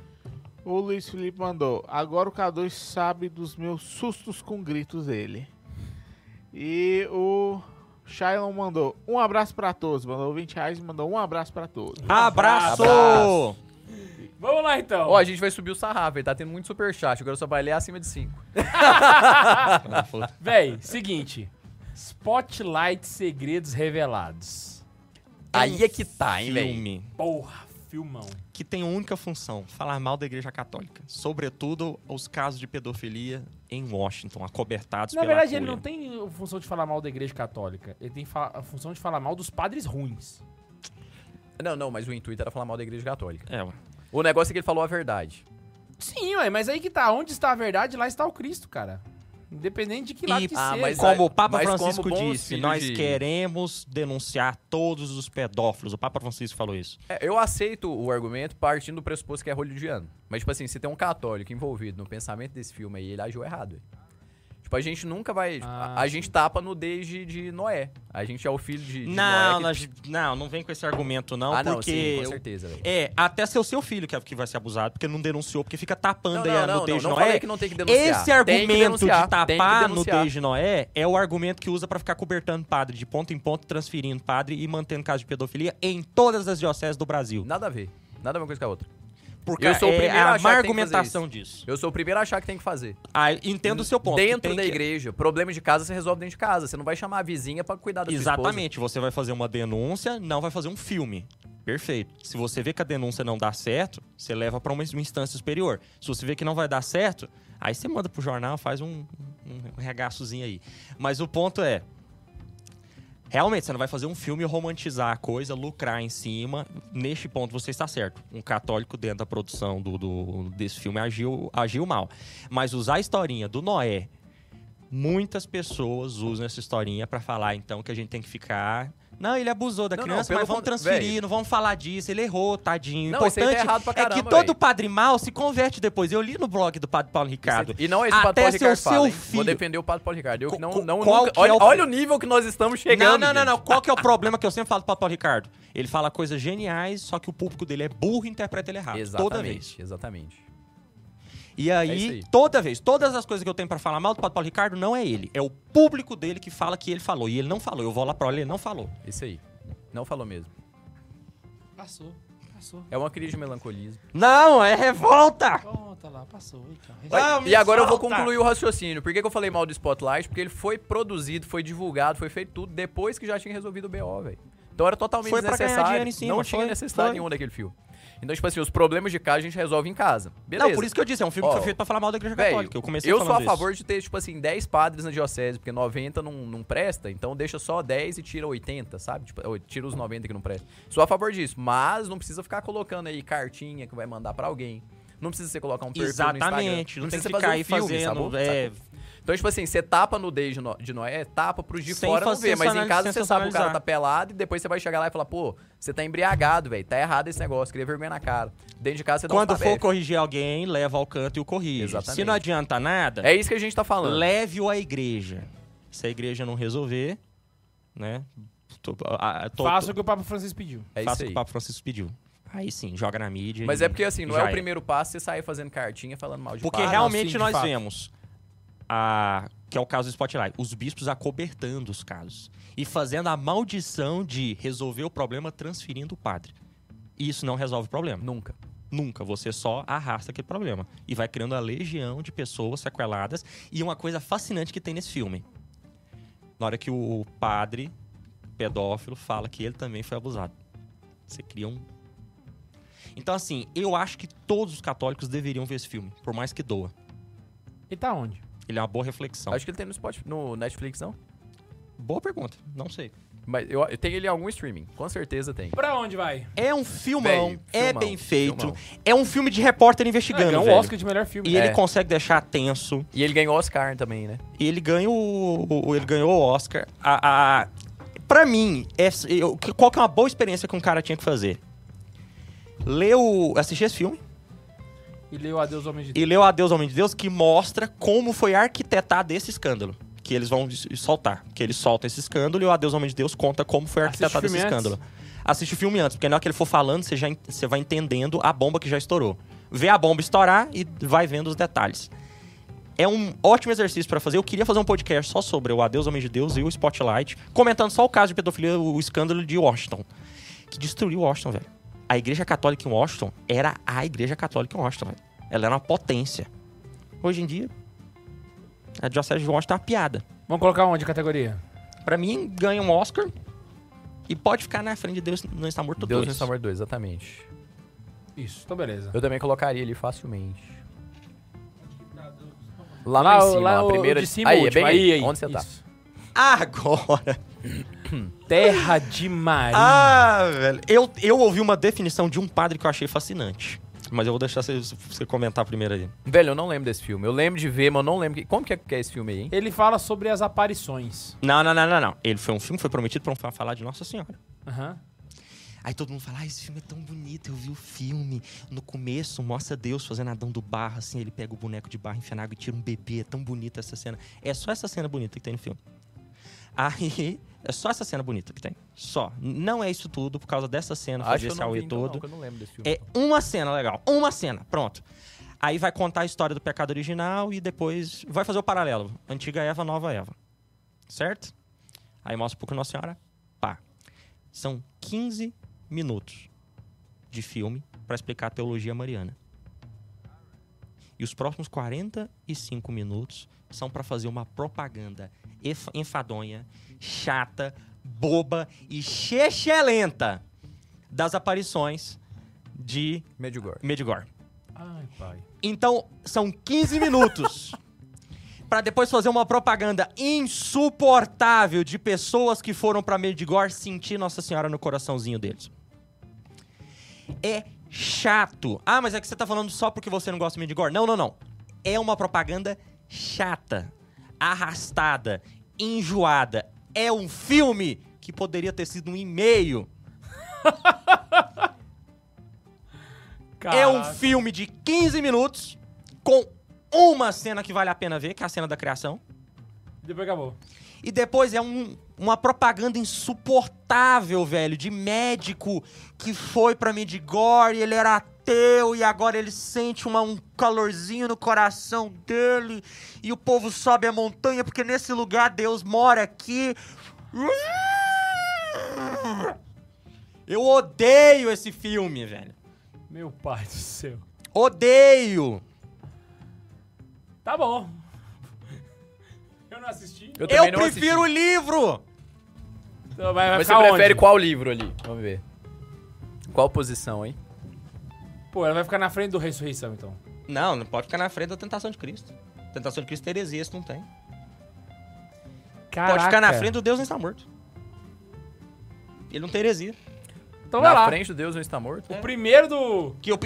Speaker 4: O Luiz Felipe mandou. Agora o K2 sabe dos meus sustos com gritos dele. E o Shailon mandou um abraço pra todos. Mandou 20 reais e mandou um abraço pra todos.
Speaker 2: Abraço!
Speaker 3: Abraço.
Speaker 1: Vamos lá então.
Speaker 3: Ó, a gente vai subir o sarrafo, ele tá tendo muito superchat. Agora só vai ler acima de 5.
Speaker 1: Véi, seguinte. Spotlight Segredos Revelados.
Speaker 3: Aí é que tá, hein, velho?
Speaker 2: Filme
Speaker 1: Porra, filmão.
Speaker 2: que tem única função, falar mal da igreja católica. Sobretudo os casos de pedofilia em Washington, acobertados
Speaker 1: Na
Speaker 2: pela
Speaker 1: verdade, ele
Speaker 2: Folha.
Speaker 1: não tem a função de falar mal da igreja católica. Ele tem fa- a função de falar mal dos padres ruins.
Speaker 3: Não, não, mas o intuito era falar mal da igreja católica.
Speaker 2: É, ué.
Speaker 3: O negócio é que ele falou a verdade.
Speaker 1: Sim, ué, mas aí que tá. Onde está a verdade, lá está o Cristo, cara. Independente de que lado
Speaker 2: E-
Speaker 1: que
Speaker 3: Ah,
Speaker 1: seja.
Speaker 3: mas-
Speaker 2: Como o Papa
Speaker 3: mas como
Speaker 2: Francisco
Speaker 3: bons
Speaker 2: disse,
Speaker 3: filhos
Speaker 2: nós
Speaker 3: de-
Speaker 2: queremos denunciar todos os pedófilos. O Papa Francisco falou isso.
Speaker 3: É, eu aceito o argumento partindo do pressuposto que é hollywoodiano. Mas, tipo assim, se tem um católico envolvido no pensamento desse filme aí, ele agiu errado. velho. Tipo, a gente nunca vai. tipo, a-
Speaker 1: Ah.
Speaker 3: a, gente tapa no desde de Noé. A gente é o filho de, de Noé.
Speaker 2: Não,
Speaker 3: que-
Speaker 2: nós- não, não vem com esse argumento não,
Speaker 3: ah, não,
Speaker 2: porque...
Speaker 3: sim, com certeza, velho.
Speaker 2: É, até ser o seu filho que, é, que vai ser abusado, porque não denunciou, porque fica tapando aí no texto de
Speaker 3: não
Speaker 2: Noé.
Speaker 3: falei que não tem que denunciar.
Speaker 2: Esse
Speaker 3: Tem que
Speaker 2: argumento
Speaker 3: denunciar,
Speaker 2: de
Speaker 3: tem que
Speaker 2: tapar no
Speaker 3: denunciar.
Speaker 2: texto de Noé é o argumento que usa pra ficar cobertando padre de ponto em ponto, transferindo padre e mantendo caso de pedofilia em todas as dioceses do Brasil.
Speaker 3: Nada a ver. Nada a ver uma coisa com a outra.
Speaker 2: Porque
Speaker 3: Eu sou o
Speaker 2: é
Speaker 3: primeiro a achar
Speaker 2: a má
Speaker 3: que tem que fazer
Speaker 2: argumentação disso.
Speaker 3: Eu sou o primeiro a achar que tem que fazer.
Speaker 2: Ah, entendo o seu ponto. que
Speaker 3: dentro
Speaker 2: tem
Speaker 3: da
Speaker 2: que-
Speaker 3: igreja. Problema de casa você resolve dentro de casa. Você não vai chamar a vizinha pra cuidar da sua esposa.
Speaker 2: Exatamente, você vai fazer uma denúncia, não vai fazer um filme. Perfeito. Se você vê que a denúncia não dá certo, você leva pra uma instância superior. Se você vê que não vai dar certo, aí você manda pro jornal, faz um, um regaçozinho aí. Mas o ponto é, realmente você não vai fazer um filme e romantizar a coisa, lucrar em cima. Neste ponto você está certo. Um católico dentro da produção do, do- desse filme agiu, agiu mal. Mas usar a historinha do Noé muitas pessoas usam essa historinha pra falar, então, que a gente tem que ficar. Não, ele abusou da
Speaker 3: Não, não,
Speaker 2: criança,
Speaker 3: pelo
Speaker 2: mas vamos
Speaker 3: contra-
Speaker 2: transferir,
Speaker 3: Véi.
Speaker 2: não vamos falar disso, ele errou, tadinho. O
Speaker 3: Não, isso aí tá
Speaker 2: importante
Speaker 3: errado pra
Speaker 2: é
Speaker 3: caramba,
Speaker 2: que todo
Speaker 3: véi.
Speaker 2: padre mal se converte depois. Eu li no blog do padre Paulo Ricardo.
Speaker 3: E não é isso que o
Speaker 2: Até
Speaker 3: Padre Paulo
Speaker 2: ser o
Speaker 3: Ricardo
Speaker 2: seu
Speaker 3: fala, hein?
Speaker 2: filho.
Speaker 3: Vou defender o Padre Paulo Ricardo. Eu que não,
Speaker 2: Co-
Speaker 3: não
Speaker 2: qual
Speaker 3: nunca-
Speaker 2: que é
Speaker 3: olha,
Speaker 2: o-
Speaker 3: olha o nível que nós estamos chegando.
Speaker 2: não, não, não,
Speaker 3: gente.
Speaker 2: não. Qual que é o problema que eu sempre falo do Paulo Ricardo? Ele fala coisas geniais, só que o público dele é burro e interpreta ele errado.
Speaker 3: Exatamente,
Speaker 2: Toda vez.
Speaker 3: Exatamente.
Speaker 2: E
Speaker 3: É isso
Speaker 2: aí,
Speaker 3: aí.
Speaker 2: toda vez, todas as coisas que eu tenho pra falar mal do Padre Paulo Ricardo não é ele. É o público dele que fala que ele falou. E ele não falou. Eu vou lá pra olha, ele não falou.
Speaker 3: Isso aí. Não falou mesmo.
Speaker 1: Passou, passou.
Speaker 3: É uma crise de melancolismo.
Speaker 2: Não, é revolta!
Speaker 1: Volta lá, passou. Então.
Speaker 2: Ah, me
Speaker 3: e agora eu vou
Speaker 2: solta!
Speaker 3: concluir o raciocínio. Por que, que eu falei mal do Spotlight? Porque ele foi produzido, foi divulgado, foi feito tudo depois que já tinha resolvido o BO, velho. Então era totalmente
Speaker 2: Foi pra ganhar
Speaker 3: desnecessário.
Speaker 2: dinheiro em cima,
Speaker 3: não tinha
Speaker 2: foi,
Speaker 3: necessidade
Speaker 2: foi.
Speaker 3: nenhuma daquele filme. Então, tipo assim, os problemas de casa a gente resolve em casa. Beleza.
Speaker 2: Não, por isso que eu disse, é um filme que
Speaker 3: Ó,
Speaker 2: foi feito pra falar mal da igreja
Speaker 3: Véi,
Speaker 2: católica. Eu comecei
Speaker 3: eu
Speaker 2: falando
Speaker 3: sou a
Speaker 2: disso.
Speaker 3: favor de ter, tipo assim, 10 padres na diocese, porque 90 não, não presta, então deixa só 10 e tira 80, sabe? Tipo, ou tira os 90 que não presta. Sou a favor disso, mas não precisa ficar colocando aí cartinha que vai mandar pra alguém. Não precisa você colocar um perfil no Instagram.
Speaker 2: Exatamente, não, tem que
Speaker 3: precisa
Speaker 2: ficar aí
Speaker 3: um filme,
Speaker 2: fazendo.
Speaker 3: sacou?
Speaker 2: é,
Speaker 3: Então, tipo assim, você tapa no Day de, no... de Noé, tapa pros de
Speaker 2: Sem
Speaker 3: fora não
Speaker 2: fazer
Speaker 3: ver, mas em casa você sabe que o cara
Speaker 2: sensacionalizar.
Speaker 3: tá pelado e depois você vai chegar lá e falar, pô, você tá embriagado, velho, tá errado esse negócio, cria vergonha na cara. Dentro de casa você dá
Speaker 2: Quando
Speaker 3: uns
Speaker 2: for
Speaker 3: tabefes.
Speaker 2: corrigir alguém, leva ao canto e o corrige.
Speaker 3: Exatamente.
Speaker 2: Se não adianta nada,
Speaker 3: É isso que a gente tá falando.
Speaker 2: leve-o à igreja. Se a igreja não resolver, né? tô- a- a- tô-
Speaker 1: Faça o que o Papa Francisco pediu.
Speaker 3: é isso
Speaker 2: faça o que
Speaker 3: aí.
Speaker 2: o Papa Francisco pediu. Aí sim, joga na mídia.
Speaker 3: Mas
Speaker 2: e-
Speaker 3: é porque assim, não
Speaker 2: já
Speaker 3: é o primeiro passo você sair fazendo cartinha falando mal de
Speaker 2: Porque
Speaker 3: padre.
Speaker 1: sim,
Speaker 2: realmente
Speaker 1: de
Speaker 2: nós
Speaker 1: fato.
Speaker 2: vemos a que é o caso do Spotlight, os bispos acobertando os casos e fazendo a maldição de resolver o problema transferindo o padre. E isso não resolve o problema.
Speaker 3: Nunca.
Speaker 2: Nunca. Você só arrasta aquele problema. E vai criando a legião de pessoas sequeladas. E uma coisa fascinante que tem nesse filme. Na hora que o padre pedófilo fala que ele também foi abusado. Você cria um. Então, assim, eu acho que todos os católicos deveriam ver esse filme, por mais que doa.
Speaker 1: Ele tá onde?
Speaker 2: Ele é uma boa
Speaker 1: Então.
Speaker 2: reflexão.
Speaker 3: Acho que ele tem no Spotify, no Netflix, não?
Speaker 2: Boa pergunta, não sei.
Speaker 3: Mas eu, eu tenho ele em algum streaming. Com certeza tem.
Speaker 1: Pra onde vai?
Speaker 2: É um filmão,
Speaker 3: Véi,
Speaker 2: é
Speaker 3: filmão,
Speaker 2: bem feito.
Speaker 3: filmão.
Speaker 2: É um filme de repórter investigando.
Speaker 1: Ah, Ganhou o
Speaker 2: velho.
Speaker 1: Oscar de melhor filme.
Speaker 2: um
Speaker 1: né?
Speaker 2: E
Speaker 3: É.
Speaker 2: ele consegue deixar tenso.
Speaker 3: E ele ganhou Oscar também, né?
Speaker 2: E ele ganha o, o- ele ganhou o Oscar. A, a, pra mim, essa- eu- que- qual que é uma boa experiência que um cara tinha que fazer? Ler o, assistir esse filme
Speaker 1: E leu Adeus Homem de Deus.
Speaker 2: e ler o Adeus Homem de Deus, que mostra como foi arquitetado esse escândalo. Que eles vão s- soltar. Que eles soltam esse escândalo e o Adeus Homem de Deus conta como foi
Speaker 1: Assiste o
Speaker 2: arquitetado esse
Speaker 1: filme antes?
Speaker 2: escândalo. Assiste o filme antes, porque na hora que ele for falando, você, já, en- você vai entendendo a bomba que já estourou. Vê a bomba estourar e vai vendo os detalhes. É um ótimo exercício pra fazer. Eu queria fazer um podcast só sobre o Adeus Homem de Deus e o Spotlight, comentando só o caso de pedofilia, o escândalo de Washington, que destruiu Washington, velho. A Igreja Católica em Washington era a Igreja Católica em Washington, velho. Ela era uma potência. Hoje em dia, a Diocese de Washington é uma piada.
Speaker 1: Vamos colocar onde a categoria?
Speaker 2: Pra mim, ganha um Oscar e pode ficar na frente de Deus não está morto
Speaker 3: Deus
Speaker 2: dois.
Speaker 3: no Summer 2, exatamente.
Speaker 1: Isso, então beleza.
Speaker 3: Eu também colocaria ele facilmente. Lá,
Speaker 1: Lá,
Speaker 3: lá
Speaker 1: o-
Speaker 3: em cima,
Speaker 1: lá
Speaker 3: a
Speaker 1: o
Speaker 3: primeira...
Speaker 1: de cima,
Speaker 3: aí,
Speaker 1: o
Speaker 3: é bem
Speaker 1: último. Aí, aí,
Speaker 3: Onde você tá?
Speaker 1: isso.
Speaker 2: Agora.
Speaker 1: Terra de Maria.
Speaker 2: Ah, velho. Eu, eu ouvi uma definição de um padre que eu achei fascinante. Mas eu vou deixar você, você comentar primeiro aí.
Speaker 3: Velho, eu não lembro desse filme. Eu lembro de ver, mas eu não lembro... que- Como que é, que é esse filme aí, hein?
Speaker 1: Ele fala sobre as aparições.
Speaker 2: Não, não, não, não, não. Ele foi um filme que foi prometido pra um- falar de Nossa Senhora.
Speaker 1: Aham.
Speaker 2: Aí todo mundo fala, ah, esse filme é tão bonito, eu vi o filme. No começo, mostra Deus fazendo Adão do barro, assim, ele pega o boneco de barro, enfia na água e tira um bebê. É tão bonita essa cena. É só essa cena bonita que tem no filme. Aí, é só essa cena bonita que tem. Só. Não é isso tudo, por causa dessa cena, fazer esse auê
Speaker 3: então,
Speaker 2: todo.
Speaker 3: não, que eu não lembro desse filme.
Speaker 2: É uma cena legal, uma cena, pronto. Aí vai contar a história do pecado original e depois vai fazer o paralelo. Antiga Eva, nova Eva. Certo? Aí mostra um pouco Nossa Senhora. Pá. São 15 minutos de filme pra explicar a teologia mariana. E os próximos 45 minutos são pra fazer uma propaganda ef- enfadonha, chata, boba e chechelenta das aparições de
Speaker 3: Medjugorje.
Speaker 2: Medjugorje.
Speaker 1: Ai, pai.
Speaker 2: Então, são 15 minutos. Pra depois fazer uma propaganda insuportável de pessoas que foram pra Medjugorje sentir Nossa Senhora no coraçãozinho deles. É chato. Ah, mas é que você tá falando só porque você não gosta de Medjugorje. Não, não, não. É uma propaganda chata, arrastada, enjoada. É um filme que poderia ter sido um e-mail. É um
Speaker 1: Caraca.
Speaker 2: filme de 15 minutos com uma cena que vale a pena ver, que é a cena da criação.
Speaker 1: Depois acabou.
Speaker 2: E depois é um- uma propaganda insuportável, velho, de médico que foi pra Medjugorje, ele era ateu e agora ele sente uma- um calorzinho no coração dele e o povo sobe a montanha porque nesse lugar Deus mora aqui. Eu odeio esse filme, velho.
Speaker 1: Meu pai do céu.
Speaker 2: Odeio.
Speaker 1: Tá bom. Eu não assisti.
Speaker 3: Eu
Speaker 2: Eu,
Speaker 3: também não assisti.
Speaker 2: prefiro o livro.
Speaker 1: Então, vai, vai
Speaker 3: Mas você
Speaker 1: ficar
Speaker 3: prefere
Speaker 1: onde?
Speaker 3: qual livro ali? Vamos ver. Qual posição, hein?
Speaker 1: Pô, ela vai ficar na frente do Ressurreição, então.
Speaker 2: Não, não pode ficar na frente da tentação de Cristo. Tentação de Cristo é heresia, isso não tem.
Speaker 1: Caraca.
Speaker 2: Pode ficar na frente do Deus não está morto. Ele não tem heresia.
Speaker 1: Então vai
Speaker 3: Na
Speaker 1: lá.
Speaker 3: frente né? do Deus não está morto?
Speaker 1: O primeiro do...
Speaker 2: Que eu,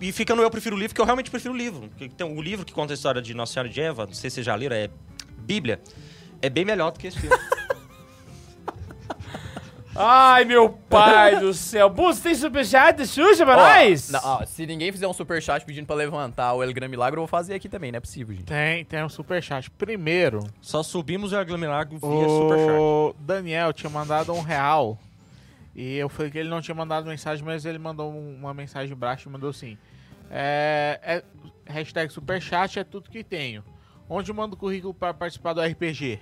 Speaker 2: e, e fica no Eu Prefiro o Livro, que eu realmente prefiro o livro. Que tem o livro que conta a história de Nossa Senhora de Eva, não sei se vocês já leram, é Bíblia. É bem melhor do que esse filme.
Speaker 1: Ai, meu pai do céu. Bus, tem superchat da Xuxa pra
Speaker 3: Ó,
Speaker 1: nós?
Speaker 3: na- ó, se ninguém fizer um superchat pedindo pra levantar o El Gran Milagro, eu vou fazer aqui também, não é possível, gente.
Speaker 4: Tem, tem um superchat. Primeiro,
Speaker 2: Só subimos o aglomerado via Superchat.
Speaker 4: o Daniel tinha mandado um real. E eu falei que ele não tinha mandado mensagem, mas ele mandou um- uma mensagem embaixo e mandou assim. É, é- hashtag superchat é tudo que tenho. Onde eu mando currículo para participar do RPG?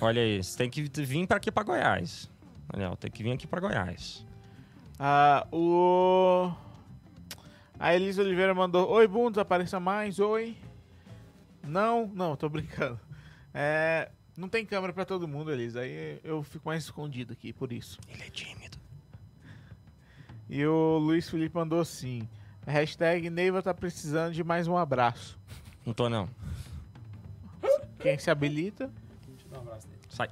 Speaker 2: Olha aí, você tem que vir pra aqui pra Goiás. Daniel, tem que vir aqui pra Goiás.
Speaker 4: Ah, o... A Elisa Oliveira mandou: Oi, Bundes, apareça mais, oi. Não, não, tô brincando. É, não tem câmera pra todo mundo, Elisa. Aí eu fico mais escondido aqui, por isso.
Speaker 2: Ele é tímido.
Speaker 4: E o Luiz Felipe mandou assim: Hashtag Neiva tá precisando de mais um abraço.
Speaker 2: Não tô, não.
Speaker 4: Quem se habilita?
Speaker 2: Sai.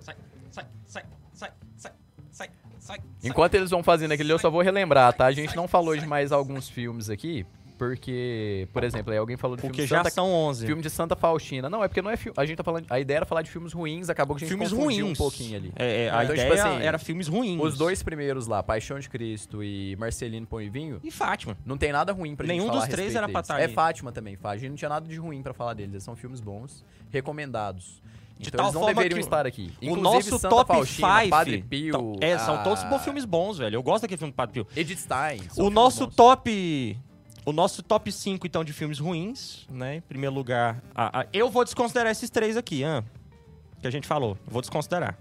Speaker 2: Sai, sai, sai, sai, sai, sai, sai.
Speaker 3: Enquanto eles vão fazendo aquilo, eu só vou relembrar, tá? A gente não falou de mais alguns filmes aqui, porque, por exemplo, aí alguém falou do filme,
Speaker 2: Porque
Speaker 3: de
Speaker 2: já
Speaker 3: Santa,
Speaker 2: são 11.
Speaker 3: filme de Santa Faustina. Não, é porque não é filme. A gente tá falando. A ideia era falar de filmes ruins, acabou que a gente
Speaker 2: filmes
Speaker 3: confundiu
Speaker 2: ruins.
Speaker 3: um pouquinho ali.
Speaker 2: É, é, a
Speaker 3: Então, tipo
Speaker 2: ideia
Speaker 3: assim,
Speaker 2: era filmes ruins.
Speaker 3: Os dois primeiros lá, Paixão de Cristo e Marcelino Pão e Vinho,
Speaker 2: E Fátima.
Speaker 3: não tem nada ruim pra
Speaker 2: Nenhum
Speaker 3: gente falar
Speaker 2: dos
Speaker 3: a
Speaker 2: três
Speaker 3: respeito
Speaker 2: era pra
Speaker 3: deles.
Speaker 2: tá
Speaker 3: É
Speaker 2: ali.
Speaker 3: Fátima também, Fátima. A gente não tinha nada de ruim pra falar deles. Eles são filmes bons, recomendados.
Speaker 2: De
Speaker 3: então
Speaker 2: tal
Speaker 3: eles não
Speaker 2: forma
Speaker 3: deveriam
Speaker 2: que
Speaker 3: estar aqui.
Speaker 2: O
Speaker 3: Inclusive,
Speaker 2: nosso
Speaker 3: Santa
Speaker 2: top
Speaker 3: Faustina,
Speaker 2: 5.
Speaker 3: Padre Pio,
Speaker 2: é, são
Speaker 3: a-
Speaker 2: todos bons filmes bons, velho. Eu gosto daquele filme do Padre Pio.
Speaker 3: Edith Stein. são
Speaker 2: O
Speaker 3: filmes
Speaker 2: nosso
Speaker 3: bons.
Speaker 2: top. O O nosso top 5, então, de filmes ruins, né? Em primeiro lugar, a- a- eu vou desconsiderar esses três aqui, Ian, que a gente falou. Eu Vou desconsiderar.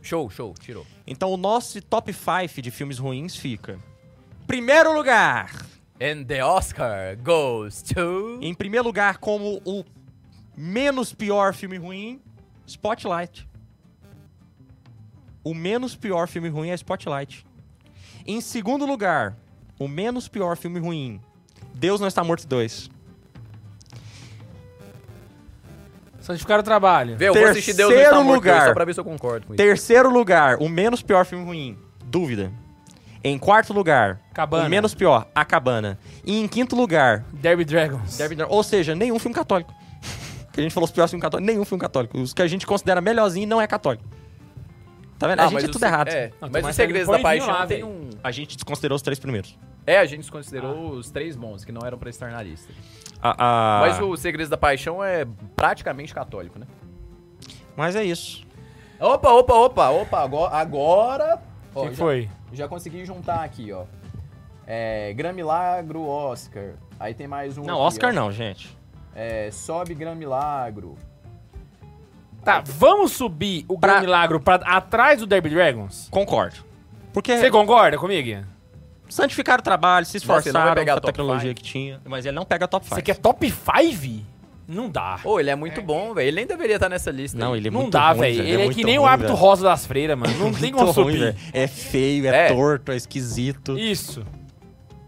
Speaker 3: Show, show, tirou.
Speaker 2: Então, o nosso top 5 de filmes ruins fica... Primeiro lugar!
Speaker 3: And the Oscar goes to.
Speaker 2: Em primeiro lugar, como o menos pior filme ruim, Spotlight. O menos pior filme ruim é Spotlight. Em segundo lugar, o menos pior filme ruim, Deus Não Está Morto 2.
Speaker 1: Santificar o trabalho.
Speaker 3: Vê, eu vou assistir Deus no
Speaker 2: Terceiro
Speaker 3: Está Morto
Speaker 2: lugar.
Speaker 3: hoje, só pra ver se eu concordo com isso.
Speaker 2: Terceiro lugar, o menos pior filme ruim, Dúvida. Em quarto lugar,
Speaker 1: Cabana.
Speaker 2: o menos pior, A Cabana. E em quinto lugar,
Speaker 1: Derby Dragons.
Speaker 2: Derby Dra- ou seja, nenhum filme católico. Que a gente falou os piores filmes católicos, nenhum filme católico. Os que a gente considera melhorzinho não é católico. Tá vendo? a
Speaker 3: Ah,
Speaker 2: gente
Speaker 3: mas
Speaker 2: é
Speaker 3: o
Speaker 2: tudo
Speaker 3: se-
Speaker 2: errado.
Speaker 3: É,
Speaker 1: Não, tem
Speaker 3: mas os
Speaker 1: mais
Speaker 3: Segredos da
Speaker 1: coisinha
Speaker 3: Paixão
Speaker 1: lá,
Speaker 3: tem
Speaker 1: velho.
Speaker 3: um.
Speaker 2: A gente desconsiderou os três primeiros.
Speaker 3: É, a gente desconsiderou
Speaker 2: Ah.
Speaker 3: os três bons, que não eram pra estar na lista.
Speaker 2: A- a-
Speaker 3: Mas o Segredos da Paixão é praticamente católico, né?
Speaker 2: Mas é isso.
Speaker 3: Opa, opa, opa, opa, agora. agora
Speaker 1: O
Speaker 3: ó,
Speaker 1: que
Speaker 3: já,
Speaker 1: foi?
Speaker 3: já consegui juntar aqui, ó. É, Gran Milagro, Oscar. Aí tem mais um.
Speaker 2: Não,
Speaker 3: aqui,
Speaker 2: Oscar
Speaker 3: ó.
Speaker 2: não, gente.
Speaker 3: É, sobe Gran Milagro.
Speaker 1: Tá, vamos subir o Grande
Speaker 2: Pra-
Speaker 1: Milagro pra atrás do Derby Dragons?
Speaker 2: Concordo.
Speaker 3: É.
Speaker 2: Porque
Speaker 1: Você concorda comigo?
Speaker 2: santificaram o trabalho, se
Speaker 3: Nossa, ele não vai
Speaker 2: esforçaram
Speaker 3: pegar
Speaker 2: com a
Speaker 3: top
Speaker 2: tecnologia
Speaker 3: five.
Speaker 2: que tinha. Mas ele não pega top 5.
Speaker 1: Você quer top 5? Não dá.
Speaker 3: Ô, ele é muito bom, velho. Ele nem deveria estar nessa lista.
Speaker 2: Não,
Speaker 3: aí.
Speaker 2: ele é
Speaker 1: não
Speaker 2: muito
Speaker 1: dá,
Speaker 2: ruim,
Speaker 1: velho.
Speaker 2: velho.
Speaker 1: Ele é,
Speaker 2: muito
Speaker 1: que nem o
Speaker 2: ruim,
Speaker 1: hábito
Speaker 2: velho.
Speaker 1: rosa das freiras, mano. Não tem como
Speaker 2: Muito ruim,
Speaker 1: subir.
Speaker 2: velho. É feio, é,
Speaker 3: É.
Speaker 2: torto, é esquisito.
Speaker 1: Isso.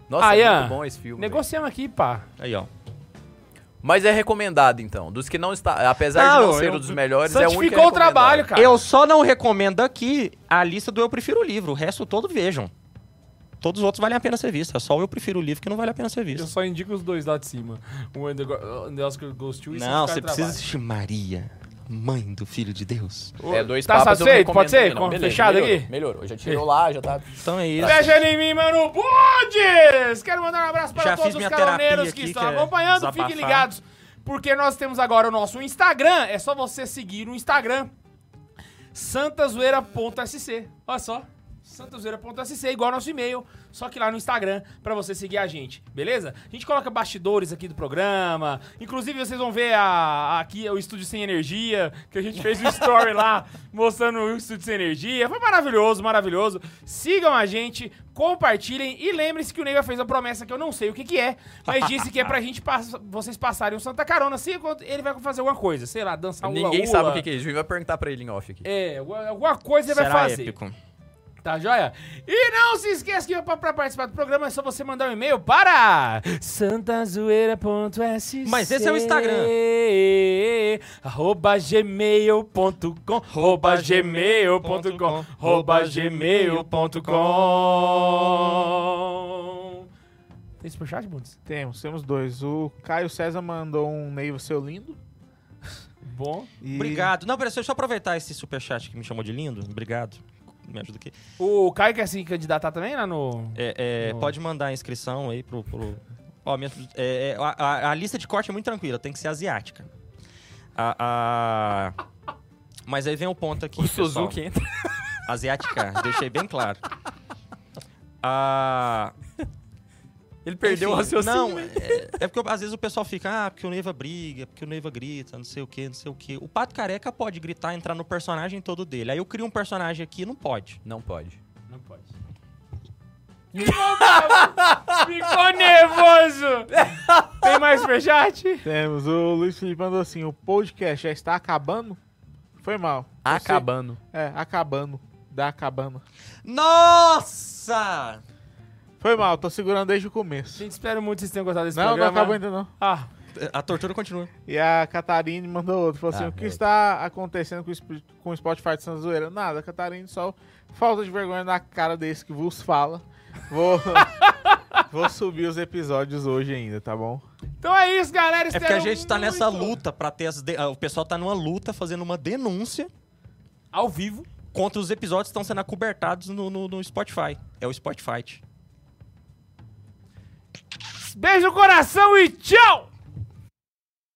Speaker 3: Nossa,
Speaker 1: Ah,
Speaker 3: é
Speaker 1: Ian,
Speaker 3: muito bom esse filme. velho.
Speaker 1: Negociamos aqui, pá.
Speaker 2: Aí, ó.
Speaker 3: Mas é recomendado, então. Dos que não está. Apesar de
Speaker 2: Não,
Speaker 3: não ser
Speaker 2: eu-
Speaker 3: um dos melhores, é o único. que é
Speaker 1: Santificou o trabalho,
Speaker 3: recomendado.
Speaker 1: cara.
Speaker 2: Eu só não recomendo aqui a lista do Eu Prefiro o Livro. O resto todo vejam. Todos os outros valem a pena ser visto. É só o Eu Prefiro o Livro que não vale a pena ser
Speaker 1: Eu
Speaker 2: visto.
Speaker 1: só indico os dois lá de cima. O Under, Under Oscar Goes to e
Speaker 2: Não,
Speaker 1: Santificar
Speaker 2: você
Speaker 1: o
Speaker 2: precisa
Speaker 1: Trabalho.
Speaker 2: assistir Maria, mãe do Filho de Deus.
Speaker 3: É, dois
Speaker 1: Tá
Speaker 3: papas eu não
Speaker 1: satisfeito? Pode
Speaker 3: recomendo
Speaker 1: ser?
Speaker 3: também, não.
Speaker 1: Com-
Speaker 3: Beleza,
Speaker 1: fechado
Speaker 3: melhorou,
Speaker 1: aqui?
Speaker 3: Melhorou. Já tirou lá, já tá.
Speaker 2: Então é isso.
Speaker 1: Fecha ele em mim, mano. Bundes! Quero mandar um abraço para
Speaker 2: Já
Speaker 1: todos
Speaker 2: fiz
Speaker 1: os
Speaker 2: minha
Speaker 1: caroneiros
Speaker 2: terapia
Speaker 1: que
Speaker 2: aqui,
Speaker 1: estão
Speaker 2: que é
Speaker 1: acompanhando.
Speaker 2: desabafar.
Speaker 1: Fiquem ligados, porque nós temos agora o nosso Instagram. É só você seguir o Instagram. santazoeira.sc. Olha só. santazoeira.sc, igual ao nosso e-mail, só que lá no Instagram, pra você seguir a gente, beleza? A gente coloca bastidores aqui do programa, inclusive vocês vão ver a- aqui o Estúdio Sem Energia, que a gente fez um story lá, mostrando o Estúdio Sem Energia, foi maravilhoso, maravilhoso. Sigam a gente, compartilhem e lembrem-se que o Neiva fez a promessa que eu não sei o que que é, mas disse que é pra gente, passa- vocês passarem o Santa Carona, se ele vai fazer alguma coisa, sei lá, dançar um
Speaker 3: Ninguém sabe o que que é isso. A gente vai perguntar pra ele em off aqui.
Speaker 1: é, alguma alguma coisa ele
Speaker 2: Será
Speaker 1: vai fazer.
Speaker 2: épico.
Speaker 1: Tá joia? E não se esqueça que pra, pra participar do programa é só você mandar um e-mail para santazoeira.sc
Speaker 2: Mas esse é o Instagram.
Speaker 1: arroba gmail.com arroba gmail.com arroba gmail.com Tem superchat, Bundes?
Speaker 4: Temos, temos dois. O Caio César mandou um Neiva seu lindo.
Speaker 1: Bom.
Speaker 4: E-
Speaker 2: Obrigado. Não, peraí, deixa eu aproveitar esse superchat que me chamou de lindo. Obrigado. Me ajuda aqui.
Speaker 1: O Caio quer se candidatar também lá no...
Speaker 2: É, é,
Speaker 1: Boa.
Speaker 2: pode mandar a inscrição aí pro. pro... Ó, minha- é, é, a, a- a lista de corte é muito tranquila, tem que ser asiática. A, a- Mas aí vem o ponto aqui.
Speaker 3: O
Speaker 2: pessoal.
Speaker 3: Suzuki entra.
Speaker 2: Asiática, deixei bem claro. A.
Speaker 3: Ele perdeu o
Speaker 2: Enfim,
Speaker 3: raciocínio.
Speaker 2: Não, é, é porque às vezes o pessoal fica, ah, porque o Neiva briga, porque o Neiva grita, não sei o que, não sei o que. O Pato Careca pode gritar, entrar no personagem todo dele. Aí eu crio um personagem aqui e não pode.
Speaker 3: Não pode.
Speaker 1: Não pode. Ficou nervoso! Tem mais superchat?
Speaker 4: Temos o Luiz Felipe mandou assim: o podcast já está acabando? Foi mal. Eu sei-
Speaker 3: Acabando.
Speaker 4: É, acabando. Da cabana.
Speaker 2: Nossa!
Speaker 4: Foi mal, tô segurando desde o começo.
Speaker 1: Gente, espero muito que vocês tenham gostado desse
Speaker 4: não,
Speaker 1: programa.
Speaker 4: não acabou ainda não.
Speaker 1: Ah,
Speaker 2: A tortura continua.
Speaker 4: E a Catarine mandou outro. Falou assim:
Speaker 3: Ah,
Speaker 4: o que
Speaker 3: meu.
Speaker 4: está acontecendo com o, Sp- com o Spotify de Santa Zoeira? Nada, Catarine, só falta de vergonha na cara desse que vos fala. Vou, vou subir os episódios hoje ainda, tá bom?
Speaker 1: então é isso, galera.
Speaker 2: É porque a
Speaker 1: Espero
Speaker 2: gente tá nessa
Speaker 1: muito-
Speaker 2: luta pra ter as. de- ah, O pessoal tá numa luta fazendo uma denúncia
Speaker 1: Ao vivo.
Speaker 2: contra os episódios que estão sendo acobertados no, no- no Spotify. É o Spotify.
Speaker 1: Beijo no coração e tchau!